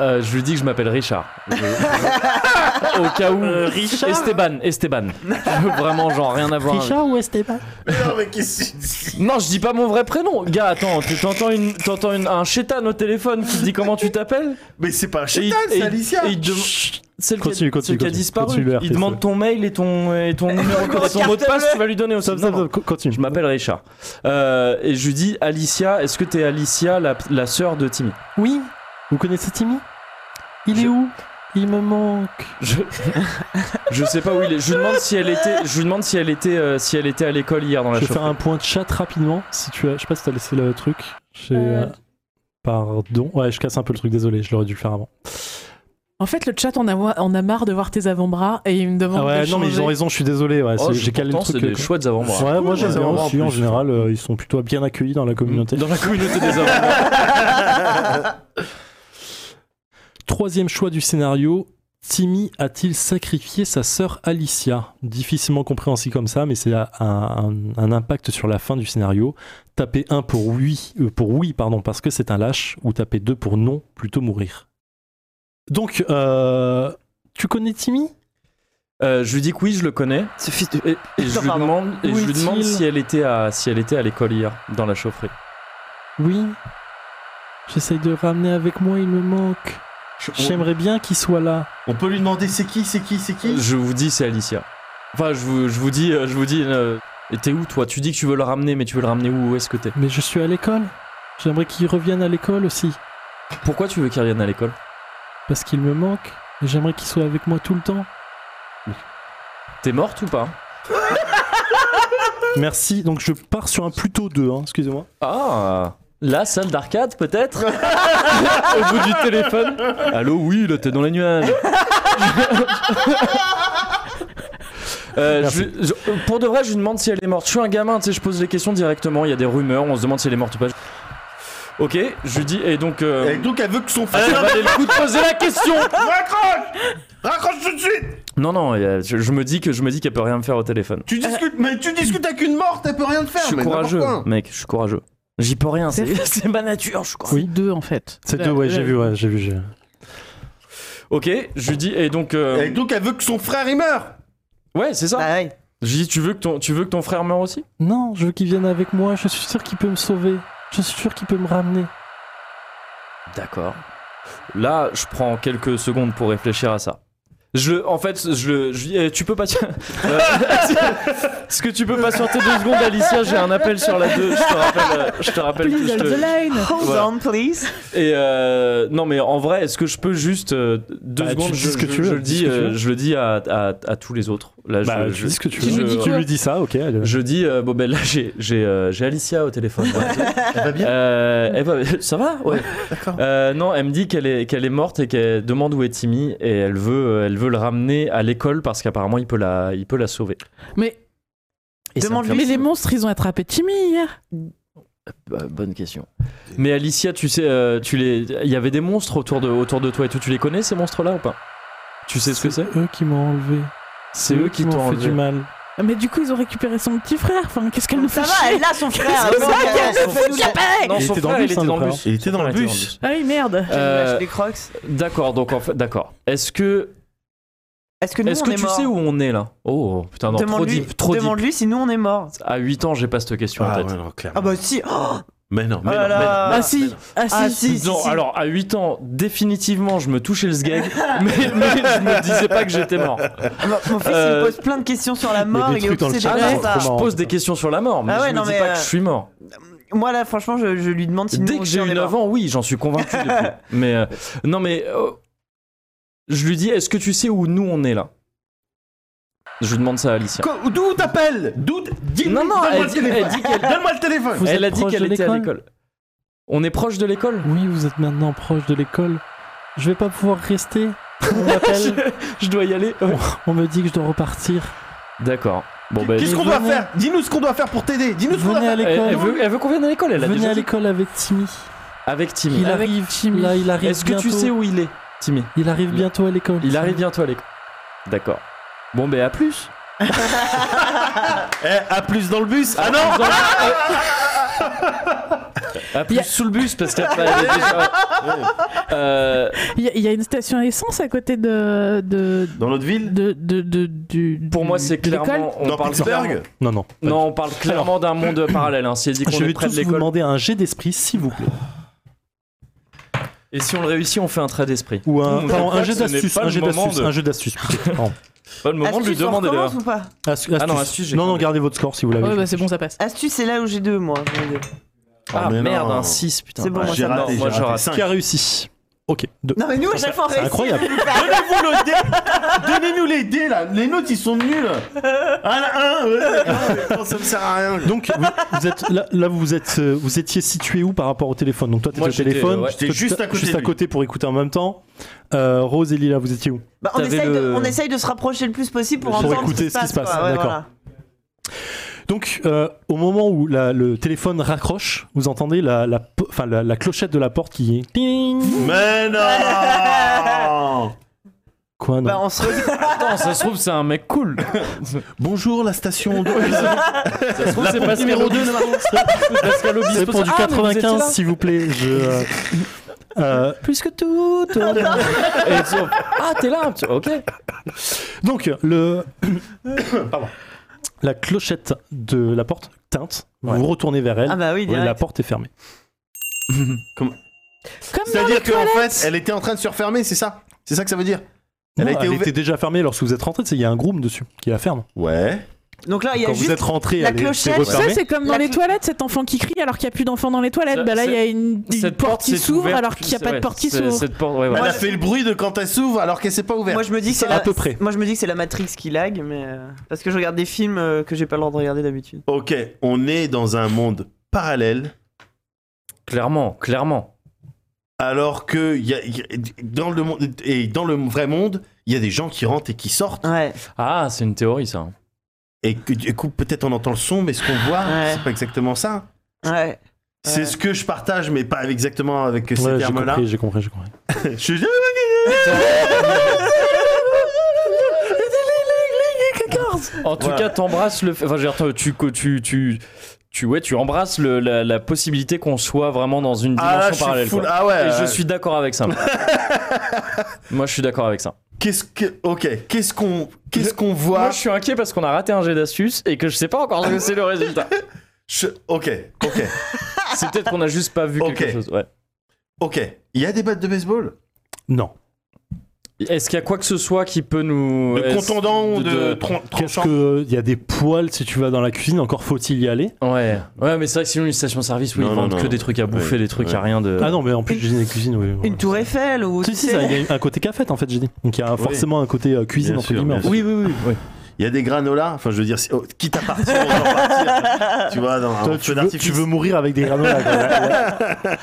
B: euh, je lui dis que je m'appelle Richard. Je- Au cas où.
E: Euh, Richard
B: Esteban, Esteban. Je veux Vraiment, genre, rien à voir. avec-
E: Richard ou Esteban
A: Mais non, mais qu'est-ce que
B: Non, je dis pas mon vrai prénom. Gars, attends, tu t'entends une, t'entends une- un chétan au téléphone qui te dit comment tu t'appelles
A: Mais c'est pas un
B: Et il-
A: chétan,
B: et
A: c'est
B: il-
A: Alicia
B: et il dem- C'est le,
E: Continue,
B: qui, a- celui qui a
E: continue, continue.
B: disparu.
E: Continue le
B: il
E: RPC.
B: demande ton mail et ton, et ton numéro de- et ton mot de passe, tu vas lui donner au
E: Stop, stop, stop, co- continue.
B: Je m'appelle Richard. Euh, et je lui dis Alicia, est-ce que t'es Alicia, la, la sœur de Timmy
E: Oui Vous connaissez Timmy Il est
B: Je-
E: où Il me manque.
B: je... je sais pas où il est. Je lui demande si elle était, je lui demande si elle était, euh, si elle était à l'école hier dans la
E: Je vais
B: chaussée.
E: faire un point de chat rapidement. Si tu as... Je sais pas si t'as laissé le truc. J'ai,
D: Euh.
E: euh, Pardon. Ouais, je casse un peu le truc, désolé, je l'aurais dû le faire avant.
D: En fait, le chat en a, en a marre de voir tes avant-bras et il me demande
E: Ah ouais,
D: de
E: non, mais ils ont
D: changer.
E: raison, je suis désolé. Ouais, c'est- j'ai calé le truc.
B: Oh, C'est des
E: euh,
B: chouettes avant moi.
E: Ouais, moi j'aime
A: ouais.
E: bien
A: En
E: aussi, en
A: plus,
E: général, euh, ils sont plutôt bien accueillis dans la communauté.
B: Dans la communauté des avant
E: Troisième choix du scénario, Timmy a-t-il sacrifié sa sœur Alicia Difficilement compréhensible comme ça, mais c'est un, un- un impact sur la fin du scénario. Tapez 1 pour oui, euh, pour oui pardon, parce que c'est un lâche, ou tapez 2 pour non, plutôt mourir. Donc, euh, tu connais Timmy
B: Euh, je lui dis que oui, je le connais.
C: Ce fils de.
B: Et, et je
C: Attends,
B: lui
C: pardon.
B: demande, et
E: Où
B: je lui
E: est-il
B: demande si elle était à, si elle était à l'école hier dans la chaufferie.
E: Oui. J'essaye de le ramener avec moi, il me manque. J'aimerais bien qu'il soit là.
A: On peut lui demander c'est qui, c'est qui, c'est qui
B: Je vous dis, c'est Alicia. Enfin, je vous, je vous dis, euh, je vous dis. euh, et T'es où toi Tu dis que tu veux le ramener, mais tu veux le ramener où Où est-ce que t'es
E: Mais je suis à l'école. J'aimerais qu'il revienne à l'école aussi.
B: Pourquoi tu veux qu'il revienne à l'école
E: Parce qu'il me manque. Et j'aimerais qu'il soit avec moi tout le temps.
B: T'es morte ou pas
E: Merci. Donc je pars sur un plutôt 2, hein, excusez-moi.
B: Ah La salle d'arcade peut-être Au bout du téléphone Allô, oui, là t'es dans les nuages Euh, je- je- pour de vrai, je lui demande si elle est morte. Je suis un gamin, tu sais, je pose les questions directement. Il y a des rumeurs, on se demande si elle est morte ou pas. Ok, je lui dis, et donc. euh,
A: Et donc elle veut que son
B: Ah,
A: frère.
B: ça valait le coup de poser la question
A: Raccroche Raccroche tout de suite
B: Non, non, il y a- je, je me dis que je me dis qu'elle peut rien me faire au téléphone.
A: Tu discutes, mais tu discutes avec une morte, elle peut rien te faire.
B: je suis
A: mais
B: courageux,
A: n'importe quoi.
B: mec, je suis courageux. J'y peux rien, c'est c'est ma nature, je crois.
D: Oui, deux en fait.
E: C'est
D: La-
E: 2, ouais, j'ai
D: la-
E: vu, ouais, j'ai vu. j'ai-
B: Ok, je lui dis, et donc. euh,
A: Et donc elle veut que son frère il meure.
B: Ouais, c'est ça.
C: Bah ouais.
B: Je lui dis, tu veux, que ton, tu veux que ton frère meure aussi
E: Non, je veux qu'il vienne avec moi. Je suis sûr qu'il peut me sauver. Je suis sûr qu'il peut me ramener.
B: D'accord. Là, je prends quelques secondes pour réfléchir à ça. Je, en fait, je, le- je lui dis, eh, tu peux pas. Euh, Est-ce que tu peux patienter deux secondes, Alicia J'ai un appel sur la 2. Je te rappelle. euh, Je te rappelle. que je te-
E: euh,
C: Hold
B: Voilà.
C: on, please.
B: Et euh, non, mais en vrai, est-ce que je peux juste euh, deux
E: Bah, tu
B: secondes
E: dis
B: je,
E: ce que
B: je-
E: tu veux,
B: je le
E: dis
B: dis,
E: ce que tu
B: euh,
E: veux.
B: je le dis à, à- à tous les autres. Là,
E: bah,
B: je,
E: tu
B: je-
E: dis ce que tu
B: je-
E: veux.
B: je-
E: tu lui dis ça, ok. elle-
B: je dis, euh, bon ben là, j'ai j'ai, euh, j'ai Alicia au téléphone.
A: Elle va Ah, bah, bien.
B: Euh, elle va- ça va Ouais. Euh, non, elle me dit qu'elle est, qu'elle est morte et qu'elle demande où est Timmy et elle veut, euh, elle veut le ramener à l'école parce qu'apparemment il peut la, il peut la sauver.
D: Mais,
B: Et ça me fait-
D: mais les monstres, ils ont attrapé Timmy hier.
B: Bah, bonne question. Mais Alicia, tu sais, euh, tu les, il y avait des monstres autour de, autour de toi et tout. Tu les connais ces monstres-là ou pas Tu sais ce que c'est
E: Eux qui m'ont enlevé.
B: C'est eux qui t'ont
E: m'ont fait
B: enlevé.
E: du mal.
D: Mais du coup, ils ont récupéré son petit frère. Enfin, qu'est-ce qu'elle nous fait
C: Ça va,
D: chier
C: elle a son frère.
D: C'est
C: bon,
D: ça qu'elle
C: son
D: nous fait
C: frère.
D: chier.
B: Non,
E: Il
B: son
E: était dans
B: frère,
E: le
B: il
E: bus,
B: était dans le
E: hein,
B: bus.
A: Il Euh, était dans le
B: Son frère
A: bus.
D: Ah oui, merde.
C: Je vais
B: Euh,
C: lâcher des crocs.
B: D'accord, donc en fait, d'accord. Est-ce que,
C: Est-ce que nous
B: est-ce
C: on
B: que
C: est
B: tu
C: mort
B: sais où on est là Oh putain, non, trop
C: Demande-lui
B: deep, trop deep.
C: demande-lui si nous on est mort.
B: À 8 ans, j'ai pas cette question en
A: Ah
B: tête.
A: ouais, non, clairement.
C: Ah bah si. Oh
A: Mais non, mais
F: Oh là
A: non, mais non.
F: là.
D: Ah, si, ah, si,
F: Ah, si, si,
B: Non,
F: si.
B: alors à 8 ans, définitivement, je me touchais le sgeg, mais, mais je me disais pas que j'étais mort.
C: Ah, Mon mon fils, il
B: Euh,
C: me pose plein de questions sur la mort.
E: des
C: Il est
E: trucs dans le
C: obsédé
E: chat,
C: par
B: Ah non,
E: c'est
C: ça.
E: trop
B: je
E: marrant.
B: pose des questions sur la mort, mais
C: Ah ouais,
B: je
C: non,
B: me dis
C: mais,
B: pas
C: euh,
B: que je suis mort.
C: Moi, là, franchement, je, je lui demande si
B: Dès que j'ai eu 9 ans, oui, j'en suis convaincu. depuis. Mais euh, non, mais euh, je lui dis, est-ce que tu sais où nous on est là Je lui demande ça à Alicia.
A: Quoi, D'où t'appelles D'où t- dis-
B: Non, non,
A: donne-moi
B: elle
A: le
B: dit-
A: téléphone.
B: elle dit qu'elle-
A: Donne-moi le téléphone.
E: Vous
B: Elle
E: êtes
B: a dit
E: proche
B: qu'elle
E: de
B: était à l'école. On est proche de l'école
E: Oui, vous êtes maintenant proche de l'école. Je vais pas pouvoir rester. On
B: je,
E: m'appelle.
B: je dois y aller. Ouais.
E: On me dit que je dois repartir.
B: D'accord. Bon, bah,
A: Qu'est-ce
E: mais
A: qu'on doit
E: venez.
A: faire Dis-nous ce qu'on doit faire pour t'aider. Dis-nous ce qu'on doit
E: Venez à
A: faire.
B: elle, elle
E: l'école.
B: veut, elle veut qu'on vienne à l'école, elle a
E: Venez
B: déjà
E: à
B: dit.
E: l'école avec Timmy.
B: Avec Timmy.
E: Il arrive. Là, il arrive.
B: Est-ce que tu
E: bientôt.
B: sais où il est, Timmy
E: Il arrive bientôt à l'école.
B: Il arrive bientôt à l'école. D'accord. Bon, ben, à plus.
A: Eh, à plus dans le bus. Ah non
B: À plus
D: Y a-
B: sous le bus, parce qu'elle elle est déjà. Euh,
D: Il y, a- il y a une station à essence à côté de. de,
A: Dans notre ville
D: de, de- de- du,
B: pour moi,
D: du-
B: c'est
D: de l'école.
B: clairement. On
A: Dans
B: parle
A: Pittsburgh
B: clairement-
E: Non, non. pas
B: Non, on parle clairement d'un monde parallèle. Hein. Si elle dit
E: du tout.
B: qu'on
E: Je
B: est
E: vais
B: près de
E: tous vous
B: l'école.
E: demander un jet d'esprit, s'il vous plaît.
B: Et si on le réussit, on fait un trait d'esprit.
E: Ou un,
B: Je
E: pardon,
B: crois
E: un
B: que
E: jeu
B: ce n'est
E: d'astuce.
B: pas
E: Un
B: le
E: jeu
B: moment
E: d'astuce.
B: de-
E: Un jeu d'astuce. putain. Pardon.
B: Pas le moment de lui
C: Astuce, on
B: demander d'ailleurs.
C: recommence ou pas
E: As-
B: Ah non,
E: astuce.
B: astuce, j'ai
E: non, non,
B: compris.
E: gardez votre score si vous l'avez.
D: Ouais, bah c'est bon, ça passe.
C: Astuce, c'est là où j'ai deux, moi. mon Dieu.
B: Ah
A: mais
B: merde,
A: non.
B: un 6, putain.
C: C'est bon,
B: Ah,
C: moi,
A: J'ai
C: ça
B: non,
A: raté.
B: moi,
A: j'ai
B: je
A: raté.
B: rate.
A: Cinq.
E: Qui a réussi Ok. Deux.
C: Non, mais
B: Ah,
C: nous, à chaque fois, on
E: C'est
C: réussit.
E: incroyable.
A: Donnez-vous le dé Donnez-nous les dés là Les nôtres ils sont nuls Un, un, euh, non, mais ça me sert à rien
E: Donc vous, vous êtes là, là, vous êtes euh, vous étiez situé où par rapport au téléphone Donc toi t'étais
B: Moi,
E: au
B: j'étais,
E: téléphone,
B: euh, ouais.
E: toi,
A: J'étais
E: t'étais
A: juste à côté
E: juste
A: de
E: à
A: lui.
E: côté pour écouter en même temps. Euh, Rose et Lila, vous étiez où
C: Bah, on,
B: T'avais
C: essaye de,
B: le-
C: on essaye de se rapprocher le plus possible pour,
E: Pour
C: entendre
E: écouter
C: ce qui se passe. quoi. Ouais,
E: d'accord.
C: voilà.
E: Donc euh, au moment où la- le téléphone raccroche, vous entendez la la, po- enfin, la- la clochette de la porte qui est ting.
A: Mais non
E: Quoi non
C: Bah, on se regarde.
B: Attends, ça se trouve, c'est un mec cool.
A: Bonjour la station de...
B: Ça se trouve, c'est Pascal
A: numéro
B: Obispo. Pascal Obispo.
E: C'est pour du
B: Ah, mais vous étiez
E: 95
B: là.
E: s'il vous plaît. Je, euh, euh,
B: Plus que tout. Et sauf- Ah, t'es là. tu- Ok.
E: Donc, le. Pardon. La clochette de la porte teinte. Vous
B: Ouais.
E: vous retournez vers elle.
C: Ah, bah oui,
E: et la
C: direct.
E: porte est fermée.
D: Comme dans
A: C'est-à-dire
D: les
A: qu'en
D: toilettes.
A: fait, elle était en train de se refermer, c'est ça C'est ça que ça veut dire
E: Non,
A: Elle
E: Elle,
A: a été ouverte-
E: était déjà fermée lorsque vous êtes rentré. Il y a un groom dessus qui la ferme.
A: Ouais.
C: Donc là, il y
E: Quand
C: a
E: vous
C: juste.
E: êtes rentré,
C: la
E: elle est-
C: clochette,
E: c'est
D: Ça,
E: refermé.
D: c'est comme dans
C: La
D: les
C: cl-
D: toilettes, cet enfant qui crie alors qu'il n'y a plus d'enfants dans les toilettes.
B: Ça,
D: Bah là, il y a une, une
B: Cette
D: porte qui
B: s'est
D: s'ouvre
B: ouverte,
D: alors qu'il n'y a
B: c'est-
D: pas de
B: ouais,
D: porte qui
B: c'est-
D: s'ouvre.
B: Cette porte, ouais, voilà.
A: elle a
C: je-
A: fait le bruit de quand elle s'ouvre alors qu'elle s'est pas ouverte.
C: Moi, je me dis que c'est
E: À
C: la...
E: peu près.
C: Moi, je me dis que c'est la Matrix qui lag, mais euh, parce que je regarde des films euh, que j'ai pas le droit de regarder d'habitude.
A: Ok, on est dans un monde parallèle
B: Clairement, clairement.
A: alors que y a- y a- dans, le monde, et dans le vrai monde, il y a des gens qui rentrent et qui sortent.
C: Ouais.
B: Ah, c'est une théorie, ça.
A: Et que, du coup, peut-être on entend le son, mais ce qu'on voit,
C: Ouais.
A: c'est pas exactement ça.
C: Ouais.
A: C'est
C: Ouais.
A: ce que je partage, mais pas exactement avec ces
E: Ouais, j'ai
A: termes-là.
E: compris, j'ai compris, j'ai compris.
A: Je suis
B: En tout
A: Voilà.
B: cas, t'embrasses le. fait- Enfin, je veux dire, tu, tu, tu, tu, ouais, tu embrasses le- la, la possibilité qu'on soit vraiment dans une dimension
A: Ah, là, je suis
B: parallèle.
A: full.
B: quoi.
A: Ah ouais.
B: Et
A: ouais.
B: je suis d'accord avec ça. Moi, je suis d'accord avec ça.
A: Qu'est-ce que. Ok. Qu'est-ce qu'on. Qu'est-ce qu'on voit.
B: Moi, je suis inquiet parce qu'on a raté un jet d'astuce et que je sais pas encore ce que c'est le résultat.
A: Je- Ok. Ok.
B: C'est peut-être qu'on a juste pas vu
A: Ok.
B: quelque chose. Ouais.
A: ok. Il y a des battes de baseball.
E: Non.
B: Est-ce qu'il y a quoi que ce soit qui peut nous.
A: de
B: est-ce-
A: contendant ou de,
B: de-
A: tron-
E: Qu'est-ce
A: tranchant.
E: que. euh, Il y a des poils si tu vas dans la cuisine, encore faut-il y aller.
B: Ouais. Ouais, mais c'est vrai que sinon, une station-service où
A: Non,
B: ils
A: non,
B: vendent
A: non.
B: que des trucs à bouffer,
A: Ouais.
B: des trucs à
A: Ouais.
B: rien de.
E: Ah non, mais en plus,
C: Une-
E: cuisine et cuisine, oui. oui.
C: Euh. Une tour Eiffel ou.
E: Si,
C: tu
E: si,
C: sais-
E: ça, il y a un côté cafette en fait, j'ai dit. Donc il y a forcément un côté euh, cuisine,
A: Bien
E: entre
A: sûr,
E: guillemets.
A: bien
E: en fait.
B: Oui, oui, oui. oui.
A: Il y a des granolas. Enfin, je veux dire, c'est- oh, quitte à partir, on va partir. Tu vois, dans un
E: Toi,
A: feu
E: tu, veux,
A: d'artifice.
E: tu veux mourir avec des granolas. quoi.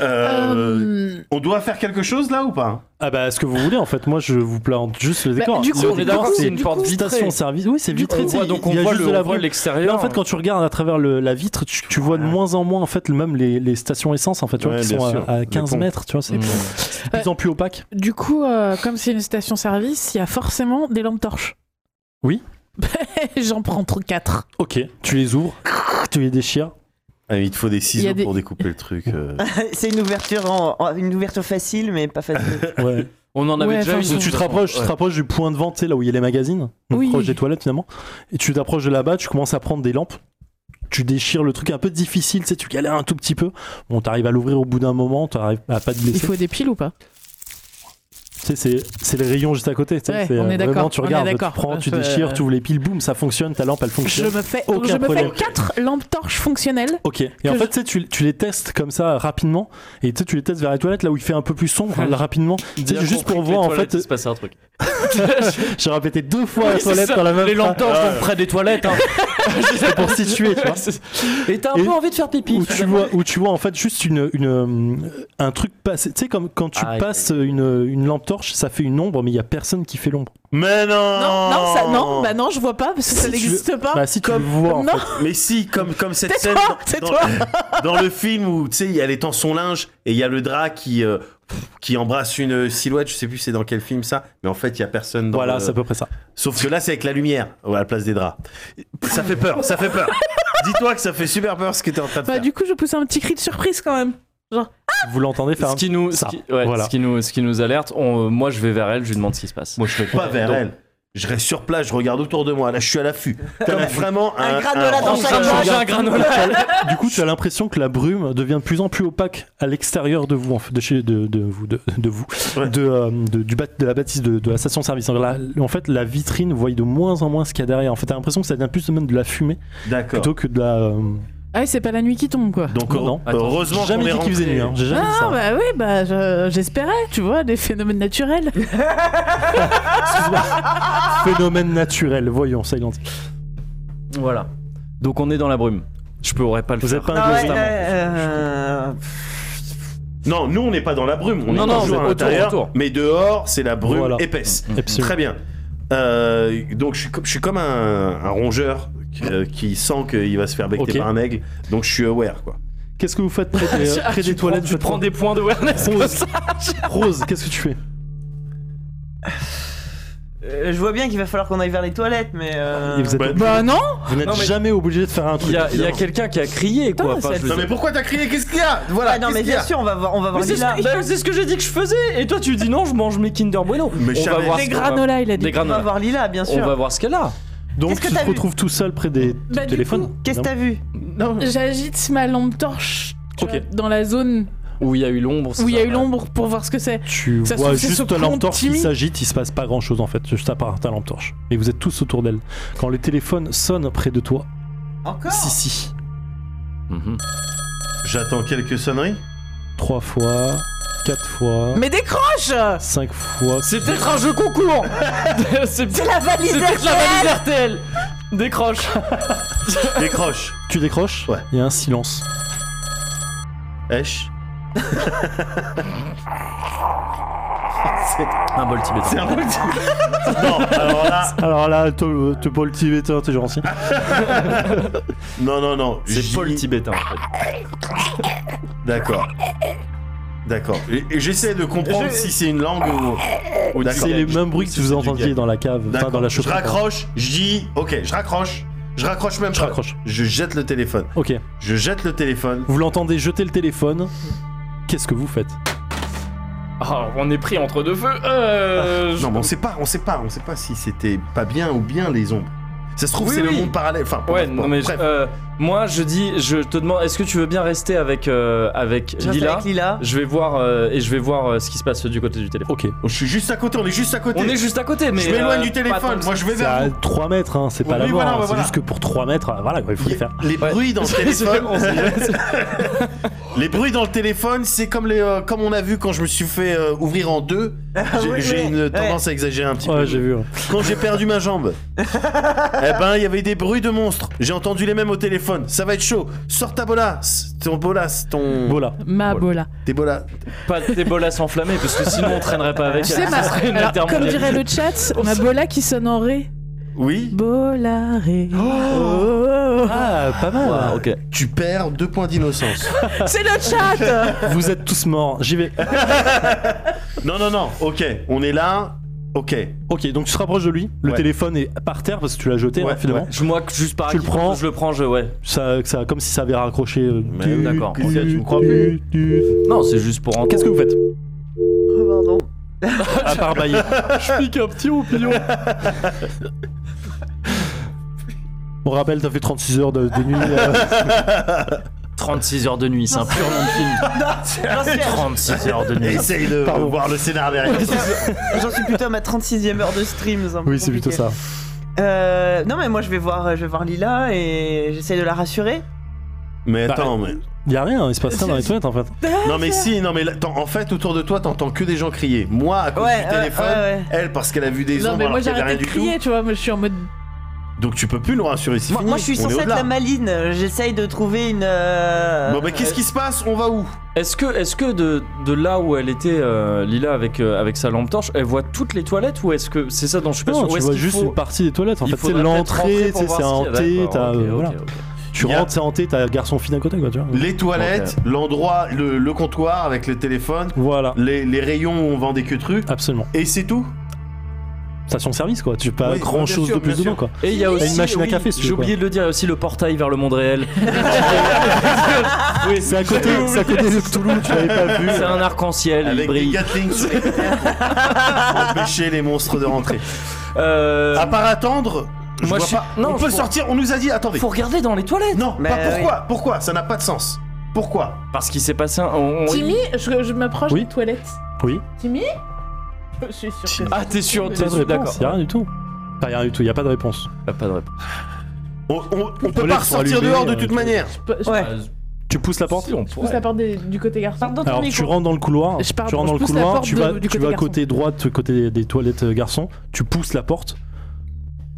A: Euh,
D: Euh,
A: On doit faire quelque chose là ou pas
E: Ah bah ce que vous voulez en fait, moi je vous plante juste le
D: Bah,
E: décor.
D: du coup,
E: Le
D: on est
E: décor,
D: d'accord que
E: c'est
D: c'est
E: une Mm.
D: une porte
E: station service. Oui, c'est
D: Du
E: vitré.
D: coup,
E: tu sais,
B: Ouais, donc on
E: il y a
B: voit
E: juste
B: le-
E: de la
B: on voit
E: brume.
B: l'extérieur.
E: Là, en fait, quand tu regardes à travers le- la vitre, tu, tu vois de moins en moins en fait le- même les, les stations essence en fait, tu vois,
A: Ouais,
E: qui
A: bien
E: sont à-
A: sûr.
E: à,
A: Les
E: 15
A: ponts.
E: mètres, tu vois, c'est
B: Mm.
E: de plus en plus opaque.
D: du coup, euh, comme c'est une station-service, il y a forcément des lampes torches.
E: Oui.
D: J'en prends trop quatre.
E: Ok, tu les ouvres, tu les déchires.
A: Ah, Il te faut des
D: Il y
A: ciseaux
D: a des-
A: pour découper le truc. euh.
C: C'est une ouverture en- en- une ouverture facile, mais pas facile.
E: Ouais.
B: On en avait
D: Ouais,
B: déjà
D: enfin,
B: eu.
D: ils sont-
E: tu te rapproches, tu te
B: Ouais.
E: rapproches du point de vente, tu sais, là où il y a les magazines, donc
D: Oui.
E: proche des toilettes finalement. Et tu t'approches de là-bas, tu commences à prendre des lampes. tu déchires le truc un peu difficile, tu sais, tu galères un tout petit peu. Bon, t'arrives à l'ouvrir au bout d'un moment, t'arrives à pas te
D: Il
E: blesser.
D: faut des piles ou pas
E: Tu sais, c'est c'est les rayons juste à côté. tu sais,
D: Ouais,
E: c'est,
D: on
E: euh,
D: est d'accord,
E: Vraiment, tu
D: on est
E: regardes, tu
D: d'accord.
E: prends, tu
D: Euh,
E: déchires,
D: euh,
E: tu ouvres les piles, boum, ça fonctionne, ta lampe elle
D: Je
E: fonctionne.
D: me fais,
E: Aucun
D: je me fais
E: problème.
D: 4 lampes torches fonctionnelles.
E: Ok, et en
D: Que
E: fait, tu sais, tu, tu les testes comme ça rapidement, et tu sais, tu les testes vers les toilettes là où il fait un peu plus sombre là, rapidement. Tu sais, juste pour voir en fait.
B: Il se passe un truc.
E: J'ai répété deux fois
B: Ouais,
E: la
B: c'est
E: toilette
B: ça,
E: dans la même Ah.
B: Les lampes
E: phrase.
B: torches sont près des toilettes. hein.
E: C'est pour situer, tu vois.
B: Et t'as un
E: Et-
B: peu envie de faire pipi.
E: Où tu, vois, où tu vois en fait juste une, une, euh, un truc passer. Tu sais, comme quand tu
B: Aïe.
E: passes une, une lampe torche, ça fait une ombre, mais il n'y a personne qui fait l'ombre.
A: Mais non
D: Non, non, ça, non, bah non, je vois pas parce que ça
E: Oh. Si tu
D: n'existe pas.
A: Ah,
E: Bah, si tu le vois, en
D: non,
E: fait.
A: Mais si, comme, comme cette scène
D: tais-toi,
A: dans- dans,
D: tais-toi.
A: dans le film où tu sais, il y a les temps son linge et il y a le drap qui, euh, pff, qui embrasse une silhouette. Je sais plus c'est dans quel film ça, mais en fait, il y a personne dans
E: Voilà,
A: le-
E: c'est à peu près ça.
A: Sauf que là, c'est avec la lumière à la place des draps. Ça fait peur, ça fait peur. Dis-toi que ça fait super peur ce que t'es en train de
D: Bah,
A: faire.
D: du coup, je pousse un petit cri de surprise quand même.
E: Vous l'entendez faire
B: Ce
E: un
B: qui nous, ce
E: ça.
B: qui, ouais,
E: Voilà.
B: ce qui nous, ce qui nous alerte. on- euh, moi, je vais vers elle, je lui demande ce qui se passe.
A: Moi, je vais pas vers
B: Donc-
A: elle. Je reste sur place, je regarde autour de moi. Là, je suis à l'affût. Comme vraiment un.
C: Un granola dans
B: Oh,
C: chaque
B: j'ai
C: main.
B: un granola.
E: Du coup, tu as l'impression que la brume devient de plus en plus opaque à l'extérieur de vous, en fait, de chez de, de vous, de, de vous,
A: Ouais.
E: de, euh, de- du bat- de la bâtisse de, de la station-service. Donc là, En fait, la vitrine voit de moins en moins ce qu'il y a derrière. En fait, t'as l'impression que ça devient plus même de la fumée
A: D'accord.
E: plutôt que de la. euh,
D: Ah, ouais, c'est pas la nuit qui tombe quoi.
A: Donc,
E: Non,
A: heure-
E: non.
A: heureusement
E: J'ai
A: qu'on
E: jamais
A: est
E: dit qu'il faisait
A: rentré.
E: nuit. hein. J'ai jamais dit ça.
D: Ah, bah oui, bah je- j'espérais, tu vois, des phénomènes naturels.
E: Phénomène naturel. Voyons, Silent.
B: Voilà. Donc on est dans la brume. Je pourrais pas le
E: Vous
B: faire.
E: êtes pas
C: Non,
E: un
C: Ah, ouais,
E: ghost, hein.
C: euh,
A: Non, nous, on n'est pas dans la brume. On
B: Non,
A: est
B: non,
A: toujours à
B: autour,
A: l'intérieur.
B: autour.
A: Mais dehors, c'est la brume
E: Voilà. Mm.
A: épaisse.
E: Absolument.
A: Très bien. Euh, donc je suis comme, je suis comme un, un rongeur qui, euh, qui sent qu'il va se faire becter
E: Ok.
A: par un aigle, donc je suis aware quoi.
E: Qu'est-ce que vous faites près des,
B: Ah,
E: près
B: tu
E: des toilettes
B: prends,
E: je
B: tu prends des points de awareness comme
E: Rose,
B: ça.
E: Rose, qu'est-ce que tu fais
C: euh, je vois bien qu'il va falloir qu'on aille vers les toilettes, mais. euh,
E: Et Vous êtes-
A: bah,
D: Bah non,
E: vous n'êtes
B: non, mais-
E: jamais obligé de faire un
B: Il
E: truc.
B: y a, il y a quelqu'un qui a crié quoi.
D: Putain,
B: Enfin,
D: c'est-
B: je veux dire-
A: pourquoi t'as crié Qu'est-ce qu'il y a Voilà.
C: Ah non, mais bien sûr, on va voir, on va voir
B: Mais c'est ce,
C: Lila.
B: que- bah, c'est ce que j'ai dit que je faisais. Et toi tu dis non, je mange mes Kinder Bueno.
A: Mais
B: on va
A: jamais.
B: voir
D: des
B: ce qu'on va-
D: granolas, il a dit.
B: Des
C: On va
B: granolas.
C: voir Lila, bien
B: On
C: sûr.
B: va voir ce qu'elle a.
E: Donc
C: Qu'est-ce que
E: tu
C: t'as
E: te
C: vu
E: retrouves tout seul près des
D: Bah, du
E: téléphones.
C: Qu'est-ce que t'as vu
B: Non.
D: J'agite ma lampe torche tu
B: Ok.
D: vois, dans la zone
B: Où il y a eu l'ombre. c'est
D: où il y
B: ça,
D: a eu
B: voilà.
D: l'ombre pour voir ce que c'est.
E: Tu
D: Ça se
E: vois
D: trouve, c'est ce
E: juste ta lampe
D: con
E: torche qui
D: timide.
E: s'agite, il se passe pas grand chose en fait, juste à part ta lampe torche. Mais vous êtes tous autour d'elle. Quand le téléphone sonne près de toi,
C: Encore
E: si si,
B: Mhm.
A: J'attends quelques sonneries.
E: trois fois, quatre fois,
D: Mais décroche
E: cinq fois.
B: C'est peut-être un jeu concours. c'est
C: C'est
B: peut-être
C: la valise
B: c'est peut-être la valise RTL. Décroche.
A: Décroche.
E: Tu décroches
A: Ouais.
E: Il y a un silence.
A: Esh.
B: Un bol tibétain.
A: C'est un peu le- Non, alors là,
E: Alors là, te, te Paul Tibétain, t'es gentil.
A: non, non, non.
B: C'est
A: j'y-
B: Paul tibétain. en fait.
A: D'accord. D'accord. Et, et j'essaie de comprendre si c'est une langue ou. ou d'accord.
E: C'est les mêmes bruits que
A: Si
E: vous
A: c'est du
E: entendiez
A: gag.
E: dans la cave, enfin
A: D'accord.
E: dans la
A: Je
E: chaussée.
A: raccroche. Je dis, ok, je raccroche. Je raccroche même.
E: Je
A: pas.
E: raccroche.
A: Je jette le téléphone.
E: Ok.
A: Je jette le téléphone.
E: Vous l'entendez jeter le téléphone. Qu'est-ce que vous faites
B: Ah, on est pris entre deux feux. Euh, je-
A: Non, mais on sait pas, on sait pas, on sait pas si c'était pas bien ou bien les ombres. Ça se trouve,
B: Oui,
A: c'est
B: oui.
A: le monde parallèle. Enfin,
B: Ouais,
A: bref,
B: non mais je-
A: bref.
B: euh, moi je dis, je te demande, est-ce que tu veux bien rester avec euh, avec
C: Je reste
B: Lila
C: avec Lila.
B: Je vais voir euh, et je vais voir euh, ce qui se passe du côté du téléphone.
E: Ok.
A: je suis juste à côté, on est juste à côté.
B: On est juste à côté, mais
A: je m'éloigne
B: euh,
A: du
B: pas tant
A: téléphone,
B: que
A: moi je vais
E: C'est
A: vers
E: à
A: vous.
E: 3 mètres, hein, c'est pas
A: Oui,
E: la mort.
A: voilà,
E: hein,
A: ouais,
E: c'est
A: voilà.
E: juste que pour 3 mètres, euh, voilà, quoi, il faut les faire.
A: Les
B: Ouais.
A: bruits dans le
B: ça. On
A: téléphone,
B: sait jamais, c'est-
A: les bruits dans le téléphone, c'est comme les, euh, comme on a vu quand je me suis fait euh, ouvrir en deux.
B: Ah
A: J'ai
C: ouais,
A: j'ai
C: ouais,
A: une
C: ouais.
A: tendance à exagérer un petit
E: Ouais,
A: peu.
E: j'ai vu. hein. ouais.
A: Quand j'ai perdu ma jambe, eh ben il y avait des bruits de monstres. J'ai entendu les mêmes au téléphone. Ça va être chaud. Sors ta bolasse, ton bolasse, ton
E: Voilà.
D: Ma
B: Voilà.
D: bola.
A: tes bolas.
B: Pas des bolas enflammées parce que sinon on traînerait pas avec
D: Tu
B: elle.
D: sais, ma-
B: Ça serait une
D: alors, comme
B: intermondiale.
D: dirait le chat, ma bola qui sonne en ré.
A: Oui.
D: Bola ré. Oh.
E: Ah, pas mal.
B: Ah, ok.
A: Tu perds deux points d'innocence.
D: C'est le chat
E: Vous êtes tous morts. J'y vais.
A: Non, non, non, ok, on est là, ok.
E: Ok, donc tu te rapproches de lui. Le
A: Ouais.
E: téléphone est par terre parce que tu l'as jeté
A: Ouais,
E: hein, finalement.
A: ouais.
B: Je moi juste par
E: Tu le
B: acquis,
E: prends.
B: je le prends, je ouais.
E: Ça, ça, comme si ça avait raccroché. euh,
A: Mais
E: tu-
B: d'accord,
E: tu-
B: ok, tu me crois
E: tu- tu-
B: Non, c'est juste pour en
E: Qu'est-ce que vous faites
C: Oh, pardon.
E: À part bailler. Je pique un petit opinion. On rappelle, t'as fait 36 heures de, de nuit. euh,
B: 36 heures de nuit, c'est un pur nom de film.
C: J'en suis,
B: 36 heures de nuit.
A: Essaye de
E: Pardon.
A: voir le scénar derrière.
C: j'en suis plutôt à ma 36e heure de stream. un peu
E: oui, c'est plutôt
C: compliqué.
E: ça.
C: Euh, non, mais moi je vais voir, je vais voir Lila et j'essaie de la rassurer.
A: Mais
E: Bah,
A: attends, mais.
E: Y a rien, il se passe rien dans les toilettes en fait.
A: Non, mais si, non, mais là, t'en- en fait, autour de toi, t'entends que des gens crier. Moi, à cause du téléphone,
C: ouais.
A: elle, parce qu'elle a vu des
D: Non,
A: ombres
D: mais
A: alors
D: moi
A: qu'il y avait
D: j'arrête
A: rien
D: de
A: du
D: crier,
A: tout.
D: tu vois. Moi je suis en mode.
A: Donc tu peux plus nous rassurer. c'est
C: Moi,
A: fini,
C: moi, je
A: on
C: suis
A: est
C: censée être
A: au-delà.
C: la maline, j'essaye de trouver une. euh,
A: Bon, mais qu'est-ce qui se passe On va où
B: Est-ce que, est que de, de là où elle était, euh, Lila, avec, euh, avec sa lampe torche, elle voit toutes les toilettes ou est-ce que c'est ça dont je suis pas
E: Non,
B: sûr ou
E: tu
B: est-ce
E: vois
B: qu'il
E: juste
B: faut-
E: une partie des toilettes. En
B: il
E: fait, c'est
B: faudrait peut-être rentrer
E: l'entrée,
B: pour
E: tu sais,
B: voir
E: c'est
B: ce qu'il y a.
E: hanté, t'as.
B: D'accord,
E: euh,
B: ok, ok,
E: voilà.
B: ok.
E: Tu
A: Il y a-
E: rentres, c'est hanté, t'as garçon fille d'un côté, quoi, tu vois.
A: Les toilettes, l'endroit, le, le comptoir avec le téléphone,
E: Voilà,
A: les, les rayons où on vend des que trucs,
E: absolument.
A: et c'est tout
E: Station service, quoi. Tu fais pas
A: Oui,
E: grand
A: bien
E: chose
A: sûr,
E: de plus
A: bien
E: dedans,
A: sûr.
E: quoi.
B: Et il y a aussi.
E: une machine à
B: oui,
E: café, si tu veux,
B: J'ai oublié de le dire, il y a aussi le portail vers le monde réel. oui,
E: C'est à côté, c'est à côté de Toulouse, tu l'avais pas vu.
B: C'est un arc-en-ciel, il
A: Avec des
B: brille.
A: gatlings sur les côtés pour empêcher les monstres de rentrer.
B: Euh,
E: Ah,
A: À part attendre, je vois
B: moi, je suis-
A: pas.
B: non,
A: on peut
B: faut-
A: sortir, on nous a dit, attendez.
B: faut regarder dans les toilettes.
A: Non,
C: Mais
A: pas
C: oui.
A: pourquoi Pourquoi Ça n'a pas de sens. Pourquoi
B: Parce qu'il s'est passé un. on- on-
D: Timmy, je, je m'approche
E: Oui.
D: des toilettes.
E: Oui.
D: Timmy Je suis sûre
A: Timmy.
D: que
B: Ah, t'es sûr,
E: Pas
B: t'es
E: de
B: sûr, d'accord.
E: réponse, hein. y a rien du tout. Enfin, y a rien du tout, y a pas de réponse.
B: Ah, Pas de réponse.
A: On, on- on peut
E: toilettes
A: pas
E: sont
A: ressortir
E: allumées,
A: dehors de
E: euh,
A: toute
E: tu-
A: manière.
D: je, peux- je
C: Ouais.
B: Ah,
E: Tu pousses la porte
B: Si, on
D: pousse
B: pourrait.
D: la porte des- du côté garçon.
E: Alors tu rentres dans le couloir,
D: Je pars-
E: tu rentres
D: je
E: dans le
D: pousse la
E: couloir,
D: porte
E: tu
D: de-
E: vas,
D: du
E: tu
D: côté
E: vas
D: garçon.
E: côté droit, côté des, des toilettes euh, garçons, tu pousses la porte,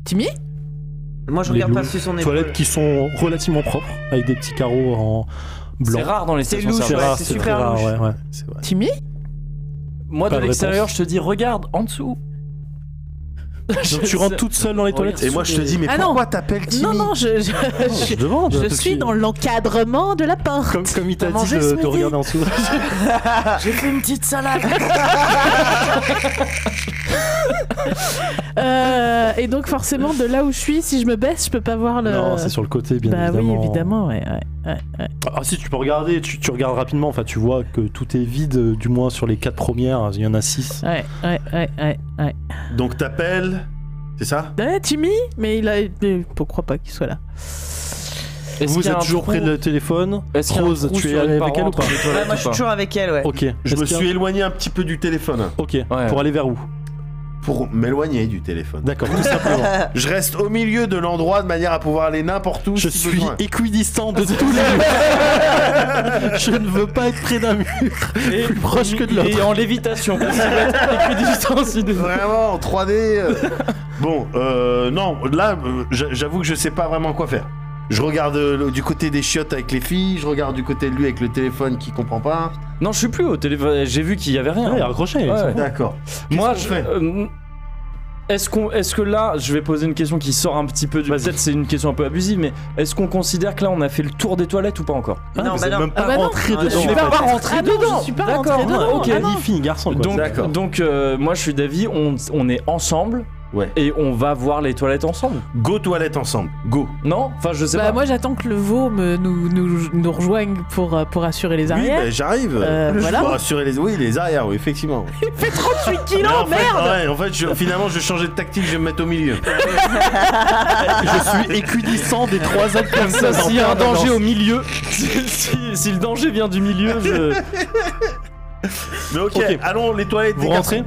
D: Timmy
C: Moi, je
E: Les
C: regarde pas
E: loups.
C: sur son épaule.
E: toilettes qui sont relativement propres, avec des petits carreaux en
B: C'est
E: blanc.
B: rare dans les stations
C: louche,
E: C'est
B: service.
C: ouais,
E: rare,
C: c'est
E: c'est très
C: super
E: rare,
C: louche.
E: ouais, ouais.
A: C'est vrai.
D: Timmy
B: Moi,
E: Pas
B: de
E: de
B: l'extérieur,
E: réponse.
B: je te dis, regarde en dessous.
E: Donc tu rentres toute seule dans les toilettes.
A: Et moi je te dis, mais
D: Ah non.
A: pourquoi t'appelles Timmy
D: Non, non, je, je,
E: Non, je,
D: je-
E: demande.
D: je
E: parce
D: suis
E: que-
D: dans l'encadrement de la porte.
E: Comme, comme il t'a
D: T'as
E: dit
D: mangé ce
E: de, de
D: midi
E: regarder en dessous.
B: Ah. J'ai fait une petite salade.
D: Euh, et donc forcément, de là où je suis, si je me baisse, je peux pas voir le...
E: Non, c'est sur le côté, bien
D: bah
E: évidemment.
D: oui, évidemment, ouais. ouais.
E: Ah si, tu peux regarder, tu, tu regardes rapidement, enfin tu vois que tout est vide, euh, du moins sur les quatre premières, il y en a six.
D: Ouais, ouais, ouais, ouais, ouais.
A: Donc t'appelles, c'est ça
D: Eh, Timmy Mais il a... Je crois pas qu'il soit là.
E: Vous êtes toujours près de le téléphone.
B: Est-ce qu'il y a un
E: Rose,
B: trou
E: tu es
B: sur une
E: avec
B: paroi
E: elle ou
B: entre
E: pas Oh,
B: les toilettes
C: Ouais, moi,
B: ou
C: je suis
B: pas
C: toujours avec elle, ouais.
E: Ok.
A: Je
E: Est-ce
A: me
E: qu'il y a-
A: suis éloigné un petit peu du téléphone
E: Ok. Pour aller vers où
A: pour m'éloigner du téléphone.
E: D'accord. Tout simplement.
A: Je reste au milieu de l'endroit de manière à pouvoir aller n'importe où.
E: Je
A: si
E: suis
A: besoin.
E: équidistant de tous les murs. Je ne veux pas être près d'un mur.
B: Et-
E: Plus proche que de l'autre.
B: Et en lévitation. parce qu'il va être équidistant, il est-
A: vraiment en 3D. euh. bon, euh, non, là, euh, j'a- j'avoue que je sais pas vraiment quoi faire. Je regarde euh, le- du côté des chiottes avec les filles, je regarde du côté de lui avec le téléphone qui comprend pas.
B: Non, je suis plus au téléphone. J'ai vu qu'il y avait rien.
E: Ouais, raccroché.
B: Ouais.
A: D'accord.
B: Moi,
A: Qu'est-ce
B: je.
A: qu'on fait
B: euh, Est-ce qu'on, est-ce que là, je vais poser une question qui sort un petit peu du. Peut-être c'est une question un peu abusive, mais est-ce qu'on considère que là, on a fait le tour des toilettes ou pas encore
E: Ah,
C: Non,
E: vous
C: bah
E: êtes
C: non.
E: même pas
D: Ah bah non.
E: rentré
C: Ah,
E: dedans.
C: je
E: en
C: suis
E: fait.
C: pas
B: rentré
D: Ah non, je suis pas
B: D'accord,
D: rentrée
B: non,
D: dedans.
B: ok.
D: Ah non.
E: Ni fille, garçon. quoi.
A: D'accord.
B: Donc, donc euh, moi, je suis d'avis, on, on est ensemble
A: Ouais.
B: et on va voir les toilettes ensemble.
A: Go toilette ensemble. Go.
B: Non Enfin, je sais
D: Bah
B: pas.
D: moi j'attends que le veau me, nous, nous, nous rejoigne pour, euh, pour assurer les
A: Oui,
D: arrières.
A: bah, j'arrive.
D: Euh,
A: Je
D: voilà.
A: dois rassurer les. Oui, les arrières, oui, effectivement. Ah,
D: Il fait 38
A: Mais en
D: kilos,
A: fait,
D: merde
A: ouais, en fait, je- finalement, je changeais de tactique, je vais me mettre au milieu.
E: Je suis équidistant des trois autres personnes.
B: Ça,
E: en
B: s'il y a un
E: permanence.
B: danger au milieu, si, si- si le danger vient du milieu, je...
A: Mais ok,
E: Ok.
A: allons les toilettes.
E: Vous rentrez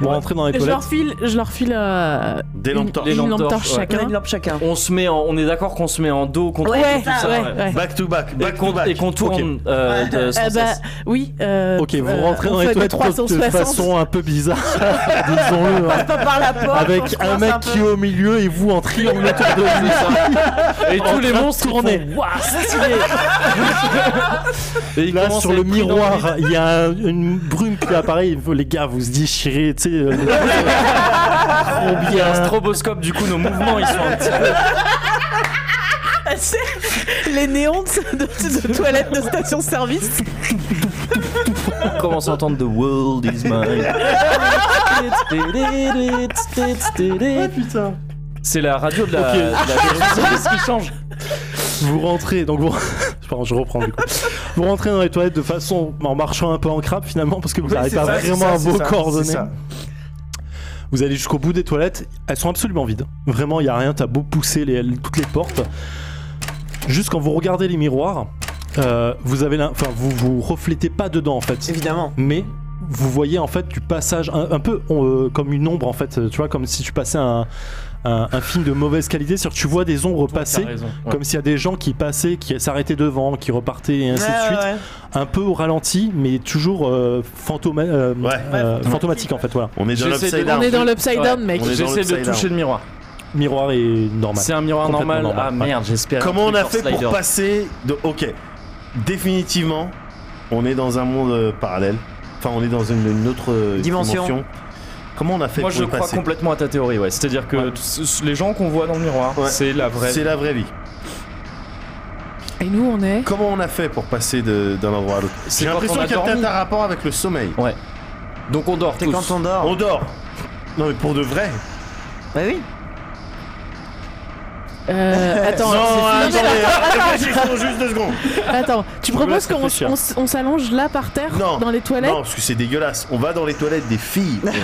E: Vous rentrez dans les
D: Je leur file,
E: toilettes
D: je leur file euh,
A: Des
D: une,
A: lampes torches.
B: les
D: une
B: lampes
D: lampe torche
B: torches, ouais.
C: On a
D: chacun.
C: une lampe chacun.
B: on se met en- on est d'accord qu'on se met en dos contre
C: Ouais,
B: contre
C: c'est
B: tout ça,
D: ouais, Bah,
B: ouais.
D: ouais.
A: Back to back,
B: Et
A: back to
B: qu'on
A: back.
B: et qu'on tourne euh, de- sans
D: Euh, bah,
B: cesse.
D: oui. euh,
E: Ok, vous
D: euh,
E: rentrez
D: on
E: dans les
D: fait de
E: toilettes de
D: 360.
E: façon un peu bizarre, disons-le. hein.
C: Pas par la
D: Ah, Oh,
C: porte.
E: Avec
C: on se
E: un
C: coince
E: mec
C: un peu.
E: qui est au milieu et vous en triangle autour de lui.
B: Et tous les
E: train de
B: monstres ils
E: tourner.
D: bah,
B: font, Waouh, stylé Et ils
E: Là,
B: commencent
E: sur
B: à
E: le
B: être pris dans vide.
E: miroir, il y a un- une brume qui apparaît. il faut- Les gars, vous se déchirez, tu sais. euh, Trop
B: Il y a un
E: bien.
B: stroboscope, du coup, nos mouvements ils sont un petit peu.
D: les néons de, de- de toilettes de station-service.
B: On commence à entendre The world is mine.
E: putain.
B: C'est la radio de la.
E: Ok.
B: de la- Qu'est-ce qui change
E: Vous rentrez, donc vous. Pardon, je reprends du coup. Vous rentrez dans les toilettes de façon. en marchant un peu en crabe finalement, parce que vous
A: Oui,
E: n'arrivez
A: c'est
E: pas
A: ça, c'est
E: vraiment
A: ça,
E: à
A: c'est
E: vos
A: ça, c'est
E: coordonnées.
A: ça.
E: Vous allez jusqu'au bout des toilettes, elles sont absolument vides. Vraiment, il n'y a rien, t'as beau pousser les- toutes les portes. Juste quand vous regardez les miroirs, euh, vous avez l'im- enfin, vous vous reflétez pas dedans en fait.
C: Évidemment.
E: Mais vous voyez en fait du passage un, un peu on- euh, comme une ombre en fait, euh, tu vois, comme si tu passais un, un- un film de mauvaise qualité, c'est-à-dire que tu vois des ombres passer,
B: raison. ouais.
E: comme s'il y a des gens qui passaient, qui s'arrêtaient devant, qui repartaient et ainsi
C: Ouais,
E: de suite
C: ouais, ouais.
E: un peu au ralenti, mais toujours euh, fantoma- euh,
A: Ouais.
E: euh, fantomatique en fait. Voilà,
A: On est dans
B: J'essaie de-
A: l'upside down.
D: On est dans l'upside
B: Ouais.
D: down, mec.
A: On est dans
B: J'essaie
A: l'upside
B: de toucher
A: down.
B: le miroir.
E: miroir et normal.
B: C'est un miroir
E: bah, Complètement
B: normal.
E: normal,
B: Ah
E: ouais.
B: merde, j'espère.
A: Comment
B: un
A: on a
B: truc hors
A: fait
B: slider.
A: pour passer de. Ok. Définitivement, on est dans un monde euh, parallèle. Enfin, on est dans une, une autre euh,
C: Dimension.
A: Comment on a fait
B: Moi,
A: pour
B: je
A: y
B: crois
A: passer
B: complètement à ta théorie, ouais. C'est-à-dire que t- s- les gens qu'on voit dans le miroir,
A: Ouais.
B: c'est la vraie.
A: C'est la vraie vie.
D: Et nous, on est.
A: Comment on a fait pour passer de- d'un endroit à l'autre
B: C'est
A: J'ai
B: quand
A: l'impression
B: on a
A: qu'il y a
B: dormi.
A: peut-être un rapport avec le sommeil.
B: Donc on dort
C: C'est
B: tous.
C: quand on dort.
A: On dort Non, mais pour de vrai
C: Bah oui.
D: Euh, attends,
A: Non,
D: c'est fini.
A: attendez Réfléchissons juste deux secondes
D: Attends, tu
E: Je me
D: proposes
E: laisse
D: qu'on
E: réfléchir.
D: on s- on s'allonge là par terre
A: Non.
D: dans les toilettes
A: Non, parce que c'est dégueulasse. On va dans les toilettes des filles et on dort.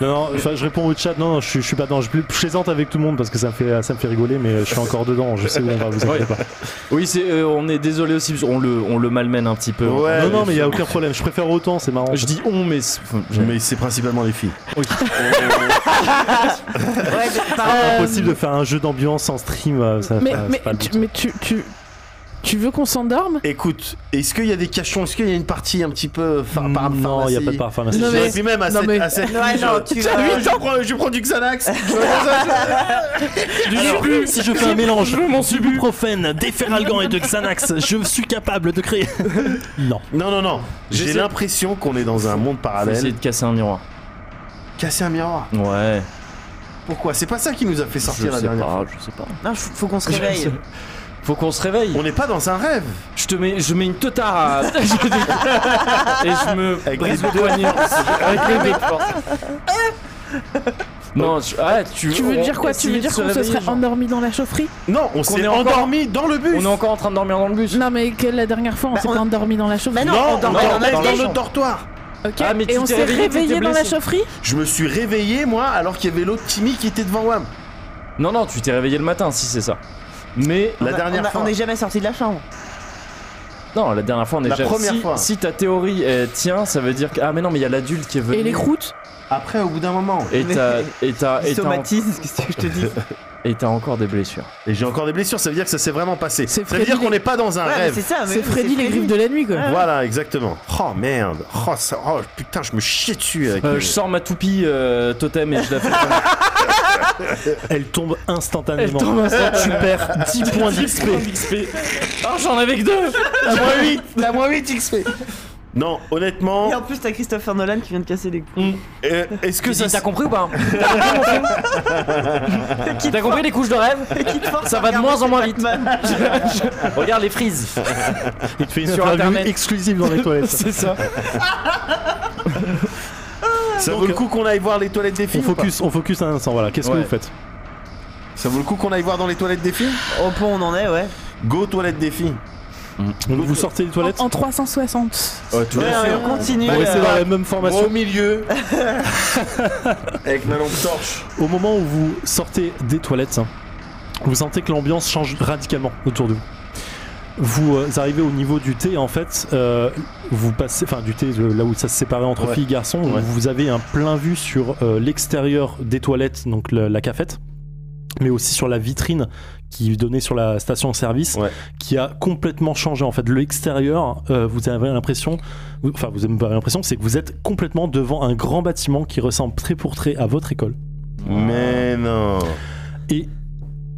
E: Non, non, enfin, je réponds au chat. Non, non, je, suis- je suis pas dedans. Je, pl- je plaisante avec tout le monde parce que ça me fait, ça me fait rigoler, mais je suis encore dedans. Je sais où on va. Vous inquiétez pas.
B: Oui, c'est. euh, on est désolé aussi. parce qu'on le, on le malmène un petit peu.
A: Ouais.
E: non, non, mais il y a aucun problème. Je préfère autant. C'est marrant.
B: Je dis on, mais. c'est- enfin, j'ai-
A: Mais c'est principalement les filles.
B: Oui.
C: Ouais,
D: Euh,
E: impossible de faire un jeu d'ambiance en stream. euh, Ça,
D: mais,
E: ça- c'est
D: mais,
E: pas le
D: tu,
E: but.
D: mais tu, tu, tu veux qu'on s'endorme
A: Écoute, est-ce qu'il y a des cachons Est-ce qu'il y a une partie un petit peu phare par
E: non, il y a pas de parfum.
D: Non, mais-
A: Et puis même à
D: non,
A: cette,
D: mais-
A: à cette
C: Ouais,
A: nuit,
C: non,
A: je-
C: tu
A: je,
C: vas-
A: je prends, je prends du Xanax. je prends du Xanax.
E: si je fais un mélange
B: mon subu.
E: d'ibuprofène, d'efferalgan et de Xanax, je suis capable de créer. non.
A: non, non, non. J'ai
B: J'essaie-
A: l'impression qu'on est dans un monde
B: Faut essayer
A: parallèle.
B: de casser un miroir.
A: Casser un miroir.
B: Ouais.
A: Pourquoi C'est pas ça qui nous a fait
B: je
A: sortir la
B: sais
A: dernière. fois.
B: pas. Je sais pas.
C: Non, faut, faut qu'on se réveille.
B: Faut qu'on se réveille.
A: On n'est pas dans un rêve.
B: Je te mets, je mets une teutard à... je te- Et je me
A: Avec
B: brise
A: les
B: le poignet. Avec les deux de force. Non, je- ah, tu,
D: Tu veux
B: on-
D: dire quoi Tu veux
B: essayer
D: dire
B: de se
D: qu'on se
B: réveiller,
D: serait
B: genre.
D: endormi dans la chaufferie
A: Non, on
B: est
A: s'est
B: encore-
A: endormi dans le bus.
B: On est encore en train de dormir dans le bus.
D: Non, mais que la dernière fois, on
C: Bah,
D: s'est
C: on-
D: pas endormi dans la chaufferie.
A: Non, on dormait
B: non,
A: dans,
B: dans la
A: notre
B: chambre.
A: dortoir.
D: Ok.
B: Ah, mais tu
D: Et on
B: t'es
D: s'est
B: réveillé, t'étais
D: réveillé dans la
B: blessé.
D: chaufferie
A: Je me suis réveillé moi alors qu'il y avait l'autre Timmy qui était devant moi.
B: Non, non, tu t'es réveillé le matin, si c'est ça. Mais
A: La
C: On a-
A: dernière
C: on a-
A: fois.
C: On n'est jamais sorti de la chambre.
B: non, la dernière fois on est
A: La
B: déjà-
A: première
B: si,
A: fois.
B: si ta théorie est tiens, ça veut dire que ah mais non mais Ah, il y a l'adulte qui est venu
D: Et les croûtes
A: Après, au bout d'un moment.
B: et t'as et t'as et
C: Du
B: t'as en-
C: Somatisme, qu'est-ce que je te dis
B: et t'as encore des blessures.
A: Et j'ai encore des blessures, ça veut dire que ça s'est vraiment passé.
D: C'est
A: Ça veut dire
D: Freddy.
A: qu'on n'est pas dans un
C: Ouais, mais
A: rêve.
C: c'est ça. mais
D: C'est
C: oui,
D: Freddy, les griffes de la nuit,
B: Ah,
D: quoi.
A: Voilà, exactement. Oh merde. Oh, ça- oh, putain, je me chiais dessus. Avec
B: Euh,
A: le-
B: je sors ma toupie euh, totem et je la fais.
E: Elle tombe
B: Elle
E: instantanément.
B: tombe à ça.
E: Tu perds 10 points d'XP.
B: Oh j'en avais que deux.
A: La
B: bah
A: moins 8, la moins 8 XP. Non, honnêtement,
C: Et en plus, t'as Christopher Nolan qui vient de casser les couilles.
A: euh, est-ce que
B: Tu
A: ça.
B: dis, T'as compris ou pas T'as compris mon film T'as compris les couches de rêve
C: Qui te force
B: Ça
C: à
B: va de
C: regarder
B: moins en moins vite.
C: Batman.
B: Regarde les frises.
E: Il te fait une
B: Sur
E: interview
B: Internet.
E: exclusive dans les toilettes.
B: C'est ça.
A: Ça vaut le coup qu'on aille voir les toilettes des filles
E: on
A: ou pas
E: focus, on focus un instant. Voilà, qu'est-ce
B: Ouais.
E: que vous faites
A: Ça vaut le coup qu'on aille voir dans les toilettes des filles
C: Au pont, on en est, ouais.
A: Go toilettes des filles.
E: Donc vous sortez des toilettes.
D: En, en 360.
A: Ouais, tout
C: Ouais, ouais, on continue.
E: Vous restez
C: euh,
E: dans la même formation.
A: Au milieu. Avec ma lampe torche.
E: Au moment où vous sortez des toilettes, hein, vous sentez que l'ambiance change radicalement autour de vous. Vous euh, arrivez au niveau du thé en fait, euh, vous passez, enfin du thé euh, là où ça se séparait entre
A: Ouais.
E: filles et garçons,
A: Ouais.
E: vous avez un plein vue sur euh, l'extérieur des toilettes, donc la, la cafette, mais aussi sur la vitrine qui donnait sur la station service,
A: Ouais.
E: qui a complètement changé en fait. L'extérieur, euh, vous avez l'impression vous- enfin vous avez pas l'impression, c'est que vous êtes complètement devant un grand bâtiment qui ressemble très pour trait à votre école.
A: Mais non.
E: Et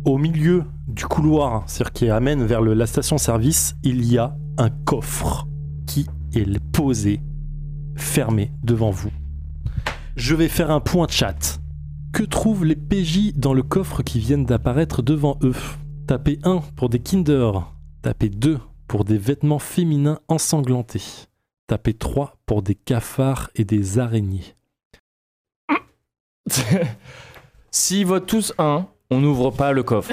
E: au milieu du couloir, c'est-à-dire qui amène vers le- la station-service, il y a un coffre qui est posé, fermé devant vous. Je vais faire un point chat. Que trouvent les PJ dans le coffre qui viennent d'apparaître devant eux Tapez 1 pour des Kinder. Tapez 2 pour des vêtements féminins ensanglantés. Tapez 3 pour des cafards et des araignées.
B: S'ils votent tous un, on n'ouvre pas le coffre.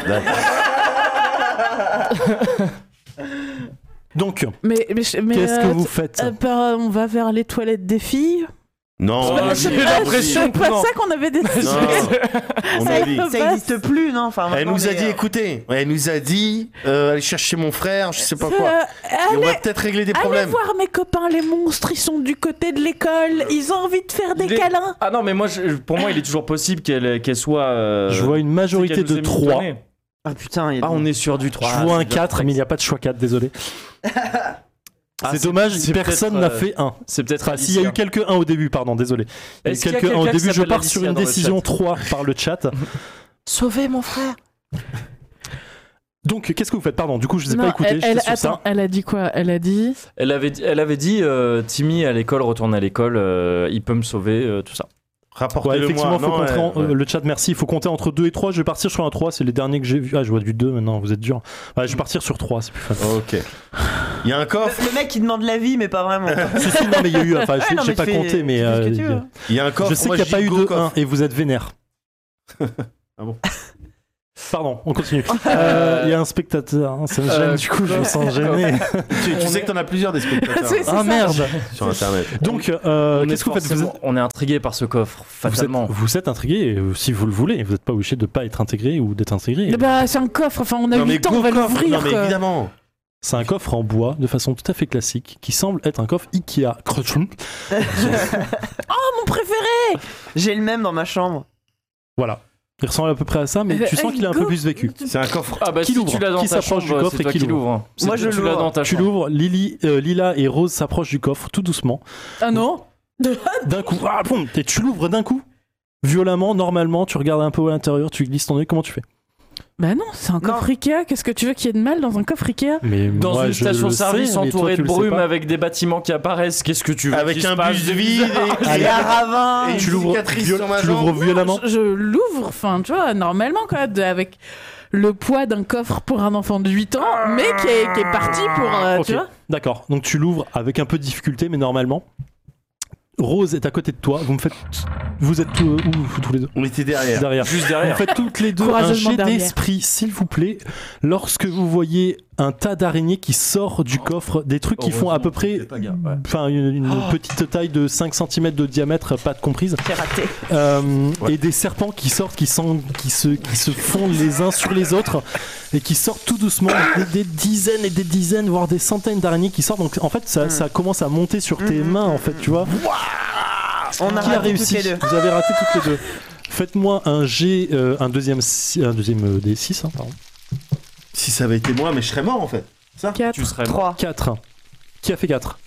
E: Donc,
D: Mais, mais, je- mais,
E: qu'est-ce que
D: euh,
E: vous
D: t-
E: faites
D: ben, euh, par- on va vers les toilettes des filles
A: Non,
B: Oh, j'ai l'impression
D: C'est
B: que
D: pas
B: non.
D: ça qu'on avait décidé.
A: non, on a dit.
D: Ça
C: Ça n'existe plus, non enfin,
A: Elle
C: maintenant,
A: nous a
C: on est,
A: dit,
C: euh,
A: écoutez, elle nous a dit, euh, allez chercher mon frère, je sais pas quoi.
D: Euh,
A: Et on
D: allez,
A: va peut-être régler des
D: allez
A: problèmes.
D: voir mes copains les monstres, ils sont du côté de l'école, ils ont envie de faire des
B: Il est-
D: câlins.
B: Ah non, mais moi, je- pour moi, il est toujours possible qu'elle qu'elle soit. euh,
E: Je vois une majorité
B: qu'elle nous
E: de
B: ait
E: 3.
B: mitonné.
C: Ah putain, il y a
B: Ah,
C: des-
B: on est sur du Ah, 3.
E: Je vois un 4, mais il n'y a pas de choix 4, désolé.
B: Ah,
E: c'est
B: c'est-
E: dommage,
B: c'est
E: personne
B: peut-être,
E: n'a
B: euh,
E: fait 1.
B: C'est peut-être.
E: Enfin, s'il y a eu quelques 1 au début, pardon, désolé. Il y a eu
B: Est-ce qu'il y a
E: quelques 1 au
B: quelqu'un qui
E: début, je
B: s'appelle
E: pars sur
B: Alicia
E: une
B: dans le
E: décision
B: chat
E: 3 par le chat.
D: Sauvez mon frère.
E: Donc, qu'est-ce que vous faites Pardon, du coup, je ne vous ai pas écouté.
D: elle,
E: j'étais
D: elle-
E: sur ça.
D: attends, elle a dit quoi Elle a dit
B: Elle avait, dit- elle avait dit euh, Timmy à l'école, retourne à l'école, euh, il peut me sauver, euh, tout ça.
E: Ouais,
A: Rapportez-le
E: effectivement,
A: moi.
E: faut
A: Non,
E: compter en-
A: elle-
E: euh, le chat, merci. Il faut compter entre 2 et 3. Je vais partir sur un 3, c'est les derniers que j'ai vu. Ah, je vois du 2 maintenant, vous êtes dur. je vais partir sur 3, c'est plus facile.
B: Oh.
A: Ok. Il y a un coffre,
C: Le, le mec, il demande l'avis, mais pas vraiment.
E: Si, si, non, mais il y a eu. Enfin,
C: Ah,
E: je
C: non,
E: j'ai
C: mais
E: pas
C: tu fais-
E: compté, mais.
C: tu fais ce que
E: euh,
C: tu
E: il y a-
C: veux. hein.
A: il y a un coffre.
E: je sais
A: moi,
E: qu'il n'y a
A: dis
E: pas eu
A: go
E: de
A: coffre.
E: 1 et vous êtes vénère.
A: Ah bon
E: Pardon, on continue. Euh, Il y a un spectateur, hein, ça me gêne,
B: Euh,
E: du coup, je me sens gêné.
A: Tu, tu sais que t'en as plusieurs des spectateurs
D: C'est- c'est
A: hein,
D: ça.
E: Ah merde
A: sur internet.
E: Donc, euh,
B: On est
E: qu'est-ce que vous faites vous
B: forcément-
E: êtes,
B: On est intrigué par ce coffre,
E: vous, êtes,
B: fatalement.
E: vous êtes intrigué, euh, si vous le voulez, vous n'êtes pas obligé de pas être intégré ou d'être intégré.
D: Bah, c'est un coffre, enfin, on a
A: Non,
D: eu
A: mais
D: le temps,
A: go
D: on va
A: coffre.
D: l'ouvrir.
A: Non, mais
E: euh,
D: quoi.
A: évidemment.
E: C'est un coffre en bois de façon tout à fait classique qui semble être un coffre Ikea. Crutchum.
D: Ah, Mon préféré
C: J'ai le même dans ma chambre.
E: Voilà. Il ressemble à peu près à ça, mais
D: Euh,
E: tu
D: hey,
E: sens qu'il a un peu
D: go.
E: plus vécu.
A: C'est un coffre.
B: Ah bah
E: Qui
B: si
E: l'ouvre
B: tu l'as dans
E: Qui
B: ta chambre,
E: s'appelle du coffre
B: c'est
E: et
B: toi
E: qui
B: qui
E: l'ouvre
B: l'ouvre.
C: Moi, je
B: Tu l'as
C: l'ouvre.
B: dans ta
E: Tu
B: chambre.
E: l'ouvres, Lily, euh, Lila et Rose s'approchent du coffre tout doucement.
D: Ah non
E: D'un coup, ah, boum, et tu l'ouvres d'un coup. Violemment, normalement, tu regardes un peu à l'intérieur, tu glisses ton œil, comment tu fais
D: Bah non, c'est un coffre Ikea, qu'est-ce que tu veux qu'il y ait de mal dans un coffre Ikea
E: mais
B: Dans
E: moi,
B: une
E: je le
B: station-service
E: sais, mais toi,
B: entourée
E: tu
B: de
E: le sais
B: brume
E: pas.
B: avec des bâtiments qui apparaissent, qu'est-ce que tu veux
A: Avec
B: qu'il se
A: un
B: passe
A: bus
B: de
A: vide
B: bizarre
A: et-
C: Et
E: Allez.
C: un
D: Ah,
C: ravin.
A: Et
E: tu
A: une
E: l'ouvres
A: cicatrice
E: viol-
A: sur ma
E: tu l'ouvres
A: jambe.
E: violemment.
D: Je l'ouvre, enfin, tu vois, normalement, quoi, de- avec le poids d'un coffre pour un enfant de 8 ans, mais qui est, qui est parti pour,
B: Ah,
D: euh, tu
E: Ok.
D: vois.
E: D'accord, donc tu l'ouvres avec un peu de difficulté, mais normalement. Rose est à côté de toi, vous me faites. Vous êtes tous, euh, où, vous, tous les deux
A: On était derrière.
E: Derrière.
B: Juste
E: Vous
B: derrière.
E: faites toutes les deux un
D: Courageusement
E: jet
D: derrière.
E: d'esprit, s'il vous plaît, lorsque vous voyez un tas d'araignées qui sort
B: Oh.
E: du coffre, des trucs qui font à peu près. Enfin, une, une
C: Oh.
E: petite taille de 5 cm de diamètre, euh, pas de comprise.
C: J'ai raté.
E: Euh,
A: Ouais.
E: et des serpents qui sortent, qui, sont, qui, se, qui se fondent les uns sur les autres et qui sortent tout doucement. Des, des dizaines et des dizaines, voire des centaines d'araignées qui sortent. Donc en fait, ça,
C: Mm.
E: ça commence à monter sur tes mains, en fait, tu vois.
C: Hmm. On a
E: Qui a
C: raté
E: réussi
C: toutes les deux.
E: Vous avez raté toutes les deux. Faites-moi un G, euh, un deuxième, si- un deuxième euh, des 6, pardon.
A: Si ça avait été moi, mais je serais mort en fait.
B: Tu serais mort.
C: 3.
E: 4. Qui a fait 4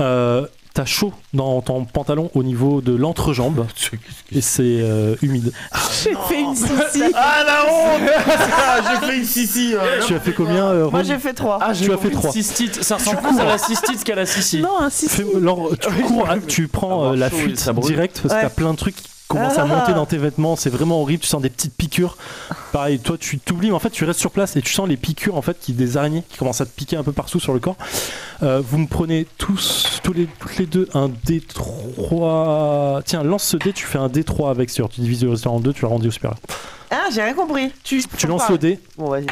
E: euh, T'as chaud dans ton pantalon au niveau de l'entrejambe et c'est euh, humide.
D: J'ai fait une sissi.
A: Ah la honte Ah, J'ai fait une sissi. euh,
E: Tu as fait combien euh,
C: Moi,
E: Rose
C: j'ai fait 3.
E: Ah, tu as fait 3.
B: Cystite, ça ressemble plus à la cystite qu'à la sissi.
D: Non, un sissi.
E: tu, cours, hein, tu prends
B: Avoir
E: euh, la
B: chaud et
E: fuite
B: Ah, ça brûle.
E: directe parce que
C: Ouais.
E: t'as plein de trucs qui commencent à
C: Ah.
E: monter dans tes vêtements. C'est vraiment horrible. Tu sens des petites piqûres. Pareil, toi, tu t'oublies, mais en fait, tu restes sur place et tu sens les piqûres en fait qui des araignées qui commencent à te piquer un peu partout sur le corps. Euh, vous me prenez tous, tous les, toutes les deux un D3. Tiens, lance ce dé. Tu fais un D3 avec sur. Tu divises le résultat en deux. Tu le rendis au supérieur.
C: Ah, j'ai rien compris. Tu,
E: Tu lances le dé.
C: Bon, vas-y.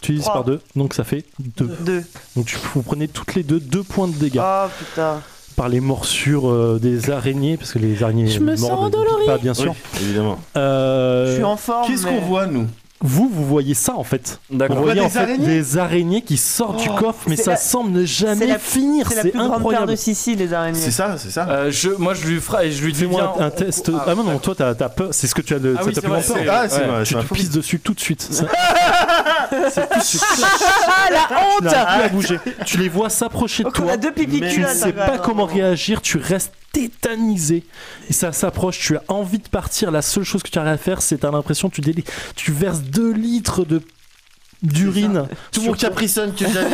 E: Tu divises
C: Trois.
E: par deux. Donc ça fait deux.
C: 2.
E: Donc tu, vous prenez toutes les deux deux points de dégâts.
C: Oh putain.
E: par les morsures euh, des araignées, parce que les araignées
D: Je me
E: mordent,
D: sens
E: ne piquent
D: endolorie.
E: pas bien
A: Oui,
E: sûr.
A: évidemment.
E: Euh,
C: Je suis en
D: Oh,
C: forme.
A: Qu'est-ce
C: mais-
A: qu'on voit nous
E: Vous, vous voyez ça en fait. Vous
B: D'accord.
A: voit
E: voyez
A: des
E: en fait
A: araignées
E: des araignées qui sortent du
C: Oh,
E: coffre, mais
C: c'est
E: ça
C: la-
E: semble ne jamais
C: c'est la-
E: finir.
C: C'est la
E: C'est
C: plus grande paire
E: incroyable.
C: de Sissi, les araignées.
A: C'est ça, c'est ça.
B: Euh, je, moi, je lui ferai et je lui dis
E: Fais-moi
B: viens,
E: un
B: on-
E: test.
B: on-
E: Ah, non, non, toi, t'as t'as peur. C'est ce que tu as de.
B: Ah
E: ça
B: oui,
E: t'a
B: c'est
E: plus
B: vrai,
E: peur.
B: c'est-
A: Ah, c'est
B: ouais.
A: moi, je
E: Tu
A: suis un
E: te
A: fou.
E: pisses dessus tout de suite. Ça- C'est tout de suite. Tu n'arrives plus à bouger. Tu les vois s'approcher de
C: Donc, on
E: toi.
C: a Oh, deux pipi
A: Mais
E: Tu ne
C: culottes,
E: sais
C: hein,
E: pas
C: quand
E: comment
C: même.
E: réagir, tu restes tétanisé. Et ça s'approche, tu as envie de partir. La seule chose que tu arrives à faire, c'est t'as l'impression que tu, déli- tu verses 2 litres de d'urine.
A: Tout
E: sur
A: mon
E: ton-
A: Capricorne que j'avais.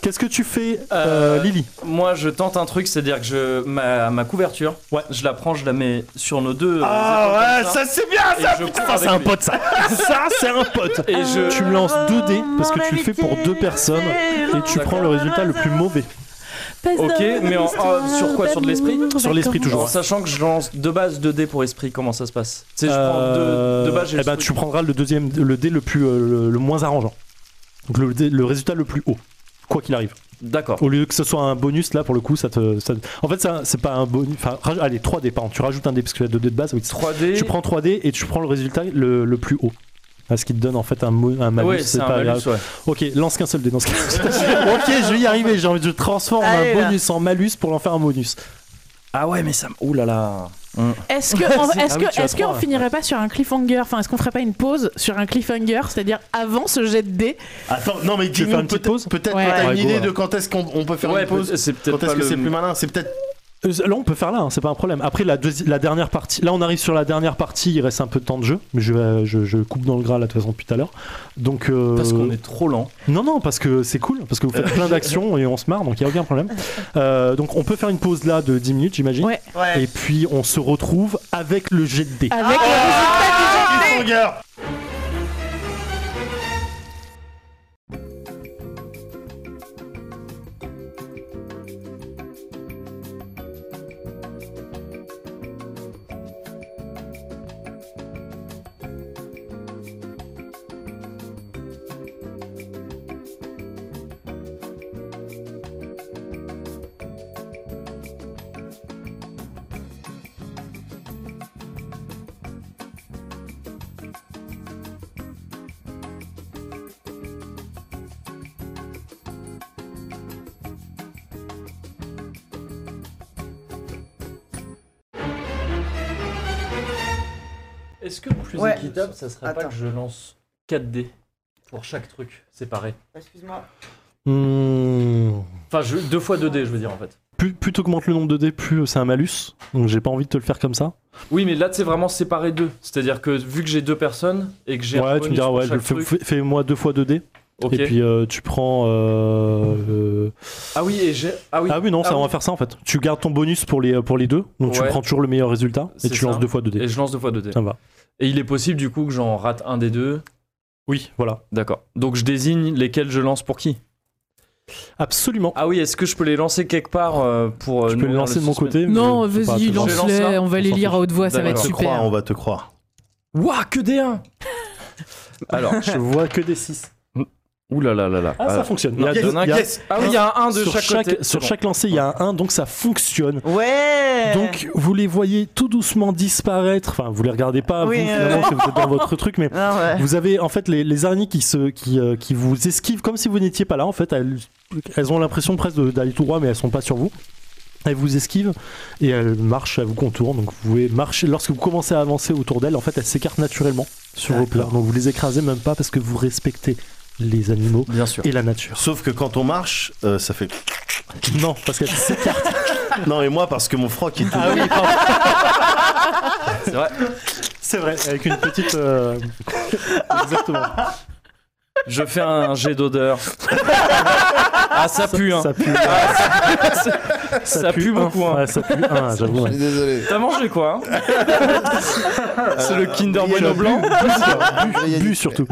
E: Qu'est-ce que tu fais,
B: Oh. Euh,
E: euh, Lily
B: Moi, je tente un truc, c'est-à-dire que je ma, ma couverture, ouais. je la prends, je la mets sur nos deux.
A: Ah
B: euh, épaules
A: ouais,
B: comme
A: ça c'est bien
B: et
A: ça.
B: je cours
E: Ça,
B: avec
E: c'est un
B: lui.
E: pote, ça. ça, c'est un pote.
B: Et je
E: Tu me lances 2 dés parce que tu le fais pour deux personnes et tu prends le résultat le plus mauvais.
B: Ok, mais en- en- sur quoi Sur de l'esprit
E: Sur l'esprit, toujours.
B: en sachant que je lance de base 2 dés pour esprit, comment ça se passe Tu sais, je prends
E: Euh,
B: deux, de base, j'ai
E: eh
B: le
E: ben,
B: truc.
E: tu prendras le deuxième, le dé le plus, euh, le, le moins arrangeant. Donc le, dé- le résultat le plus haut, quoi qu'il arrive.
B: D'accord.
E: Au lieu que ce soit un bonus, là, pour le coup, ça te. ça- En fait, ça, c'est pas un bonus. Enfin, raj- allez, 3D, pardon. Tu rajoutes un dé, parce que tu as 2 dés de base. oui, c'est-
B: 3D.
E: Tu prends 3D et tu prends le résultat le, le plus haut. Ah, Ce qui te donne en fait un, mo- un malus.
B: Ouais, c'est un
E: pas
B: malus,
E: grave.
B: ouais.
E: Ok, lance qu'un seul dé dans ce cas. ok, je vais y arriver. J'ai envie de transformer
C: Allez,
E: un
C: là.
E: bonus en malus pour en faire un bonus.
B: Ah ouais, mais ça. m- Ouh là là.
D: Est-ce que, en-
B: C'est-
D: est-ce
B: ah
D: que,
B: oui, tu as
D: est-ce qu'on
B: trois, ouais.
D: finirait pas sur un cliffhanger Enfin, est-ce qu'on ferait pas une pause sur un cliffhanger, c'est-à-dire avant ce jet de dés
A: Attends, non, mais
E: Tu veux
A: dis-nous
E: faire une petite
A: peut-être
E: pause
A: peut que
D: Ouais.
A: t'as
E: Ouais,
A: une
E: go,
A: idée
E: ouais.
A: de quand est-ce qu'on on peut faire
B: Ouais,
A: une pause.
B: peut- c'est peut-être
A: Quand
B: pas
A: est-ce que
B: le-
A: c'est plus malin C'est peut-être.
E: Euh, Là, on peut faire là, hein, c'est pas un problème. Après, la, deuxi- la dernière partie, là, on arrive sur la dernière partie, il reste un peu de temps de jeu, mais je, vais- je, je coupe dans le gras là, de toute façon, depuis tout à l'heure. Donc, euh,
B: Parce qu'on est trop lent.
E: non, non, parce que c'est cool, parce que vous faites plein d'actions et on se marre, donc il n'y a aucun problème. Euh, donc, on peut faire une pause là de 10 minutes, j'imagine.
D: Ouais.
C: Ouais.
E: Et puis, on se retrouve avec le jet de dés.
D: avec
A: Ah, Cliffhanger
B: Est-ce que plus
C: Ouais.
B: équitable, ça serait pas
C: Attends.
B: que je lance 4D pour chaque truc séparé
C: Excuse-moi.
E: Hmm.
B: Enfin, je, deux fois 2D, je veux dire en fait.
E: Plus, plus t'augmentes le nombre de dés, plus c'est un malus. Donc, j'ai pas envie de te le faire comme ça.
B: Oui, mais là, c'est vraiment séparé deux. C'est-à-dire que vu que j'ai deux personnes et que j'ai. un
E: Ouais, tu
B: bonus
E: me diras,
B: pour
E: ouais,
B: chaque
E: le fais-
B: truc,
E: fais- fais-moi deux fois 2 dés.
B: ok.
E: Et puis, euh, tu prends. euh, euh,
B: Ah oui, et j'ai. Ah oui.
E: Ah oui, non, ça,
B: Ah
E: on va
B: oui.
E: faire ça en fait. Tu gardes ton bonus pour les, euh, pour les deux, donc tu
B: Ouais.
E: prends toujours le meilleur résultat et
B: C'est
E: tu lances
B: ça.
E: deux fois 2 dés.
B: Et je lance deux fois 2D.
E: Ça me va.
B: Et il est possible du coup que j'en rate un des deux.
E: Oui, voilà.
B: D'accord. Donc je désigne lesquels je lance pour qui
E: Absolument.
B: Ah oui, est-ce que je peux les lancer quelque part euh, pour. euh,
E: je peux le
B: nourrir
E: lancer de mon
B: suspense
E: côté. mais
D: Non,
E: je peux pas
D: vas-y,
E: te lancer.
B: Je lance
D: lance-les,
B: là.
D: on va les
E: On s'en
D: lire à haute voix, ça va
A: On
D: être
B: D'accord.
A: te croire, on
D: super.
A: va te croire.
B: Ouah, que des 1 Alors.
E: Je vois que des 6.
B: Ouh là là là là.
E: Ah, ça
B: Alors.
E: fonctionne. Il y
B: Non,
E: a
B: yes,
E: deux- il y a-
A: yes.
B: Ah oui, il y a un 1 de
E: sur
B: chaque, côté.
E: sur
B: C'est bon.
E: chaque lancer, il y a un 1, donc ça fonctionne.
C: Ouais.
E: Donc, vous les voyez tout doucement disparaître. Enfin, vous les regardez pas,
C: Oui,
E: vous,
C: euh.
E: finalement, parce que vous êtes dans votre truc, mais
C: Ah ouais.
E: Vous avez en fait les, les araignées qui, se, qui, euh, qui vous esquivent comme si vous n'étiez pas là. En fait, elles, elles ont l'impression presque de- d'aller tout droit, mais elles sont pas sur vous. Elles vous esquivent et elles marchent, elles vous contournent. Donc vous pouvez marcher. Lorsque vous commencez à avancer autour d'elles, en fait, elles s'écartent naturellement sur vos plats. Donc vous les écrasez même pas parce que vous respectez les animaux
B: Bien sûr.
E: et la nature.
A: Sauf que quand on marche, euh, ça fait.
E: Non, parce qu'elles s'écartent.
A: Non, et moi, parce que mon froc est tout.
E: Ah oui, pardon.
B: C'est vrai.
E: c'est vrai, avec une petite. euh, Exactement.
B: Je fais un jet d'odeur. ah, ça pue, hein.
E: Ça pue.
B: Ça, pue, beaucoup, hein.
E: Ouais, ça pue, hein, j'avoue. ouais.
A: désolé. Euh,
B: T'as mangé quoi, hein C'est le Kinder Bueno blanc.
E: Bu, bu surtout.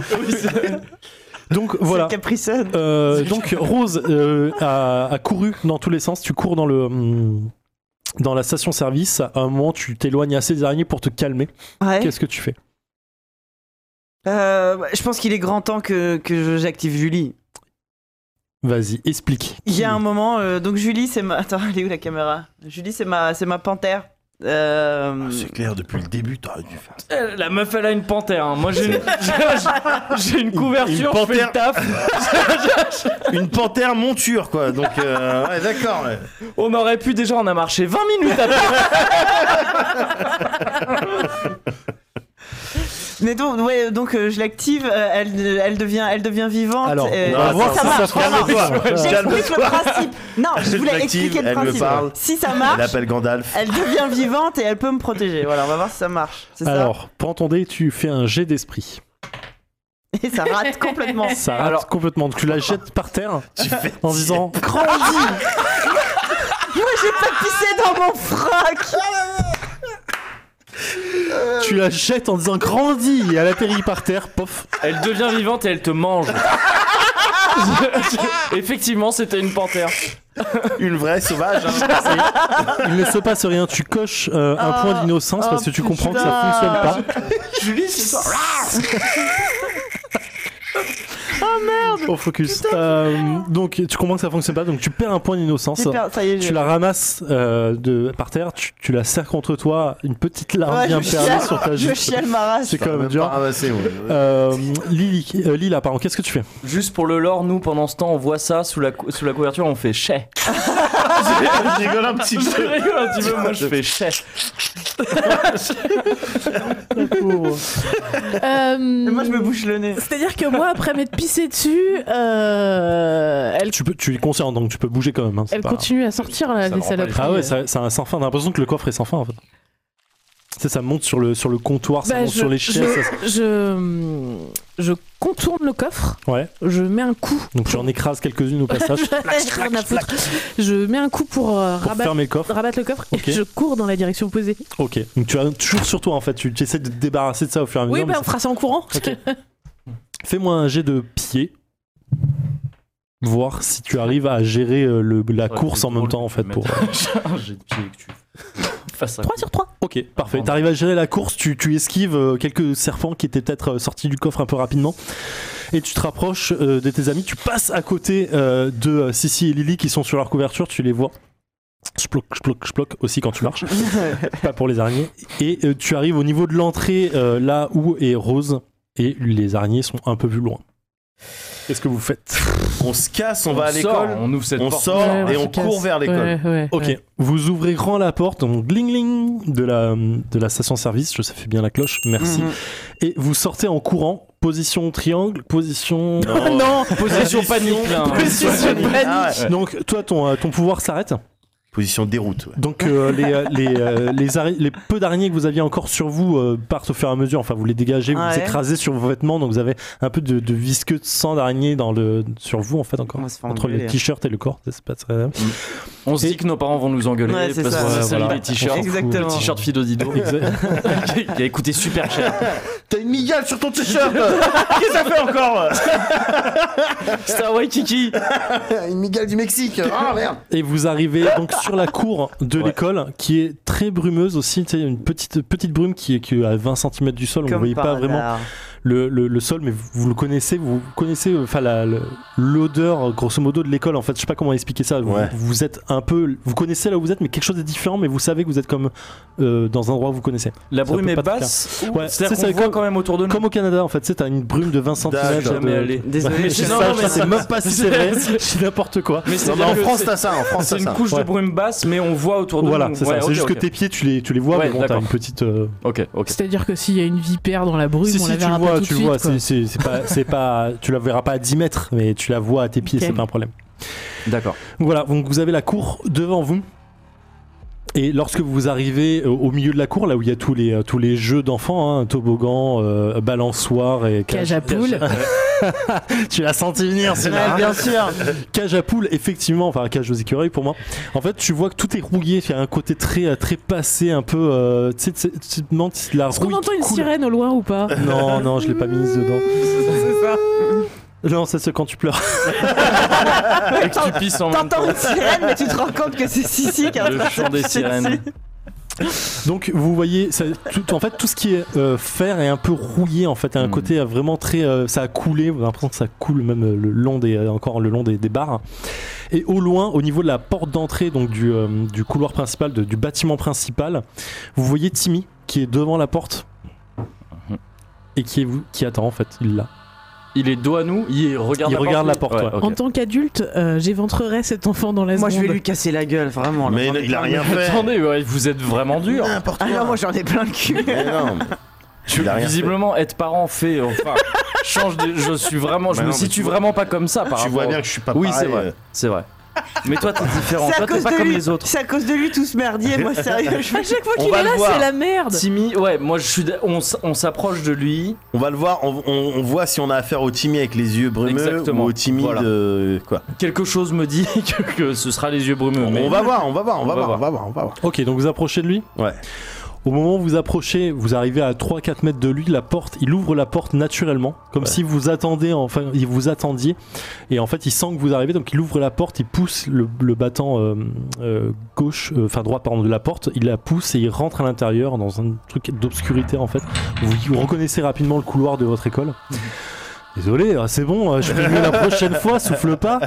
E: Donc voilà.
C: Capricène.
E: Euh, donc Rose euh, a, a couru dans tous les sens. Tu cours dans le hum, dans la station-service. À un moment, tu t'éloignes assez des araignées pour te calmer.
C: Ouais.
E: Qu'est-ce que tu fais
C: Euh, bah, je pense qu'il est grand temps que, que je- j'active Julie.
E: Vas-y, explique.
C: Il y a un moment, euh, donc Julie, c'est ma. Attends, elle est où la caméra Julie, c'est ma, c'est ma panthère.
E: Ah,
C: Euh,
A: C'est clair, depuis le début, t'aurais dû faire ça.
B: Eh, La meuf, elle a une panthère. hein. Moi, j'ai une, j'ai- j'ai une couverture,
A: Une
B: je fais le taf.
A: Une panthère monture, quoi. Donc, euh, ouais, d'accord. ouais.
B: On aurait pu déjà, on a marché 20 minutes après.
C: Mais donc, ouais, donc euh, je l'active, euh, elle, elle, devient, elle devient vivante.
E: Alors,
C: euh,
A: on va voir
C: ça
A: si
C: marche,
A: ça
C: ça marche.
A: Calme-toi.
C: J'explique le principe. Non, je
A: Je
C: voulais
A: l'active,
C: expliquer le
A: elle me
C: principe.
A: parle.
C: Si ça
A: Elle
C: marche,
A: appelle Gandalf.
C: elle devient vivante et elle peut me protéger. Voilà, on va voir si ça marche. C'est ça.
E: Alors, prends ton dé, tu fais un jet d'esprit.
C: Et ça rate complètement.
E: Ça rate
B: Alors-
E: complètement. Tu la jettes par terre
A: Euh,
E: en disant
C: Grandis Moi, j'ai pas pissé dans mon frac
E: Tu la jettes en disant grandis et elle atterrit par terre, pof.
B: Elle devient vivante et elle te mange. Je- je- Effectivement, c'était une panthère.
A: Une vraie sauvage. hein.
E: Il ne se passe rien, tu coches euh, un
C: Ah,
E: point d'innocence parce que tu
C: oh,
E: comprends que ça
C: putain.
E: fonctionne pas.
B: Julie, c'est ça.
C: Ah,
E: Au focus. Euh, donc tu comprends que ça fonctionne pas, donc tu perds un point d'innocence.
C: J'ai per- ça y est,
E: Tu
C: j'ai-
E: la ramasses euh, de, par terre, tu, tu la serres contre toi, une petite larme
C: Ouais,
E: bien
C: je
E: perlée
C: chiale.
E: sur ta
C: je
E: jupe.
C: chiale ma race.
E: C'est quand même
A: Même
E: dur.
A: pas ramassé, moi.
E: Euh, Lily, euh, Lila, pardon, qu'est-ce que tu fais
B: Juste pour le lore, nous pendant ce temps, on voit ça sous la, cou- sous la couverture, on fait chais.
A: Je rigole un petit
B: Je
A: peu.
B: rigole un petit peu, moi je fais chais.
C: Et moi, je me bouche le nez.
D: Euh, C'est-à-dire que moi, après m'être pissé dessus, euh, elle,
E: tu, peux, tu es conscient, donc tu peux bouger quand même. hein, c'est
D: elle
E: pas-
D: continue à sortir là,
B: Ça me
D: les
B: rend pas les
D: saloperies.
E: Ah ouais, ça, ça a un sans fin. J'ai l'impression que le coffre est sans fin en fait. Tu sais, ça monte sur le, sur le comptoir, ça
D: Bah,
E: monte
D: je-
E: sur les chaises.
D: je-
E: ça-
D: je, je contourne le coffre,
E: Ouais,
D: je mets un coup.
E: donc tu en écrases quelques-unes au passage
D: Rien à foutre. Je mets un coup pour, euh,
E: pour
D: rabattre,
E: fermer le coffre.
D: rabattre le coffre
E: Ok.
D: et je cours dans la direction opposée.
E: Ok, donc tu as toujours sur toi en fait, tu, tu essaies de te débarrasser de ça au fur et à
D: oui,
E: mesure.
D: bah,
E: mais
D: on fera ça en courant.
E: ça- Ok. Fais-moi un jet de pied. Voir si tu arrives à gérer euh, le, la
B: aurait
E: course
B: été
E: en même
B: drôle
E: temps en
B: de
E: fait.
B: mettre
E: Pour...
B: Oh, J'ai de pied que tu fasses un
D: 3 sur 3.
E: Ok, parfait. T'arrives à gérer la course, tu, tu esquives euh, quelques serpents qui étaient peut-être euh, sortis du coffre un peu rapidement. Et tu te rapproches euh, de tes amis, tu passes à côté euh, de euh, Sissi et Lily qui sont sur leur couverture, tu les vois. Je bloque, je bloque, je bloque aussi quand tu marches. Pas pour les araignées. Et euh, tu arrives au niveau de l'entrée, euh, là où est Rose, et les araignées sont un peu plus loin. Qu'est-ce que vous faites
A: On se casse, on, hein. va à
B: sort,
A: l'école,
B: On ouvre cette
A: on
B: porte.
A: sort
D: Ouais,
A: et
D: on
A: on
D: se casse.
A: court vers l'école.
E: Ok, vous ouvrez grand la porte, donc gling gling de la, de la station-service, je sais fais bien la cloche, merci.
C: Mhm.
E: Et vous sortez en courant, position triangle, position...
D: non,
B: Position panique là. hein.
D: Position panique.
A: Ah ouais.
E: Donc toi, ton, euh, ton pouvoir s'arrête.
A: Position déroute. ouais.
E: Donc euh, les, euh, les, euh, les, ara- les peu d'araignées que vous aviez encore sur vous euh, partent au fur et à mesure. Enfin, vous les dégagez, vous
C: Ah
E: les
C: ouais.
E: écrasez sur vos vêtements, donc vous avez un peu de, de visqueux de sang d'araignée dans le sur vous en fait encore.
C: On va se faire
E: Entre le
C: engueuler.
E: t-shirt et le corps, c'est pas très agréable.
B: On se
E: Et-
B: dit que nos parents vont nous engueuler
C: Ouais, c'est
B: parce
C: ça.
B: que
C: Ouais,
B: c'est celui
E: euh,
B: des
E: voilà.
B: t-shirts.
C: Exactement.
B: Le t-shirt Fido Dido
E: Exa-
B: qui a coûté super cher.
A: T'as une migale sur ton t-shirt Qu'est-ce que ça fait encore
B: Star Waikiki.
A: Une migale du Mexique Ah merde
E: Et vous arrivez donc sur la cour de
B: Ouais.
E: l'école qui est très brumeuse aussi, tu sais, une petite, petite brume qui est, qui est à 20 cm du sol, on ne
C: Comme
E: voyez
C: par
E: pas vraiment
C: hasard.
E: le, le- le sol, mais vous, vous le connaissez, vous connaissez euh, enfin la- le- l'odeur euh, grosso modo de l'école. En fait, je sais pas comment expliquer ça. Vous,
A: Ouais.
E: vous êtes un peu, vous connaissez là où vous êtes, mais quelque chose est différent. Mais vous savez que vous êtes comme euh, dans un endroit où vous connaissez.
B: La
E: Ça
B: brume
E: peut
B: est
E: pas te
B: basse. ou-
E: Ouais,
B: C'est-à-dire
E: c'est ça,
B: qu'on voit
E: comme-
B: quand même autour de nous.
E: Comme au Canada, en fait, c'est t'as une brume de 20 cm.
A: D'accord.
B: jamais
E: de...
B: allé.
C: Désolé,
E: Ouais,
C: je-
E: je
B: Non,
E: ça,
B: mais
E: je sais
B: c'est-
E: même pas si c'est vrai. Je dis n'importe quoi.
B: Mais c'est
A: Non, mais en
B: que
A: France,
B: c'est-
A: t'as ça, en France,
B: c'est
A: t'as
B: une
A: ça.
B: couche
E: Ouais.
B: de brume basse, mais on voit autour de
E: Voilà,
B: nous.
E: c'est
B: Ouais, ok,
E: ça. c'est juste
B: ok.
E: que tes pieds, tu les, tu les vois,
B: Ouais,
E: mais bon, t'as
B: d'accord.
E: une petite. euh,
B: Ok, ok.
D: C'est-à-dire que s'il y a une vipère dans la brume,
E: Si,
D: on
E: si,
D: la
E: tu
D: verra pas
E: vois,
D: tout
E: tu
D: de
E: vois,
D: suite.
E: c'est- c'est c'est pas, c'est pas, tu la verras pas à 10 mètres, mais tu la vois à tes pieds,
D: Ok.
E: c'est pas un problème.
B: D'accord.
E: Donc Voilà, donc vous avez la cour devant vous. Et lorsque vous arrivez euh, au- au milieu de la cour, là où il y a tous les, euh, tous les jeux d'enfants, hein, toboggan, euh, balançoire et
D: Cage à poule.
E: tu l'as senti venir, c'est
C: Ouais, bien sûr.
E: Cage à poule, effectivement, enfin cage aux écureuils pour moi. En fait, tu vois que tout est rouillé, il y a un côté très, euh, très passé, un peu. euh, tu sais, tu sais, tu te demandes si la
D: Est-ce qu'on
E: rouille
D: entend une
E: coule.
D: sirène au loin ou pas
E: Non, non, je l'ai pas mise dedans. Non, ça c'est quand tu pleures.
B: Et que tu pisses en même temps.
C: T'entends une sirène, mais tu te rends compte que c'est Sissi qui est en
B: Le
C: train de
B: chant des
C: pisser
B: sirènes.
C: dessus.
E: Donc vous voyez, ça- tout- en fait tout ce qui est euh, fer est un peu rouillé en fait, a un
B: Mm.
E: côté euh, vraiment très, euh, ça a coulé, vous avez l'impression que ça coule même euh, le long des, euh, encore le long des, des barres. Et au loin, au niveau de la porte d'entrée donc du, euh, du couloir principal, de- du bâtiment principal, vous voyez Timmy qui est devant la porte
B: Mhm.
E: et qui est vous qui attend en fait, il l'a.
B: Il est dos à nous, il regarde
E: Il
B: la
E: regarde
B: porte.
E: la porte,
B: ok.
D: En tant qu'adulte, euh, j'éventrerai cet enfant dans la
C: Moi, je vais
D: seconde.
C: lui casser la gueule, vraiment. là.
A: Mais il a rien fait.
B: Attendez, ouais, vous êtes vraiment dur.
A: N'importe
C: Ah
A: quoi.
C: non, moi, j'en ai plein le cul.
A: Mais non.
B: Je-
A: Il a rien fait.
B: visiblement, être parent fait. Enfin, change. de- je suis vraiment. Je
A: Bah
B: me
A: non, mais
B: situe
A: tu-
B: vraiment pas comme ça. Par
A: Tu vois
B: rapport-
A: bien que je suis pas
B: Oui, c'est
A: pareil. euh.
B: vrai. C'est vrai. Mais toi, t'es différent.
C: C'est
B: Toi,
C: à
B: t'es
C: cause
B: pas
C: de
B: comme
C: lui.
B: les autres.
C: C'est à cause de lui tout ce merdier. Moi, sérieux, je
D: À chaque fois
A: On
D: qu'il
A: va
D: est
A: le
D: là,
A: voir.
D: c'est la merde.
B: Timmy, ouais, moi, je suis. d- On, s- on s'approche de lui.
A: On va le voir, on, on- on voit si on a affaire au Timmy avec les yeux brumeux
B: Exactement.
A: ou au Timmy
B: Voilà.
A: de quoi.
B: Quelque chose me dit que, que ce sera les yeux brumeux.
A: On,
B: mais-
A: va voir, on va voir, Euh, on, va, voir, on va voir, on va voir.
E: Ok, donc vous approchez de lui
A: Ouais.
E: Au moment où vous approchez, vous arrivez à 3-4 mètres de lui, la porte, il ouvre la porte naturellement, comme si vous attendez, enfin, il vous attendiez, et en fait il sent que vous arrivez, donc il ouvre la porte, il pousse le, le battant euh, euh, gauche, euh, enfin droit, pardon, de la porte, il la pousse et il rentre à l'intérieur dans un truc d'obscurité en fait. Vous, vous reconnaissez rapidement le couloir de votre école. Désolé, euh, c'est bon, euh, je fais mieux la prochaine fois, souffle pas.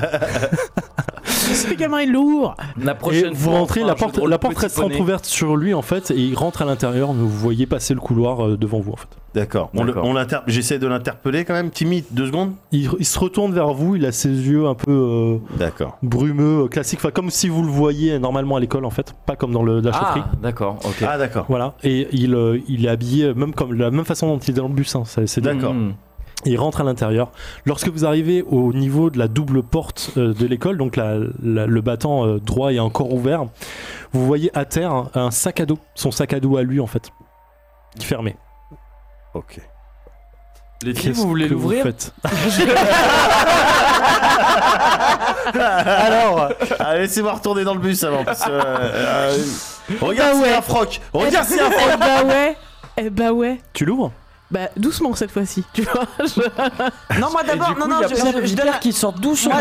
D: Ce gamin est lourd
B: La
E: Et
B: prochaine
E: vous
B: fois,
E: rentrez,
B: on fera
E: la
B: un jeu
E: porte,
B: de rôle
E: la porte
B: petit
E: reste
B: poney.
E: entrouverte sur lui en fait, et il rentre à l'intérieur, mais vous voyez passer le couloir euh, devant vous en fait.
A: D'accord. On le-
B: D'accord.
A: on l'inter- J'essaie de l'interpeller quand même, timide, deux secondes.
E: Il, il se retourne vers vous, il a ses yeux un peu euh,
A: D'accord.
E: brumeux, euh, classiques, enfin comme si vous le voyiez normalement à l'école en fait, pas comme dans le, la chaufferie.
B: Ah, d'accord, ok.
A: Ah, d'accord.
E: Voilà, et il, euh, il est habillé euh, même comme la même façon dont il est dans le bus, hein, ça, c'est
A: D'accord.
B: Hmm.
E: Il rentre à l'intérieur. Lorsque vous arrivez au niveau de la double porte euh, de l'école, donc la- la- le battant euh, droit est encore ouvert, vous voyez à terre un sac à dos, son sac à dos à lui en fait, qui est fermé.
A: Ok.
B: Les filles, vous voulez
E: que vous
B: l'ouvrir
E: faites
A: Alors, euh, allez, laissez-moi retourner dans le bus avant. parce que, euh, euh, regarde, c'est un froc. Regarde, c'est un froc.
D: Eh bah ouais Eh bah ouais
E: Tu l'ouvres
D: Bah doucement cette fois-ci, tu vois.
C: Non, moi
B: Et du
C: d'abord,
B: coup,
C: non, non,
B: il y a
C: je,
B: plein de
C: je- je donne
B: bières
C: un,
B: qui sortent doucement.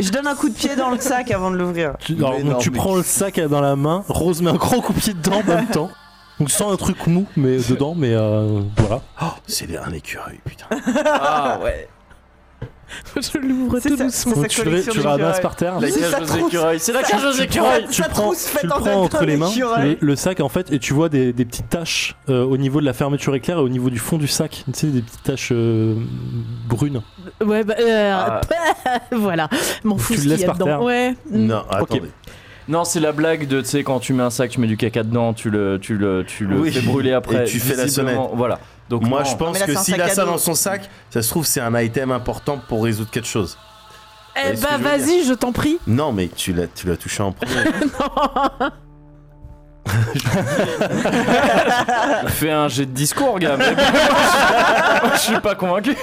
C: je donne un coup de pied dans le sac avant de l'ouvrir.
E: Tu, alors,
A: Mais
E: donc,
A: non,
E: tu
A: mais-
E: prends le sac dans la main, Rose met un grand coup de pied dedans en même temps. Donc sans un truc mou mais dedans, mais euh, voilà.
A: C'est un écureuil, putain.
B: ah ouais.
D: Je l'ouvre
C: C'est
D: tout
C: ça-
D: doucement.
C: c'est ça.
E: Donc, tu le,
C: collection
E: tu le
C: d'écureuils.
E: ramasses par terre.
A: La
C: C'est
A: cage
C: sa
A: aux
C: trousse.
A: écureuils. C'est la
C: Sa-
A: cage aux
C: sa
A: écureuils.
C: trousse,
E: tu le prends,
C: faite
E: tu le
C: en
E: prends
C: un
E: entre les mains,
C: écureuil.
E: le, le sac en fait, et tu vois des, des petites taches euh, au niveau de la fermeture éclair et au niveau du fond du sac, tu sais, des petites taches euh, brunes.
D: Ouais, bah euh,
B: Ah.
D: voilà. M'en fous
E: Tu
D: ce qu'il
E: le laisses
D: y a
E: par
D: dedans.
E: terre.
D: Ouais.
A: Non, attendez.
B: Non, c'est la blague de, tu sais, quand tu mets un sac, tu mets du caca dedans, tu le, tu le, tu le
A: Oui.
B: fais brûler après.
A: Et tu fais la
B: visiblement. Voilà. Donc
A: Moi,
B: non.
A: je pense
C: mais là,
A: que
C: c'est un
A: s'il a
C: sac à
A: ça
C: dos.
A: dans son sac, ça se trouve, c'est un item important pour résoudre quelque chose.
D: Eh
A: Est-ce que
D: bah
A: je veux dire
D: vas-y, je t'en prie.
A: Non, mais tu l'as, tu l'as touché en premier.
B: Fais un jet de discours, gars. mais- je suis pas convaincu.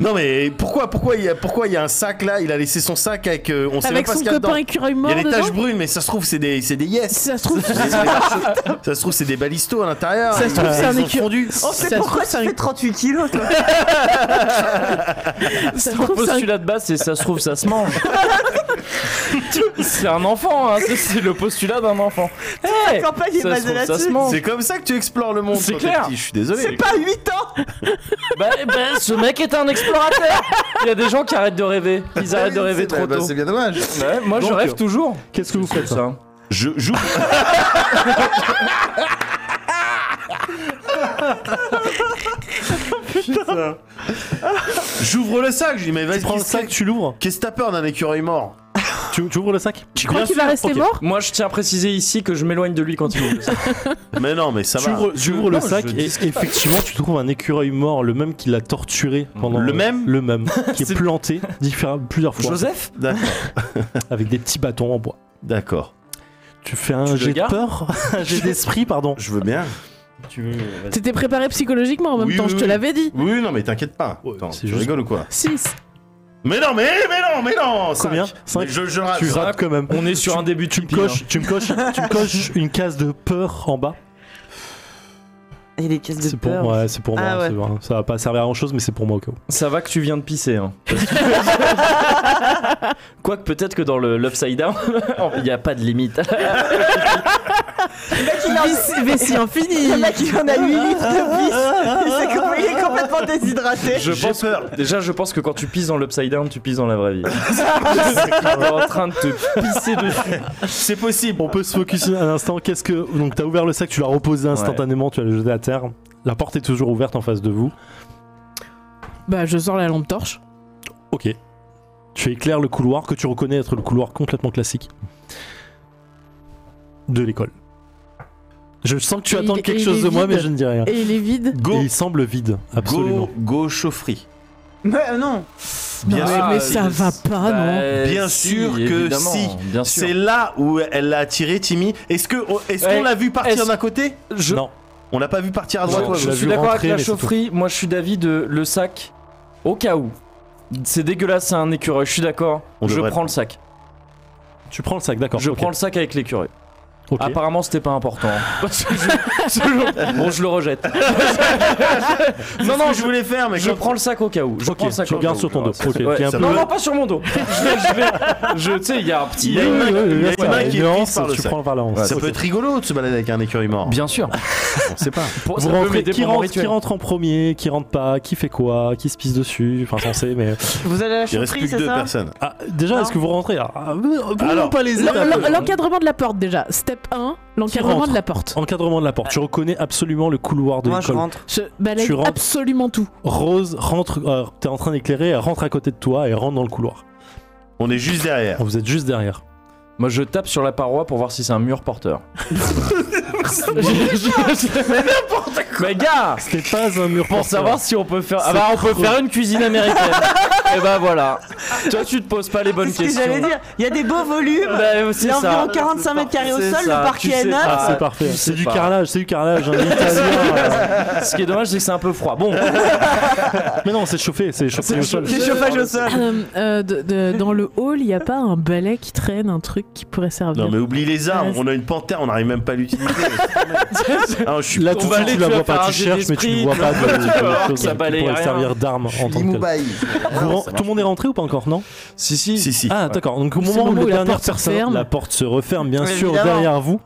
A: non, mais pourquoi, pourquoi il y a, pourquoi il y a un sac là Il a laissé son sac avec, euh, on sait même
D: Avec
A: pas ce
D: son
A: qu'il y a
D: copain
A: dedans.
D: écureuil
A: Il y
D: mort
A: a des taches
D: dedans.
A: brunes, mais ça se trouve, c'est des, c'est des yes.
D: Si ça se trouve,
A: C'est- c'est- ça se trouve, c'est des balistos à l'intérieur.
D: Ça se trouve,
A: Ils
D: c'est un
A: ont
D: écureuil.
A: fondu.
E: Oh,
C: On
D: Ça se
C: sait pourquoi
D: trouve, c'est
C: ça
D: un-
C: fait 38 kilos, toi.
D: ça se
B: Ton
D: trouve, c'est un-
B: postulat de base, c'est ça se trouve, ça se mange. c'est un enfant, hein. c'est- c'est le postulat d'un enfant. Hey,
C: La campagne Eh,
B: ça
C: est
B: se
C: basée
B: trouve, ça se
C: là-dessus.
B: mange.
A: C'est comme ça que tu explores le monde.
B: C'est
A: quand t'es
B: clair.
A: petit, Je suis désolé.
C: C'est pas 8 ans
B: Bah, bah, ce mec est un explorateur. Il y a des gens qui arrêtent de rêver. Ils arrêtent de rêver trop tôt.
A: bah, bien dommage.
B: Ouais, moi, je
E: Donc,
B: rêve toujours.
E: Qu'est-ce que vous faites
B: ça
A: Je joue. J'ouvre le sac, je dis mais Oh, vas-y
E: Tu prends le sac, tu l'ouvres,
A: Qu'est-ce que t'as peur d'un écureuil mort
E: tu, tu ouvres le sac.
D: tu crois qu'il va rester mort
B: Moi, je tiens à préciser ici que je m'éloigne de lui quand il ouvre.
A: Mais non, mais ça
E: Tu
A: va.
E: ouvres, tu ouvres le
B: non,
E: sac
B: je
E: et
B: discute pas.
E: effectivement tu trouves un écureuil mort, le même qui l'a torturé pendant
A: Le même
E: le même, qui est
B: C'est-
E: planté différents- plusieurs fois
B: Joseph
A: D'accord.
E: avec des petits bâtons en bois.
A: D'accord.
E: Tu fais
B: Tu
E: un
B: le
E: jet de
B: gardes
E: peur, un jet d'esprit pardon.
A: Je veux bien.
B: Tu veux
D: T'étais préparé psychologiquement en même
A: Oui,
D: temps,
A: oui,
D: je te
A: oui.
D: l'avais dit.
A: Oui, non, mais t'inquiète pas.
E: Ouais,
A: Attends,
E: c'est
A: tu
E: juste-
A: rigoles ou quoi
D: 6.
A: Mais non, mais, mais non, mais non cinq.
E: Combien
A: Mais
E: Cinq
A: Je, je le rate.
E: Tu rates quand même.
B: On est sur
E: Tu-
B: un début de
E: Tu me
B: Tipeee,
E: coches, tu me coches, tu me coches une case de peur en bas.
C: Et les caisses de
E: C'est pour,
C: peur.
E: ouais, c'est pour moi.
C: Ah ouais.
E: c'est vrai. Ça va pas servir à grand chose, mais c'est pour moi au cas où.
B: hein. Ça va que tu viens de pisser. Hein. Parce que- Quoique peut-être que dans le l'Upside Down, il n'y a pas de limite.
D: Vessie infinie.
C: Le mec, il en a 8 litres de pisse. Il, s'est com- il est complètement déshydraté.
B: Je
A: J'ai
B: pense
A: peur.
B: que- déjà, je pense que quand tu pisses dans l'Upside Down, tu pisses dans la vraie vie. T'es en train de te pisser dessus.
A: C'est possible.
E: On peut se focus un instant. Qu'est-ce que donc t'as ouvert le sac, tu l'as reposé instantanément, tu l'as jeté à terre. La porte est toujours ouverte en face de vous.
D: Bah, je sors la lampe torche.
E: Ok. Tu éclaires le couloir que tu reconnais être le couloir complètement classique de l'école. Je sens que tu
D: Et
E: attends
D: il-
E: quelque
D: et il
E: chose
D: est
E: de moi,
D: vide.
E: mais je ne dis rien.
D: Et il est vide.
E: Et
A: Go,
E: il semble vide, absolument.
A: go, go, chaufferie.
C: Mais euh, non,
A: Bien
B: Ah,
D: Non,
A: sûr.
D: mais ça va pas, non
B: Bah,
A: Bien
B: si,
A: sûr que
B: évidemment,
A: si.
B: Bien sûr.
A: C'est là où elle l'a attiré, Timmy. Est-ce que oh, est-ce
B: Ouais.
A: qu'on l'a vu partir
B: Est-ce-
A: d'un côté
B: Je-
E: Non,
A: On l'a pas vu partir à
B: Je,
A: droite. ou à
E: je
A: gauche
E: l'ai
B: suis
E: vu
B: d'accord avec
E: rentrer,
B: la
E: mais c'est
B: chaufferie. Moi, je suis d'avis de le sac au cas où. C'est dégueulasse, c'est un écureuil. Je suis d'accord.
A: On
B: Je
A: devrait-
B: prends le sac.
E: tu prends le sac, d'accord.
B: Je Ah,
E: ok.
B: prends le sac avec l'écureuil.
E: Ok.
B: Apparemment, c'était pas important. Parce que je- je- bon, je le rejette. non, non,
A: Non,
B: je,
A: je voulais faire, mais
B: je
A: quand-
B: prends le sac au cas où. Je
E: Ok,
B: prends le sac hein.
E: tu
B: au cas
E: regardes
B: où,
E: sur ton
B: je
E: dos.
B: vois,
E: Ok,
B: c'est- ouais,
E: qui est un
B: ça-
E: peu-
B: Non, non, pas sur mon dos. je vais- je vais- je- tu sais, il y a un petit.
A: Il y
B: euh,
A: a une main-
E: Ouais,
A: il y
E: ouais,
A: a
E: ouais,
A: une main
E: ouais,
A: qui est
E: nuance,
A: prise par le
E: Tu
A: sac.
E: prends par la hanse.
A: Ça peut être rigolo de se balader avec un écureuil mort.
B: Bien sûr.
A: On sait pas.
B: Pour-
E: Vous
B: ça peut
E: rentrez,
B: m'aider
E: qui,
B: pour mon
E: rentre,
B: rituel.
E: qui rentre en premier, qui rentre pas, qui fait quoi, qui se pisse dessus, enfin censé, mais.
C: Vous allez à la
A: Il reste
C: chanterie,
A: plus que
C: c'est
A: deux
C: ça
A: personnes.
E: Ah, déjà,
C: Non.
E: est-ce que vous rentrez Alors, ah, euh, brûlons
A: Alors,
E: pas les
D: L'en-
E: étapes.
D: l'en- L'encadrement de la porte déjà. Step 1, l'encadrement
E: rentre
D: de la porte.
E: Encadrement de la porte. Tu reconnais absolument le couloir de
C: Moi, je
E: l'école.
C: rentre.
D: Je balaye
E: Tu rentres.
D: absolument tout.
E: Rose rentre, euh, t'es en train d'éclairer, elle rentre à côté de toi et rentre dans le couloir.
A: On est juste derrière.
E: Vous êtes juste derrière.
B: Moi, je tape sur la paroi pour voir si c'est un mur porteur. N'importe quoi. Mais gars,
E: C'était pas un mur
B: pour
E: porteur.
B: savoir si on peut faire. Ah
E: C'est
B: bah, on peut
E: trop-
B: faire une cuisine américaine. Et bah voilà. Toi, tu te poses pas les bonnes
C: C'est ce que
B: questions.
C: j'allais dire. Il y a des beaux volumes.
B: Bah, c'est
C: Il y a
B: ça.
C: environ 45 mètres carrés au
B: C'est
C: sol, le
B: ça,
C: parquet
B: tu
C: est
B: sais
C: neuf.
B: pas.
E: Ah, c'est parfait.
B: tu
E: C'est
B: sais
E: du
B: pas.
E: carrelage, c'est du carrelage. hein, italien, euh.
B: Ce qui est dommage, c'est que c'est un peu froid. Bon,
E: Mais non, c'est chauffé, c'est chauffé
B: C'est
E: au sol.
B: chauffé.
C: C'est chauffage au
B: Ah,
C: sol.
D: Euh, euh, de- de- dans le hall, il n'y a pas un balai qui traîne, un truc qui pourrait servir.
A: Non mais oublie les armes,
D: Ouais,
A: on a une panthère, on n'arrive même pas à l'utiliser. Ah, je suis
E: Là,
B: Ton
E: tout de suite,
B: valet,
E: tu la
B: tu vas
E: vois
B: faire
E: pas.
B: un
E: Tu
B: jet
E: cherches, mais tu ne
B: d'esprit,
E: vois pas de,
B: tu vas
E: de
B: voir que
E: choses
B: ça
E: qui
B: balaye
E: pourraient
B: rien.
E: servir d'arme en tant que telle. Vous ren- Tout le monde est rentré ou pas encore, non
B: si, si.
A: Si si.
E: Ah d'accord, donc au
D: C'est
E: moment où, la dernière
D: porte se
E: personne,
D: ferme.
E: la porte se referme bien
C: Oui,
E: sûr
C: évidemment.
E: derrière vous,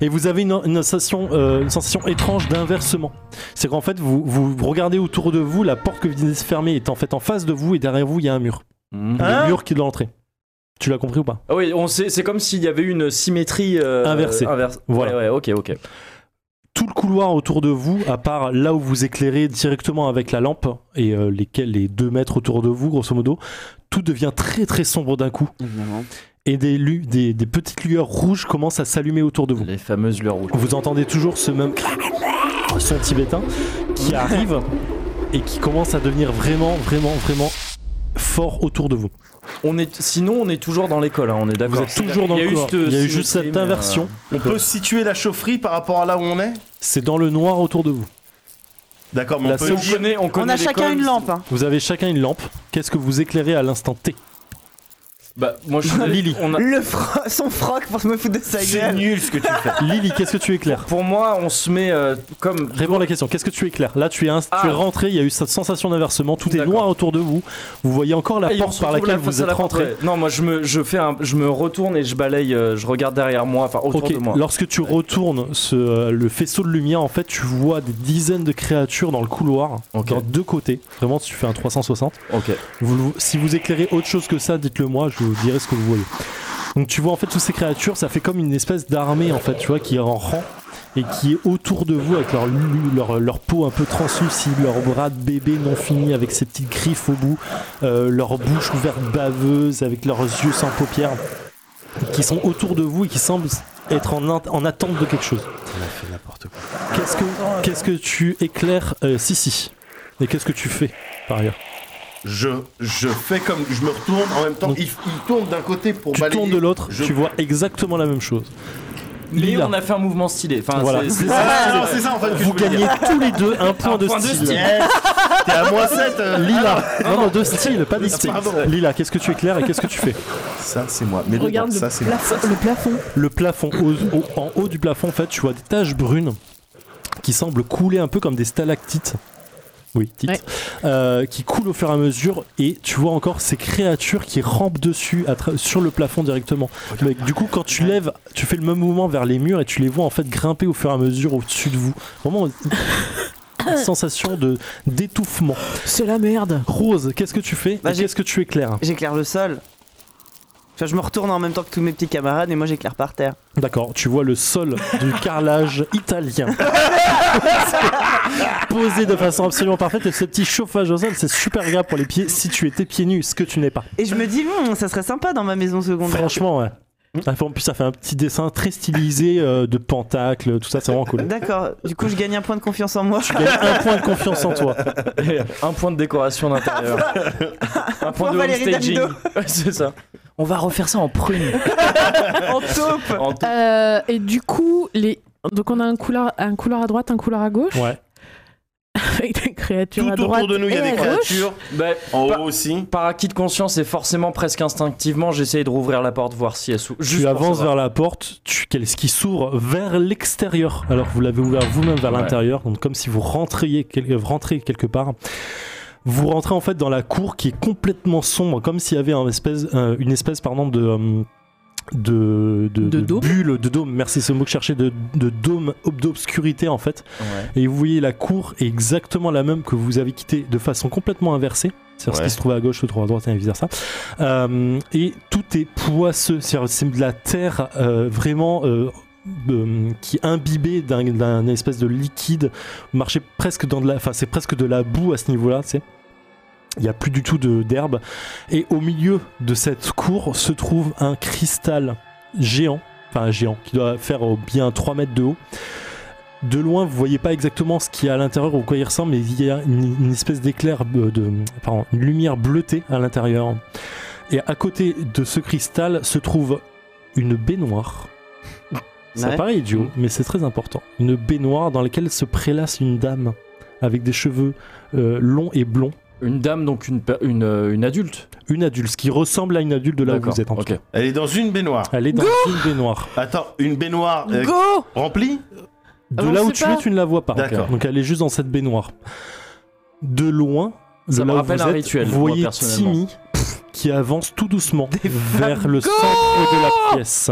E: et vous avez une, une sensation, euh, une sensation étrange d'inversement. C'est qu'en fait vous, vous regardez autour de vous, la porte que vous venez de se fermer est en fait en face de vous et derrière vous il y a un mur.
B: Mhm.
E: Le mur qui est de l'entrée. Tu l'as compris ou pas
B: Ah oui, on sait, c'est comme s'il y avait une symétrie euh,
E: Inversée.
B: inverse.
E: Voilà.
B: Ouais, ouais, ok, ok.
E: Tout le couloir autour de vous, à part là où vous éclairez directement avec la lampe et euh, lesquels les deux mètres autour de vous grosso modo, tout devient très très sombre d'un coup et des, lu- des, des petites lueurs rouges commencent à s'allumer autour de vous.
B: Les fameuses lueurs rouges.
E: Vous entendez toujours ce même son tibétain qui arrive et qui commence à devenir vraiment, vraiment, vraiment fort autour de vous.
B: On est, sinon, on est toujours dans l'école, hein, on est
E: Vous
B: d'accord.
E: êtes toujours dans
B: Il y
E: le
B: a eu
E: couloir.
B: ce-
E: Il y a eu
B: ce-
E: juste
B: ce-
E: cette
B: mais, euh,
E: inversion.
A: On peut situer la chaufferie par rapport à là où on est
E: C'est dans le noir autour de vous.
A: D'accord, mais
E: La
A: on peut
E: seule-
B: On connaît, on
C: On
B: connaît
C: a chacun
B: l'école.
C: une lampe. hein.
E: Vous avez chacun une lampe. Qu'est-ce que vous éclairez à l'instant T
B: Bah, moi, je
E: Lily.
B: on a-
C: Le fro- son froc pour me foutre de sa
A: C'est
C: gueule.
A: nul ce que tu fais.
E: Lily, qu'est-ce que tu éclaires
B: Pour moi, on se met euh, comme.
E: Réponds à la question. Qu'est-ce que tu éclaires Là, tu es, inst- tu es
B: Ah.
E: rentré. Il y a eu cette sensation d'inversement. Tout est
B: D'accord. Ah,
E: noir autour de vous. Vous voyez encore la
B: Et on
E: porte
B: se
E: par
B: retrouve
E: laquelle
B: là face
E: vous
B: à
E: êtes
B: la porte,
E: rentré.
B: ouais. Non, moi, je me, je fais un, je me retourne et je balaye, euh, je regarde derrière moi, enfin autour
E: Ok,
B: de moi.
E: lorsque tu retournes ce, euh, le faisceau de lumière, en fait, tu vois des dizaines de créatures dans le couloir,
B: Ok.
E: dans deux côtés. Vraiment, si tu fais un 360.
B: Ok.
E: Vous le- si vous éclairez autre chose que ça, dites-le moi, je vous dirai ce que vous voyez. Donc tu vois en fait toutes ces créatures, ça fait comme une espèce d'armée en fait, tu vois, qui est en rang et qui est autour de vous avec leur, lu- leur, leur peau un peu translucide, leur bras de bébé non fini avec ses petites griffes au bout, euh, leur bouche ouverte baveuse avec leurs yeux sans paupières, qui sont autour de vous et qui semblent être en, int- en attente de quelque chose.
A: On a fait n'importe quoi.
E: Qu'est-ce que, qu'est-ce que tu éclaires euh, Sissi Et qu'est-ce que tu fais par ailleurs
A: Je, je fais comme. Je me retourne en même temps.
E: Donc,
A: Il, il tourne d'un côté pour
E: Tu
A: balayer.
E: tournes de l'autre,
A: Je-
E: tu vois exactement la même chose.
B: Mais
E: Lila.
B: on a fait un mouvement stylé. Enfin,
E: Voilà.
B: c'est- c'est-
A: Ah, non, c'est ça en fait que je
E: Vous
A: voulais
E: gagnez
A: dire.
E: tous les deux un point,
B: Un
E: de,
B: point de
E: style.
B: style.
A: Yes T'es à moins euh, 7
E: Lila, non, non, de style, pas d'estime.
A: Pardon.
E: Lila, qu'est-ce que tu éclaires et qu'est-ce que tu fais
A: Ça c'est moi. Mais regarde,
D: Regarde le,
A: ça c'est moi.
D: plafond, le plafond.
E: Le plafond, au- au- en haut du plafond, en fait, tu vois des taches brunes qui semblent couler un peu comme des stalactites. Oui, tites.
D: Ouais.
E: Euh, qui coulent au fur et à mesure et tu vois encore ces créatures qui rampent dessus à tra- sur le plafond directement. Mais du coup, quand tu lèves, tu fais le même mouvement vers les murs et tu les vois en fait grimper au fur et à mesure au-dessus de vous. Vraiment, une sensation de d'étouffement.
D: C'est la merde.
E: Rose, qu'est-ce que tu fais
C: Bah,
E: et
C: j'ai-
E: Qu'est-ce que tu éclaires
C: J'éclaire le sol. Enfin, je me retourne en même temps que tous mes petits camarades et moi j'éclaire par terre.
E: D'accord, tu vois le sol du carrelage italien. Posé de façon absolument parfaite et ce petit chauffage au sol, c'est super grave pour les pieds si tu étais pieds nus, ce que tu n'es pas.
C: Et je me dis, Hum, ça serait sympa dans ma maison secondaire.
E: Franchement, ouais. Ah, En plus, ça fait un petit dessin très stylisé euh, de pentacle, tout ça, c'est vraiment cool.
C: D'accord, du coup je gagne un point de confiance en moi.
E: Tu gagnes un point de confiance en toi.
B: un point de décoration d'intérieur. un
C: point
B: point de
C: Valérie
B: home staging.
C: Damido.
B: Ouais, c'est ça. On va refaire ça en prune.
C: en taupe
B: En tout-
D: Euh, et du coup, les... donc on a un couloir, un couloir à droite, un couloir à gauche.
E: Ouais.
D: Avec des créatures
A: Tout
D: à
A: autour
D: droite
A: de nous, il y
D: et
B: Eh,
A: a des
D: à gauche.
A: créatures.
B: Bah,
A: En
B: par-
A: haut aussi.
B: par acquis de conscience et forcément presque instinctivement, j'essaye de rouvrir la porte, voir si elle s'ouvre.
E: Tu avances vers la porte, tu, qu'elle- ce qui s'ouvre vers l'extérieur, alors que vous l'avez ouvert vous-même vers
B: Ouais.
E: l'intérieur, donc comme si vous rentriez, quel- euh, rentrez quelque part. Vous rentrez en fait dans la cour qui est complètement sombre, comme s'il y avait un espèce, euh, une espèce pardon, de, euh, de, de,
D: De dôme.
E: bulle, de dôme, merci ce mot que je cherchais, de, de dôme, d'obscurité en fait. Et vous voyez la cour est exactement la même que vous avez quittée de façon complètement inversée. C'est-à-dire ce
A: Ouais.
E: qui se trouvait à gauche se trouve à droite, et vice versa. Euh, et tout est poisseux. C'est-à-dire c'est de la terre euh, vraiment euh, euh, qui est imbibée d'un- d'un espèce de liquide. Marcher presque dans de la, enfin c'est presque de la boue à ce niveau-là. tu sais. Il n'y a plus du tout de- d'herbe. Et au milieu de cette cour se trouve un cristal géant, enfin un géant, qui doit faire euh, bien 3 mètres de haut. De loin, vous voyez pas exactement ce qu'il y a à l'intérieur ou quoi il ressemble, mais il y a une, une espèce d'éclair, euh, de, pardon, une lumière bleutée à l'intérieur. Et à côté de ce cristal se trouve une baignoire. Ça
C: Ouais.
E: paraît idiot, mais c'est très important. Une baignoire dans laquelle se prélasse une dame avec des cheveux euh, longs et blonds.
B: Une dame, donc une, per- une, euh, une adulte.
E: Une adulte, ce qui ressemble à une adulte de là où
B: D'accord,
E: vous êtes en tout
B: ok.
E: cas.
A: Elle est dans une baignoire.
E: Elle est dans une baignoire.
A: Attends, une baignoire euh,
D: Go
A: remplie
D: Ah,
E: De
D: on
E: là
D: sait
E: où tu
D: pas.
E: es, tu ne la vois pas.
A: D'accord.
E: Donc elle est juste dans cette baignoire. De loin, de
B: Ça me
E: là où
B: rappelle
E: vous
B: un
E: êtes,
B: rituel,
E: vous
B: moi,
E: voyez
B: personnellement.
E: Timmy pff, qui avance tout doucement vers le centre de la pièce.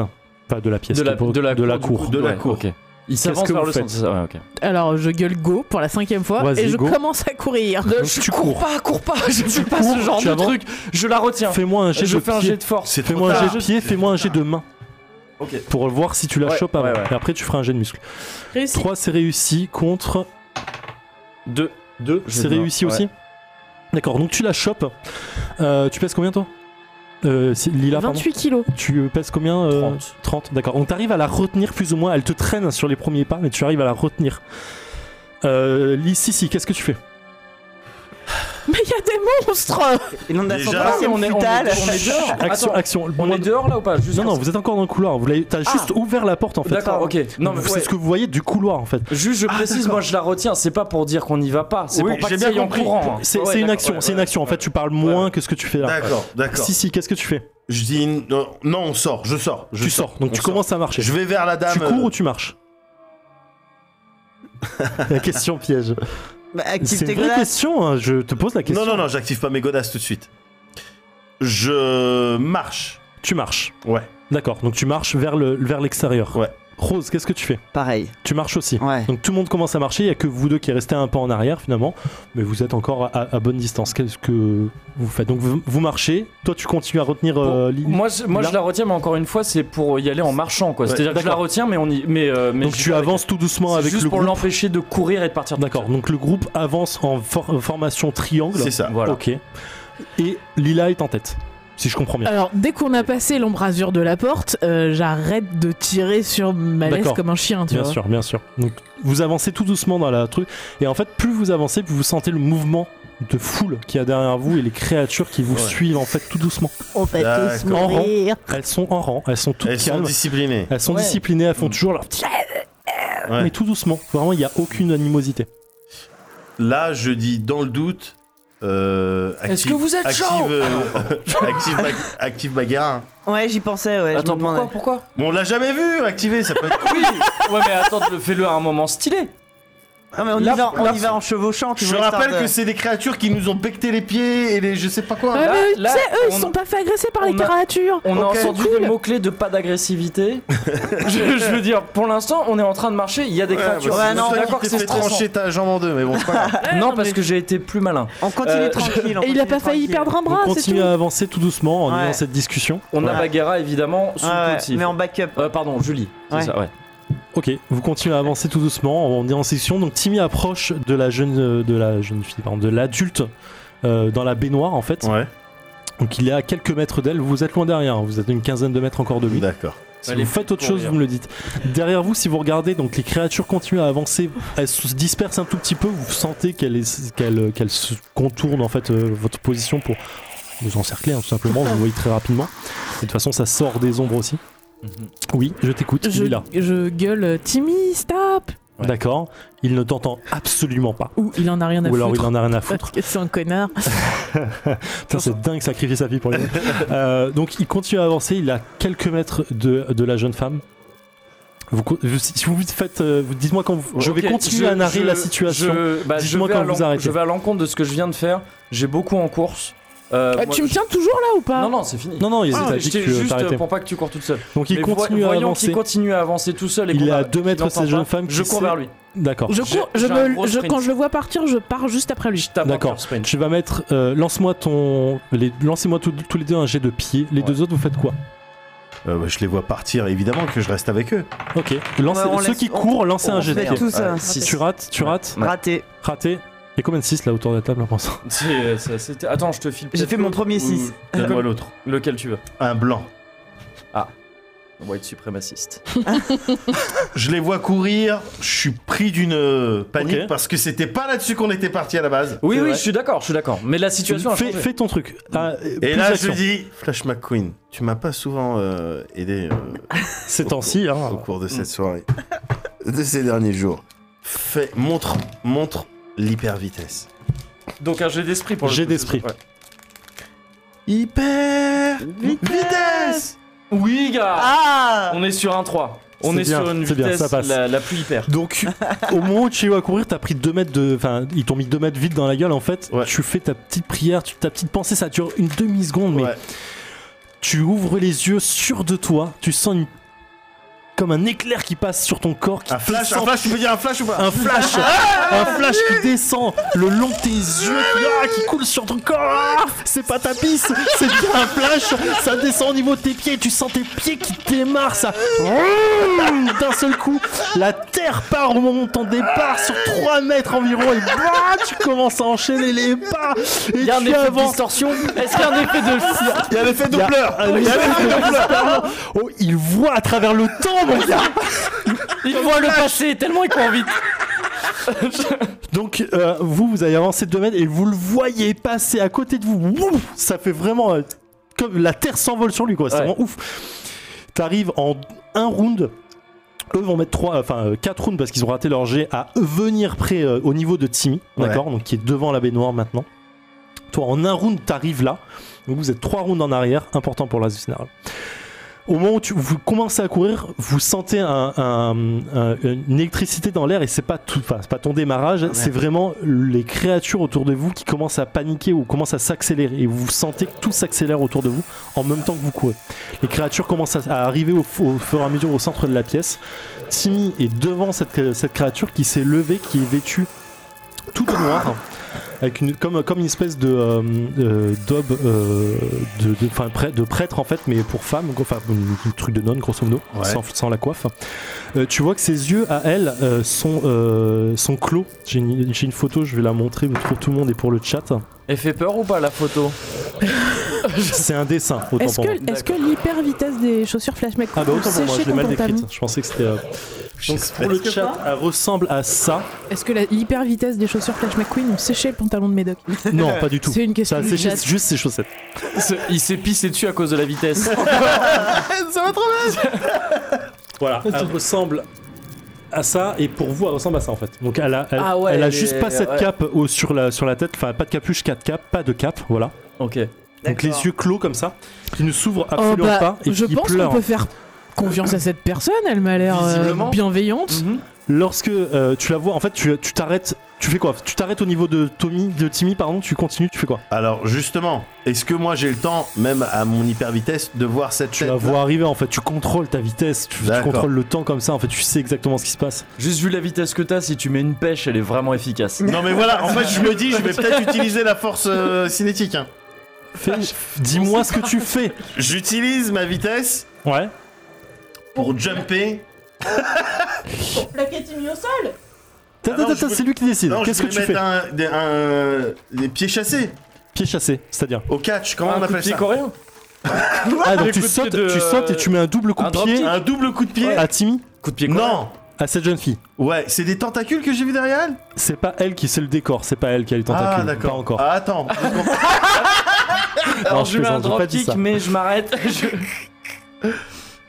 E: Pas de la pièce,
B: De la,
E: mais pour-
B: de la,
E: de la
B: du
E: cour.
B: coup,
A: De la
B: ouais,
A: cour.
B: ok. Il s'avance
E: que
B: vers
E: vous
B: le
E: faites
B: centre. c'est ça, ouais, ok.
D: Alors je gueule go pour la cinquième fois
E: Vas-y,
D: et je
E: go.
D: commence à courir.
B: Je
E: Tu
B: cours
E: cours.
B: pas, cours pas, je fais pas
E: cours,
B: ce genre
E: tu
B: de
E: avances.
B: truc. Je la retiens.
E: Fais-moi un jet
B: Je
E: de
B: fais un
E: pied.
B: jet de force.
A: C'est trop
E: Fais-moi un
A: tard.
E: jet de pied, fais-moi un jet de main.
A: Ok.
E: Pour voir si tu la
B: Ouais,
E: chopes avant.
B: ouais, ouais.
E: Et après, tu feras un jet de muscle.
D: Réussi.
E: 3, c'est réussi contre.
B: 2. 2.
E: C'est réussi aussi D'accord, donc tu la chopes. Euh, tu pèses combien toi euh, c'est- Lila, pardon.
D: 28 kilos.
E: Tu pèses combien euh,
B: 30.
E: 30, d'accord. Donc t'arrives à la retenir plus ou moins. Elle te traîne sur les premiers pas, mais tu arrives à la retenir. Euh, Lys, si, si, qu'est-ce que tu fais
D: Mais il y a des monstres
C: Inondation
A: Déjà,
C: de
B: on est- on est-
C: futale.
B: on est dehors.
E: Action,
B: Attends,
E: action.
B: On
E: Moins-
B: est dehors là ou pas Juste
E: non,
B: comme
E: non,
B: ça.
E: vous êtes encore dans le couloir. Vous l'avez- T'as juste ouvert la porte en fait.
B: D'accord, ok. Non, mais
E: c'est
B: ouais.
E: ce que vous voyez du couloir en fait.
B: Juste, je
A: Ah,
B: précise,
A: d'accord.
B: moi je la retiens. C'est pas pour dire qu'on n'y va pas. C'est
A: Oui,
B: pour pas
A: j'ai
B: que
A: bien
B: ça aille en
A: compris.
B: courant. hein.
E: C'est
B: Ouais,
E: c'est une
B: d'accord,
E: action,
B: ouais,
E: c'est une
B: ouais.
E: action. En fait, tu parles moins que ce que tu fais là.
A: D'accord, d'accord.
E: Si, si, qu'est-ce que tu fais
A: Je dis non, non, on sort, je sors. Je
E: Tu sors,
A: on
E: donc tu
A: sort.
E: commences à marcher.
A: Je vais vers la dame.
E: Tu cours
A: euh,
E: ou tu marches La question piège.
C: Bah, active
E: C'est
C: tes
E: une vraie
C: glaces.
E: question, hein, je te pose la question.
A: Non, non, non, j'active pas mes godasses tout de suite. Je marche.
E: Tu marches.
A: Ouais.
E: D'accord, donc tu marches vers le- vers l'extérieur.
A: Ouais.
E: Rose, qu'est-ce que tu fais
C: Pareil.
E: Tu marches aussi.
C: Ouais.
E: Donc tout le monde commence à marcher, il n'y a que vous deux qui restez un pas en arrière finalement, mais vous êtes encore à, à bonne distance. Qu'est-ce que vous faites Donc vous, vous marchez, toi tu continues à retenir euh, Lily.
B: Moi, je, moi
E: Là.
B: je la retiens, mais encore une fois, c'est pour y aller en marchant, quoi.
A: Ouais,
B: C'est-à-dire que je la
E: d'accord.
B: retiens, mais on y, mais, euh, mais
E: Donc
B: j'y
E: tu
B: vais avec-
E: avances tout doucement
B: C'est
E: avec
B: juste
E: le
B: pour
E: groupe.
B: l'empêcher de courir et de partir. toute
E: D'accord,
B: seule.
E: donc le groupe avance en for- formation triangle.
A: C'est ça.
B: Voilà.
E: Ok. Et Lila est en tête, si je comprends bien.
D: Alors dès qu'on a passé l'embrasure de la porte, euh, j'arrête de tirer sur ma laisse
E: D'accord.
D: comme un chien, tu
E: Bien
D: vois.
E: sûr, bien sûr. Donc vous avancez tout doucement dans la truc et en fait plus vous avancez, plus vous sentez le mouvement de foule qu'il y a derrière vous et les créatures qui vous
A: Ouais.
E: suivent en fait tout doucement.
D: On fait
A: tous
E: En rang. Elles sont en rang, elles sont toutes
A: Elles sont
E: calmes.
A: disciplinées.
E: Elles sont
B: Ouais.
E: disciplinées, elles font
B: Mm.
E: toujours leur petit
A: Ouais.
E: mais tout doucement. Vraiment, il n'y a aucune animosité.
A: Là, je dis dans le doute. euh, active-
B: Est-ce que vous êtes
A: active,
B: chaud
A: euh, active, ba- active bagarre.
C: Ouais, j'y pensais, ouais. je
B: Attends,
C: me demandais.
B: pourquoi, pourquoi
A: Bon, on l'a jamais vu activer, ça peut être.
B: Oui Ouais, mais attends, le- fais-le à un moment stylé.
C: Non, mais on,
B: Là,
C: y va, on
B: là,
C: y va en chevauchant, tu
A: Je
C: vois.
A: rappelle
C: histoire
A: que
C: de-
A: c'est des créatures qui nous ont becté les pieds et les je sais pas quoi.
D: Ouais,
B: Là-
D: mais, tu
B: là,
D: sais, eux, ils
B: on-
D: se sont pas fait agresser par les
B: on a-
D: créatures.
B: On a
A: Ok,
B: entendu
D: cool.
B: le mot-clé de pas d'agressivité. je, je veux dire, pour l'instant, on est en train de marcher, il y a des créatures.
A: bah,
C: Ouais,
A: c'est
C: non,
A: toi qui
B: d'accord
A: t'es
B: que c'est
A: fait
B: stressant.
A: trancher ta jambe en deux, mais bon, c'est pas grave.
D: Eh,
B: Eh, Non, parce que j'ai été plus malin.
C: On continue
B: Euh,
C: tranquille. on
D: Et il a
C: continue
D: pas failli
C: tranquille.
D: perdre un
E: On
D: bras, Ah, c'est tout.
E: continue à avancer tout doucement en
C: Ouais.
E: ayant cette discussion.
B: On a
C: Ouais.
B: Bagheera, évidemment, sous
C: Ah Ouais,
B: le
C: ouais,
B: coutif.
C: mais en backup.
B: Euh, pardon, Julie. C'est
C: Ouais.
B: ça, ouais.
E: Ok, vous continuez à avancer tout doucement. On est en section. Donc Timmy approche de la jeune, euh, de la jeune fille, pardon, de l'adulte euh, dans la baignoire en fait.
A: Ouais,
E: Donc il est à quelques mètres d'elle. Vous êtes loin derrière. hein. Vous êtes à une quinzaine de mètres encore de lui.
A: d'accord.
E: Si
B: Allez,
E: vous faites autre
B: courir.
E: chose, vous me le dites. Derrière vous, si vous regardez, donc les créatures continuent à avancer, elles se dispersent un tout petit peu. Vous sentez qu'elles est- qu'elles- qu'elles se contournent en fait euh, votre position pour vous encercler hein, tout simplement. Vous le voyez très rapidement. Et de toute façon, ça sort des ombres aussi. Oui, je t'écoute.
D: Je,
E: Lila.
D: je gueule Timmy, stop
A: Ouais.
E: D'accord Il ne t'entend absolument pas.
D: Ou il en a rien à
E: Ou alors il
D: foutre.
E: en a rien à foutre. Euh,
D: Parce que c'est un connard.
E: Putain, c'est dingue sacrifier sa vie pour lui. Euh, donc il continue à avancer, il est à quelques mètres de, de la jeune femme. Vous, co- vous- si vous faites, euh, vous- dites-moi quand vous, je vais
B: Ok,
E: continuer
B: je-
E: à narrer
B: je-
E: la situation.
B: Je, bah, je
E: Dites-moi
B: vais
E: quand
B: à
E: vous
B: l'en-
E: arrêtez.
B: Je vais à l'encontre de ce que je viens de faire. J'ai beaucoup en course. Euh,
D: Ah,
B: moi-
D: tu me tiens toujours là ou pas
B: Non, non, c'est fini.
E: Non, non, il
B: Ah,
E: t'a
B: je
E: dit
B: t'ai-
E: que tu
B: juste
E: t'arrêtais.
B: pour pas que tu cours toute seule.
E: euh, Donc il
B: Mais vo-
E: continue à
B: voyons
E: avancer.
B: qu'il continue à avancer tout seul et
E: Il
B: qu'on
E: est à
B: a-
E: deux mètres de
B: qu'il
E: cette
B: entend
E: jeune
B: pas,
E: femme
B: Je
E: qui
B: cours
E: sait-
B: vers lui.
E: D'accord.
D: Je
B: J'ai-
D: cours, je
B: j'ai
D: me-
B: un gros
D: je-
B: sprint.
D: quand je le vois partir, je pars juste après lui.
B: Je tape un
E: D'accord.
B: pur sprint.
E: Tu vas mettre. euh, Lance-moi ton. les- Lancez-moi tous- tous les deux un jet de pied. Les
B: Ouais.
E: deux autres, vous faites quoi
A: Euh, bah, je les vois partir, évidemment que je reste avec eux.
E: Ok. Lancez-
C: on
E: ceux
C: laisse-
E: qui
C: on-
E: courent, lancez un
C: On
E: jet de
C: fait
E: pied.
C: tout ça.
B: Ouais, six.
E: Tu rates, tu rates,
B: Ouais.
C: Raté.
E: raté. Il y a combien de 6 là autour de la table en pensant
B: C'est- euh, ça, c'était- Attends, je te file.
C: J'ai
B: peut-être
C: fait mon
B: l'autre
C: premier
B: ou-
C: six.
A: Donne-moi l'autre.
B: Lequel tu veux
A: Un blanc.
B: White suprémaciste.
A: Je les vois courir, je suis pris d'une euh, panique
E: Ok.
A: parce que c'était pas là-dessus qu'on était parti à la base.
B: Oui,
E: C'est
B: oui,
E: vrai.
B: je suis d'accord, je suis d'accord. Mais la situation a
E: fais,
B: changé.
E: fais ton truc. Ah,
A: Et
E: plus
A: là, je
E: d'action.
A: lui dis, Flash McQueen, tu m'as pas souvent euh, aidé euh,
E: Ces temps-ci,
A: au
E: hein.
A: cours de
B: Mm.
A: cette soirée, de ces derniers jours. Fais, montre, montre l'hyper vitesse.
B: Donc un jet d'esprit pour le
E: Jet
B: coup,
E: d'esprit.
B: c'est ça, ouais.
A: Hyper vitesse.
B: Oui, gars
C: Ah
B: On est sur un 3. On
E: C'est
B: est,
E: bien,
B: sur une
E: c'est bien,
B: vitesse
E: ça passe.
B: La, la plus hyper.
E: Donc, au moment où tu es à courir, t'as pris 2 mètres de. Enfin, ils t'ont mis 2 mètres vite dans la gueule en fait.
A: Ouais.
E: Tu fais ta petite prière, tu- ta petite pensée, ça dure une demi-seconde, mais
A: Ouais.
E: tu ouvres les yeux sûr de toi, tu sens une. Comme un éclair qui passe sur ton corps, qui
A: Un flash, un
E: descend-
A: flash, tu peux dire un flash ou pas
E: un flash, un flash qui descend le long de tes yeux, qui, ah, qui coule sur ton corps. Ah, c'est pas ta pisse, c'est bien un flash. Ça descend au niveau de tes pieds. Tu sens tes pieds qui démarrent. Ça, d'un seul coup, la terre part au moment de ton départ sur 3 mètres environ. Et bah, tu commences à enchaîner les pas. Et
B: Il y a un
E: tu
B: effet de
E: avances.
B: distorsion. Est-ce qu'il y a un effet de.
A: Il y a l'effet
E: Il y a
A: Doppler
E: un
A: Il y a l'effet Doppler
E: Oh, il voit à travers le temps, mon gars.
B: Il voit le passé tellement il court vite.
E: Donc euh, vous, vous avez avancé de 2 mètres et vous le voyez passer à côté de vous. Wouh ça fait vraiment euh, comme la terre s'envole sur lui quoi. C'est
B: Ouais.
E: vraiment ouf. T'arrives en un round. Eux vont mettre trois, enfin euh, quatre rounds parce qu'ils ont raté leur jet à venir près euh, au niveau de Timmy,
A: Ouais.
E: d'accord, donc qui est devant la baignoire maintenant. Toi, en un round, t'arrives là. Donc vous êtes trois rounds en arrière, important pour la général. Au moment où tu- vous commencez à courir, vous sentez un- un- un- une électricité dans l'air et c'est pas tout, enfin, c'est pas ton démarrage, c'est vraiment les créatures autour de vous qui commencent à paniquer ou commencent à s'accélérer et vous sentez que tout s'accélère autour de vous en même temps que vous courez. Les créatures commencent à, à arriver au, au fur et à mesure au centre de la pièce. Timmy est devant cette, cette créature qui s'est levée, qui est vêtue tout de noir, avec une, comme, comme une espèce de euh, euh, daube euh, de, de, enfin, prêtre- de prêtre en fait, mais pour femme, quoi, enfin un truc de nonne grosso modo,
A: Ouais.
E: sans, sans la coiffe. Euh, tu vois que ses yeux à elle euh, sont, euh, sont clos. J'ai une, j'ai une photo, je vais la montrer pour tout le monde et pour le chat.
B: Elle fait peur ou pas la photo
E: C'est un dessin, autant
D: Est-ce
E: pour moi.
D: que, est-ce que l'hyper vitesse des chaussures Flash McQueen
E: Ah bah
D: peut
E: autant pour moi,
D: sécher
E: je l'ai mal décrite.
D: complètement
E: Je pensais que c'était. euh, Donc pour le
A: J'espère.
E: chat, elle ressemble à ça.
D: Est-ce que la- l'hyper vitesse des chaussures Flash McQueen ont séché le pantalon de Médoc
E: Non, pas du tout.
D: C'est une
E: Ça
D: question
E: a
D: de
E: séché
D: date.
E: juste ses chaussettes.
B: Il s'est pissé dessus à cause de la vitesse.
E: Voilà, elle ressemble à ça et pour vous elle ressemble à ça en fait. Donc elle a, elle,
B: Ah ouais,
E: elle a
B: elle
E: juste
B: est-
E: pas cette
B: ouais.
E: cape au- sur, la, sur la tête, enfin pas de capuche, 4 capes, pas de cape, voilà.
B: Ok.
E: Donc les yeux clos comme ça, qui ne s'ouvrent
D: Oh
E: absolument
D: bah,
E: pas et
D: je
E: qui
D: pense
E: pleurent.
D: qu'on peut faire confiance à cette personne, elle m'a l'air euh,
B: Visiblement.
D: bienveillante.
E: Lorsque euh, tu la vois, en fait tu tu t'arrêtes, tu fais quoi Tu t'arrêtes au niveau de Tommy, de Timmy pardon, tu continues, tu fais quoi
A: Alors justement, est-ce que moi j'ai le temps, même à mon hyper vitesse, de voir cette
E: Tu
A: tête
E: la vois arriver en fait, tu contrôles ta vitesse, tu, tu
A: D'accord.
E: contrôles le temps comme ça, en fait tu sais exactement ce qui se passe.
B: Juste vu la vitesse que t'as, si tu mets une pêche, elle est vraiment efficace.
A: Non mais voilà, en fait je me dis, je vais peut-être utiliser la force euh, cinétique. hein.
E: Fais- Dis-moi ce que tu fais.
A: J'utilise ma vitesse
E: Ouais.
A: pour jumper.
H: Plaquer Timmy au sol
E: Attends,
A: non,
E: attends,
A: je voulais-
E: c'est lui qui décide.
A: Non,
E: Qu'est-ce
A: je
E: que
A: vais
E: tu fais
A: mettre un, des, un- des pieds chassés
E: Pied chassé, c'est-à-dire.
A: au catch, comment on
B: un coup de
A: appelle
B: pied
A: ça
B: coréen
E: Ah, donc
B: Les
E: tu
B: coups de pied
E: sautes,
B: de-
E: tu sautes et tu mets un double coup
B: un
E: de
B: drop
E: pied
B: kick.
A: Un double coup de pied
E: à Timmy,
B: Coup de pied coréen
A: Non
E: à cette jeune fille.
A: Ouais, c'est des tentacules que j'ai vu derrière elle
E: C'est pas elle qui, c'est le décor, c'est pas elle qui a les
A: Ah
E: tentacules.
A: d'accord.
E: Pas encore.
A: Ah, attends.
B: Alors
E: Non, je
B: je mets un
E: plaisante, j'ai pas dit
B: dropkick,
E: ça.
B: mais je m'arrête. Je-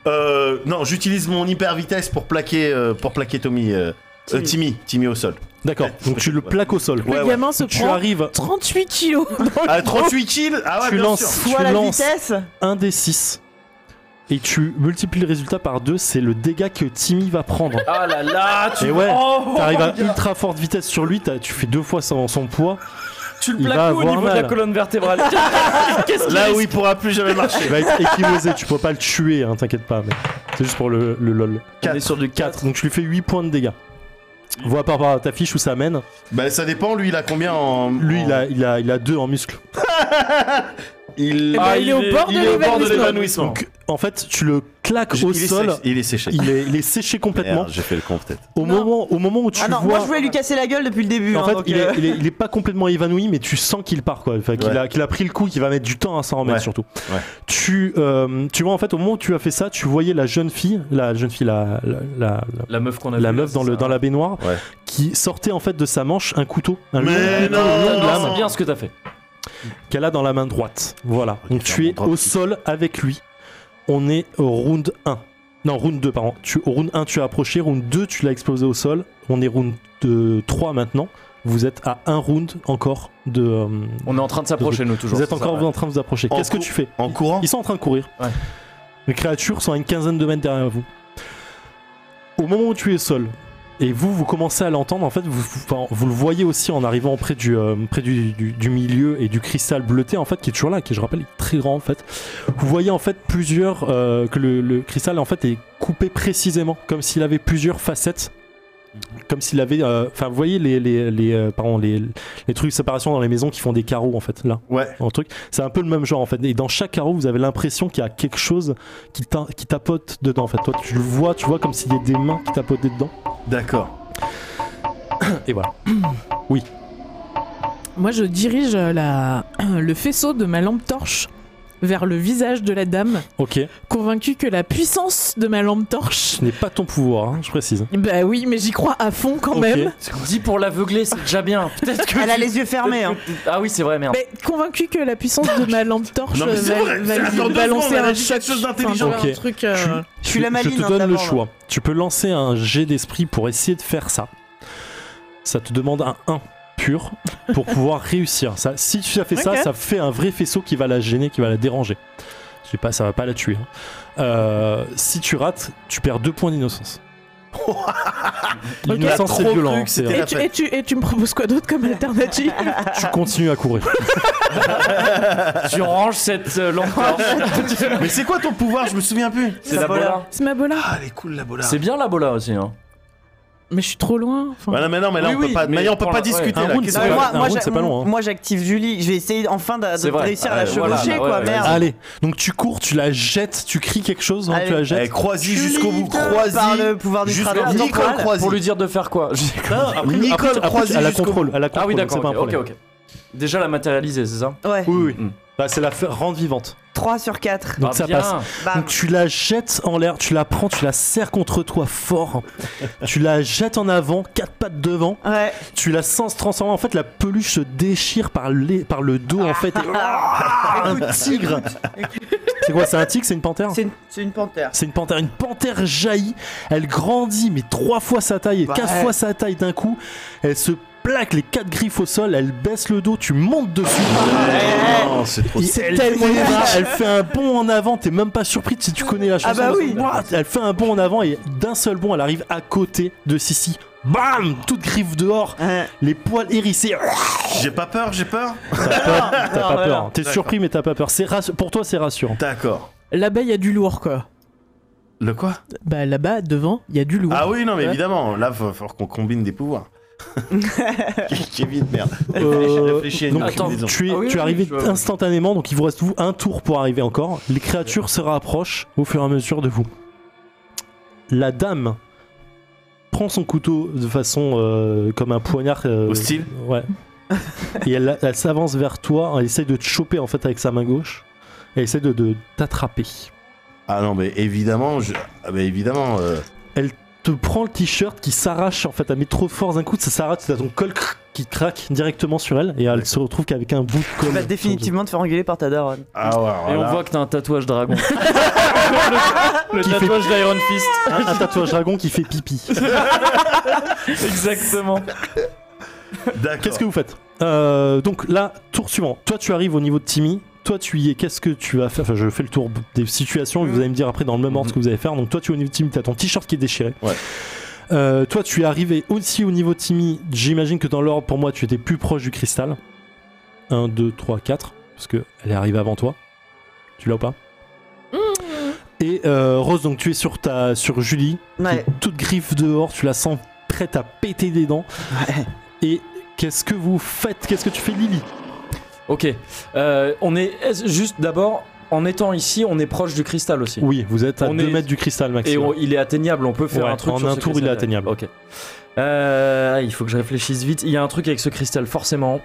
A: Euh, non, j'utilise mon hyper vitesse pour plaquer, euh, pour plaquer Tommy. euh, Euh, Timmy, Timmy au sol.
E: D'accord. Donc tu le plaques au sol.
A: Ouais,
D: le
A: ouais.
D: gamin se
E: Tu
D: prend
E: arrives,
D: 38 kilos.
A: Ah, 38 kills Ah ouais,
E: tu
A: bien
E: lances,
A: sûr.
E: tu
C: Soit la
E: lances
C: vitesse. Ah
E: un des 6 et tu multiplies le résultat par 2, c'est le dégât que Timmy va prendre.
B: Ah là là, tu
E: Et ouais,
B: Oh,
E: t'arrives à ultra forte vitesse sur lui, t'as- tu fais deux fois son, son poids.
B: tu le
E: il va
B: plaques où au
E: avoir
B: niveau de la
E: mal.
B: colonne vertébrale. Qu'est-ce qu'il
A: Euh, Là
B: risque
A: où il pourra plus jamais marcher.
E: Il va être équilosé, tu peux pas le tuer, hein, t'inquiète pas, mais c'est juste pour le, le lol.
B: On est sur du 4.
E: 4, donc tu lui fais 8 points de dégâts. Vois par rapport à ta fiche où ça mène.
A: Bah, ça dépend, lui, il a combien en.
E: Lui,
A: en-
E: il a, il, a, il a 2 en muscle.
A: Eh ben, Il,
B: Ah,
D: il est au bord de
A: il est au bord de
D: l'évanouissement.
A: l'évanouissement.
E: Donc, en fait, tu le claques
A: Je-
E: au
A: il, est
E: sol,
A: séché- il est séché.
E: il est, il est séché complètement.
A: Merde, J'ai fait le con peut-être.
E: Au moment, au moment où tu
C: Ah non,
E: vois.
C: moi je voulais lui casser la gueule depuis le début.
E: En
C: hein,
E: fait,
C: donc,
E: il,
C: euh,
E: est, il est- il est pas complètement évanoui, mais tu sens qu'il part, quoi. Enfin, qu'il
A: Ouais.
E: a, qu'il a pris le coup, qu'il va mettre du temps à s'en remettre,
A: Ouais.
E: surtout.
A: Ouais.
E: Tu, euh, tu vois, en fait, au moment où tu as fait ça, tu voyais la jeune fille, la jeune fille, la, la, la-
B: La meuf qu'on a
E: la
B: vue,
E: meuf
B: là,
E: dans,
B: c'est
E: le,
B: ça.
E: dans la baignoire,
A: Ouais.
E: qui sortait en fait de sa manche un couteau, un
A: Mais non,
E: long- une longue
A: non,
E: lame
B: C'est bien ce que t'as fait.
E: qu'elle a dans la main droite. Voilà.
A: Ok,
E: Donc
A: faire
E: tu
A: mon
E: es
A: drop
E: au
A: kick.
E: sol avec lui. On est au round 1. Non, round 2, pardon. Tu, au round 1, tu as approché. Round 2, tu l'as explosé au sol. On est round 2, 3 maintenant. Vous êtes à un round encore de. euh,
B: On est en train de s'approcher, nous, toujours.
E: vous êtes
B: c'est ça,
E: encore
B: ouais.
E: vous, en train de vous approcher.
A: En
E: Qu'est-ce que
A: cou-
E: tu fais
A: En courant
E: Ils sont en train de courir.
B: Ouais.
E: Les créatures sont à une quinzaine de mètres derrière vous. Au moment où tu es au sol, et vous, vous commencez à l'entendre, en fait, vous, vous- enfin, vous le voyez aussi en arrivant près, du, euh, près du, du- du milieu et du cristal bleuté, en fait, qui est toujours là, qui, je rappelle, est très grand, en fait. Vous voyez, en fait, plusieurs... euh, que le, le cristal, en fait, est coupé précisément, comme s'il avait plusieurs facettes. Comme s'il avait... euh, Enfin, vous voyez les, les, les, euh, pardon, les, les trucs de séparation dans les maisons qui font des carreaux, en fait, là
A: Ouais.
E: en truc. C'est un peu le même genre en fait. Et dans chaque carreau, vous avez l'impression qu'il y a quelque chose qui, tin- qui tapote dedans en fait. Toi, tu le vois, tu vois comme s'il y a des mains qui tapotaient dedans.
A: D'accord.
E: Et voilà.
D: Moi, je dirige euh, la... le faisceau de ma lampe torche vers le visage de la dame,
E: Ok. Ce
D: convaincue que la puissance de ma lampe torche.
E: n'est pas ton pouvoir, hein, je précise.
D: Bah oui, mais j'y crois à fond quand
E: Ok.
D: même.
B: Dis pour l'aveugler, c'est déjà bien. Peut-être que.
C: Elle a les yeux fermés. hein.
B: Ah oui, c'est vrai, merde.
D: Mais convaincue que la puissance de ma lampe torche
A: Non, mais c'est
D: va,
A: vrai,
D: va
A: c'est-
D: lui
A: attends deux
D: balancer
A: secondes, elle
D: un
A: a dit quelque
D: choc.
A: chose
D: Enfin,
A: d'intelligent.
D: voilà,
E: Ok.
D: un truc. euh,
E: Tu-
C: Je suis la maline. hein,
E: Je te donne le
C: d'abord, là.
E: choix. Tu peux lancer un jet d'esprit pour essayer de faire ça. Ça te demande un 1 pur pour pouvoir réussir. Ça, si tu as fait
D: Ok.
E: ça, ça fait un vrai faisceau qui va la gêner, qui va la déranger. Je sais pas, ça va pas la tuer. hein. Euh, si tu rates, tu perds deux points d'innocence.
A: Il a
E: L'innocence
A: trop
E: c'est
A: cru
E: violent. hein.
A: que
E: C'est-
A: c'était
D: Et tu, et, tu, et tu me proposes quoi d'autre comme alternative
E: Tu continues à courir.
B: Tu ranges cette euh, lampe torche.
A: Mais c'est quoi ton pouvoir Je me souviens plus.
B: C'est la bola.
D: C'est ma bola.
A: Ah, elle est cool la bola.
B: C'est bien la bola aussi. Hein.
D: Mais je suis trop loin. enfin.
A: Voilà, mais non, mais là
B: Oui,
A: on peut
B: oui,
A: pas,
B: mais
A: mais on peut
B: pour
A: pas
B: la-
A: discuter
E: ouais.
A: là.
E: Un round,
A: Qu'est-ce
E: c'est
A: que-
C: Ouais,
E: vrai.
C: moi,
E: un
C: moi,
E: round,
C: j'a-
E: c'est pas long, hein.
C: moi, j'active Julie. Je vais essayer enfin de, de
B: C'est vrai. Ah,
C: réussir à
A: Ouais,
C: la
A: voilà,
C: chevaucher,
B: ouais,
C: quoi.
B: ouais,
C: merde.
E: Allez, donc tu cours, tu la jettes, tu cries quelque chose, hein, tu
C: Allez.
E: la
A: Eh,
E: jettes.
A: Croisy jusqu'au bout.
C: Croisé par le
A: Croisy.
C: pouvoir du
A: Jusqu'au
C: traducteur.
A: Nicole Croisy.
B: Pour lui dire de faire quoi Je-
E: Après,
A: Nicole
E: après,
A: Croisy
E: à la
A: jusqu'au
E: contrôle, à la contrôle,
B: Ah oui,
E: donc c'est
B: d'accord.
E: pas un
B: ok,
E: problème.
B: ok, ok. Déjà la matérialiser, c'est ça
C: Ouais,
E: Oui, oui.
B: Mm.
E: Bah, c'est la fa- rendre vivante.
C: 3 sur 4.
E: Donc
B: Ah,
E: ça
B: bien.
E: passe.
C: Bam.
E: Donc tu la jettes en l'air, tu la prends, tu la serres contre toi fort. tu la jettes en avant, quatre pattes devant.
C: Ouais.
E: Tu la sens se transformer. En fait, la peluche se déchire par, les, par le dos, en fait. et- un tigre. C'est quoi C'est un tigre C'est une panthère
C: C'est une, c'est une panthère.
E: C'est une panthère. Une panthère jaillit. Elle grandit, mais trois fois sa taille et
C: Ouais.
E: quatre fois sa taille d'un coup. Elle se plaque les quatre griffes au sol. Elle baisse le dos. Tu montes dessus.
A: Non, c'est trop.
E: Il- elle, fait un- elle fait un bond en avant, t'es même pas surpris si
B: Ah
E: tu connais la chanson.
C: bah
E: parce que,
C: oui.
E: Ouah, Elle fait un bond en avant et d'un seul bond, elle arrive à côté de Sissi. Bam Toute griffe dehors,
C: Ouais.
E: les poils hérissés.
B: Ah,
A: J'ai pas peur, j'ai peur.
E: T'as peur, t'as pas
C: voilà.
B: hein.
E: peur. hein. T'es
A: D'accord.
E: surpris mais t'as pas peur. C'est rassu- Pour toi, c'est rassurant.
A: D'accord.
D: Là-bas, il y a du lourd, quoi.
A: Le quoi
D: Bah là-bas, devant, il y a du lourd.
A: Ah oui, non, mais
D: Ouais.
A: évidemment. Là, faut, faut qu'on combine des pouvoirs. Kevin, merde.
E: Euh,
A: Réfléchis à une
E: donc,
B: Attends.
A: combinaison.
E: tu es,
B: Ah oui,
E: tu es
B: oui,
E: arrivé
B: je vois.
E: instantanément, donc il vous reste vous un tour pour arriver encore. Les créatures se rapprochent au fur et à mesure de vous. La dame prend son couteau de façon euh, comme un poignard euh,
A: Hostile
E: Ouais. Et elle, elle s'avance vers toi, hein, elle essaie de te choper en fait avec sa main gauche. Elle essaie de, de t'attraper.
A: Ah non, mais évidemment, je... ah, mais évidemment. euh,
E: Te prend le t-shirt qui s'arrache en fait, elle met trop fort d'un coup, ça s'arrache, t'as ton col crrr, qui craque directement sur elle et elle se retrouve qu'avec un bout de
C: Tu
E: gomme.
C: vas Bah, définitivement te faire engueuler par ta daronne.
A: Ah ouais, alors
B: Et
A: là-
B: on voit que t'as un tatouage dragon. le
E: Qui fait-
B: tatouage d'Iron Fist.
E: Un, un tatouage dragon qui fait pipi.
B: Exactement.
A: D'accord.
E: Qu'est-ce que vous faites Euh, Donc là, tour suivant. Toi, tu arrives au niveau de Timmy. Toi, tu y es. Qu'est-ce que tu vas faire Enfin, je fais le tour des situations et vous allez me dire après dans le même ordre ce que vous allez faire. Donc toi, tu es au niveau de Timmy. T'as ton t-shirt qui est déchiré.
A: Mhm. Ouais.
E: Euh, toi, tu es arrivé aussi au niveau de Timmy. J'imagine que dans l'ordre, pour moi, tu étais plus proche du cristal. 1, 2, 3, 4. Parce que elle est arrivée avant toi. Tu l'as ou pas Et euh, Rose, donc tu es sur, ta, sur Julie. qui
C: Ouais.
E: est toute griffe dehors, tu la sens prête à péter des dents. Et qu'est-ce que vous faites Qu'est-ce que tu fais, Lily
B: Ok. Euh, on est est-ce- juste d'abord, en étant ici, on est proche du cristal aussi.
E: Oui, vous êtes à
B: On
E: 2
B: est-
E: mètres du cristal,
B: Et
E: maximum.
B: on- il est atteignable, on peut faire
E: Ouais,
B: un truc.
E: en
B: sur
E: un
B: ce
E: tour, il est
B: cristal.
E: atteignable.
B: Ok. Euh, il faut que je réfléchisse vite. Il y a un truc avec ce cristal, forcément.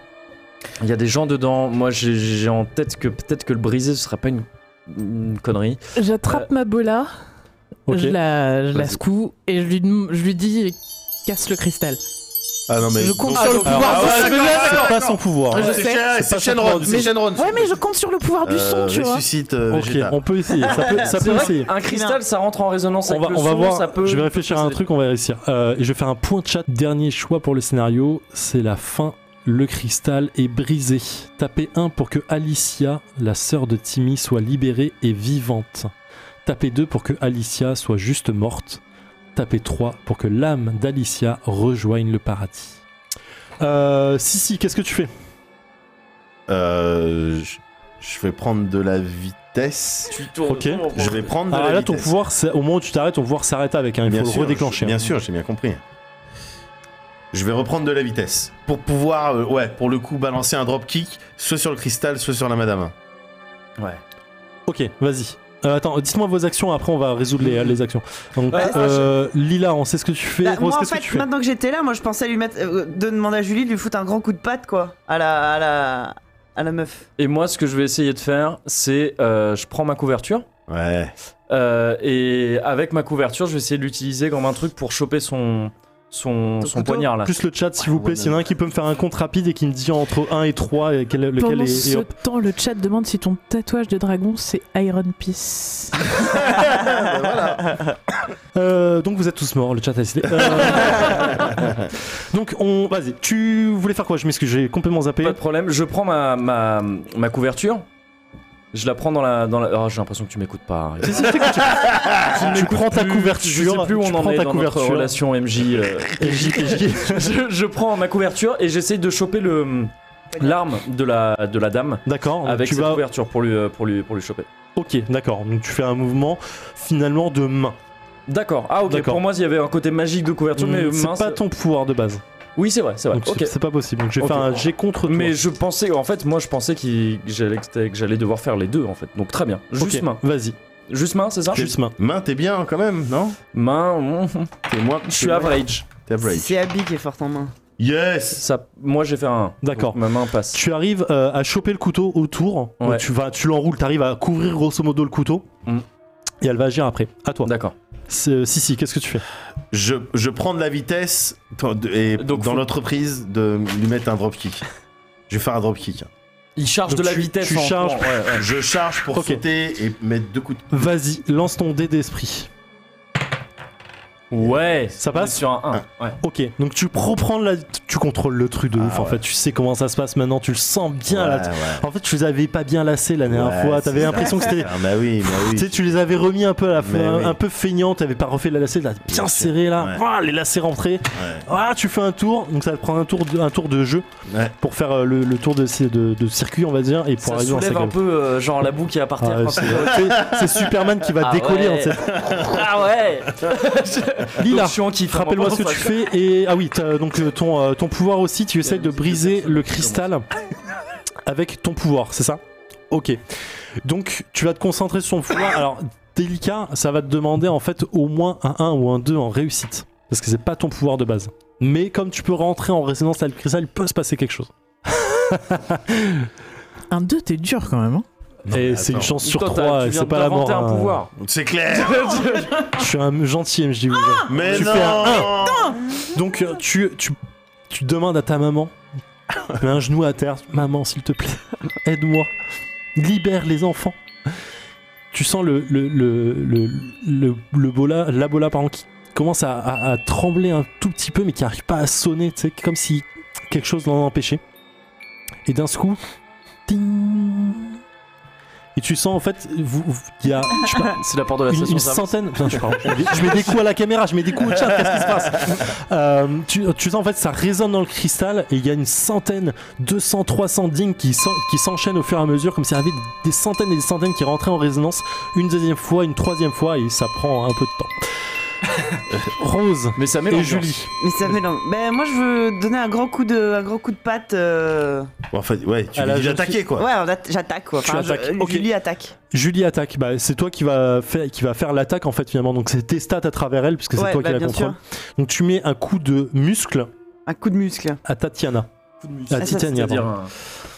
B: Il y a des gens dedans. Moi, j'ai- j'ai en tête que peut-être que le briser, ce sera pas une, une connerie.
D: J'attrape ma bola,
E: Ok.
D: je la, je la
B: Vas-y.
D: secoue et je lui, dem- je lui dis casse le cristal.
A: Ah non, mais.
D: je compte
A: donc-
D: sur le
A: Alors,
D: pouvoir
A: ah
D: de
A: ouais,
D: ce
A: d'accord,
D: menace.
A: d'accord,
E: C'est pas
A: d'accord.
E: son pouvoir. hein,
D: Ouais, je
A: C'est
D: sais.
A: Shen-
E: C'est
A: C'est
E: pas
A: Shenron,
E: Shenron,
A: c'est
D: mais-
A: Shenron.
D: Ouais, mais je compte sur le pouvoir du son,
A: Euh,
D: tu vois.
A: Ressuscite euh,
E: Ok,
A: Vegeta.
E: on peut essayer. Ça peut, ça peut essayer.
B: Un cristal, ça rentre en résonance
E: On
B: avec
E: va,
B: le
E: on va
B: son,
E: voir.
B: ça peut-
E: je vais réfléchir à un
B: procéder.
E: truc, on va réussir. Euh, et je vais faire un point de chat. Dernier choix pour le scénario c'est la fin. Le cristal est brisé. Tapez 1 pour que Alicia, la sœur de Timmy, soit libérée et vivante. Tapez 2 pour que Alicia soit juste morte. Tapez 3 pour que l'âme d'Alicia rejoigne le paradis. Euh, Sissi, qu'est-ce que tu fais
A: Euh, je- Je vais prendre de la vitesse.
B: Tu tournes-
E: Ok.
A: Je vais prendre de
E: Alors
A: la
E: Ah, là, ton
A: vitesse.
E: pouvoir, c'est- au moment où tu t'arrêtes, ton pouvoir s'arrête avec. hein. Il
A: Bien
E: faut
A: sûr,
E: le redéclencher.
A: je-
E: hein.
A: Bien sûr, j'ai bien compris. Je vais reprendre de la vitesse pour pouvoir, euh, ouais, pour le coup, balancer un drop kick, soit sur le cristal, soit sur la madame.
E: Ok, vas-y. Euh, attends, dites-moi vos actions, après on va résoudre les, les actions. Donc,
C: Ouais,
E: euh, Lila, on sait ce que tu fais.
C: Bah,
E: Rose,
C: moi, en
E: qu'est-ce
C: fait,
E: que tu fais
C: maintenant que j'étais là, moi, je pensais lui mettre, euh, de demander à Julie de lui foutre un grand coup de patte, quoi, à la, à la, à la meuf.
B: Et moi, ce que je vais essayer de faire, c'est euh, je prends ma couverture.
A: Ouais.
B: euh, et avec ma couverture, je vais essayer de l'utiliser comme un truc pour choper son, son, son poignard là.
E: Plus le chat, s'il vous plaît, s'il y en a un qui peut me faire un compte rapide et qui me dit entre 1 et 3 et quel- lequel
D: Pendant
E: est. et
D: ce
E: hop.
D: temps, le chat demande si ton tatouage de dragon c'est Iron Piece.
E: Euh, donc vous êtes tous morts, le chat a décidé. Euh, donc on. Vas-y, tu voulais faire quoi Je m'excuse, j'ai complètement zappé.
B: Pas de problème, je prends ma, ma, ma couverture. Je la prends dans la. Dans la... Oh, j'ai l'impression que tu m'écoutes pas. Harry.
E: Si, si, je t'écoute, tu- tu prends ta couverture.
B: Je sais plus où
E: tu
B: on en
E: prends
B: est
E: ta
B: dans notre
E: couverture.
B: relation MJ. euh.
E: Et j'y- et j'y-
B: je, je prends ma couverture et j'essaye de choper le l'arme de la, de la dame
E: D'accord, donc
B: avec
E: Oh, tu
B: cette
E: vas
B: couverture pour lui, euh, pour, lui, pour lui choper.
E: Ok, d'accord. Donc tu fais un mouvement finalement de main.
B: D'accord. Ah ok.
E: D'accord.
B: Pour moi, il y avait un côté magique de couverture, mais
E: Mm, c'est
B: mince.
E: pas ton pouvoir de base.
B: Oui, c'est vrai, c'est vrai.
E: Donc
B: Ok.
E: c'est- c'est pas possible. Donc je vais
B: Ok.
E: faire un jet contre toi.
B: Mais je pensais, en fait, moi, je pensais qu'il- que j'allais que j'allais devoir faire les deux, en fait. Donc très bien.
E: Ok,
B: Juste main. Ah,
E: Vas-y,
B: Juste main, c'est ça
E: juste main.
A: Main, t'es bien quand même, non
B: Main. mm,
A: T'es moi.
B: Je suis average.
A: T'es average.
C: C'est Abby qui est forte en main.
A: Yes.
B: Ça, moi, j'ai fait un.
E: D'accord.
B: Donc, Ma main passe.
E: Tu arrives euh, à choper le couteau autour. Donc,
B: Ouais.
E: tu vas, tu l'enroules, t'arrives à couvrir grosso modo le couteau.
B: Mm.
E: Et elle va agir après. À toi.
B: D'accord.
E: C'est- Si si, qu'est-ce que tu fais
A: Je, je prends de la vitesse dans- de- et
B: Donc,
A: dans
B: faut-
A: l'entreprise de lui mettre un drop kick. Je vais faire un drop kick.
B: Il charge
E: Donc
B: de la
E: tu-
B: vitesse.
E: tu
B: en
E: charges-
B: courant, ouais, ouais.
A: Je charge pour
E: Ok.
A: sauter et mettre deux coups.
E: Vas-y, lance ton dé d'esprit.
B: Ouais.
E: Ça
B: on est
E: passe
B: Sur un 1. Ouais.
E: Ok, donc tu reprends la, tu contrôles le truc de
A: Ah,
E: ouf. En
A: ouais.
E: fait, tu sais comment ça se passe maintenant. Tu le sens bien là.
A: Ouais, ouais.
E: En fait, tu les avais pas bien lassés la dernière
A: Ouais,
E: fois.
A: c'est
E: T'avais
A: ça.
E: l'impression que c'était
A: Ah bah oui, bah oui.
E: Tu sais, tu les avais remis un peu à la fin,
A: Mais oui.
E: un peu feignant, t'avais pas refait la lacets, là, bien
A: Bien sûr.
E: serré là,
A: Ouais.
E: Ouah, les lacets rentrés,
A: Ouais.
E: Ouah, tu fais un tour, donc ça va te prendre un tour de, un tour de jeu
A: Ouais.
E: pour faire euh, le, le tour de, ces- de, de circuit, on va dire, et pour
B: Ça
E: arriver en
B: soulève un
E: cinquième.
B: peu, euh, genre, la boue qui est à
E: Ah,
B: partir.
E: ouais,
B: quand-
E: c'est c'est- c'est Superman qui va
B: Ah
E: décoller en
B: ouais.
E: fait.
B: Ah ouais.
E: Lila,
B: Donc, je suis en kiff, hein,
E: rappelle-moi ce que
B: pendant
E: tu
B: ça.
E: fais et ah oui, t'as- donc euh, ton euh, ton pouvoir aussi, tu essayes de briser le cristal avec ton pouvoir, c'est ça Ok. Donc tu vas te concentrer sur ton pouvoir. Alors délicat, ça va te demander en fait au moins un 1 ou un 2 en réussite parce que c'est pas ton pouvoir de base. Mais comme tu peux rentrer en résonance avec le cristal, il peut se passer quelque chose.
D: Un 2, t'es dur quand même. hein.
E: et c'est une
A: attends.
E: chance sur
B: Toi, t'as-
E: 3,
B: tu viens
E: c'est
B: de
E: pas la mort.
B: t'inventer un
E: hein.
B: pouvoir.
A: C'est clair.
E: Je suis un gentil MJ. vous voyez.
A: Mais
E: Tu
A: non.
E: fais un Donc euh, tu, tu tu demandes à ta maman, tu mets un genou à terre, maman s'il te plaît, aide-moi, libère les enfants. Tu sens le, le, le, le, le- le bola, la bola pardon, qui commence à, à- à trembler un tout petit peu mais qui n'arrive pas à sonner, tu sais, comme si quelque chose l'en empêchait. Et d'un seul coup, ting et tu sens en fait, vous- vous- il y a je sais pas,
B: C'est la porte de la
E: une,
B: station
E: une
B: service.
E: centaine. Putain, je, parle- je mets des- je mets des coups à la caméra, je mets des coups au chat, qu'est-ce qui se passe Euh, tu, tu sens en fait, ça résonne dans le cristal et il y a une centaine, 200, 300 dings qui s'en- qui s'enchaînent au fur et à mesure, comme s'il y avait des centaines et des centaines qui rentraient en résonance une deuxième fois, une troisième fois et ça prend un peu de temps. Euh, Rose
B: Mais ça met
E: et
B: l'ambiance.
E: Julie.
C: Mais ça fait long. Ben moi je veux donner un grand coup de, un grand coup de patte. euh,
A: Bon, en fait, ouais, tu
E: À la
A: lui dis
E: jeune
A: d'attaquer, quoi.
C: Ouais, on atta- j'attaque quoi.
E: Tu
C: Enfin, je-
E: attaques,
C: euh,
E: ok.
C: Julie attaque.
E: Julie attaque, bah, c'est toi qui va faire, qui va faire l'attaque en fait finalement, donc c'est tes stats à travers elle puisque c'est
C: Ouais,
E: toi
C: bah,
E: qui la
C: bien
E: contrôle. Donc tu mets un coup de muscle
C: Un coup de muscle.
E: à Tatiana. À
C: Ah, ça,
E: Titania,
B: C'est-à-dire
E: pardon.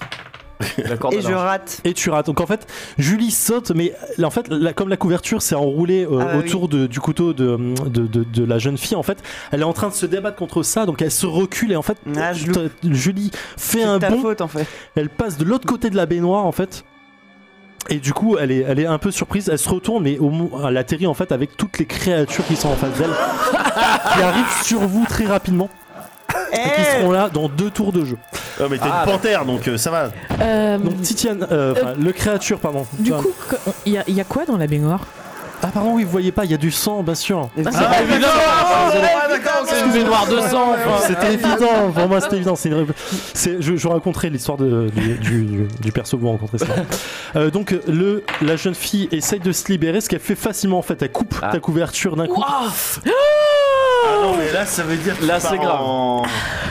B: un- la corde
C: Et
B: à
C: je
B: linge.
C: rate.
E: Et tu rates. Donc en fait, Julie saute, mais là, en fait, là, comme la couverture s'est enroulée euh,
C: Ah bah
E: autour de- du couteau de, de, de- de la jeune fille, en fait, elle est en train de se débattre contre ça, donc elle se recule et en fait,
C: Ah, je loupe.
E: t- Julie fait
C: C'est
E: un
C: ta
E: bond,
C: faute en fait.
E: elle passe de l'autre côté de la baignoire, en fait. Et du coup, elle est, elle est un peu surprise, elle se retourne, mais au, mo- elle atterrit en fait avec toutes les créatures qui sont en face d'elle, qui arrivent sur vous très rapidement, et qui
C: Eh
E: seront là dans deux tours de jeu.
A: Oh, mais t'es
B: Ah,
A: une panthère, donc euh, ça va.
D: Euh,
E: Donc Titiane, euh, enfin, le créature, pardon.
D: du
E: Enfin,
D: coup, qu- il y, a- il y a quoi dans la baignoire
E: Ah pardon, oui, vous voyez pas, il y a du sang, bien sûr.
C: Et vous-
D: Ah,
A: Ah, évidemment Ah,
B: D'accord, c'est une baignoire de sang. enfin.
E: C'était évident, pour moi c'était évident. C'est une ré- c'est- je, je raconterai l'histoire de- du, du- du- du perso que vous rencontrez. c'est marrant. Euh, donc le, la jeune fille essaye de se libérer, ce qu'elle fait facilement en fait. Elle coupe
B: Ah.
E: ta couverture d'un coup.
A: Ah non, mais là, ça veut dire que
B: Là,
A: tu
B: c'est
A: pars
B: grave.
A: en-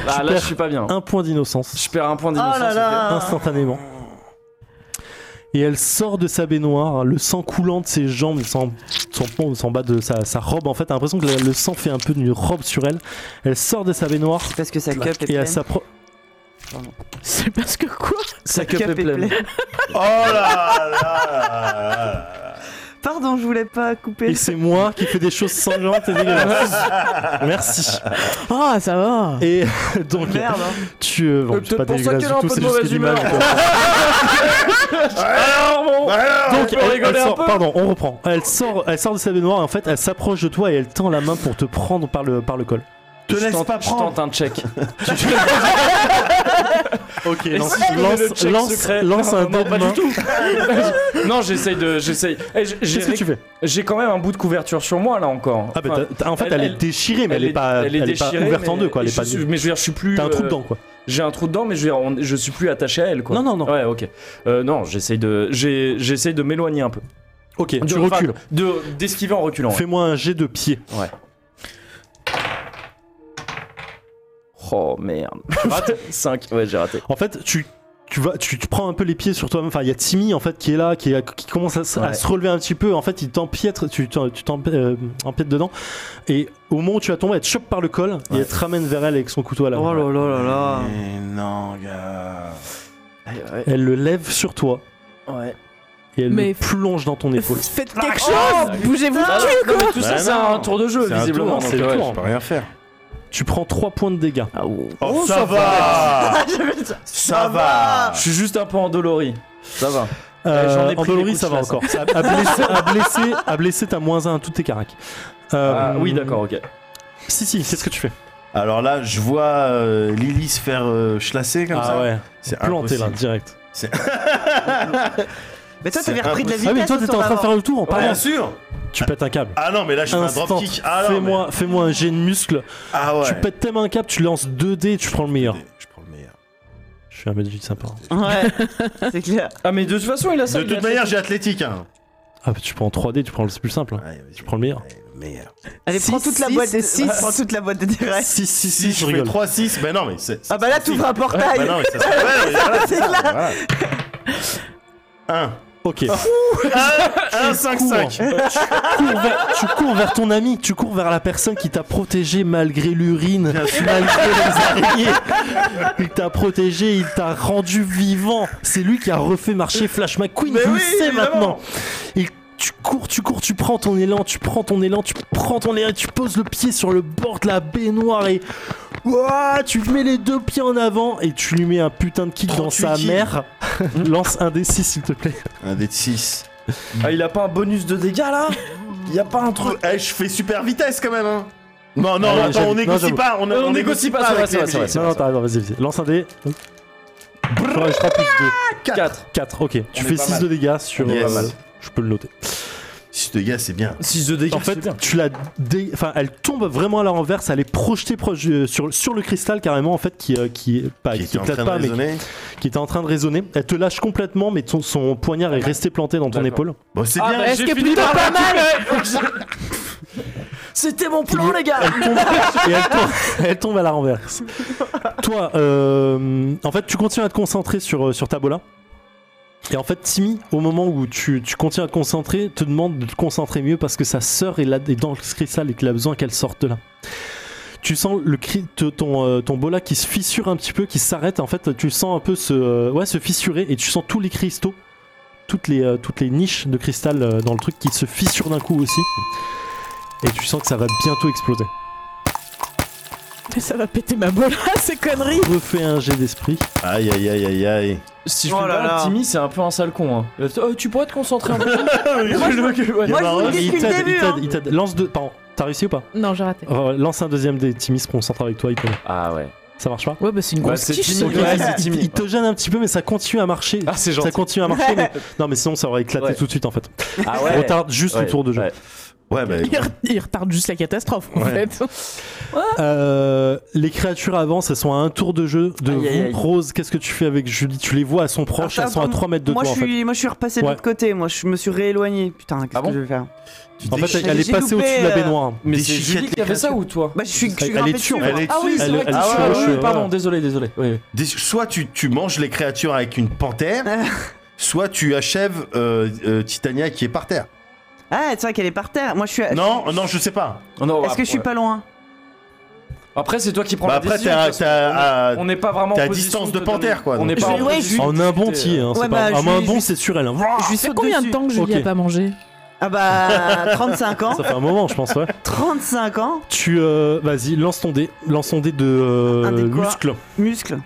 B: Ah, là,
E: perds
B: je suis pas bien.
E: Un point d'innocence,
B: Je perds un point d'innocence. ok.
C: Ah.
E: instantanément. Et elle sort de sa baignoire, le sang coulant de ses jambes, son, son, pont- son bas de sa, sa robe en fait. T'as l'impression que le- le sang fait un peu une robe sur elle. Elle sort de sa baignoire
C: C'est parce que sa cup est
E: et
C: pleine.
E: elle s'appro-
D: C'est parce que quoi
B: Sa
C: cup est pleine.
A: Oh là là
C: Pardon, je voulais pas couper.
E: Et c'est moi qui fais des choses sanglantes et dégueulasses. Merci.
D: Ah, ça va
E: Et euh, donc,
C: Merde. hein.
E: tu. euh, bon,
B: Peut-être
E: c'est pas
B: pour ça
E: dégueulasse
B: qu'elle
E: du
B: a un
E: tout,
B: peu
E: c'est
B: de
E: juste
B: mauvaise
E: que l'image.
B: humeur.
E: quoi.
B: Alors, bon.
A: Bah Alors,
E: Donc,
B: peut
E: elle,
B: rigoler
E: elle
B: un
E: sort,
B: peu
E: pardon, on reprend. Elle sort, elle sort de sa baignoire et en fait, elle s'approche de toi et elle tend la main pour te prendre par le, par le col.
A: Te
B: Je
A: laisse
B: tente-
A: pas
B: je
A: prendre.
B: tente un check.
E: Ok, lance,
B: si je faisais
E: lance,
B: le check
E: lance,
B: secret
E: lance
B: Non,
E: un
B: non,
E: dé de
B: pas du
E: main.
B: tout. non, j'essaye de. J'essaye. Eh, j'ai- j'ai
E: Qu'est-ce que
B: ré-
E: tu fais
B: J'ai quand même un bout de couverture sur moi là encore.
E: Ah, bah,
B: Enfin,
E: t'as- t'as- en fait,
B: elle-
E: elle, est
B: elle-
E: déchirée, mais elle, est pas, elle est pas
B: déchirée,
E: ouverte en
B: mais-
E: deux, quoi. Elle
B: et
E: est pas.
B: je suis- mais je veux dire, je suis plus.
E: T'as un trou
B: euh,
E: dedans, quoi.
B: J'ai un trou dedans, mais je, veux dire, on- je suis plus attaché à elle, quoi.
E: Non, non, non.
B: Ouais, ok. Euh, non, j'essaye de, j'ai- j'essaye de m'éloigner un peu.
E: Ok,
B: De-
E: tu
B: enfin,
E: recules.
B: de d'esquiver en reculant. ouais.
E: Fais-moi un jet de pied.
B: Oh merde. 5 Ouais, j'ai raté.
E: En fait, tu, tu, vas, tu, tu prends un peu les pieds sur toi-même. Enfin, il y a Timmy en fait qui est là, qui, est- qui commence à, se- à
B: Ouais.
E: se relever un petit peu. En fait, il t'empiète, tu t'en- tu t'empi- euh, empiètes dedans. Et au moment où tu vas tomber, elle te chope par le col et elle te ramène vers elle avec son couteau à la main.
C: Oh là là là là.
A: Mais non, gars.
B: Ouais.
E: Elle le lève sur toi
B: ouais.
E: et elle
D: Mais- Ah,
E: le plonge dans ton épaule.
D: Faites quelque chose Bougez-vous
B: Ah,
D: le cul,
B: non, mais
D: quoi
B: tout
A: Bah
B: ça, c'est
A: non.
B: un tour de jeu,
A: C'est un
B: visiblement.
A: tour,
B: donc,
E: c'est le
B: ouais.
E: tour.
A: Je peux rien faire.
E: Tu prends 3 points de dégâts.
B: Ah, ouh.
A: Oh, ça, va Ça va
B: Je suis juste un peu endolori. Ça va.
E: Euh,
B: j'en ai pris
E: Andolory,
B: des coups
E: ça
B: de
E: va
B: chasse,
E: encore. Ça a, a blessé, a blessé, a blessé, t'as moins 1 à toutes tes caracs. Euh,
B: Ah, oui, d'accord, ok.
E: Si, si, qu'est-ce que tu fais
A: Alors là, je vois euh, Lily se faire euh, chlasser comme ça.
E: Ah ouais,
A: C'est
E: planté là,
A: impossible.
E: direct.
C: Mais toi
A: C'est
C: t'avais repris de la vitesse.
E: Ah oui, toi t'étais en train de faire le tour en
A: Ah, Bien
E: parlant.
A: sûr
E: Tu pètes un câble.
A: Ah non, mais là, je fais un
E: Instant,
A: dropkick. Ah non, mais-
E: fais-moi fais-moi un jet de muscle.
A: Ah ouais.
E: Tu pètes tellement un câble, tu lances 2 dés et tu prends le meilleur.
A: Je prends le meilleur.
E: Je suis un mec du sympa.
C: Ouais. C'est clair.
B: Ah, mais de toute façon, il a ça.
A: De
B: il a
A: toute
B: ça.
A: manière, j'ai athlétique. Hein.
E: Ah, bah, tu prends 3 dés, tu prends le c'est plus simple.
A: Ouais, vas-y.
E: Tu prends le meilleur.
A: Ouais, le meilleur.
C: Allez,
E: Six,
C: prends toute la
E: six,
C: boîte de
E: six.
C: Prends toute la boîte de direct.
E: 6,
A: Si
E: 6, 6, je
A: je fais
E: rigole.
A: 3, 6, ben non, mais c'est.
C: Ah bah là
A: tout
C: t'ouvres un
A: Bah
C: portail.
A: non, mais ça se ouais, non, mais voilà, c'est ça.
E: Ok.
A: 1, 1, 5, 5.
E: Cours vers- tu cours vers ton ami, tu cours vers la personne qui t'a protégé malgré l'urine,
A: Bien sûr.
E: malgré les araignées. Il t'a protégé, il t'a rendu vivant. C'est lui qui a refait marcher Flash McQueen, tu le sais maintenant. Il- tu cours, tu cours, tu prends ton élan, tu prends ton élan, tu prends ton élan, tu poses le pied sur le bord de la baignoire et Ouah, tu mets les deux pieds en avant et tu lui mets un putain de kick dans
A: 38
E: sa
A: kills.
E: mère. Lance un des six, s'il te plaît.
A: Un dé de 6.
B: Ah, il a pas un bonus de dégâts là Il a pas un truc.
A: Eh, je fais super vitesse quand même, hein. Non, non,
E: Allez,
A: attends,
E: j'avoue.
A: on négocie
E: Non,
A: pas. On,
B: On négocie pas, c'est
A: avec
B: vrai,
A: les
B: c'est vrai,
A: MJ.
B: Ah, c'est
E: Non, non, t'arrives, vas-y, vas-y. Lance un dé. Ouais, je crois plus de
A: Quatre.
B: 4.
E: 4, ok. Tu
A: On est
E: fais
A: pas
E: 6
A: mal.
E: de dégâts sur. euh,
A: On est pas mal.
E: Je peux le noter.
A: Si ce gars, c'est bien.
B: 6 de dégâts.
E: En fait, tu la dé- enfin, elle tombe vraiment à la renverse, elle est projetée proche du- sur, sur le cristal carrément en fait qui euh, qui pas
A: Qui
E: qui,
A: était en
E: éclate
A: train de
E: pas mais qui,
A: raisonner.
E: qui était en train de résonner. Elle te lâche complètement mais ton- son poignard est resté planté dans ton
B: D'accord.
E: épaule.
A: Bon, c'est
B: Ah,
A: bien.
B: bah,
A: j'ai
B: j'ai
A: fini
B: fini
A: par
B: par
A: la
B: mal.
C: C'était mon plan, les gars
E: Elle tombe, et elle tombe, elle tombe à la renverse. Toi, euh, en fait, tu continues à te concentrer sur euh, sur ta bola. Et en fait, Timmy, au moment où tu, tu continues à te concentrer, te demande de te concentrer mieux parce que sa sœur est, là, est dans le cristal et qu'il a besoin qu'elle sorte de là. Tu sens le cri, te- ton, euh, ton bola qui se fissure un petit peu, qui s'arrête. En fait, tu sens un peu se, euh, ouais, se fissurer et tu sens tous les cristaux, toutes les, euh, toutes les niches de cristal euh, dans le truc qui se fissurent d'un coup aussi. Et tu sens que ça va bientôt exploser.
D: Mais ça va péter ma bola, ces conneries
E: Refais un jet d'esprit.
A: Aïe, aïe, aïe, aïe, aïe.
B: Si je
C: Oh
B: puis me
C: là
B: permettre,
C: là.
B: Timmy, c'est un peu un sale con. Hein. Euh, tu pourrais te concentrer un peu Moi, je- ouais.
C: Moi, je vous le
E: Yamara,
C: dis
E: il
C: depuis le
E: t'aide, il
C: début,
E: t'aide,
C: hein.
E: il t'aide. Lance deux. Pardon, t'as réussi ou pas
D: Non, j'ai raté.
E: Euh, Lance un deuxième des Timmy se concentre avec toi, il peut.
B: Ah ouais.
E: Ça marche pas
D: Ouais, bah c'est une
B: Bah,
D: grosse
B: c'est
D: quiche,
B: Timmy,
D: ce
B: ouais,
D: gars.
B: c'est
E: il,
B: Timmy.
E: il te gêne un petit peu, mais ça continue à marcher.
B: Ah, c'est
E: ça
B: gentil.
E: continue à marcher, mais... Non, mais sinon ça aurait éclaté
B: Ouais.
E: tout de suite en fait.
B: Ah
E: On Retarde juste
B: Ouais,
E: le Oh, tour de jeu.
B: ouais.
A: Ouais, bah.
D: Il, re- il retarde juste la catastrophe, en
A: Ouais.
D: fait.
E: Euh, les créatures avancent, elles sont à un tour de jeu de
B: Aïe, aïe, aïe.
E: vous. Rose, qu'est-ce que tu fais avec Julie Tu les vois, elles sont proches,
F: Attends,
E: elles sont à
F: attends,
E: 3 mètres de
F: moi,
E: toi
F: je
E: en fait.
F: suis, moi, je suis repassé de
E: Ouais.
F: l'autre côté. Moi, je me suis rééloigné. Putain, qu'est-ce
B: Ah bon
F: que je vais faire
A: tu
E: En fait,
A: déchiquettes-
E: elle, elle est
F: J'ai loupé,
E: passée au-dessus de la
F: euh,
E: baignoire.
B: Mais c'est
A: Déchiquette
B: Julie
A: les
B: qui avait ça ou toi
F: Bah, je suis, je suis
E: Elle-
F: grimpé
E: elle est
F: dessus.
E: sûre,
F: moi.
A: elle est
B: Ah oui,
A: dessus.
B: c'est
E: Elle-
B: vrai. que
E: elle
B: tu-
E: est
B: ah ouais,
E: sur
B: ouais,
E: le
B: ouais,
E: cheveu.
B: pardon, désolé, désolé. Oui, oui.
A: Des- Soit tu, tu manges les créatures avec une panthère, soit tu achèves euh, euh, Titania qui est par terre.
F: Ah, c'est vrai qu'elle est par terre. Moi, je
C: Euh,
F: suis.
A: Non, non, je sais pas.
B: Oh, non,
F: Est-ce que
B: après-
F: je suis pas loin
B: Après, c'est toi qui prends
A: Bah
B: la
A: après,
B: décision.
A: t'as- ah,
B: parce que
E: ah.
A: t'as-
B: on n'est pas vraiment.
A: t'es
B: en
A: à
B: position
A: distance
B: te
A: de panthère,
B: donner-
A: quoi,
B: On
A: donc.
B: n'est pas.
F: Je-
B: en
F: ouais,
B: position
E: euh, En
B: de
E: un
B: te
E: bon
B: donner- euh.
E: tiers. Hein, c'est
F: Ouais,
E: pas
F: bah,
E: grave.
F: je
E: En un
F: lui-
E: bon,
F: je-
E: c'est sûr, elle. hein.
F: Je lui
D: Ça fait
F: saute
D: combien
F: dessus.
D: de temps que Julie a
E: Ok.
D: pas mangé
F: Ah bah 35 ans.
E: Ça fait un moment, je pense, ouais.
F: 35 ans.
E: Tu euh, vas-y, lance ton dé, lance ton dé de euh,
F: Un dé quoi
E: muscle.
F: Muscle.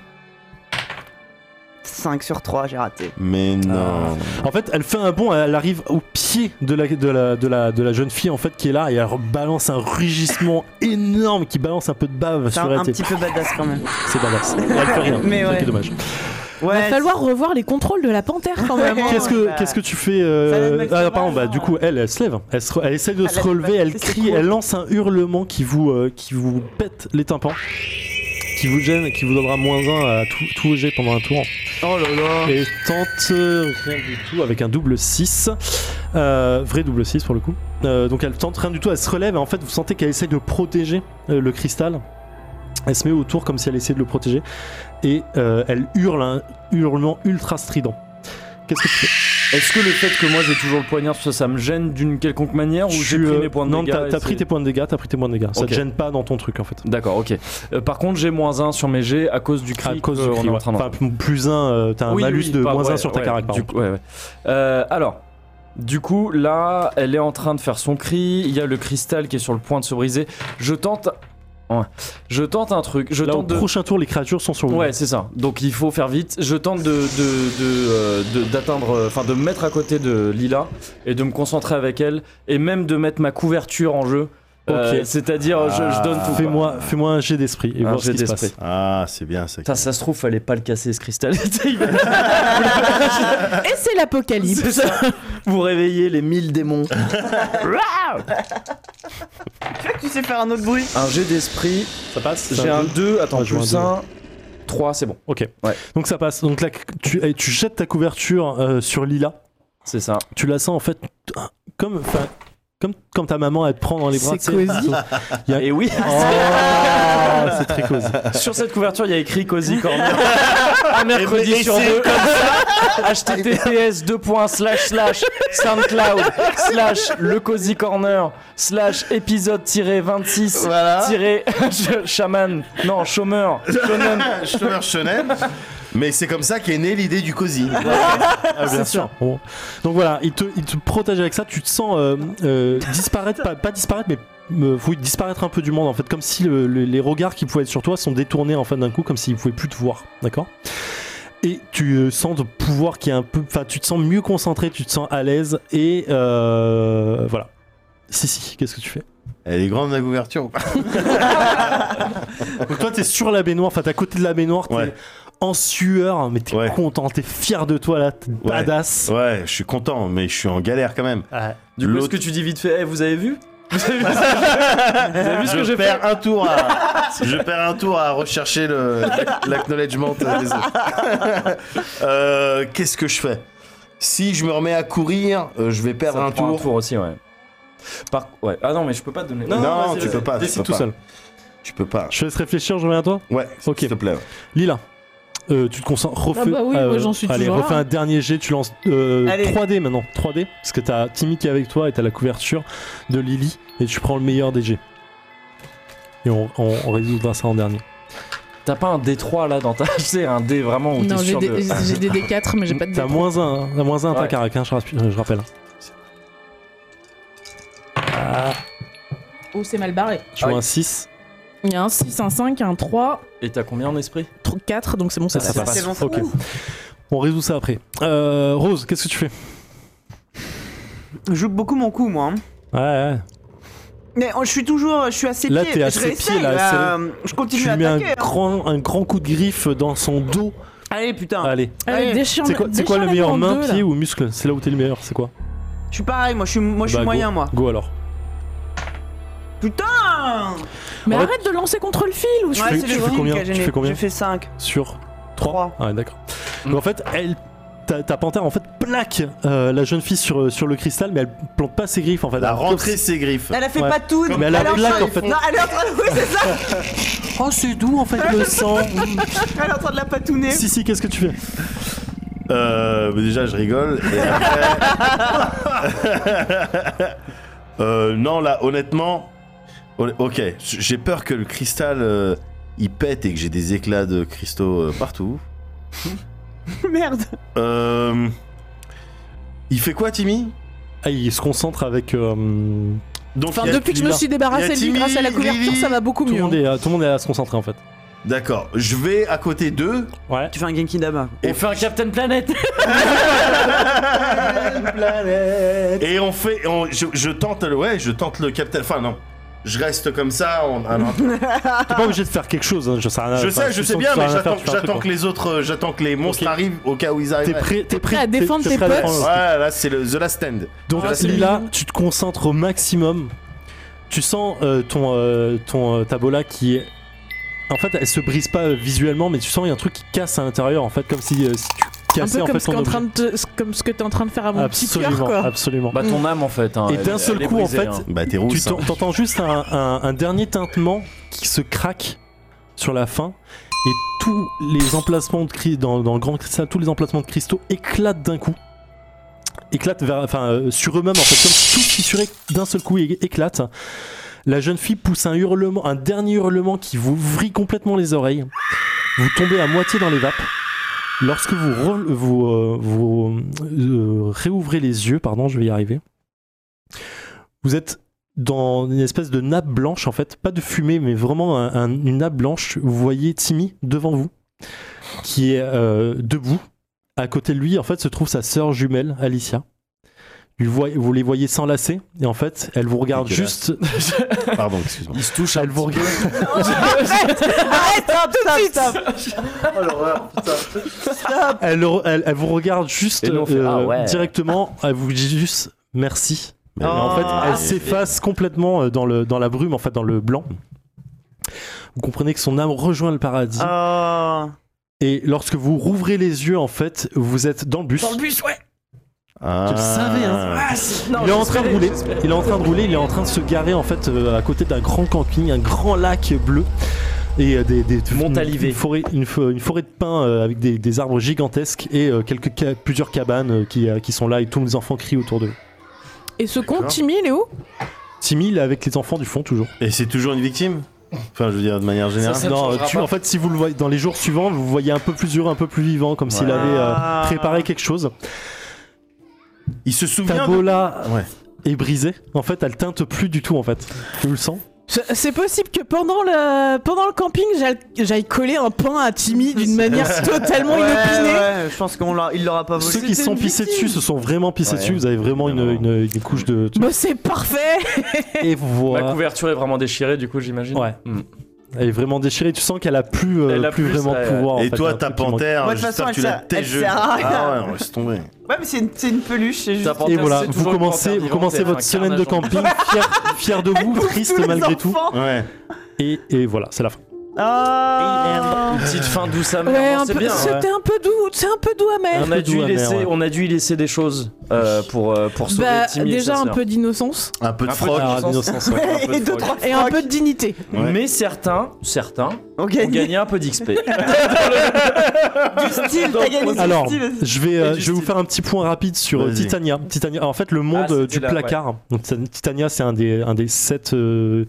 F: 5 sur 3, j'ai raté.
A: Mais non.
B: Ah.
E: En fait, elle fait un bond, elle arrive au pied de la, de la, de la, de la jeune fille en fait qui est là et elle balance un rugissement énorme qui balance un peu de bave
F: C'est
E: sur
F: un,
E: la
F: un
E: tête.
F: petit peu badass quand même.
E: C'est badass. Et elle fait rien.
F: Mais
E: C'est ça qui
F: ouais.
E: est dommage.
F: Ouais.
D: Va falloir revoir les contrôles de la panthère, quand même. hein.
F: Ouais.
E: Qu'est-ce que, qu'est-ce que tu fais euh,
F: bah Ça va être Max
E: Ah,
F: Sauvage,
E: pardon, bah
F: hein. Ah,
E: du coup, elle, elle se lève. Elle, se re- elle essaie de se
F: lève,
E: relever, elle
F: bah, c'est
E: crie,
F: cool.
E: elle lance un hurlement qui vous, euh, qui vous pète les tympans, qui vous gêne et qui vous donnera moins un à tout, tout vos jets pendant un tour.
F: Oh là là.
E: Et tente euh, rien du tout avec un double 6. Euh, vrai double 6 pour le coup. Euh, donc elle tente rien du tout, elle se relève et en fait vous sentez qu'elle essaie de protéger euh, le cristal. Elle se met autour comme si elle essayait de le protéger. Et euh, elle hurle un hurlement ultra strident. Qu'est-ce que tu fais
B: Est-ce que le fait que moi j'ai toujours le poignard, ça, ça me gêne d'une quelconque manière ou
E: Tu,
B: j'ai pris
E: euh,
B: mes points de
E: Non,
B: dégâts
E: t'as
B: et
E: t'as
B: c'est-
E: pris tes points de dégâts, t'as pris tes points de dégâts. Ça te
B: Ok.
E: gêne pas dans ton truc en fait.
B: D'accord, ok. Euh, par contre, j'ai moins 1 sur mes jets à cause du
E: À
B: cri.
E: cause
B: que
E: du
B: euh, on
E: cri,
B: est en
E: ouais.
B: train de-
E: Enfin, plus un, euh, t'as un
B: Oui,
E: malus
B: oui,
E: de
B: pas-
E: moins
B: ouais,
E: 1 sur ta
B: ouais,
E: carac, par
B: du
E: contre.
B: coup, ouais, ouais. Euh, alors, du coup, là, elle est en train de faire son cri. Il y a le cristal qui est sur le point de se briser. Je tente. ouais. Je tente un truc. Je
E: Là, au
B: tente de.
E: prochain tour, les créatures sont sur vous.
B: Ouais, c'est ça. Donc il faut faire vite. Je tente de de- de euh, de- d'atteindre, euh, enfin de me mettre à côté de Lila et de me concentrer avec elle et même de mettre ma couverture en jeu. Euh,
E: Ok. Ah,
B: C'est-à-dire, je, je donne tout. quoi.
E: Fais-moi fais un jet d'esprit et
B: Un
E: voir ce
B: jet
E: qui se
B: d'esprit.
E: passe.
A: Ah, c'est bien ça.
B: Putain, ça se trouve, fallait pas le casser ce cristal.
D: Et c'est l'apocalypse.
B: C'est ça. Vous réveillez les mille démons.
F: Tu sais faire un autre bruit
B: Un jet d'esprit.
E: Ça passe
B: J'ai un 2, attends,
E: Ouais, je vois
B: plus
E: un deux.
B: 1, 3, c'est bon.
E: Ok.
B: Ouais.
E: Donc ça passe. Donc là, tu, eh, tu jettes ta couverture euh, sur Lila.
B: C'est ça.
E: Tu la sens en fait t- comme, enfin, comme, comme ta maman, elle te prend dans les bras.
D: C'est
E: tu sais.
D: cosy.
E: Il y a-
B: Et oui,
E: Oh, c'est très cosy.
B: sur cette couverture, il y a écrit Cozy Corner. Un mercredi
A: Et- et
B: sur
A: c'est
B: deux, comme ça. https deux points, slash, slash, soundcloud slash le Cozy Corner slash épisode 26
A: Voilà.
B: tiré chaman non chômeur shonen.
A: Stoner Shonen. Mais c'est comme ça qu'est née l'idée du cosy.
E: Ah, bien sûr. Bon. Donc voilà, il te, il te protège avec ça. Tu te sens euh, euh, disparaître, pas, pas disparaître, mais me fouiller, disparaître un peu du monde en fait, comme si le- le- les regards qui pouvaient être sur toi sont détournés en fin d'un coup, comme s'ils pouvaient plus te voir, d'accord Et tu euh, sens de pouvoir qui est un peu, enfin, tu te sens mieux concentré, tu te sens à l'aise et euh, voilà. Si si, qu'est-ce que tu fais
A: Elle est grande la couverture ou pas
E: Donc toi t'es sur la baignoire, enfin t'es à côté de la baignoire, t'es
A: Ouais.
E: en sueur, mais t'es
A: Ouais.
E: content, t'es fier de toi là, t'es badass. Euh,
A: Ouais, je suis content, mais je suis en galère quand même.
E: Ouais.
B: Du coup,
A: L'autre-
B: ce que tu dis vite fait, Eh, vous avez vu Vous avez vu, ce que- vous avez vu ce que
A: je
B: j'ai fait
A: perds un tour à je perds un tour à rechercher le l'acknowledgement des autres. Euh, Qu'est-ce que je fais Si je me remets à courir, euh, je vais perdre
B: Ça
A: un
B: prend
A: tour.
B: aussi, ouais. Par... ouais. Ah non, mais je peux pas te donner.
A: Non,
E: vas-y,
A: tu
E: vas-y.
A: peux pas, tu
E: Décide
A: peux
E: tout
A: pas.
E: seul.
A: Tu peux pas.
E: Je te laisse réfléchir, je reviens à toi.
A: Ouais,
E: Ok.
A: s'il te plaît.
E: Lila, euh, tu te concentres, refais.
D: Ah bah oui,
E: euh,
D: moi, j'en suis
E: Allez,
D: toujours
E: refais
D: là.
E: un dernier jet, tu lances euh,
C: Allez.
E: 3D maintenant. 3D, parce que t'as Timmy qui est avec toi et t'as la couverture de Lily et tu prends le meilleur des jets. Et on, on- on résoudra ça en dernier.
B: T'as pas un D3 là dans ta. Tu sais, un D vraiment où t'es
D: Non, j'ai
B: sûr
D: des,
B: de.
D: j'ai des D4, mais j'ai pas de
E: T'as
D: D4.
E: moins un, t'as moins un
B: Ouais.
E: attaque à rack, hein, je, rasp- je rappelle. Ah,
H: Oh, c'est mal barré.
E: je vois
B: Ah oui.
E: un 6.
D: Il y a un 6, un 5, un 3,
B: Et t'as combien en esprit
D: 4, donc c'est bon, ça,
E: Ah, Ça,
D: passe.
E: passe.
C: bon,
E: Ok. On résout ça après. Euh, Rose, qu'est-ce que tu fais
C: Je joue beaucoup mon coup, moi. hein.
E: Ouais, ouais.
C: Mais oh, je suis toujours, je suis à ses
E: Là,
C: pieds.
E: t'es à
C: je
E: ses
C: réessaye,
E: pieds, là,
C: bah, je continue
E: Tu
C: à
E: lui mets un
C: attaquer. hein.
E: grand, un grand coup de griffe dans son dos.
C: Allez, putain.
E: Allez.
D: Allez, déchire-
E: C'est quoi, c'est quoi
D: déchire
E: le
D: la
E: meilleur
D: en
E: main,
D: deux, là.
E: pied ou muscle C'est là où t'es le meilleur, c'est quoi
C: Je suis pareil, moi, je suis, moi, je suis
E: Bah, go.
C: moyen, moi.
E: Go alors.
C: Putain
D: Mais
E: En fait-
D: arrête de lancer contre le fil ou je
E: fais-
C: Ouais, c'est
E: tu
C: le
E: fais
C: film
E: combien
C: qui a
E: Tu
C: gêné.
E: fais combien
C: J'ai fait 5.
E: Sur 3
C: Trois.
E: Ah, d'accord. Donc en fait, elle, ta, ta panthère en fait plaque euh, la jeune fille sur, sur le cristal, mais elle plante pas ses griffes en fait.
A: Elle a
E: Elle
A: rentré ses griffes.
C: Elle a fait
E: Ouais.
C: pas tout.
E: Mais elle a
C: est en
E: plaque,
C: train-
E: en fait.
C: Non, elle est en train de. Oui, c'est ça.
E: Oh, c'est doux en fait le sang
C: Elle est en train de la patouner.
E: Si, si, qu'est-ce que tu fais
A: Euh, mais déjà, je rigole. et après- Euh, non, là, honnêtement, hon- ok, j'ai peur que le cristal euh, il pète et que j'ai des éclats de cristaux euh, partout.
C: Merde.
A: Euh, il fait quoi, Timmy
E: Ah, il se concentre avec. euh,
A: Donc,
D: Enfin,
A: il y a-
D: depuis que je me
E: Lila.
D: suis
A: Il y
D: débarrassé
A: a
D: de lui
A: Timmy,
D: grâce à la couverture,
A: Lily,
D: ça va beaucoup
E: tout, le
D: mieux.
C: hein.
I: hein.
E: monde est, à- tout le monde est à se concentrer en fait.
A: D'accord, je vais à côté d'eux.
E: Ouais.
C: Tu fais un Genki Dama.
B: On fait un Captain Planet
C: Euh.
A: Et on fait, on- je, je tente, le- ouais, je tente le capitaine. Enfin non, je reste comme ça. on- ah non.
E: T'es pas obligé de faire quelque chose, hein, je sais rien.
A: je
E: Enfin,
A: sais, je
E: tu
A: sais
E: sens
A: bien,
E: que ça
A: mais
E: a rien à faire,
A: j'attends,
E: tu fais un truc,
A: j'attends
E: quoi.
A: que les autres, euh, j'attends que les monstres
E: Ok.
A: arrivent au cas où ils
E: T'es
A: arrivent.
E: prêt, Oh. t'es prêt,
D: à
E: t'es-
D: défendre
E: t'es
D: tes
E: prêt à
D: potes.
E: défendre.
A: Ouais, là c'est le The Last Stand.
E: Donc
A: Ah, c'est
E: celui-là, tu te concentres au maximum. Tu sens euh, ton, euh, ton euh, tabola qui est. En fait, elle se brise pas euh, visuellement, mais tu sens il y a un truc qui casse à l'intérieur, en fait, comme si, euh, si tu
D: Un
E: cassais
D: peu
E: en
D: comme
E: fait
D: ce, qu'en
E: ton objet.
D: train de te- comme ce que t'es en train de faire à mon petit cœur,
E: absolument,
D: quoi.
E: absolument.
B: Bah, ton âme en fait. hein,
E: Et
B: elle-
E: d'un seul
B: elle est
E: coup, en
B: brisée,
E: fait,
B: hein.
A: Bah t'es
E: tu
A: rouge.
E: t'en- t'entends juste un, un- un dernier tintement qui se craque sur la fin, et tous les emplacements de cri- dans, dans le grand cristal, tous les emplacements de cristaux éclatent d'un coup. éclatent vers, enfin, euh, sur eux-mêmes en fait, comme si tout fissuré d'un seul coup et éclate. La jeune fille pousse un hurlement, un dernier hurlement qui vous vrille complètement les oreilles. Vous tombez à moitié dans les vapes. Lorsque vous, re- vous, euh, vous, euh, réouvrez les yeux, pardon, je vais y arriver. Vous êtes dans une espèce de nappe blanche en fait, pas de fumée, mais vraiment un- un- une nappe blanche. Vous voyez Timmy devant vous, qui est euh, debout. À côté de lui, en fait, se trouve sa sœur jumelle, Alicia. Vous, voyez- vous les voyez s'enlacer, et en fait, elle vous regarde
A: Dégueulasse.
E: juste
A: hein. Pardon, excuse-moi.
B: Il se touche à
E: elle vous regarde.
C: Arrête, stop, stop, stop.
E: Elle, re- elle- elle vous regarde juste
B: Et nous, on fait,
E: euh,
B: ah ouais.
E: directement. Elle vous dit juste merci.
A: Mais
E: Et en fait,
C: Ah.
E: elle s'efface complètement euh, dans, le, dans la brume, en fait, dans le blanc. Vous comprenez que son âme rejoint le paradis.
C: Oh.
E: Et lorsque vous rouvrez les yeux, en fait, vous êtes dans le bus.
C: Dans le bus, ouais.
A: Ah.
E: Tu le savais, hein.
C: Ah, c'est- non,
E: il est en train
C: j'espérais,
E: de rouler.
C: j'espérais.
E: Il est en train de rouler. Il est en train de se garer en fait euh, à côté d'un grand camping, un grand lac bleu et euh, des, des
B: Montalivet.
E: Une, forêt, une, fo- une forêt de pins euh, avec des, des arbres gigantesques et euh, quelques ca- plusieurs cabanes euh, qui, euh, qui sont là et tous les enfants crient autour d'eux.
D: Et ce con,
A: D'accord.
D: Timmy, il est où
E: Timmy il est avec les enfants du fond toujours.
A: Et c'est toujours une victime Enfin, je veux dire, de manière générale.
B: Ça, ça- ne
E: Hein. non,
B: changera
E: tu-
B: pas.
E: en fait, si vous le voyez dans les jours suivants, vous le voyez un peu plus heureux, un peu plus vivant, comme s'il
B: Ouais.
E: avait euh,
C: Ah.
E: préparé quelque chose.
A: il se souvient de...
E: Tabola
A: Ouais.
E: est brisée. En fait, elle teinte plus du tout en fait. Tu le sens
I: C'est c'est possible que pendant le, pendant le camping, j'aille- j'aille coller un pain à Timmy d'une manière totalement
C: Ouais,
I: inopinée.
C: ouais, je pense qu'on l'a, il l'aura pas volé.
E: Ceux qui se sont pissés dessus se sont vraiment pissés
A: Ouais.
E: dessus. Vous avez vraiment une,
A: Non.
E: une- une couche de.
I: Bah, c'est parfait
E: Et
B: La
E: voilà.
B: couverture est vraiment déchirée, du coup, j'imagine.
E: Ouais.
B: Mm.
E: Elle est vraiment déchirée. Tu sens qu'elle a plus, euh,
B: Elle a
E: plus,
B: plus,
E: vraiment de
B: ouais.
E: pouvoir. en
A: Et
E: fait. Il y a
A: toi,
E: un
A: ta
E: truc qui manque.
A: panthère,
C: Moi, de toute
A: j'espère
C: façon,
A: que tu
C: elle
A: l'as
C: sert- elle
A: TGE.
C: sert à rien.
A: Ah ouais, laisse tomber.
C: Ouais, mais c'est une, c'est une peluche, c'est juste.
B: Ta panthère,
E: Et voilà,
B: c'est
E: vous
B: toujours une
E: commencez,
B: panthère
E: vous commencez
B: vivante,
E: votre
B: c'est un
E: semaine de
B: carnage
E: camping, fier, fier de vous, triste
C: tous les
E: malgré tout.
C: enfants.
A: Ouais.
E: Et, et voilà, c'est la fin.
C: Ah.
B: Une petite fin douce amère,
I: Ouais,
B: non,
I: un
B: c'est
I: peu-
B: bien.
I: C'était un peu doux, c'est un peu doux amer.
E: Un
B: On a,
E: peu
B: dû
E: doux,
B: y
E: amer,
B: laisser,
E: ouais.
B: on a dû y laisser des choses euh, pour, euh, pour sauver
I: Bah,
B: Timmy et
I: déjà
B: sa
I: un
B: sœur.
I: peu d'innocence
A: Un peu de
B: Un peu
A: froc.
E: Ah,
B: d'innocence.
E: l'innocence,
B: Ouais, un peu
C: Et
B: de
C: deux,
B: froc.
C: trois
I: et un peu de dignité.
A: Ouais.
B: Mais certains, certains,
C: On
B: ont
C: gagne
B: gagné un peu d'XP.
C: du style, t'as gagné du
E: Alors,
C: style.
E: je vais, euh,
B: Et du
E: je vais vous
B: style.
E: faire un petit point rapide sur euh,
A: Vas-y.
E: Titania. Titania. En fait, le monde
B: Ah,
E: euh,
B: c'était
E: du
B: là,
E: placard. Donc, Titan- Titania, c'est un des, un des sept. euh,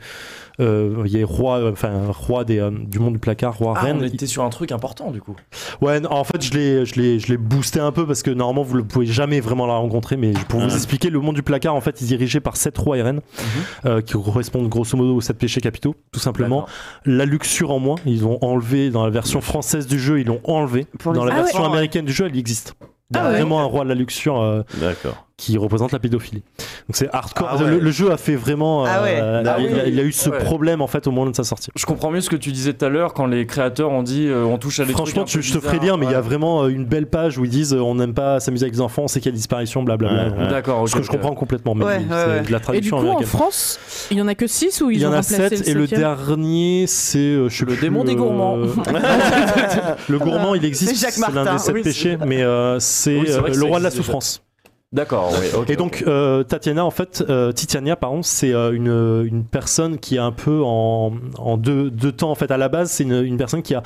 E: euh, il y a roi, euh, enfin roi des, euh, du monde du placard, roi
B: Ah,
E: reine.
B: on était sur un truc important, du coup.
E: Ouais, non, en fait, je l'ai, je l'ai, je l'ai boosté un peu parce que normalement, vous ne pouvez jamais vraiment la rencontrer. Mais pour vous
A: Ah.
E: expliquer, le monde du placard, en fait, il est dirigé par sept rois et reines
B: Mhm.
E: euh, qui correspondent grosso modo aux sept péchés capitaux, tout simplement. La luxure en moins, ils ont enlevé dans la version française du jeu, ils l'ont enlevé.
C: Pour les
E: dans la
C: enfants,
E: version
C: ouais.
E: américaine du jeu, elle existe. Il y a
I: Ah ouais.
E: vraiment un roi de la luxure euh,
A: D'accord.
E: qui représente la pédophilie. Donc c'est hardcore.
A: Ah ouais.
E: le, le jeu a fait vraiment. euh,
C: Ah ouais.
A: Ah
E: il, a,
B: Bah oui.
E: il a eu ce
B: Ouais.
E: problème en fait au moment de sa sortie.
B: Je comprends mieux ce que tu disais tout à l'heure quand les créateurs ont dit euh, on touche à des trucs un
E: Franchement, tu-
B: peu
E: je te ferai
B: bizarres,
E: lire, mais il y a
B: ouais.
E: vraiment euh, une belle page où ils disent euh, on n'aime pas s'amuser avec les enfants, c'est qu'il y a disparition, blablabla.
A: Ouais,
E: Donc,
A: ouais.
B: D'accord, ok,
E: Ce que je
B: ok.
E: comprends complètement, mais
C: Ouais,
E: c'est
C: ouais, ouais.
E: de la
I: Et du
E: traduction
I: coup, en
E: américaine.
I: France, il y en a que 6 ou ils
E: Il y
I: ont
E: en a
I: remplacé
E: 7
I: le
E: et le
I: septième
E: dernier, c'est euh, je sais
B: Le
E: plus,
B: démon des
E: euh,
B: gourmands.
E: le gourmand, il existe,
C: C'est Jacques
E: l'un
C: Martin.
E: des sept
C: Oui,
E: péchés, mais euh, c'est
B: Oui, c'est vrai
E: euh,
B: que
E: le
B: ça
E: roi de la
B: existe déjà.
E: souffrance.
B: D'accord, Oh, oui. ok,
E: Et donc euh, Tatiana en fait, euh, Titiania pardon, c'est euh, une, une personne qui est un peu en, en deux, deux temps en fait. À la base, c'est une, une personne qui a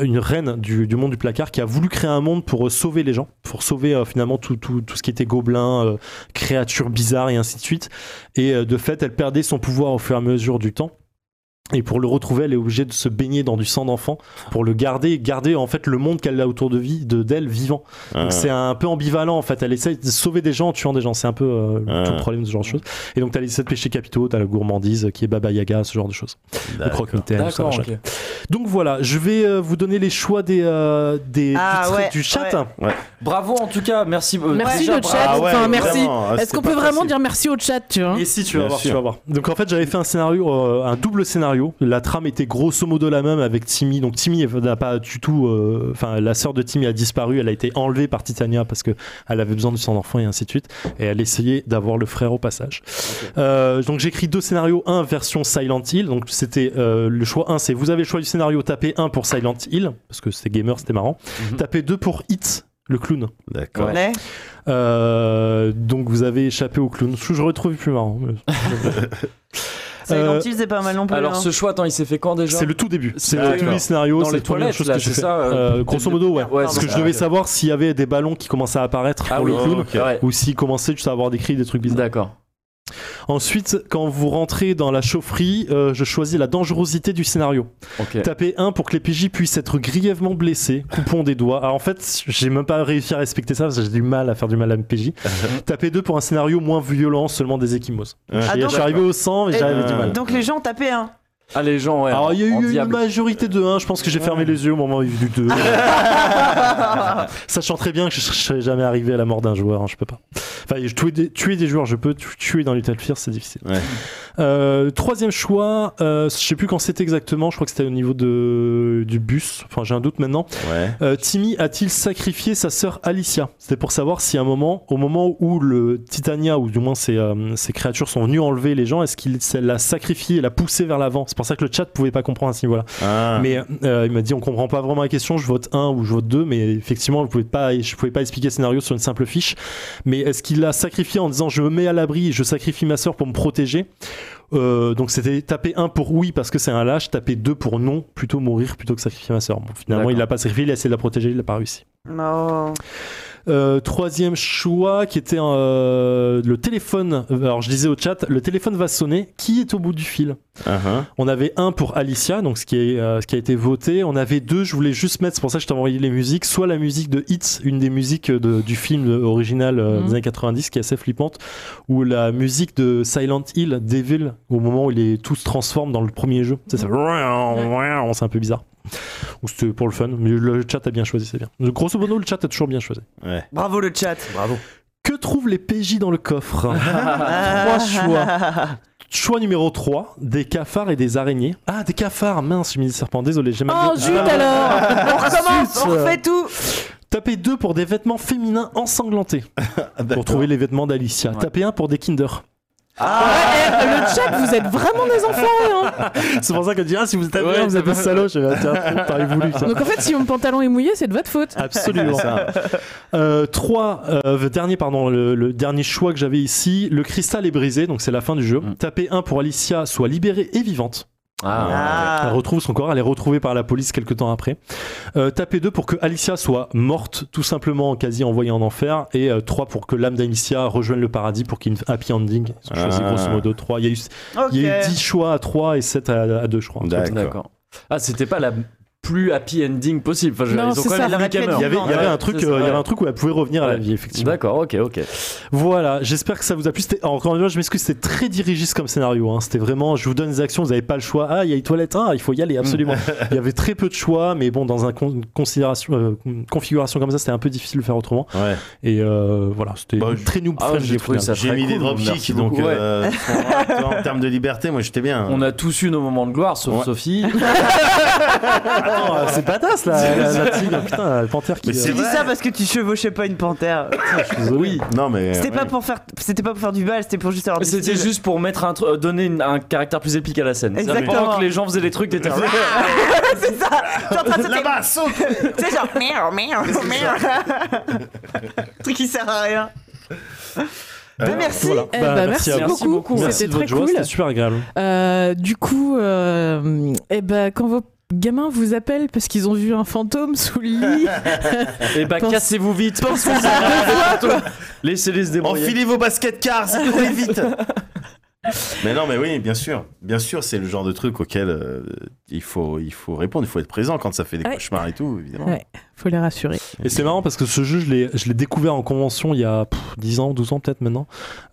E: une reine du, du monde du placard qui a voulu créer un monde pour euh, sauver les gens, pour sauver euh, finalement tout, tout, tout ce qui était gobelins, euh, créatures bizarres et ainsi de suite. Et euh, de fait, elle perdait son pouvoir au fur et à mesure du temps. Et pour le retrouver, elle est obligée de se baigner dans du sang d'enfant pour le garder, garder en fait le monde qu'elle a autour de vie, de d'elle vivant.
A: Ah.
E: Donc c'est un peu ambivalent en fait. Elle essaie de sauver des gens en tuant des gens. C'est un peu euh,
A: Ah.
E: tout le problème de ce genre de choses. Et donc t'as les sept péchés capitaux, t'as la gourmandise euh, qui est Baba Yaga, ce genre de choses. Le
A: D'accord.
E: croque-mitaine, tout ça,
B: D'accord,
E: machin.
B: ok.
E: Donc voilà, je vais euh, vous donner les choix des, euh, des
C: Ah,
E: du, tra-
C: ouais,
E: du chat.
C: ouais.
B: Bravo en tout cas, merci. euh,
I: Merci
B: déjà,
I: le
B: bravo.
I: chat,
A: Ah ouais,
I: enfin merci.
A: évidemment. Ah,
I: Est-ce
A: c'est
I: qu'on
A: pas
I: peut vraiment
A: facile.
I: dire merci au chat, tu vois
E: Et si tu vas
A: Bien
E: voir,
A: sûr.
E: tu vas voir. Donc en fait, j'avais fait un scénario, euh, un double scénario. La trame était grosso modo la même avec Timmy. Donc Timmy elle n'a pas du tout, euh, enfin la sœur de Timmy a disparu. Elle a été enlevée par Titania parce que elle avait besoin de son enfant et ainsi de suite. Et elle essayait d'avoir le frère au passage. Euh, donc j'écris deux scénarios, un version Silent Hill. Donc c'était euh, le choix 1, c'est vous avez le choix du scénario. Tapez 1 pour Silent Hill parce que c'était gamer, c'était marrant.
B: Mhm.
E: Tapez 2 pour Hit, le clown.
A: D'accord.
B: Ouais.
C: Ouais.
E: Euh, donc vous avez échappé au clown. Je retrouve plus marrant. mais-
F: Silent Hill, c'est pas mal non plus.
B: Alors
F: hein.
B: ce choix, attends, il s'est fait quand déjà
E: C'est le tout début. C'est
B: Ah,
E: le tout
B: d'accord.
E: début scénario.
B: Dans
E: C'est
B: les
E: la première
B: toilettes,
E: chose
B: là,
E: que j'ai
B: c'est
E: fait.
B: ça,
E: Euh,
B: euh,
E: grosso modo, ouais.
B: Ouais,
E: Parce
B: c'est
E: que
B: ça,
E: je devais
B: ok.
E: savoir s'il y avait des ballons qui commençaient à apparaître
B: Ah
E: pour
B: oui,
E: le clown.
A: ok.
B: Ouais.
E: Ou s'il commençait juste à avoir des cris, des trucs bizarres.
B: D'accord.
E: Ensuite, quand vous rentrez dans la chaufferie, euh, je choisis la dangerosité du scénario.
B: Ok.
E: Tapez 1 pour que les PJ puissent être grièvement blessés, coupons des doigts. Alors en fait, j'ai même pas réussi à respecter ça parce que j'ai du mal à faire du mal à mes PJ.
B: Uh-huh.
E: Tapez 2 pour un scénario moins violent, seulement des échymoses.
A: Ouais.
E: J'ai-
C: donc-
E: je suis arrivé au sang, mais
B: Eh,
C: Et-
E: j'avais du mal.
C: Donc les gens ont tapé un.
B: Ah les gens, ouais.
E: Alors il y a
B: en
E: eu une
B: diable.
E: majorité de 1, je pense que j'ai fermé les yeux au moment du 2. Sachant très bien que je serais jamais arrivé à la mort d'un joueur, hein, je peux pas. Enfin, je- tuer des, tuer des joueurs, je peux, tu- tuer dans Little Fear, c'est difficile.
A: Ouais.
E: Euh, troisième choix, euh, je sais plus quand c'était exactement, je crois que c'était au niveau de, du bus, enfin j'ai un doute maintenant.
A: Ouais.
E: Euh, Timmy a-t-il sacrifié sa sœur Alicia C'était pour savoir si à un moment, au moment où le Titania, ou du moins ces, euh, ces créatures sont venues enlever les gens, est-ce qu'il s'est- l'a sacrifié, l'a poussé vers l'avant C'est pour ça que le chat pouvait pas comprendre à ce niveau-là.
A: Ah.
E: Mais euh, il m'a dit on comprend pas vraiment la question, je vote 1 ou je vote 2, mais effectivement vous pouvez pas, je pouvais pas expliquer le scénario sur une simple fiche. Mais est-ce qu'il l'a sacrifié en disant je me mets à l'abri, je sacrifie ma sœur pour me protéger Euh, donc c'était taper 1 pour oui parce que c'est un lâche, taper 2 pour non, plutôt mourir plutôt que sacrifier ma sœur. Bon, finalement
B: D'accord.
E: il l'a pas sacrifié, il a essayé de la protéger, il l'a pas réussi.
C: Non.
E: Euh, troisième choix qui était euh, le téléphone. Alors je disais au chat, le téléphone va sonner. Qui est au bout du fil
A: Uh-huh.
E: On avait un pour Alicia, donc ce qui, est, euh, ce qui a été voté. On avait deux, je voulais juste mettre, c'est pour ça que je t'ai envoyé les musiques, soit la musique de Hits, une des musiques de- du film original euh,
D: Mhm.
E: des années 90, qui est assez flippante, ou la musique de Silent Hill, Devil, au moment où les, tout se transforme dans le premier jeu. Tu sais, ça fait C'est un peu bizarre. Ou c'était pour le fun, mais le chat a bien choisi, c'est bien. Grosso modo, le chat a toujours bien choisi.
A: Ouais.
C: Bravo le chat.
A: Bravo.
E: Que trouvent les PJ dans le coffre Trois choix. Choix numéro 3, des cafards et des araignées. Ah, des cafards, mince, je mis serpent, désolé, j'ai mal
I: Oh
E: lu.
I: zut alors
C: On recommence, on
E: Zut.
C: refait tout.
E: Tapez 2 pour des vêtements féminins ensanglantés, pour trouver les vêtements d'Alicia.
B: Ouais.
E: Tapez 1 pour des Kinder.
I: Ouais, eh, Le chat, vous êtes vraiment des enfants hein.
E: C'est pour ça qu'elle dit, ah, si vous tapez
B: Ouais,
E: un, vous êtes des
B: c'est-
E: salauds. Je fais, ah, tiens, t'aurais voulu, ça.
I: Donc en fait, si mon pantalon est mouillé, c'est de votre faute.
E: Absolument.
A: Ça.
E: Euh, trois, euh, le dernier, pardon, le, le dernier choix que j'avais ici, le cristal est brisé, donc c'est la fin du jeu.
B: Mm.
E: Tapez 1 pour Alicia, soit libérée et vivante.
B: Ah,
E: Elle
C: Ah.
E: retrouve son corps, elle est retrouvée par la police quelques temps après. Euh, tapez 2 pour que Alicia soit morte, tout simplement quasi envoyée en enfer. Et 3 pour que l'âme d'Alicia rejoigne le paradis pour qu'il y ait une happy ending. Ils ont choisi
A: Ah.
E: grosso modo 3. Il y a eu,
F: Ok.
E: il y a eu 10 choix à 3 et 7 à, 2, je crois.
A: D'accord.
B: d'accord. Ah, c'était pas la plus happy ending possible. Enfin, je-
I: Non,
B: ils
I: c'est
B: ont quand
I: ça.
B: même
F: Elle aurait
B: mis
F: pu être
E: Il y avait, il y avait
B: Ouais,
E: un truc,
B: c'est ça,
E: euh, il y avait
B: ouais.
E: un truc où elle pouvait revenir à la
B: Ouais.
E: vie, effectivement.
B: D'accord, ok, ok.
E: Voilà, j'espère que ça vous a plu. C'était- Encore une fois, je m'excuse, c'était très dirigiste comme scénario. hein. C'était vraiment, je vous donne des actions, vous n'avez pas le choix. Ah, il y a les toilettes, ah, il faut y aller,
B: Mm.
E: absolument. il y avait très peu de choix, mais bon, dans un con- une considération, euh, une configuration comme ça, c'était un peu difficile de faire autrement.
A: Ouais.
E: Et euh, voilà, c'était
A: Bah, je-
E: très noob
B: Ah,
E: friendly,
B: j'ai
E: au
B: trouvé
E: final.
B: ça
A: J'ai
B: très
A: mis
B: cool,
A: des
B: merci
A: dropkicks, donc
B: beaucoup. Ouais.
A: euh, franchement, en termes de liberté, moi j'étais bien.
B: On a tous eu nos moments de gloire, sauf
A: Ouais.
B: Sophie.
E: Attends, euh, c'est badass là, la, la, tigre, putain, le panthère qui.
A: Mais c'est
E: euh,
C: Tu dis
A: Ouais.
C: ça parce que tu chevauchais pas une panthère.
E: je suis désolé.
A: Non, mais.
C: C'était
A: ouais.
C: pas pour faire, c'était pas pour faire du bal, c'était pour juste avoir du
B: C'était
C: style.
B: juste pour mettre un tru- euh, donner une- un caractère plus épique à la scène. C'est-à-dire
C: Exactement.
B: Pendant que les gens faisaient des trucs, t'étais.
C: C'est ça. T'es en train de sauter.
A: Là-bas, saute
C: C'est genre merde, merde, merde. Truc qui sert à rien. Bah, merci.
E: Voilà.
I: Eh
E: Bah,
I: bah,
E: merci
I: merci,
E: à vous.
B: ben, Merci
I: beaucoup,
B: beaucoup.
E: Merci de
I: c'était très
E: votre joie,
I: cool.
E: c'était super agréable.
I: Euh, du coup, euh, eh ben, quand vos gamins vous appellent parce qu'ils ont vu un fantôme sous le lit,
B: Et bah,
I: Pense-
B: cassez-vous vite. Laissez-les se débrouiller.
A: Enfilez vos baskets car, c'est courez vite Mais non, mais oui, bien sûr. Bien sûr, c'est le genre de truc auquel euh, il, faut, il faut répondre, il faut être présent quand ça fait des
I: Ouais.
A: cauchemars et tout, évidemment.
I: Ouais. faut les rassurer.
E: Et c'est marrant parce que ce jeu, je l'ai, je l'ai découvert en convention il y a pff, 10 ans, 12 ans peut-être maintenant.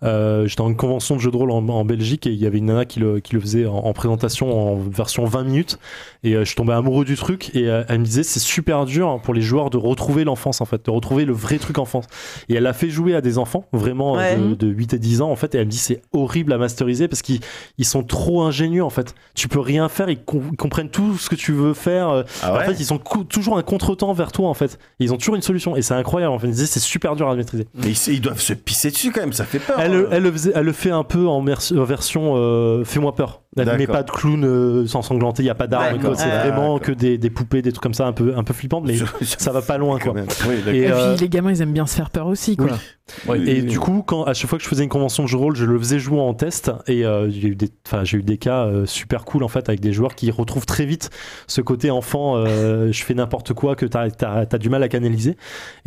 E: Euh, j'étais en une convention de jeu de rôle en, en Belgique et il y avait une nana qui le, qui le faisait en, en présentation en version 20 minutes. Et euh, je tombais amoureux du truc et euh, elle me disait c'est super dur pour les joueurs de retrouver l'enfance en fait, de retrouver le vrai truc enfance. Et elle l'a fait jouer à des enfants vraiment
C: Ouais.
E: euh, de, de 8 et 10 ans en fait. Et elle me dit c'est horrible à masteriser parce qu'ils ils sont trop ingénieux en fait. Tu peux rien faire, ils, com- ils comprennent tout ce que tu veux faire. euh,
A: Ah ouais
E: en fait, ils ont cou- toujours un contretemps vers toi, en fait. Ils ont toujours une solution. Et c'est incroyable, en fait. Ils disaient, c'est super dur à maîtriser.
A: Mais ils, ils doivent se pisser dessus quand même, ça fait peur.
E: Elle, euh,
A: hein.
E: elle, Ah, le, faisait- elle le fait un peu en mer- en version euh, fais-moi peur. Elle
A: D'accord.
E: met pas de clown euh, sans sanglanter, il n'y a pas d'armes.
A: D'accord.
E: quoi. C'est
A: Ah,
E: vraiment
A: d'accord.
E: que des, des poupées, des trucs comme ça, un peu, un peu flippantes, mais ça va pas loin,
A: quand
E: quoi.
A: même. Oui, d'accord.
E: Et,
I: Et,
E: euh,
I: puis les gamins, ils aiment bien se faire peur aussi, quoi.
A: Oui,
E: Et
A: oui,
E: du
A: oui.
E: coup, quand, à chaque fois que je faisais une convention de jeu de rôle, je le faisais jouer en test. Et euh, j'ai eu, des- enfin, j'ai eu des cas euh, super cool en fait avec des joueurs qui retrouvent très vite ce côté enfant, euh, je fais n'importe quoi, que t'as as, du mal à canaliser.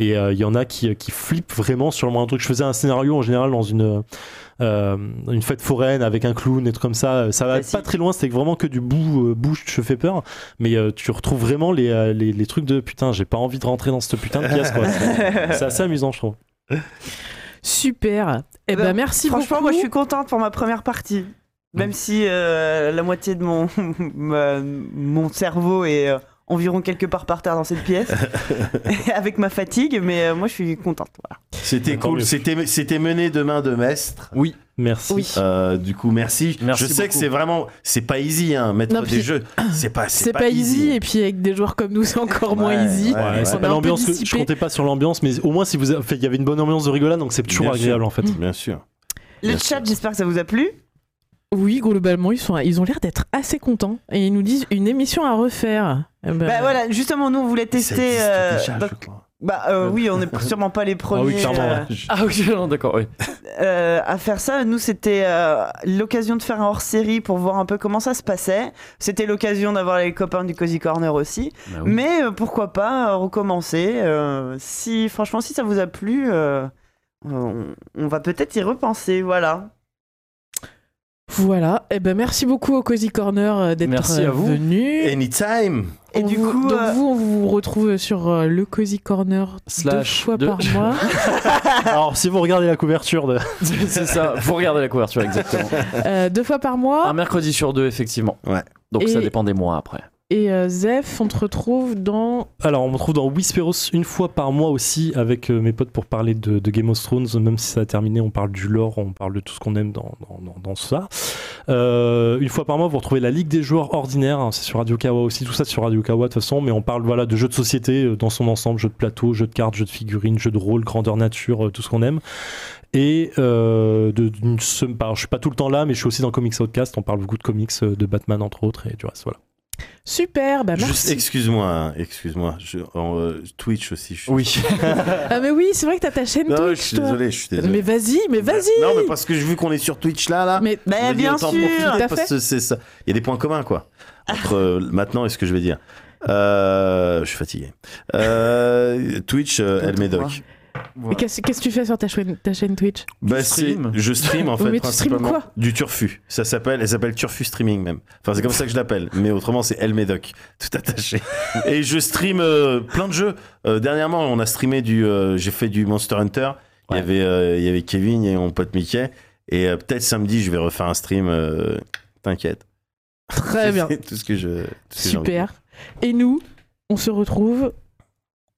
E: Et euh, il y en a qui, qui flippent vraiment sur le moindre truc. Je faisais un scénario en général dans une, euh, une fête foraine avec un clown et tout comme ça. Ça va
C: Classique.
E: pas très loin, c'était vraiment que du bout, euh, bouche, je fais peur. Mais euh, tu retrouves vraiment les, euh, les, les trucs de putain, j'ai pas envie de rentrer dans cette putain de pièce quoi. C'est c'est assez amusant, je trouve.
I: Super. Eh
C: Eh
I: ben,
C: ben,
I: merci
C: Franchement,
I: beaucoup.
C: moi, je suis contente pour ma première partie. Même si euh, la moitié de mon, ma- mon cerveau est euh, environ quelque part par terre dans cette pièce, avec ma fatigue, mais euh, moi, je suis contente. Voilà.
A: C'était
E: Tant
A: cool,
E: mieux.
A: c'était c'était mené de main de maître.
E: Merci.
I: Oui.
A: Euh, du coup, merci.
B: Merci
A: je sais que
B: beaucoup.
A: c'est vraiment, c'est pas easy, hein, mettre
I: Non,
A: des
I: puis-
A: jeux. C'est pas,
I: C'est pas, easy, et puis avec des joueurs comme nous, c'est encore moins
A: Ouais,
I: easy.
A: ouais, ouais.
E: c'est
I: On
E: pas
I: a un peu
E: l'ambiance que- je
I: dissipé.
E: comptais pas sur l'ambiance mais au moins si vous avez- fait, il y avait une bonne ambiance de rigolade donc c'est toujours
A: Bien sûr.
E: agréable en fait
A: Bien sûr.
C: Le
A: Bien
C: chat,
A: sûr.
C: j'espère que ça vous a plu.
I: Oui, globalement, ils, sont, ils ont l'air d'être assez contents. Et ils nous disent une émission à refaire. Eh ben,
C: Bah, voilà, justement, nous, on voulait
A: Ça
C: tester.
A: existe
C: euh,
A: déjà,
C: donc-
A: je crois. Ah
C: bah euh, oui, on n'est sûrement pas les premiers.
E: clairement,
C: euh,
B: Ah, oui, non, d'accord, oui.
C: euh, à faire ça. Nous, c'était euh, l'occasion de faire un hors-série pour voir un peu comment ça se passait. C'était l'occasion d'avoir les copains du Cozy Corner aussi.
B: Bah oui.
C: Mais euh, pourquoi pas euh, recommencer euh, Si franchement, si ça vous a plu, euh, on, on va peut-être y repenser. Voilà.
D: Voilà. Eh ben, merci beaucoup au Cozy Corner euh, d'être
B: Merci à
D: euh,
B: vous.
D: venu.
A: Anytime.
C: Et
D: On
C: du
D: vous-
C: coup,
D: donc
C: euh,
D: vous, on vous retrouve sur euh, le Cozy Corner
B: Slash
D: deux fois
B: deux.
D: par mois.
E: Alors, si vous regardez la couverture de.
B: C'est ça, vous regardez la couverture exactement.
D: Euh, deux fois par mois.
B: Un mercredi sur deux, effectivement.
A: Ouais.
B: Donc ça
D: Et-
B: dépend des mois après.
D: Et euh, Zef, on te retrouve dans.
E: Alors, on me retrouve dans Whisperos une fois par mois aussi avec euh, mes potes pour parler de, de Game of Thrones. Même si ça a terminé, on parle du lore, on parle de tout ce qu'on aime dans, dans, dans- dans ça. Euh, une fois par mois, vous retrouvez la Ligue des joueurs ordinaires. hein, c'est sur Radio Kawa aussi. Tout ça, c'est sur Radio Kawa de toute façon. Mais on parle voilà, de jeux de société euh, dans son ensemble jeux de plateau, jeux de cartes, jeux de figurines, jeux de rôle, grandeur nature, euh, tout ce qu'on aime. Et euh, de, d'une sem- alors, je suis pas tout le temps là, mais je suis aussi dans Comics Outcast. On parle beaucoup de comics, euh, de Batman entre autres, et du reste, voilà.
D: Super, bah
A: Juste,
D: merci.
A: excuse-moi, hein, excuse-moi. Je- en, euh, Twitch aussi. Je suis...
D: Ah, mais oui, c'est vrai que t'as ta chaîne
A: Non, je
D: Twitch.
A: suis
D: toi.
A: désolé, je suis désolé. Bah,
D: Mais vas-y, mais vas-y.
A: Non, mais parce que j'ai vu qu'on est sur Twitch là, là.
D: Mais-
A: je me
C: bah,
A: dis,
C: bien
A: autant
C: sûr.
A: profiter
D: Tout à
A: parce
D: fait.
A: que c'est ça. Il y a des points communs, quoi. Entre euh, maintenant et ce que je vais dire. Euh, je suis fatigué. Euh, Twitch, euh, El Médoc.
D: mais qu'est-ce qu'est-ce que tu fais sur ta, chaîne- ta chaîne Twitch
A: Bah,
B: Tu
A: c'est-
B: stream
A: je stream en fait
D: Mais tu streames
A: principalement
D: quoi
A: du turfu. Ça s'appelle, elle s'appelle turfu streaming même. Enfin, c'est comme ça que je l'appelle. Mais autrement, c'est El Médoc, tout attaché. Et je stream euh, plein de jeux. Euh, dernièrement, on a streamé du, euh, j'ai fait du Monster Hunter. Il y
B: Ouais.
A: avait, euh, il y avait Kevin et mon pote Mickey. Et euh, peut-être samedi, je vais refaire un stream. euh, T'inquiète.
D: Très bien.
A: C'est tout ce que je. tout ce que j'ai envie de dire.
D: Super. Et nous, on se retrouve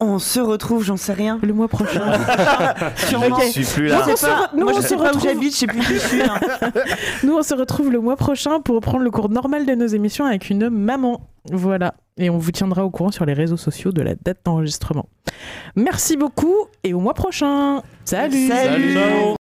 C: On se retrouve, j'en sais rien.
D: le mois prochain.
A: Je ne suis plus là.
D: Nous, on se, re- nous,
C: Moi,
D: on
C: je
D: se
C: sais pas où
D: retrouve,
C: j'habite, je sais plus qui je suis. hein.
D: nous, on se retrouve le mois prochain pour reprendre le cours normal de nos émissions avec une maman. Voilà. Et on vous tiendra au courant sur les réseaux sociaux de la date d'enregistrement. Merci beaucoup et au mois prochain. Salut.
C: Salut.
B: Ciao.